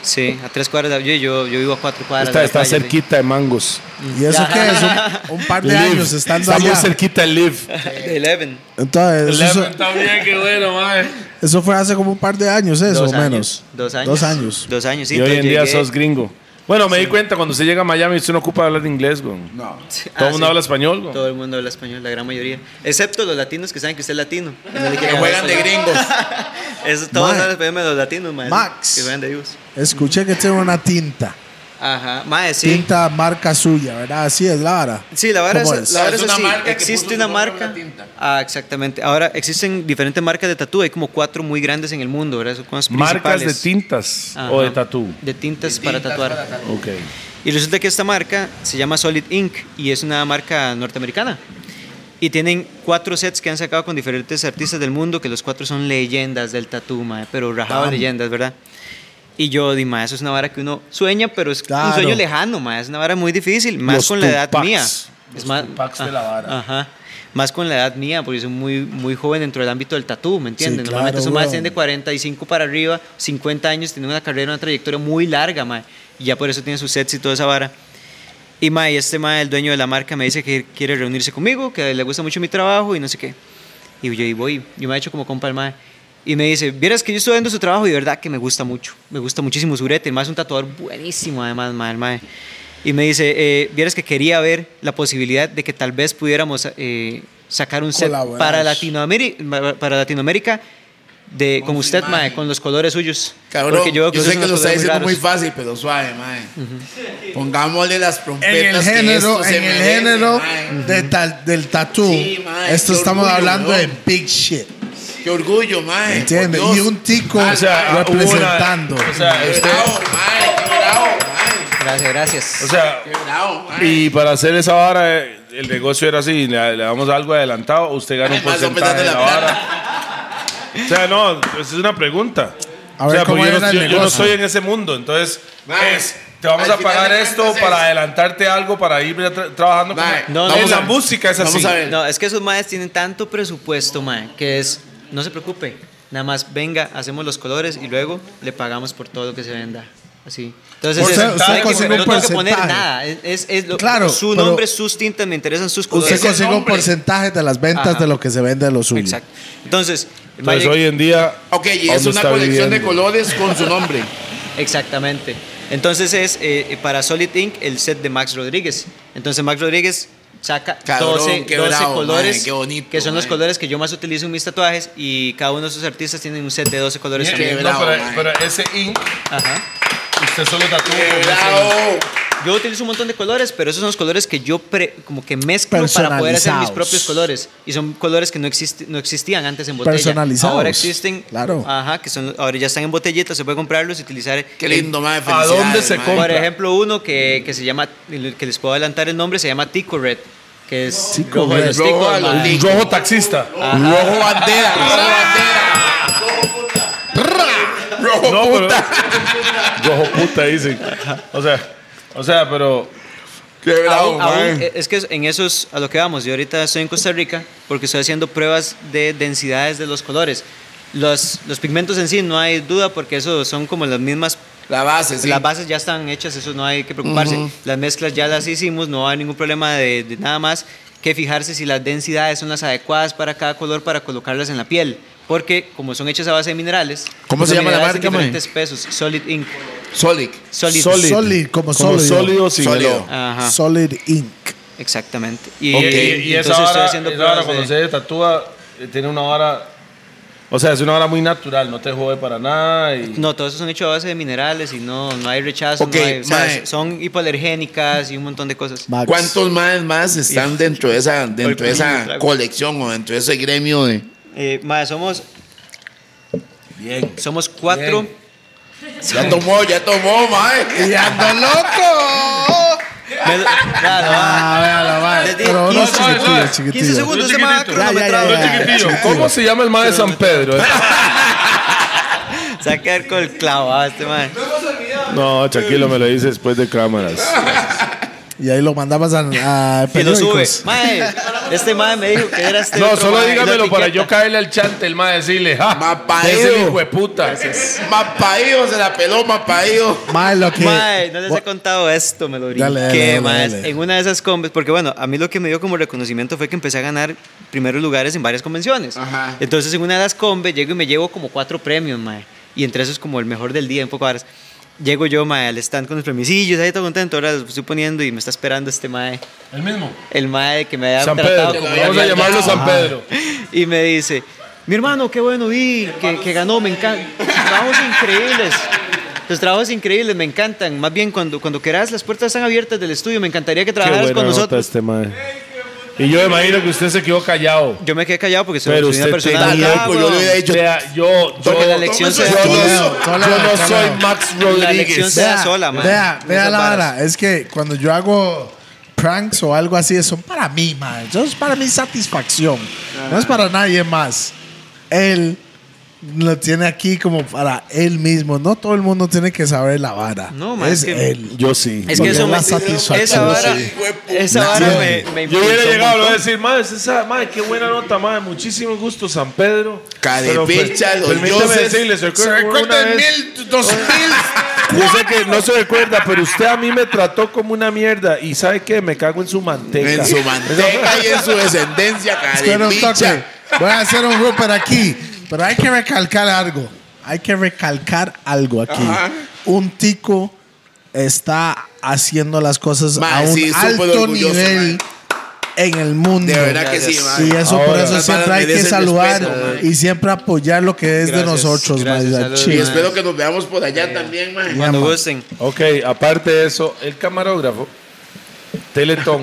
Speaker 3: Sí, a tres cuadras. de- Yo, yo, yo vivo a cuatro cuadras. de
Speaker 6: Está,
Speaker 3: la
Speaker 6: está
Speaker 3: playa, sí.
Speaker 6: cerquita de Mangos.
Speaker 2: ¿Y eso qué es? Un, un par de
Speaker 6: Live.
Speaker 2: años estando
Speaker 6: Está muy
Speaker 2: allá.
Speaker 6: cerquita del Live.
Speaker 3: De Eleven.
Speaker 2: Entonces, eso,
Speaker 5: También, qué bueno, mae.
Speaker 2: eso fue hace como un par de años, eso,
Speaker 3: Dos
Speaker 2: o
Speaker 3: años,
Speaker 2: menos.
Speaker 3: Dos años.
Speaker 2: Dos años.
Speaker 3: Dos años, sí.
Speaker 6: y hoy en
Speaker 3: entonces
Speaker 6: día
Speaker 3: llegué- <laughs>
Speaker 6: sos gringo. Bueno, me di cuenta cuando se llega a Miami, usted no ocupa hablar de inglés, güey.
Speaker 4: No.
Speaker 3: Ah,
Speaker 6: Todo el mundo
Speaker 3: sí.
Speaker 6: habla español, güey.
Speaker 3: Todo el mundo habla español, la gran mayoría. Excepto los latinos que saben que usted es latino. Que no le
Speaker 4: Que
Speaker 3: quieren hablar
Speaker 4: juegan de
Speaker 3: español.
Speaker 4: gringos.
Speaker 3: <laughs> Eso, todos
Speaker 2: Mae.
Speaker 3: hablan español menos los latinos, mae.
Speaker 2: Max.
Speaker 3: Que juegan de ellos.
Speaker 2: Escuché que tiene una tinta.
Speaker 3: Ajá. Mae, sí.
Speaker 2: Tinta marca suya, ¿verdad? Así es, la vara.
Speaker 3: Sí, la verdad
Speaker 2: ¿Cómo
Speaker 3: es,
Speaker 2: es?
Speaker 3: la verdad
Speaker 4: Es
Speaker 3: es
Speaker 4: una
Speaker 3: así.
Speaker 4: marca que
Speaker 3: Existe
Speaker 4: puso
Speaker 3: una
Speaker 4: su nombre en
Speaker 3: marca.
Speaker 4: la tinta.
Speaker 3: Ah, exactamente. Ahora existen diferentes marcas de tatú. Hay como cuatro muy grandes en el mundo, ¿verdad? Son como las
Speaker 6: Marcas de
Speaker 3: principales.
Speaker 6: tintas
Speaker 3: Ajá.
Speaker 6: o de tatú.
Speaker 3: De tintas, para tatuar.
Speaker 6: Ok.
Speaker 3: Y resulta que esta marca se llama Solid Ink y es una marca norteamericana. Y tienen cuatro sets que han sacado con diferentes artistas del mundo, que los cuatro son leyendas del tatú, mae, pero rajaban leyendas, ¿verdad? Y yo di, mae, eso es una vara que uno sueña, pero es
Speaker 2: Claro.
Speaker 3: un sueño lejano, mae, es una vara muy difícil, más
Speaker 6: Los
Speaker 3: con la edad
Speaker 6: Tupacs.
Speaker 3: mía.
Speaker 6: Los
Speaker 3: es más,
Speaker 6: Tupacs de
Speaker 3: ah,
Speaker 6: la vara.
Speaker 3: Ajá. Más con la edad mía, porque soy muy, muy joven dentro del ámbito del tatú, ¿me entienden?
Speaker 2: claro,
Speaker 3: Normalmente son
Speaker 2: weón.
Speaker 3: más de 45 para arriba, 50 años, tienen una carrera, una trayectoria muy larga, mae. Y ya por eso tienen sus sets y toda esa vara. Y mae, este mae, el dueño de la marca, me dice que quiere reunirse conmigo, que le gusta mucho mi trabajo y no sé qué. Y yo ahí voy, yo me he hecho como compa el mae. Y me dice, vieras que yo estoy viendo su trabajo y de verdad que me gusta mucho. Me gusta muchísimo su brete. El mae es un tatuador buenísimo, además, mae, el mae. Y me dice, eh, vieras que quería ver la posibilidad de que tal vez pudiéramos eh, sacar un set
Speaker 2: Colaborar.
Speaker 3: para Latinoamérica, para Latinoamérica de, con usted, mae, con los colores suyos.
Speaker 4: Cabrón,
Speaker 3: Porque
Speaker 4: yo,
Speaker 3: veo
Speaker 4: sé
Speaker 3: usan
Speaker 4: que lo
Speaker 3: unos
Speaker 4: está
Speaker 3: colores
Speaker 4: diciendo muy
Speaker 3: raros.
Speaker 4: fácil, pero suave, mae. Pongámosle las trompetas.
Speaker 2: En el
Speaker 4: que
Speaker 2: género,
Speaker 4: esto se
Speaker 2: en el
Speaker 4: merece,
Speaker 2: género
Speaker 4: mae.
Speaker 2: de tal- del tatú.
Speaker 4: Sí, mae,
Speaker 2: Esto
Speaker 4: qué
Speaker 2: estamos
Speaker 4: orgullo,
Speaker 2: hablando de
Speaker 4: weón.
Speaker 2: big shit.
Speaker 4: Qué orgullo, mae.
Speaker 2: ¿Entiendes?
Speaker 4: por
Speaker 2: Y
Speaker 4: Dios.
Speaker 2: un tico
Speaker 4: Ah, o sea,
Speaker 6: hubo una-
Speaker 2: representando.
Speaker 6: O sea,
Speaker 4: Qué
Speaker 6: este-
Speaker 4: bravo, mae. Qué bravo, mae.
Speaker 3: Gracias, gracias.
Speaker 6: o sea,
Speaker 4: Qué bravo, mae.
Speaker 6: Y para hacer esa vara, eh, el negocio era así, le, le damos algo adelantado, usted gana un
Speaker 4: <laughs> Además, son
Speaker 6: porcentaje de la
Speaker 4: pensando en la
Speaker 6: vara. O sea, no, pues es una pregunta.
Speaker 2: A ver
Speaker 6: o sea,
Speaker 2: cómo
Speaker 6: porque yo,
Speaker 2: era
Speaker 6: no,
Speaker 2: el
Speaker 6: yo- yo no
Speaker 2: negocio.
Speaker 6: estoy en ese mundo, entonces
Speaker 4: Mae,
Speaker 6: es, te vamos
Speaker 4: al
Speaker 6: a
Speaker 4: final
Speaker 6: pagar
Speaker 4: de
Speaker 6: esto
Speaker 4: cuentas
Speaker 6: para
Speaker 4: es-
Speaker 6: adelantarte algo, para ir tra- trabajando. con-
Speaker 4: Mae,
Speaker 3: No, no,
Speaker 6: en
Speaker 3: vamos
Speaker 6: la
Speaker 3: a-
Speaker 6: música es así.
Speaker 4: Vamos a ver.
Speaker 3: No, es que esos maes tienen tanto presupuesto, mae, que es, no se preocupe, nada más venga, hacemos los colores y luego le pagamos por todo lo que se venda. Así. Entonces,
Speaker 2: O
Speaker 3: es-
Speaker 2: sea,
Speaker 3: no
Speaker 2: usted
Speaker 3: hay que-
Speaker 2: consigue
Speaker 3: no
Speaker 2: un
Speaker 3: tengo que poner
Speaker 2: porcentaje.
Speaker 3: nada. Es, es- es lo-
Speaker 2: Claro,
Speaker 3: su
Speaker 2: pero-
Speaker 3: nombre, sus tintas, me interesan sus colores.
Speaker 2: Usted
Speaker 4: ese
Speaker 2: consigue un
Speaker 4: nombre.
Speaker 2: porcentaje de las ventas
Speaker 3: Ajá.
Speaker 2: de lo que se vende de lo suyo.
Speaker 3: Exacto. Entonces, El mae
Speaker 6: Entonces
Speaker 3: llega-
Speaker 6: hoy en día.
Speaker 4: Ok, y
Speaker 6: ¿a
Speaker 4: es
Speaker 6: dónde
Speaker 4: una
Speaker 6: está
Speaker 4: colección de
Speaker 6: viviendo?
Speaker 4: colores con su nombre.
Speaker 3: Exactamente. Entonces es eh, para Solid Inc. el set de Max Rodríguez. Entonces Max Rodríguez saca
Speaker 4: Cabrón,
Speaker 3: 12,
Speaker 4: qué
Speaker 3: 12
Speaker 4: bravo,
Speaker 3: colores,
Speaker 4: mae, qué bonito,
Speaker 3: que son los
Speaker 4: mae.
Speaker 3: colores que yo más utilizo en mis tatuajes y cada uno de sus artistas tiene un set de 12 colores
Speaker 4: Bien,
Speaker 3: también.
Speaker 4: bien. bravo,
Speaker 5: Eh, pero,
Speaker 4: mae.
Speaker 5: pero ese ink,
Speaker 3: Ajá.
Speaker 5: usted solo tatúa.
Speaker 4: ¡Qué
Speaker 5: con ese
Speaker 4: bravo!
Speaker 3: Yo utilizo un montón de colores, pero esos son los colores que yo pre- como que mezclo para poder hacer mis
Speaker 2: Personalizados.
Speaker 3: propios colores. Y son colores que no, existi- no existían antes en botella.
Speaker 2: Personalizados.
Speaker 3: Ahora existen.
Speaker 2: Claro.
Speaker 3: Ajá, que son, ahora ya están en botellitas, se puede comprarlos y utilizar.
Speaker 4: ¡Qué
Speaker 3: en-
Speaker 4: lindo, madre!
Speaker 5: ¿A dónde
Speaker 4: felicidades,
Speaker 5: se
Speaker 4: mae.
Speaker 5: compra?
Speaker 3: Por ejemplo, uno que, que se llama, que les puedo adelantar el nombre, se llama Tico Red, que es
Speaker 2: Tico
Speaker 3: rojo de
Speaker 2: Red.
Speaker 3: los
Speaker 4: Rojo
Speaker 3: ticos,
Speaker 4: a los
Speaker 3: ma.
Speaker 5: ink. Rojo taxista.
Speaker 4: Ah. Rojo bandera, rojo bandera. Rojo
Speaker 5: No, pero-
Speaker 6: <laughs>
Speaker 4: puta.
Speaker 5: Rojo puta, dicen. O sea, o sea, pero.
Speaker 4: Qué
Speaker 3: Aún-
Speaker 4: bravo,
Speaker 3: aún-
Speaker 4: mae.
Speaker 3: es que en esos, a lo que vamos, yo ahorita estoy en Costa Rica porque estoy haciendo pruebas de densidades de los colores. Los, los pigmentos en sí no hay duda porque eso son como las mismas,
Speaker 4: La base, sí.
Speaker 3: las bases ya están hechas, eso no hay que preocuparse. Las mezclas ya las hicimos, no hay ningún problema de, de nada más que fijarse si las densidades son las adecuadas para cada color para colocarlas en la piel. Porque como son hechas a base de minerales, pues
Speaker 4: ¿Cómo se
Speaker 3: son
Speaker 4: llama la
Speaker 3: minerales de
Speaker 4: marca, mae?
Speaker 3: diferentes pesos, Solid Ink.
Speaker 4: Solic.
Speaker 3: Solid.
Speaker 2: Solid, como
Speaker 6: Como
Speaker 2: sólido.
Speaker 6: sólido sin
Speaker 4: Sólido.
Speaker 6: helado.
Speaker 3: Ajá,
Speaker 2: Solid Inc.
Speaker 3: exactamente. Y, y-
Speaker 5: Y, y- y esa
Speaker 3: entonces estoy
Speaker 5: hora,
Speaker 3: haciendo
Speaker 5: esa
Speaker 3: pruebas
Speaker 5: hora
Speaker 3: de-
Speaker 5: cuando se tatúa, eh, tiene una hora. O sea, es una hora muy natural, no te jode para nada. Y,
Speaker 3: No, todos esos son hechos a base de minerales y no, no hay rechazo,
Speaker 4: Ok,
Speaker 3: no hay- o sea,
Speaker 4: mae.
Speaker 3: son hipoalergénicas y un montón de cosas.
Speaker 2: Max.
Speaker 4: ¿Cuántos más más están dentro de esa, dentro de
Speaker 3: Ay,
Speaker 4: esa
Speaker 3: trago.
Speaker 4: colección o dentro de ese gremio de
Speaker 3: Eh, mae, somos... Somos cuatro.
Speaker 4: Ya tomó, ya tomó, mae. Ya <laughs> ando loco.
Speaker 3: Me-
Speaker 2: <laughs>
Speaker 3: claro, ah,
Speaker 2: Ah, véala, va.
Speaker 3: Desde
Speaker 2: Pero no,
Speaker 3: 15
Speaker 2: chiquitillo,
Speaker 5: segundos.
Speaker 2: chiquitillo.
Speaker 3: 15 segundos de más
Speaker 5: Chiquitito.
Speaker 3: cronometrado.
Speaker 2: Ya, ya, ya,
Speaker 5: Chiquitillo, ¿Cómo se llama el mae de
Speaker 3: <laughs>
Speaker 5: San Pedro? eh?
Speaker 3: Se va a quedar con el clavo, ah, este mae.
Speaker 6: No, tranquilo, me lo dice después
Speaker 3: <laughs>
Speaker 6: de cámaras.
Speaker 2: Y ahí lo mandabas a, a
Speaker 3: Que lo sube.
Speaker 2: periódicos.
Speaker 3: Mae, este mae me dijo que era este
Speaker 5: No,
Speaker 3: otro
Speaker 5: solo
Speaker 3: mae, y lo
Speaker 5: dígamelo para yo
Speaker 3: etiqueta.
Speaker 5: caerle al chante, el mae decirle, ja,
Speaker 4: Mapaído.
Speaker 5: ese es el hijo de puta.
Speaker 4: Mapaío se la peló, mapaío.
Speaker 2: Mae, lo que.
Speaker 3: <laughs> Mae, no les he contado esto, me lo brinqué,
Speaker 2: Dale, dale, dale,
Speaker 3: mae.
Speaker 2: dale.
Speaker 3: En una de esas combes, porque bueno, a mí lo que me dio como reconocimiento fue que empecé a ganar primeros lugares en varias convenciones.
Speaker 4: Ajá.
Speaker 3: Entonces, en una de las combes, llego y me llevo como cuatro premios, mae. Y entre esos, como el mejor del día, en poco horas. Llego yo, mae, al stand con los premisillos, ahí todo contento. Ahora los estoy poniendo y me está esperando este mae.
Speaker 5: El mismo.
Speaker 3: El mae que me había
Speaker 5: San
Speaker 3: tratado
Speaker 5: Pedro.
Speaker 3: como
Speaker 4: había
Speaker 5: Vamos a llamarlo
Speaker 4: violado.
Speaker 5: San Pedro.
Speaker 3: y me dice, mi hermano, qué bueno vi, que, que ganó, me encanta. Trabajos increíbles. Tus trabajos increíbles, me encantan. Más bien, cuando, cuando quieras, las puertas están abiertas del estudio. Me encantaría que
Speaker 6: Qué
Speaker 3: trabajaras
Speaker 6: buena
Speaker 3: con
Speaker 6: nota
Speaker 3: nosotros.
Speaker 6: este mae.
Speaker 5: Y yo me imagino que usted se quedó callado.
Speaker 3: Yo me quedé callado porque soy
Speaker 6: Pero
Speaker 3: soy una
Speaker 6: usted
Speaker 3: persona
Speaker 6: tenía-
Speaker 3: acá,
Speaker 4: Loco, yo le
Speaker 3: weón.
Speaker 4: hubiera
Speaker 5: O
Speaker 4: dicho.
Speaker 5: sea, yo, yo,
Speaker 3: Porque la elección se da
Speaker 4: Yo no-
Speaker 3: sola.
Speaker 4: yo
Speaker 2: Hola,
Speaker 4: no
Speaker 2: hola.
Speaker 4: soy Max
Speaker 3: La elección
Speaker 4: Rodríguez.
Speaker 3: se da sola, man.
Speaker 2: Vea, vea
Speaker 3: Esas
Speaker 2: la
Speaker 3: varas.
Speaker 2: vara. Es que cuando yo hago pranks o algo así, son para mí, man. Eso es para mi satisfacción. No es para nadie más. Él lo tiene aquí como para él mismo. No todo el mundo tiene que saber la vara.
Speaker 3: No, man,
Speaker 2: Es
Speaker 3: es que-
Speaker 2: él.
Speaker 6: Yo sí.
Speaker 3: Es que
Speaker 2: Porque
Speaker 3: eso me...
Speaker 2: la satisfacción,
Speaker 3: Esa vara,
Speaker 2: sí.
Speaker 3: esa vara me, me
Speaker 5: yo hubiera
Speaker 3: impulsó un
Speaker 5: llegado, le voy a
Speaker 3: montón.
Speaker 5: decir, mae, es esa- mae, qué buena nota, mae, Ah, muchísimo gusto, San Pedro. Pero, pues,
Speaker 4: Cadepicha, los
Speaker 5: Permítame
Speaker 4: dioses.
Speaker 5: decirle, se
Speaker 4: Se
Speaker 5: recuerda que una
Speaker 4: recuerda en
Speaker 5: vez-
Speaker 4: mil, dos
Speaker 5: <laughs>
Speaker 4: mil.
Speaker 5: Yo sé que no se recuerda, pero usted a mí me trató como una mierda. Y ¿sabe qué? Me cago en su manteca.
Speaker 4: En su manteca
Speaker 5: <laughs>
Speaker 4: y en su descendencia,
Speaker 2: Espera un toque.
Speaker 4: cadepicha.
Speaker 2: Voy a hacer un rooper aquí. Pero hay que recalcar algo. Hay que recalcar algo aquí.
Speaker 4: Ajá.
Speaker 2: Un tico está haciendo las cosas
Speaker 4: Ma,
Speaker 2: a un
Speaker 4: sí, súper
Speaker 2: alto
Speaker 4: orgulloso,
Speaker 2: nivel en el mundo.
Speaker 4: De verdad que sí,
Speaker 2: Y
Speaker 4: mae.
Speaker 2: eso por
Speaker 4: Ahora,
Speaker 2: eso
Speaker 4: las
Speaker 2: siempre
Speaker 4: varas
Speaker 2: hay que
Speaker 4: merecen
Speaker 2: saludar
Speaker 4: respeto, mae.
Speaker 2: y siempre apoyar lo que es de
Speaker 3: Gracias,
Speaker 2: nosotros,
Speaker 3: gracias,
Speaker 2: mae.
Speaker 3: saludos,
Speaker 2: Chill.
Speaker 4: Y
Speaker 3: mae.
Speaker 4: espero que nos veamos por allá también, man.
Speaker 3: Cuando
Speaker 2: man.
Speaker 3: gusten.
Speaker 6: Ok, aparte de eso, el camarógrafo, Teletón,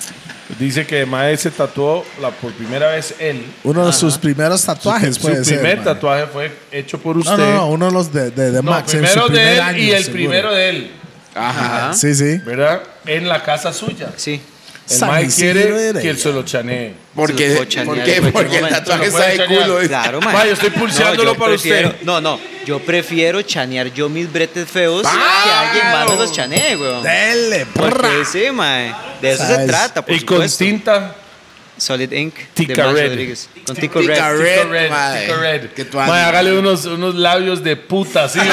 Speaker 4: <laughs>
Speaker 6: dice que Mae se tatuó la, por primera vez él.
Speaker 2: Uno de sus primeros tatuajes,
Speaker 5: Su
Speaker 2: puede
Speaker 5: primer
Speaker 2: ser, mae.
Speaker 5: tatuaje fue hecho por usted.
Speaker 2: No, no, no, uno de los de, de, de
Speaker 5: No,
Speaker 2: Max. en su
Speaker 5: primero de
Speaker 2: primer
Speaker 5: él
Speaker 2: año,
Speaker 5: y el
Speaker 2: seguro.
Speaker 5: primero de él,
Speaker 4: Ajá.
Speaker 2: Sí, sí.
Speaker 5: ¿verdad? En la casa suya.
Speaker 3: Sí.
Speaker 5: El
Speaker 2: San
Speaker 5: Mae
Speaker 2: Isidro
Speaker 5: quiere
Speaker 2: era
Speaker 5: que él
Speaker 2: ya.
Speaker 5: se lo chanee.
Speaker 3: Se lo
Speaker 4: Porque,
Speaker 3: puedo chanear en cualquier
Speaker 4: porque, porque el
Speaker 3: momento.
Speaker 4: tatuaje
Speaker 5: Se lo
Speaker 4: está
Speaker 5: puede
Speaker 4: de
Speaker 5: chanear.
Speaker 4: culo. eh.
Speaker 3: Claro, man.
Speaker 5: Ma, yo estoy pulseándolo
Speaker 3: yo
Speaker 5: para
Speaker 3: prefiero-
Speaker 5: usted.
Speaker 3: No, no. Yo prefiero chanear yo mis bretes feos que alguien más me los chanee, weón.
Speaker 2: Dele,
Speaker 3: Porque sí, mae. De eso se
Speaker 2: ¿Sabes?
Speaker 3: trata, por
Speaker 5: Y con
Speaker 3: supuesto.
Speaker 5: tinta
Speaker 3: Solid Ink de
Speaker 6: Tica
Speaker 3: Max
Speaker 6: Red.
Speaker 3: Rodríguez. Con Tico Red.
Speaker 4: Tica
Speaker 5: Red,
Speaker 4: Red, Eh, mae.
Speaker 5: Tico Red.
Speaker 4: Que tú
Speaker 5: Mae,
Speaker 4: andas.
Speaker 5: hágale unos, unos labios de
Speaker 4: <laughs>
Speaker 5: puta, ¿sí? <laughs>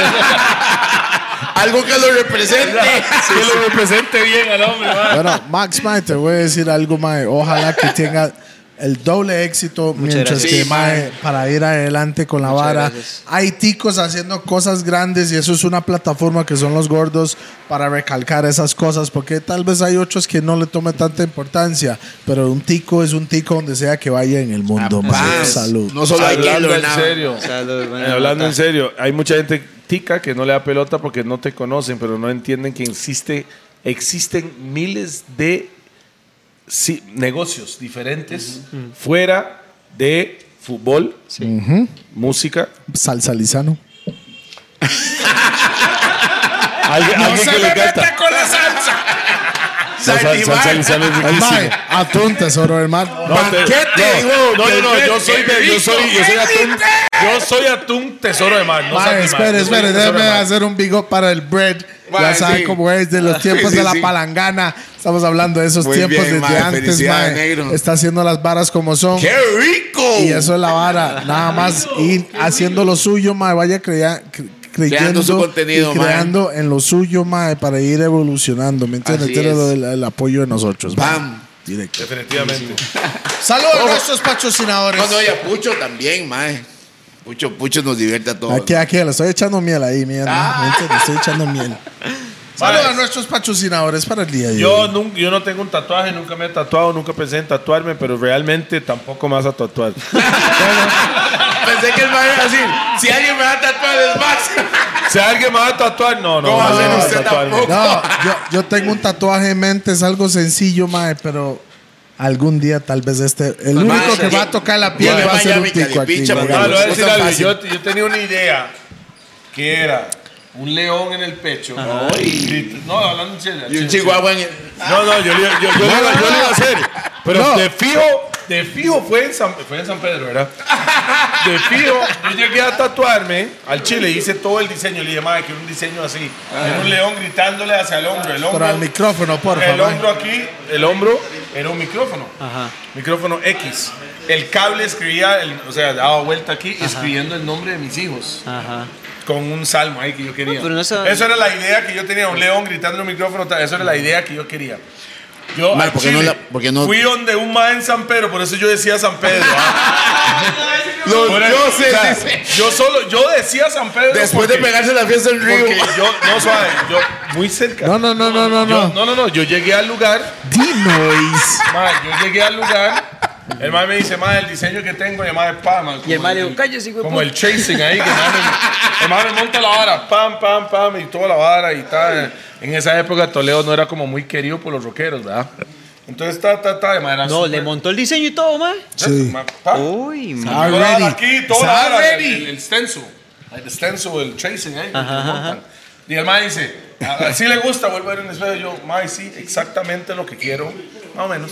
Speaker 4: Algo que lo
Speaker 5: <laughs>
Speaker 4: represente.
Speaker 5: que lo represente bien al hombre, mae.
Speaker 2: Bueno, Max, mae, te voy a decir algo, mae. Ojalá que tenga el doble éxito mientras
Speaker 3: gracias.
Speaker 2: que
Speaker 3: Sí,
Speaker 2: mae, para ir adelante con la
Speaker 3: Muchas
Speaker 2: vara.
Speaker 3: gracias.
Speaker 2: Hay ticos haciendo cosas grandes y eso es una plataforma que son los gordos para recalcar esas cosas porque tal vez hay otros que no le tomen tanta importancia, pero un tico es un tico donde sea que vaya en el mundo.
Speaker 6: Ah,
Speaker 2: mae.
Speaker 6: pues.
Speaker 8: Paz.
Speaker 2: Salud.
Speaker 8: No solo hay que
Speaker 5: Hablando en
Speaker 8: hablar
Speaker 5: serio.
Speaker 3: Salud,
Speaker 5: Eh,
Speaker 3: buena
Speaker 5: Hablando en
Speaker 3: nota.
Speaker 5: serio, hay mucha gente tica que no le da pelota porque no te conocen, pero no entienden que existe, existen miles de sí, negocios diferentes fuera de fútbol, música.
Speaker 2: Salsa Lizano.
Speaker 6: Alguien, alguien que le encanta.
Speaker 8: con la salsa.
Speaker 6: Sal- sal- sal- sal- es riquísimo.
Speaker 2: Mae, atún, tesoro hermano.
Speaker 6: No, te-
Speaker 8: Banquete,
Speaker 6: no, no, no, no,
Speaker 5: Qué
Speaker 6: yo soy de- yo soy, yo soy atún.
Speaker 5: Yo soy atún tesoro de mar. No
Speaker 2: Mae,
Speaker 5: Sandy Mar,
Speaker 2: espere,
Speaker 5: yo soy
Speaker 2: espere,
Speaker 5: un tesoro de
Speaker 2: déjeme
Speaker 5: mar.
Speaker 2: hacer un big up para el bread. ya
Speaker 8: Mae,
Speaker 2: sabe
Speaker 8: sí.
Speaker 2: cómo es de los
Speaker 8: <laughs>
Speaker 2: tiempos
Speaker 8: Sí,
Speaker 2: de
Speaker 8: sí,
Speaker 2: la
Speaker 8: sí.
Speaker 2: palangana. Estamos hablando de esos
Speaker 8: Muy
Speaker 2: tiempos
Speaker 8: bien,
Speaker 2: desde
Speaker 8: mae,
Speaker 2: antes,
Speaker 8: felicidades,
Speaker 2: mae.
Speaker 8: negro.
Speaker 2: Está haciendo las varas como son.
Speaker 8: ¡Qué rico!
Speaker 2: Y eso es la vara. Nada más y haciendo lo suyo, mae. Vaya crea- cre- creyendo
Speaker 8: Creando su contenido,
Speaker 2: y
Speaker 8: mae.
Speaker 2: creando en lo suyo, mae, para ir evolucionando. ¿Me entiendes?
Speaker 8: Así
Speaker 2: Tiene
Speaker 8: es.
Speaker 2: lo del- el apoyo de nosotros. mae.
Speaker 8: Bam.
Speaker 2: Directo.
Speaker 5: Definitivamente.
Speaker 2: Saludos a nuestros patrocinadores.
Speaker 8: No, no, y a Pucho también, mae. Pucho, Pucho nos divierte a todos.
Speaker 2: Aquí, aquí, le estoy echando miel ahí, mierda.
Speaker 5: Ah.
Speaker 2: Gente, Le estoy echando
Speaker 5: <laughs>
Speaker 2: miel. Saludos a nuestros patrocinadores para el día de
Speaker 5: Yo,
Speaker 2: hoy.
Speaker 5: nun- yo no tengo un tatuaje, nunca me he tatuado, nunca pensé en tatuarme, pero realmente tampoco me vas a tatuar.
Speaker 8: Pensé que el mae iba a decir, si alguien me va a tatuar es Max.
Speaker 5: si alguien me va a tatuar, no, no.
Speaker 8: No va a
Speaker 5: no,
Speaker 8: ser
Speaker 5: no,
Speaker 8: usted
Speaker 5: tatuarme.
Speaker 8: tampoco.
Speaker 2: No, yo, yo tengo un tatuaje en mente, es algo sencillo, mae, pero algún día tal vez este. El
Speaker 8: Mae,
Speaker 2: único que
Speaker 8: sí.
Speaker 2: va a tocar la
Speaker 8: Yo
Speaker 2: piel
Speaker 8: de
Speaker 2: va a ser un
Speaker 8: Miami,
Speaker 2: tico aquí.
Speaker 8: Calipicha,
Speaker 2: mae.
Speaker 8: porque-
Speaker 5: Ah, le voy a
Speaker 8: No es
Speaker 5: decir
Speaker 8: tan
Speaker 5: algo.
Speaker 8: fácil.
Speaker 5: Yo, yo tenía una idea que era un león en el pecho. Y- No, hablando en serio.
Speaker 8: Y un
Speaker 5: en
Speaker 8: chihuahua en el...
Speaker 5: serio. No, no, yo le yo- yo- yo le iba yo le iba a hacer. Pero de fijo, de fijo fue en, San, fue en San Pedro, ¿verdad? De fijo, yo llegué a tatuarme al chile, hice todo el diseño. Le dije, madre, quiero un diseño así. Era un león gritándole hacia el hombro. El hombro
Speaker 2: Pero al micrófono, por
Speaker 5: el
Speaker 2: favor.
Speaker 5: hombro aquí, el hombro era un micrófono. Micrófono X. El cable escribía, el- o sea, daba vuelta aquí escribiendo el nombre de mis hijos.
Speaker 2: Ah.
Speaker 3: Ajá.
Speaker 5: Con un salmo ahí que yo quería.
Speaker 3: No, pero no
Speaker 5: eso...
Speaker 3: sabe-
Speaker 5: era la idea que yo tenía, un león gritando en el micrófono. tal, Eso era la idea que yo quería. Yo
Speaker 8: Ma,
Speaker 5: al
Speaker 8: ¿por qué no
Speaker 5: Chile,
Speaker 8: la- por qué no-
Speaker 5: fui donde un man en San Pedro, por eso yo decía San Pedro. ah.
Speaker 8: <laughs> Los
Speaker 5: Por eso,
Speaker 8: dioses,
Speaker 5: o sea,
Speaker 8: dice.
Speaker 5: yo solo, yo decía San Pedro.
Speaker 8: Después de
Speaker 5: porque-
Speaker 8: pegarse la fiesta en Río.
Speaker 5: porque yo, no suave, yo muy cerca.
Speaker 2: No, no, no, no, no,
Speaker 5: Yo-
Speaker 2: no.
Speaker 5: no, no, no, yo llegué al lugar
Speaker 2: Dinois.
Speaker 5: Ma, yo llegué al lugar, el mae me dice, mae, el diseño que tengo, y el mae, pa, man,
Speaker 3: Y el
Speaker 5: como
Speaker 3: mae le dijo, "Cállese, hijo de
Speaker 5: Como
Speaker 3: puta".
Speaker 5: el chasing ahí, que el mae me- el mae me monta la vara, pam, pam, pam, y toda la vara y tal. En esa época Toledo no era como muy querido por los rockeros, ¿verdad? Entonces, ta, ta, ta, de manera
Speaker 3: No, le montó el diseño y todo, mae.
Speaker 2: Sí.
Speaker 3: Uy, mae.
Speaker 2: Already.
Speaker 5: Toda la vara aquí, toda la
Speaker 2: Está
Speaker 5: vara, el-
Speaker 2: ready.
Speaker 5: El, el stencil, el stencil, el chasing ahí, que le montan. Y el mae dice, si le gusta, vuelvo a ir en el espejo. Yo, mae, sí, exactamente lo que quiero, más o menos.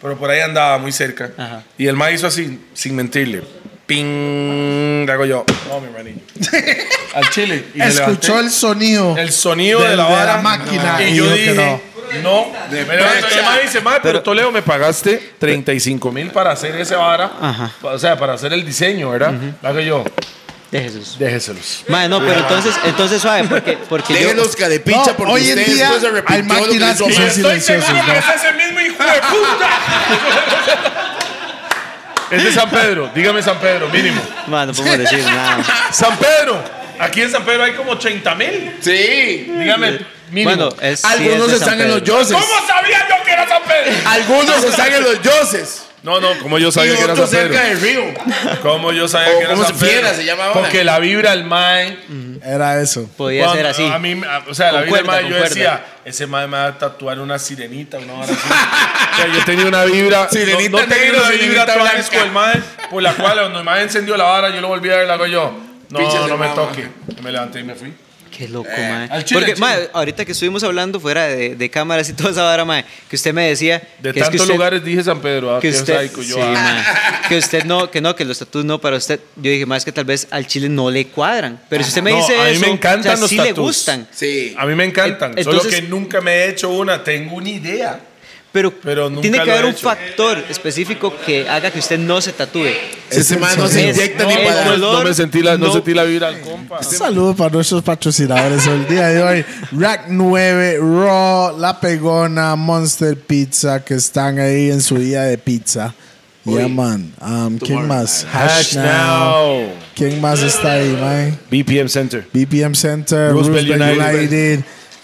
Speaker 5: Pero por ahí andaba muy cerca.
Speaker 3: Ajá.
Speaker 5: Y el mae hizo así, sin mentirle. Ping, le hago yo. No, mi hermanillo. <laughs> Al chile. Y me
Speaker 2: Escuchó
Speaker 5: levanté.
Speaker 2: el sonido.
Speaker 5: el sonido
Speaker 2: del-
Speaker 5: de la
Speaker 2: de la
Speaker 5: vara.
Speaker 2: máquina,
Speaker 5: Y,
Speaker 2: y
Speaker 5: yo
Speaker 2: dijo que
Speaker 5: dije, no.
Speaker 8: De
Speaker 5: Me levanto, y
Speaker 8: pecha.
Speaker 5: el mae dice, mae, pero Toledo me pagaste 35 mil para hacer ese vara.
Speaker 3: Ajá.
Speaker 5: O sea, para hacer el diseño, ¿verdad? Le hago yo,
Speaker 3: De Jesús.
Speaker 5: déjeselos.
Speaker 3: Mae, no, pero entonces, entonces suave, porque, porque yo...
Speaker 8: Déjenlos cadepicha
Speaker 2: No,
Speaker 8: porque
Speaker 2: hoy en
Speaker 8: ustedes
Speaker 2: día
Speaker 8: después se
Speaker 2: hay
Speaker 8: arrepintió de lo que
Speaker 2: máquinas
Speaker 8: hizo
Speaker 2: que son
Speaker 8: mal.
Speaker 2: silenciosas. Silenciosos, ¿no?
Speaker 5: es ese mismo hijo de puta. es de San Pedro, dígame San Pedro, mínimo.
Speaker 3: Mae, no podemos decir nada.
Speaker 5: San Pedro, aquí en San Pedro hay como 80 mil.
Speaker 8: Sí.
Speaker 5: Dígame, mínimo.
Speaker 3: Bueno, es, sí es
Speaker 8: Algunos
Speaker 3: de San
Speaker 8: están en los
Speaker 3: Pedro.
Speaker 8: dioses.
Speaker 5: ¿Cómo sabía yo que era San Pedro?
Speaker 8: Algunos están en los dioses.
Speaker 5: No, no, como yo
Speaker 8: Y
Speaker 5: sabía que era San
Speaker 8: otros cerca
Speaker 5: Pedro.
Speaker 8: del río.
Speaker 5: Como yo sabía
Speaker 8: O
Speaker 5: que era
Speaker 8: como
Speaker 5: San
Speaker 8: se
Speaker 5: Pedro.
Speaker 8: quiera, se llama ahora.
Speaker 5: Porque la vibra al mae.
Speaker 2: Era eso.
Speaker 3: Podía
Speaker 5: Cuando-
Speaker 3: ser así.
Speaker 5: A mí, a- o sea, la vida del
Speaker 3: Concuerda,
Speaker 5: mae, yo
Speaker 3: concuerda.
Speaker 5: decía, ese mae me va a tatuar una sirenita, una hora así. o sea, yo tenía una vibra.
Speaker 8: Sirenita
Speaker 5: no, no tenía
Speaker 8: negra,
Speaker 5: una vibra
Speaker 8: sirenita
Speaker 5: tan
Speaker 8: blanca.
Speaker 5: disco el mae, por la cual cuando el mae encendió la vara, yo lo volví a ver, la hago yo. No,
Speaker 8: Pinches de
Speaker 5: no me
Speaker 8: mama.
Speaker 5: toque. Yo me levanté y me fui.
Speaker 3: Qué loco, mae.
Speaker 5: Eh, al chile,
Speaker 3: Porque,
Speaker 5: al chile.
Speaker 3: mae, ahorita que estuvimos hablando fuera de, de cámaras y toda esa vara, mae, que usted me decía
Speaker 5: De
Speaker 3: que
Speaker 5: tantos
Speaker 3: es que usted,
Speaker 5: lugares dije San Pedro, ah,
Speaker 3: que
Speaker 5: qué
Speaker 3: usted,
Speaker 5: psycho yo,
Speaker 3: sí,
Speaker 5: ah.
Speaker 3: mae,
Speaker 5: <laughs>
Speaker 3: que usted no, que no, que los tatuajes no para usted. Yo dije, más que tal vez al chile no le cuadran. Pero si usted me
Speaker 5: No,
Speaker 3: dice
Speaker 5: a mí
Speaker 3: eso,
Speaker 5: me
Speaker 3: o
Speaker 5: encantan
Speaker 3: sea,
Speaker 5: los
Speaker 3: sí le
Speaker 5: tatús.
Speaker 3: gustan.
Speaker 8: Sí.
Speaker 5: A mí me encantan,
Speaker 3: Eh,
Speaker 5: solo
Speaker 3: entonces-
Speaker 5: que nunca me he hecho una, tengo una idea.
Speaker 3: Pero,
Speaker 5: Pero nunca
Speaker 3: tiene que
Speaker 5: lo
Speaker 3: haber
Speaker 5: he
Speaker 3: un
Speaker 5: hecho.
Speaker 3: factor específico que haga que usted no se tatúe.
Speaker 8: Si ese man no se
Speaker 3: sonido.
Speaker 8: inyecta ni
Speaker 3: No,
Speaker 8: para.
Speaker 3: no,
Speaker 6: No me sentí la, no,
Speaker 3: No.
Speaker 6: sentí la vibra al compa.
Speaker 5: Este
Speaker 2: Saludos para nuestros patrocinadores el día de hoy. Rack 9, Raw, La Pegona, Monster Pizza, que están ahí en su día de pizza. Yeah, man. Um, ¿Quién
Speaker 4: Tomorrow.
Speaker 2: más? Hash Now. ¿Quién más está ahí, man?
Speaker 6: BPM Center.
Speaker 2: BPM Center,
Speaker 6: Roosevelt
Speaker 2: Roosevelt United,
Speaker 6: United.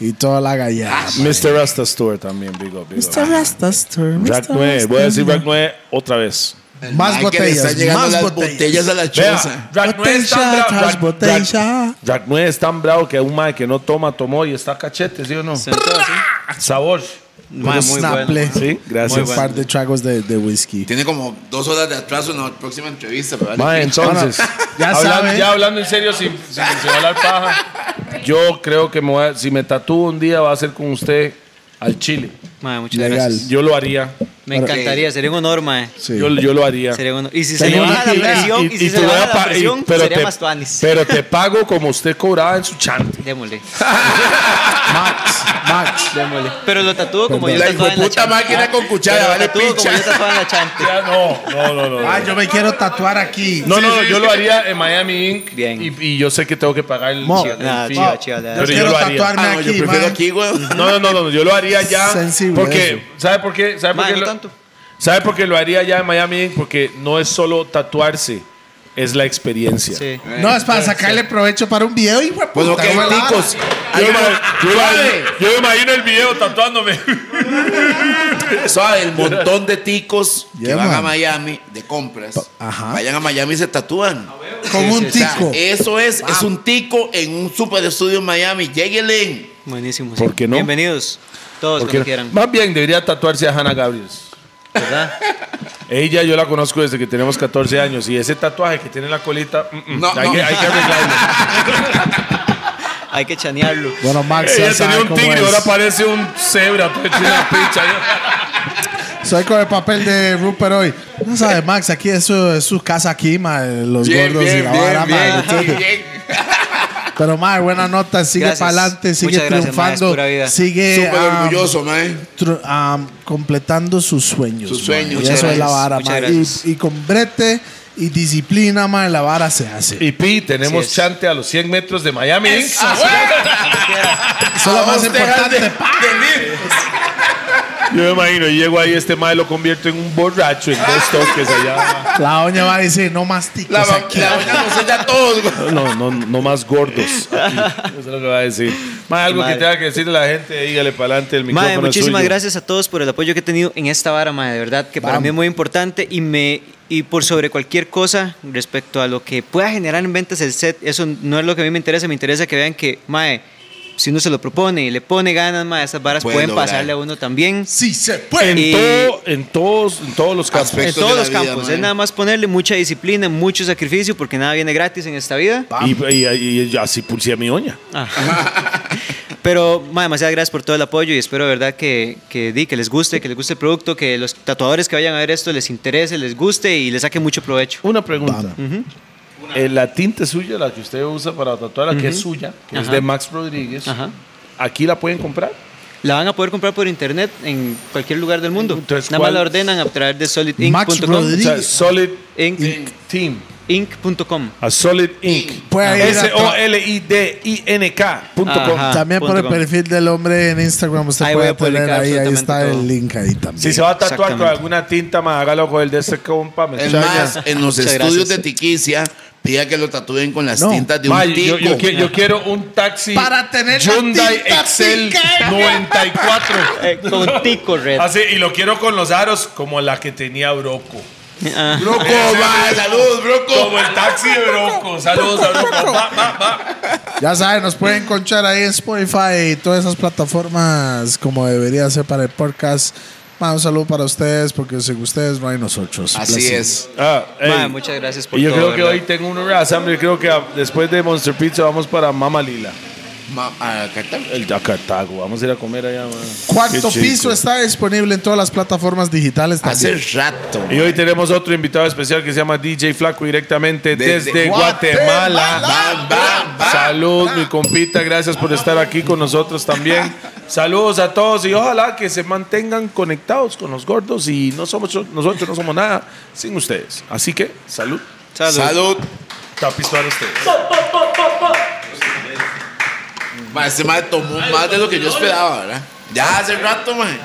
Speaker 2: y toda la gallada.
Speaker 6: Mr. Rasta Store también, big up, big up.
Speaker 2: Mr. Rastastor.
Speaker 6: Rack
Speaker 2: Mr.
Speaker 6: 9, voy a decir
Speaker 2: Rastastor.
Speaker 6: Rack 9 otra vez.
Speaker 2: Más
Speaker 4: Ay, que le están
Speaker 2: botellas,
Speaker 4: llegando
Speaker 2: más
Speaker 4: las
Speaker 2: botellas.
Speaker 4: botellas. a la
Speaker 6: Vea,
Speaker 4: choza.
Speaker 6: Rack 9 es tan
Speaker 2: Botella
Speaker 6: bravo.
Speaker 2: tras
Speaker 6: Rack- Rack-
Speaker 2: botella.
Speaker 6: Rack 9 es tan bravo que un mae que no toma, tomó y está cachete, ¿sí o no?
Speaker 3: Sentado, ¿sí?
Speaker 6: Sabor.
Speaker 3: Mae, muy bueno.
Speaker 2: Snaple.
Speaker 6: Sí,
Speaker 2: Hace
Speaker 6: gracias.
Speaker 2: un par de tragos de, de whisky.
Speaker 4: Tiene como dos horas de atraso en la próxima entrevista. pero vale.
Speaker 6: Mae, entonces,
Speaker 2: Ya
Speaker 5: Hablando,
Speaker 2: saben.
Speaker 5: ya hablando en serio, sin, sin, sin hablar paja, yo creo que me voy a- si me tatúo un día va a ser con usted al Chile.
Speaker 3: Mae, muchas
Speaker 2: Legal.
Speaker 3: gracias.
Speaker 6: yo lo haría.
Speaker 3: Me encantaría, sería un honor, mae.
Speaker 2: Sí.
Speaker 6: Yo, yo lo haría.
Speaker 3: Sería un honor. Y si se le
Speaker 2: Tengo
Speaker 3: baja la
Speaker 2: una-
Speaker 3: presión, y, si
Speaker 6: y
Speaker 3: se
Speaker 6: te
Speaker 3: le
Speaker 6: voy a
Speaker 3: baja la
Speaker 6: pa- y-
Speaker 3: presión,
Speaker 6: pero
Speaker 3: sería
Speaker 6: te-
Speaker 3: más tuanis.
Speaker 6: Pero te pago como usted cobraba en su chante.
Speaker 3: Démosle.
Speaker 2: Max, Max.
Speaker 3: Démosle. Pero lo tatúo como yo
Speaker 4: La
Speaker 3: tatuaba en la
Speaker 4: hijueputa
Speaker 3: chante.
Speaker 4: máquina con cuchara,
Speaker 3: Pero lo
Speaker 4: vale,
Speaker 3: tatúo como
Speaker 4: picha.
Speaker 3: yo tatuaba en la <laughs> chante.
Speaker 5: Ya, no, no, no, no.
Speaker 2: Ah, yo me quiero tatuar aquí.
Speaker 5: No, no, yo lo haría en Miami Inc.
Speaker 3: Bien.
Speaker 5: Y, y yo sé que tengo que pagar el.
Speaker 2: Mo.
Speaker 5: el
Speaker 3: Nah,
Speaker 5: fee.
Speaker 3: chiva, chiva,
Speaker 2: Yo
Speaker 3: la-
Speaker 5: Pero yo
Speaker 2: quiero
Speaker 5: lo haría.
Speaker 2: tatuarme
Speaker 4: Ah, no,
Speaker 2: aquí,
Speaker 4: yo prefiero
Speaker 2: man.
Speaker 4: aquí, güey.
Speaker 5: No, no, no, no, yo lo haría ya.
Speaker 2: Sensible eso.
Speaker 5: porque, ¿sabe por qué? ¿Sabe por
Speaker 3: Mae,
Speaker 5: qué?
Speaker 3: no
Speaker 5: lo-
Speaker 3: tanto.
Speaker 5: ¿Sabe por qué lo haría ya en Miami Inc? Porque no es solo tatuarse, es la experiencia.
Speaker 3: Sí.
Speaker 2: No, es para sacarle provecho para un video, hijo de
Speaker 4: Pues
Speaker 2: puta,
Speaker 4: ok,
Speaker 2: güey.
Speaker 4: ticos.
Speaker 5: Yo,
Speaker 4: Hay
Speaker 5: me-
Speaker 4: una-
Speaker 5: yo
Speaker 4: Suave,
Speaker 5: me- yo me imagino el video tatuándome.
Speaker 4: suave, el montón de ticos que
Speaker 2: Yeah,
Speaker 4: van a
Speaker 2: man.
Speaker 4: Miami de compras.
Speaker 2: Ajá.
Speaker 4: Vayan a Miami y se tatúan.
Speaker 2: Con un
Speaker 3: sí, sí.
Speaker 2: tico.
Speaker 4: Eso es, es un tico en un super estudio en Miami. Lléguenle.
Speaker 3: Buenísimo.
Speaker 6: ¿Por
Speaker 3: sí.
Speaker 6: qué no?
Speaker 3: Bienvenidos. Todos
Speaker 5: Porque-
Speaker 3: cuando quieran.
Speaker 5: Más bien debería tatuarse a Hannah Gabriels.
Speaker 3: ¿Verdad?
Speaker 5: Ella yo la conozco desde que tenemos 14 años y ese tatuaje que tiene en la colita, mm, mm,
Speaker 4: No,
Speaker 5: hay,
Speaker 4: no.
Speaker 5: Que, hay
Speaker 2: <laughs>
Speaker 5: que arreglarlo.
Speaker 3: Hay que chanearlo.
Speaker 2: Bueno, Max, ya
Speaker 5: Ella
Speaker 2: sabe
Speaker 5: tenía un
Speaker 2: cómo
Speaker 5: tigre,
Speaker 2: es.
Speaker 5: ahora parece un cebra, todo hecho
Speaker 2: <laughs>
Speaker 5: una picha.
Speaker 2: Soy con el papel de Rupert hoy. No sabe, Max, aquí es su, es su casa aquí, ma, los gordos y la vara, ma, entonces- Pero, ma, buena nota, sigue
Speaker 3: Gracias.
Speaker 2: para adelante, sigue
Speaker 3: Muchas gracias, ma, es
Speaker 2: triunfando,
Speaker 3: pura vida.
Speaker 2: sigue
Speaker 4: Súper
Speaker 2: ah,
Speaker 4: orgulloso, eh? man.
Speaker 2: tru- ah, completando sus sueños.
Speaker 4: Sus
Speaker 2: ma,
Speaker 4: sueños,
Speaker 2: y
Speaker 4: muchas
Speaker 2: eso es la
Speaker 4: gracias,
Speaker 2: vara,
Speaker 3: muchas
Speaker 2: ma, y,
Speaker 3: gracias.
Speaker 2: y con brete y disciplina, ma, la vara se hace.
Speaker 5: Y Pi, tenemos
Speaker 3: Así es.
Speaker 5: chante a los 100 metros de Miami. Inc.
Speaker 2: Eso es lo más importante.
Speaker 5: Yo me imagino, llego ahí, este mae lo convierto en un borracho en dos toques allá.
Speaker 2: La doña va a decir, no más ticos
Speaker 4: La
Speaker 2: pues aquí.
Speaker 4: doña nos sella a todos, güey.
Speaker 5: No, no, no más gordos. aquí. <laughs> Eso es lo que va a decir. Mae, algo
Speaker 3: Mae.
Speaker 5: que tenga que decirle a la gente, dígale para adelante el micrófono.
Speaker 3: Mae,
Speaker 5: es
Speaker 3: muchísimas
Speaker 5: suyo.
Speaker 3: gracias a todos por el apoyo que he tenido en esta vara, mae, de verdad que para mí es muy importante y me y por sobre cualquier cosa respecto a lo que pueda generar en ventas el set, eso no es lo que a mí me interesa, me interesa que vean que mae, si uno se lo propone y le pone ganas, mae, esas varas
Speaker 4: Puede
Speaker 3: pueden
Speaker 4: lograr.
Speaker 3: pasarle a uno también.
Speaker 2: Sí se puede.
Speaker 6: En,
Speaker 3: Y-
Speaker 6: todo- en todos, en todos los campos.
Speaker 3: En
Speaker 4: Aspectos
Speaker 3: todos
Speaker 4: de la
Speaker 3: los
Speaker 4: vida,
Speaker 3: campos,
Speaker 4: mae.
Speaker 3: es nada más ponerle mucha disciplina, mucho sacrificio, porque nada viene gratis en esta vida.
Speaker 6: Y, y- y- y así pulsé a mi oña.
Speaker 5: Ah.
Speaker 3: <laughs> Pero, ma, demasiadas gracias por todo el apoyo y espero de verdad que, que, di, que les guste, que les guste el producto, que los tatuadores que vayan a ver esto les interese, les guste y les saque mucho provecho.
Speaker 5: Una pregunta. Eh, la tinta suya, la que usted usa para tatuar, la que es suya, que es
Speaker 3: Ajá.
Speaker 5: de Max Rodríguez,
Speaker 3: Ajá.
Speaker 5: ¿aquí la pueden comprar?
Speaker 3: La van a poder comprar por internet en cualquier lugar del mundo.
Speaker 5: Entonces,
Speaker 3: Nada más
Speaker 5: ¿cuál?
Speaker 3: la ordenan a través de
Speaker 2: Max
Speaker 3: solidinc.com.
Speaker 5: O sea,
Speaker 2: Rodríguez.
Speaker 5: Solid
Speaker 3: Inc.
Speaker 5: Inc. Team.
Speaker 3: Inc.com.
Speaker 5: A Solid Inc.
Speaker 2: Puede ir a
Speaker 3: Ajá.
Speaker 5: E S-O-L-I-D-I-N-K.com.
Speaker 2: También por el
Speaker 3: punto com.
Speaker 2: perfil del hombre en Instagram, usted
Speaker 3: Ahí voy
Speaker 2: puede
Speaker 3: a publicar
Speaker 2: poner ahí, ahí
Speaker 3: absolutamente
Speaker 2: está
Speaker 3: todo.
Speaker 2: el link ahí también.
Speaker 5: Si se va a tatuar con
Speaker 3: Exactamente.
Speaker 5: alguna tinta, más hágalo con el de ese compa. Me
Speaker 4: Es
Speaker 5: extraña.
Speaker 4: más, en los
Speaker 3: Muchas
Speaker 4: estudios
Speaker 3: gracias.
Speaker 4: de Tiquicia, pida que lo tatúen con las
Speaker 2: No.
Speaker 4: tintas de un
Speaker 5: Ma,
Speaker 4: tico.
Speaker 5: yo, yo qui- yo quiero un taxi
Speaker 2: Para tener la
Speaker 5: Hyundai
Speaker 2: tinta
Speaker 5: Excel
Speaker 2: pica.
Speaker 5: 94.
Speaker 3: <laughs> Eh, con Tico Red.
Speaker 5: Así, y lo quiero con los aros como la que tenía Broco.
Speaker 3: Ah,
Speaker 4: Broco, va, salud, broco.
Speaker 5: Como el taxi de Broco. Saludos a Broco. Va, va, va.
Speaker 2: Ya saben, nos pueden encontrar ahí en Spotify y todas esas plataformas como debería ser para el podcast. Ma, un saludo para ustedes porque sin ustedes no hay nosotros.
Speaker 4: Así
Speaker 2: Blessings.
Speaker 4: es.
Speaker 5: Ah, ey.
Speaker 3: ma, muchas gracias por
Speaker 5: Y yo
Speaker 3: todo.
Speaker 5: creo que
Speaker 3: ¿verdad?
Speaker 5: hoy tengo un Assembly. Creo que ah, después de Monster Pizza vamos para Mama Lila.
Speaker 4: Ma- a Cartago.
Speaker 5: El de Cartago. Vamos a ir a comer allá. man.
Speaker 2: Cuarto
Speaker 5: Qué chico.
Speaker 2: piso está disponible en todas las plataformas digitales
Speaker 4: Hace
Speaker 2: también.
Speaker 4: rato.
Speaker 5: Y hoy tenemos otro invitado especial que se llama DJ Flaco directamente desde,
Speaker 4: Desde
Speaker 5: Guatemala.
Speaker 4: Bam, bam, bam.
Speaker 5: Salud, mi compita, gracias por estar aquí con nosotros también. Saludos a todos y ojalá que se mantengan conectados con los gordos y no somos nosotros no somos nada sin ustedes. Así que, salud.
Speaker 3: Salud.
Speaker 4: Salud.
Speaker 5: Tapisto a ustedes.
Speaker 4: Ma, Este né? madre tomó más de lo que yo esperaba, ¿verdad? Ya hace rato, man.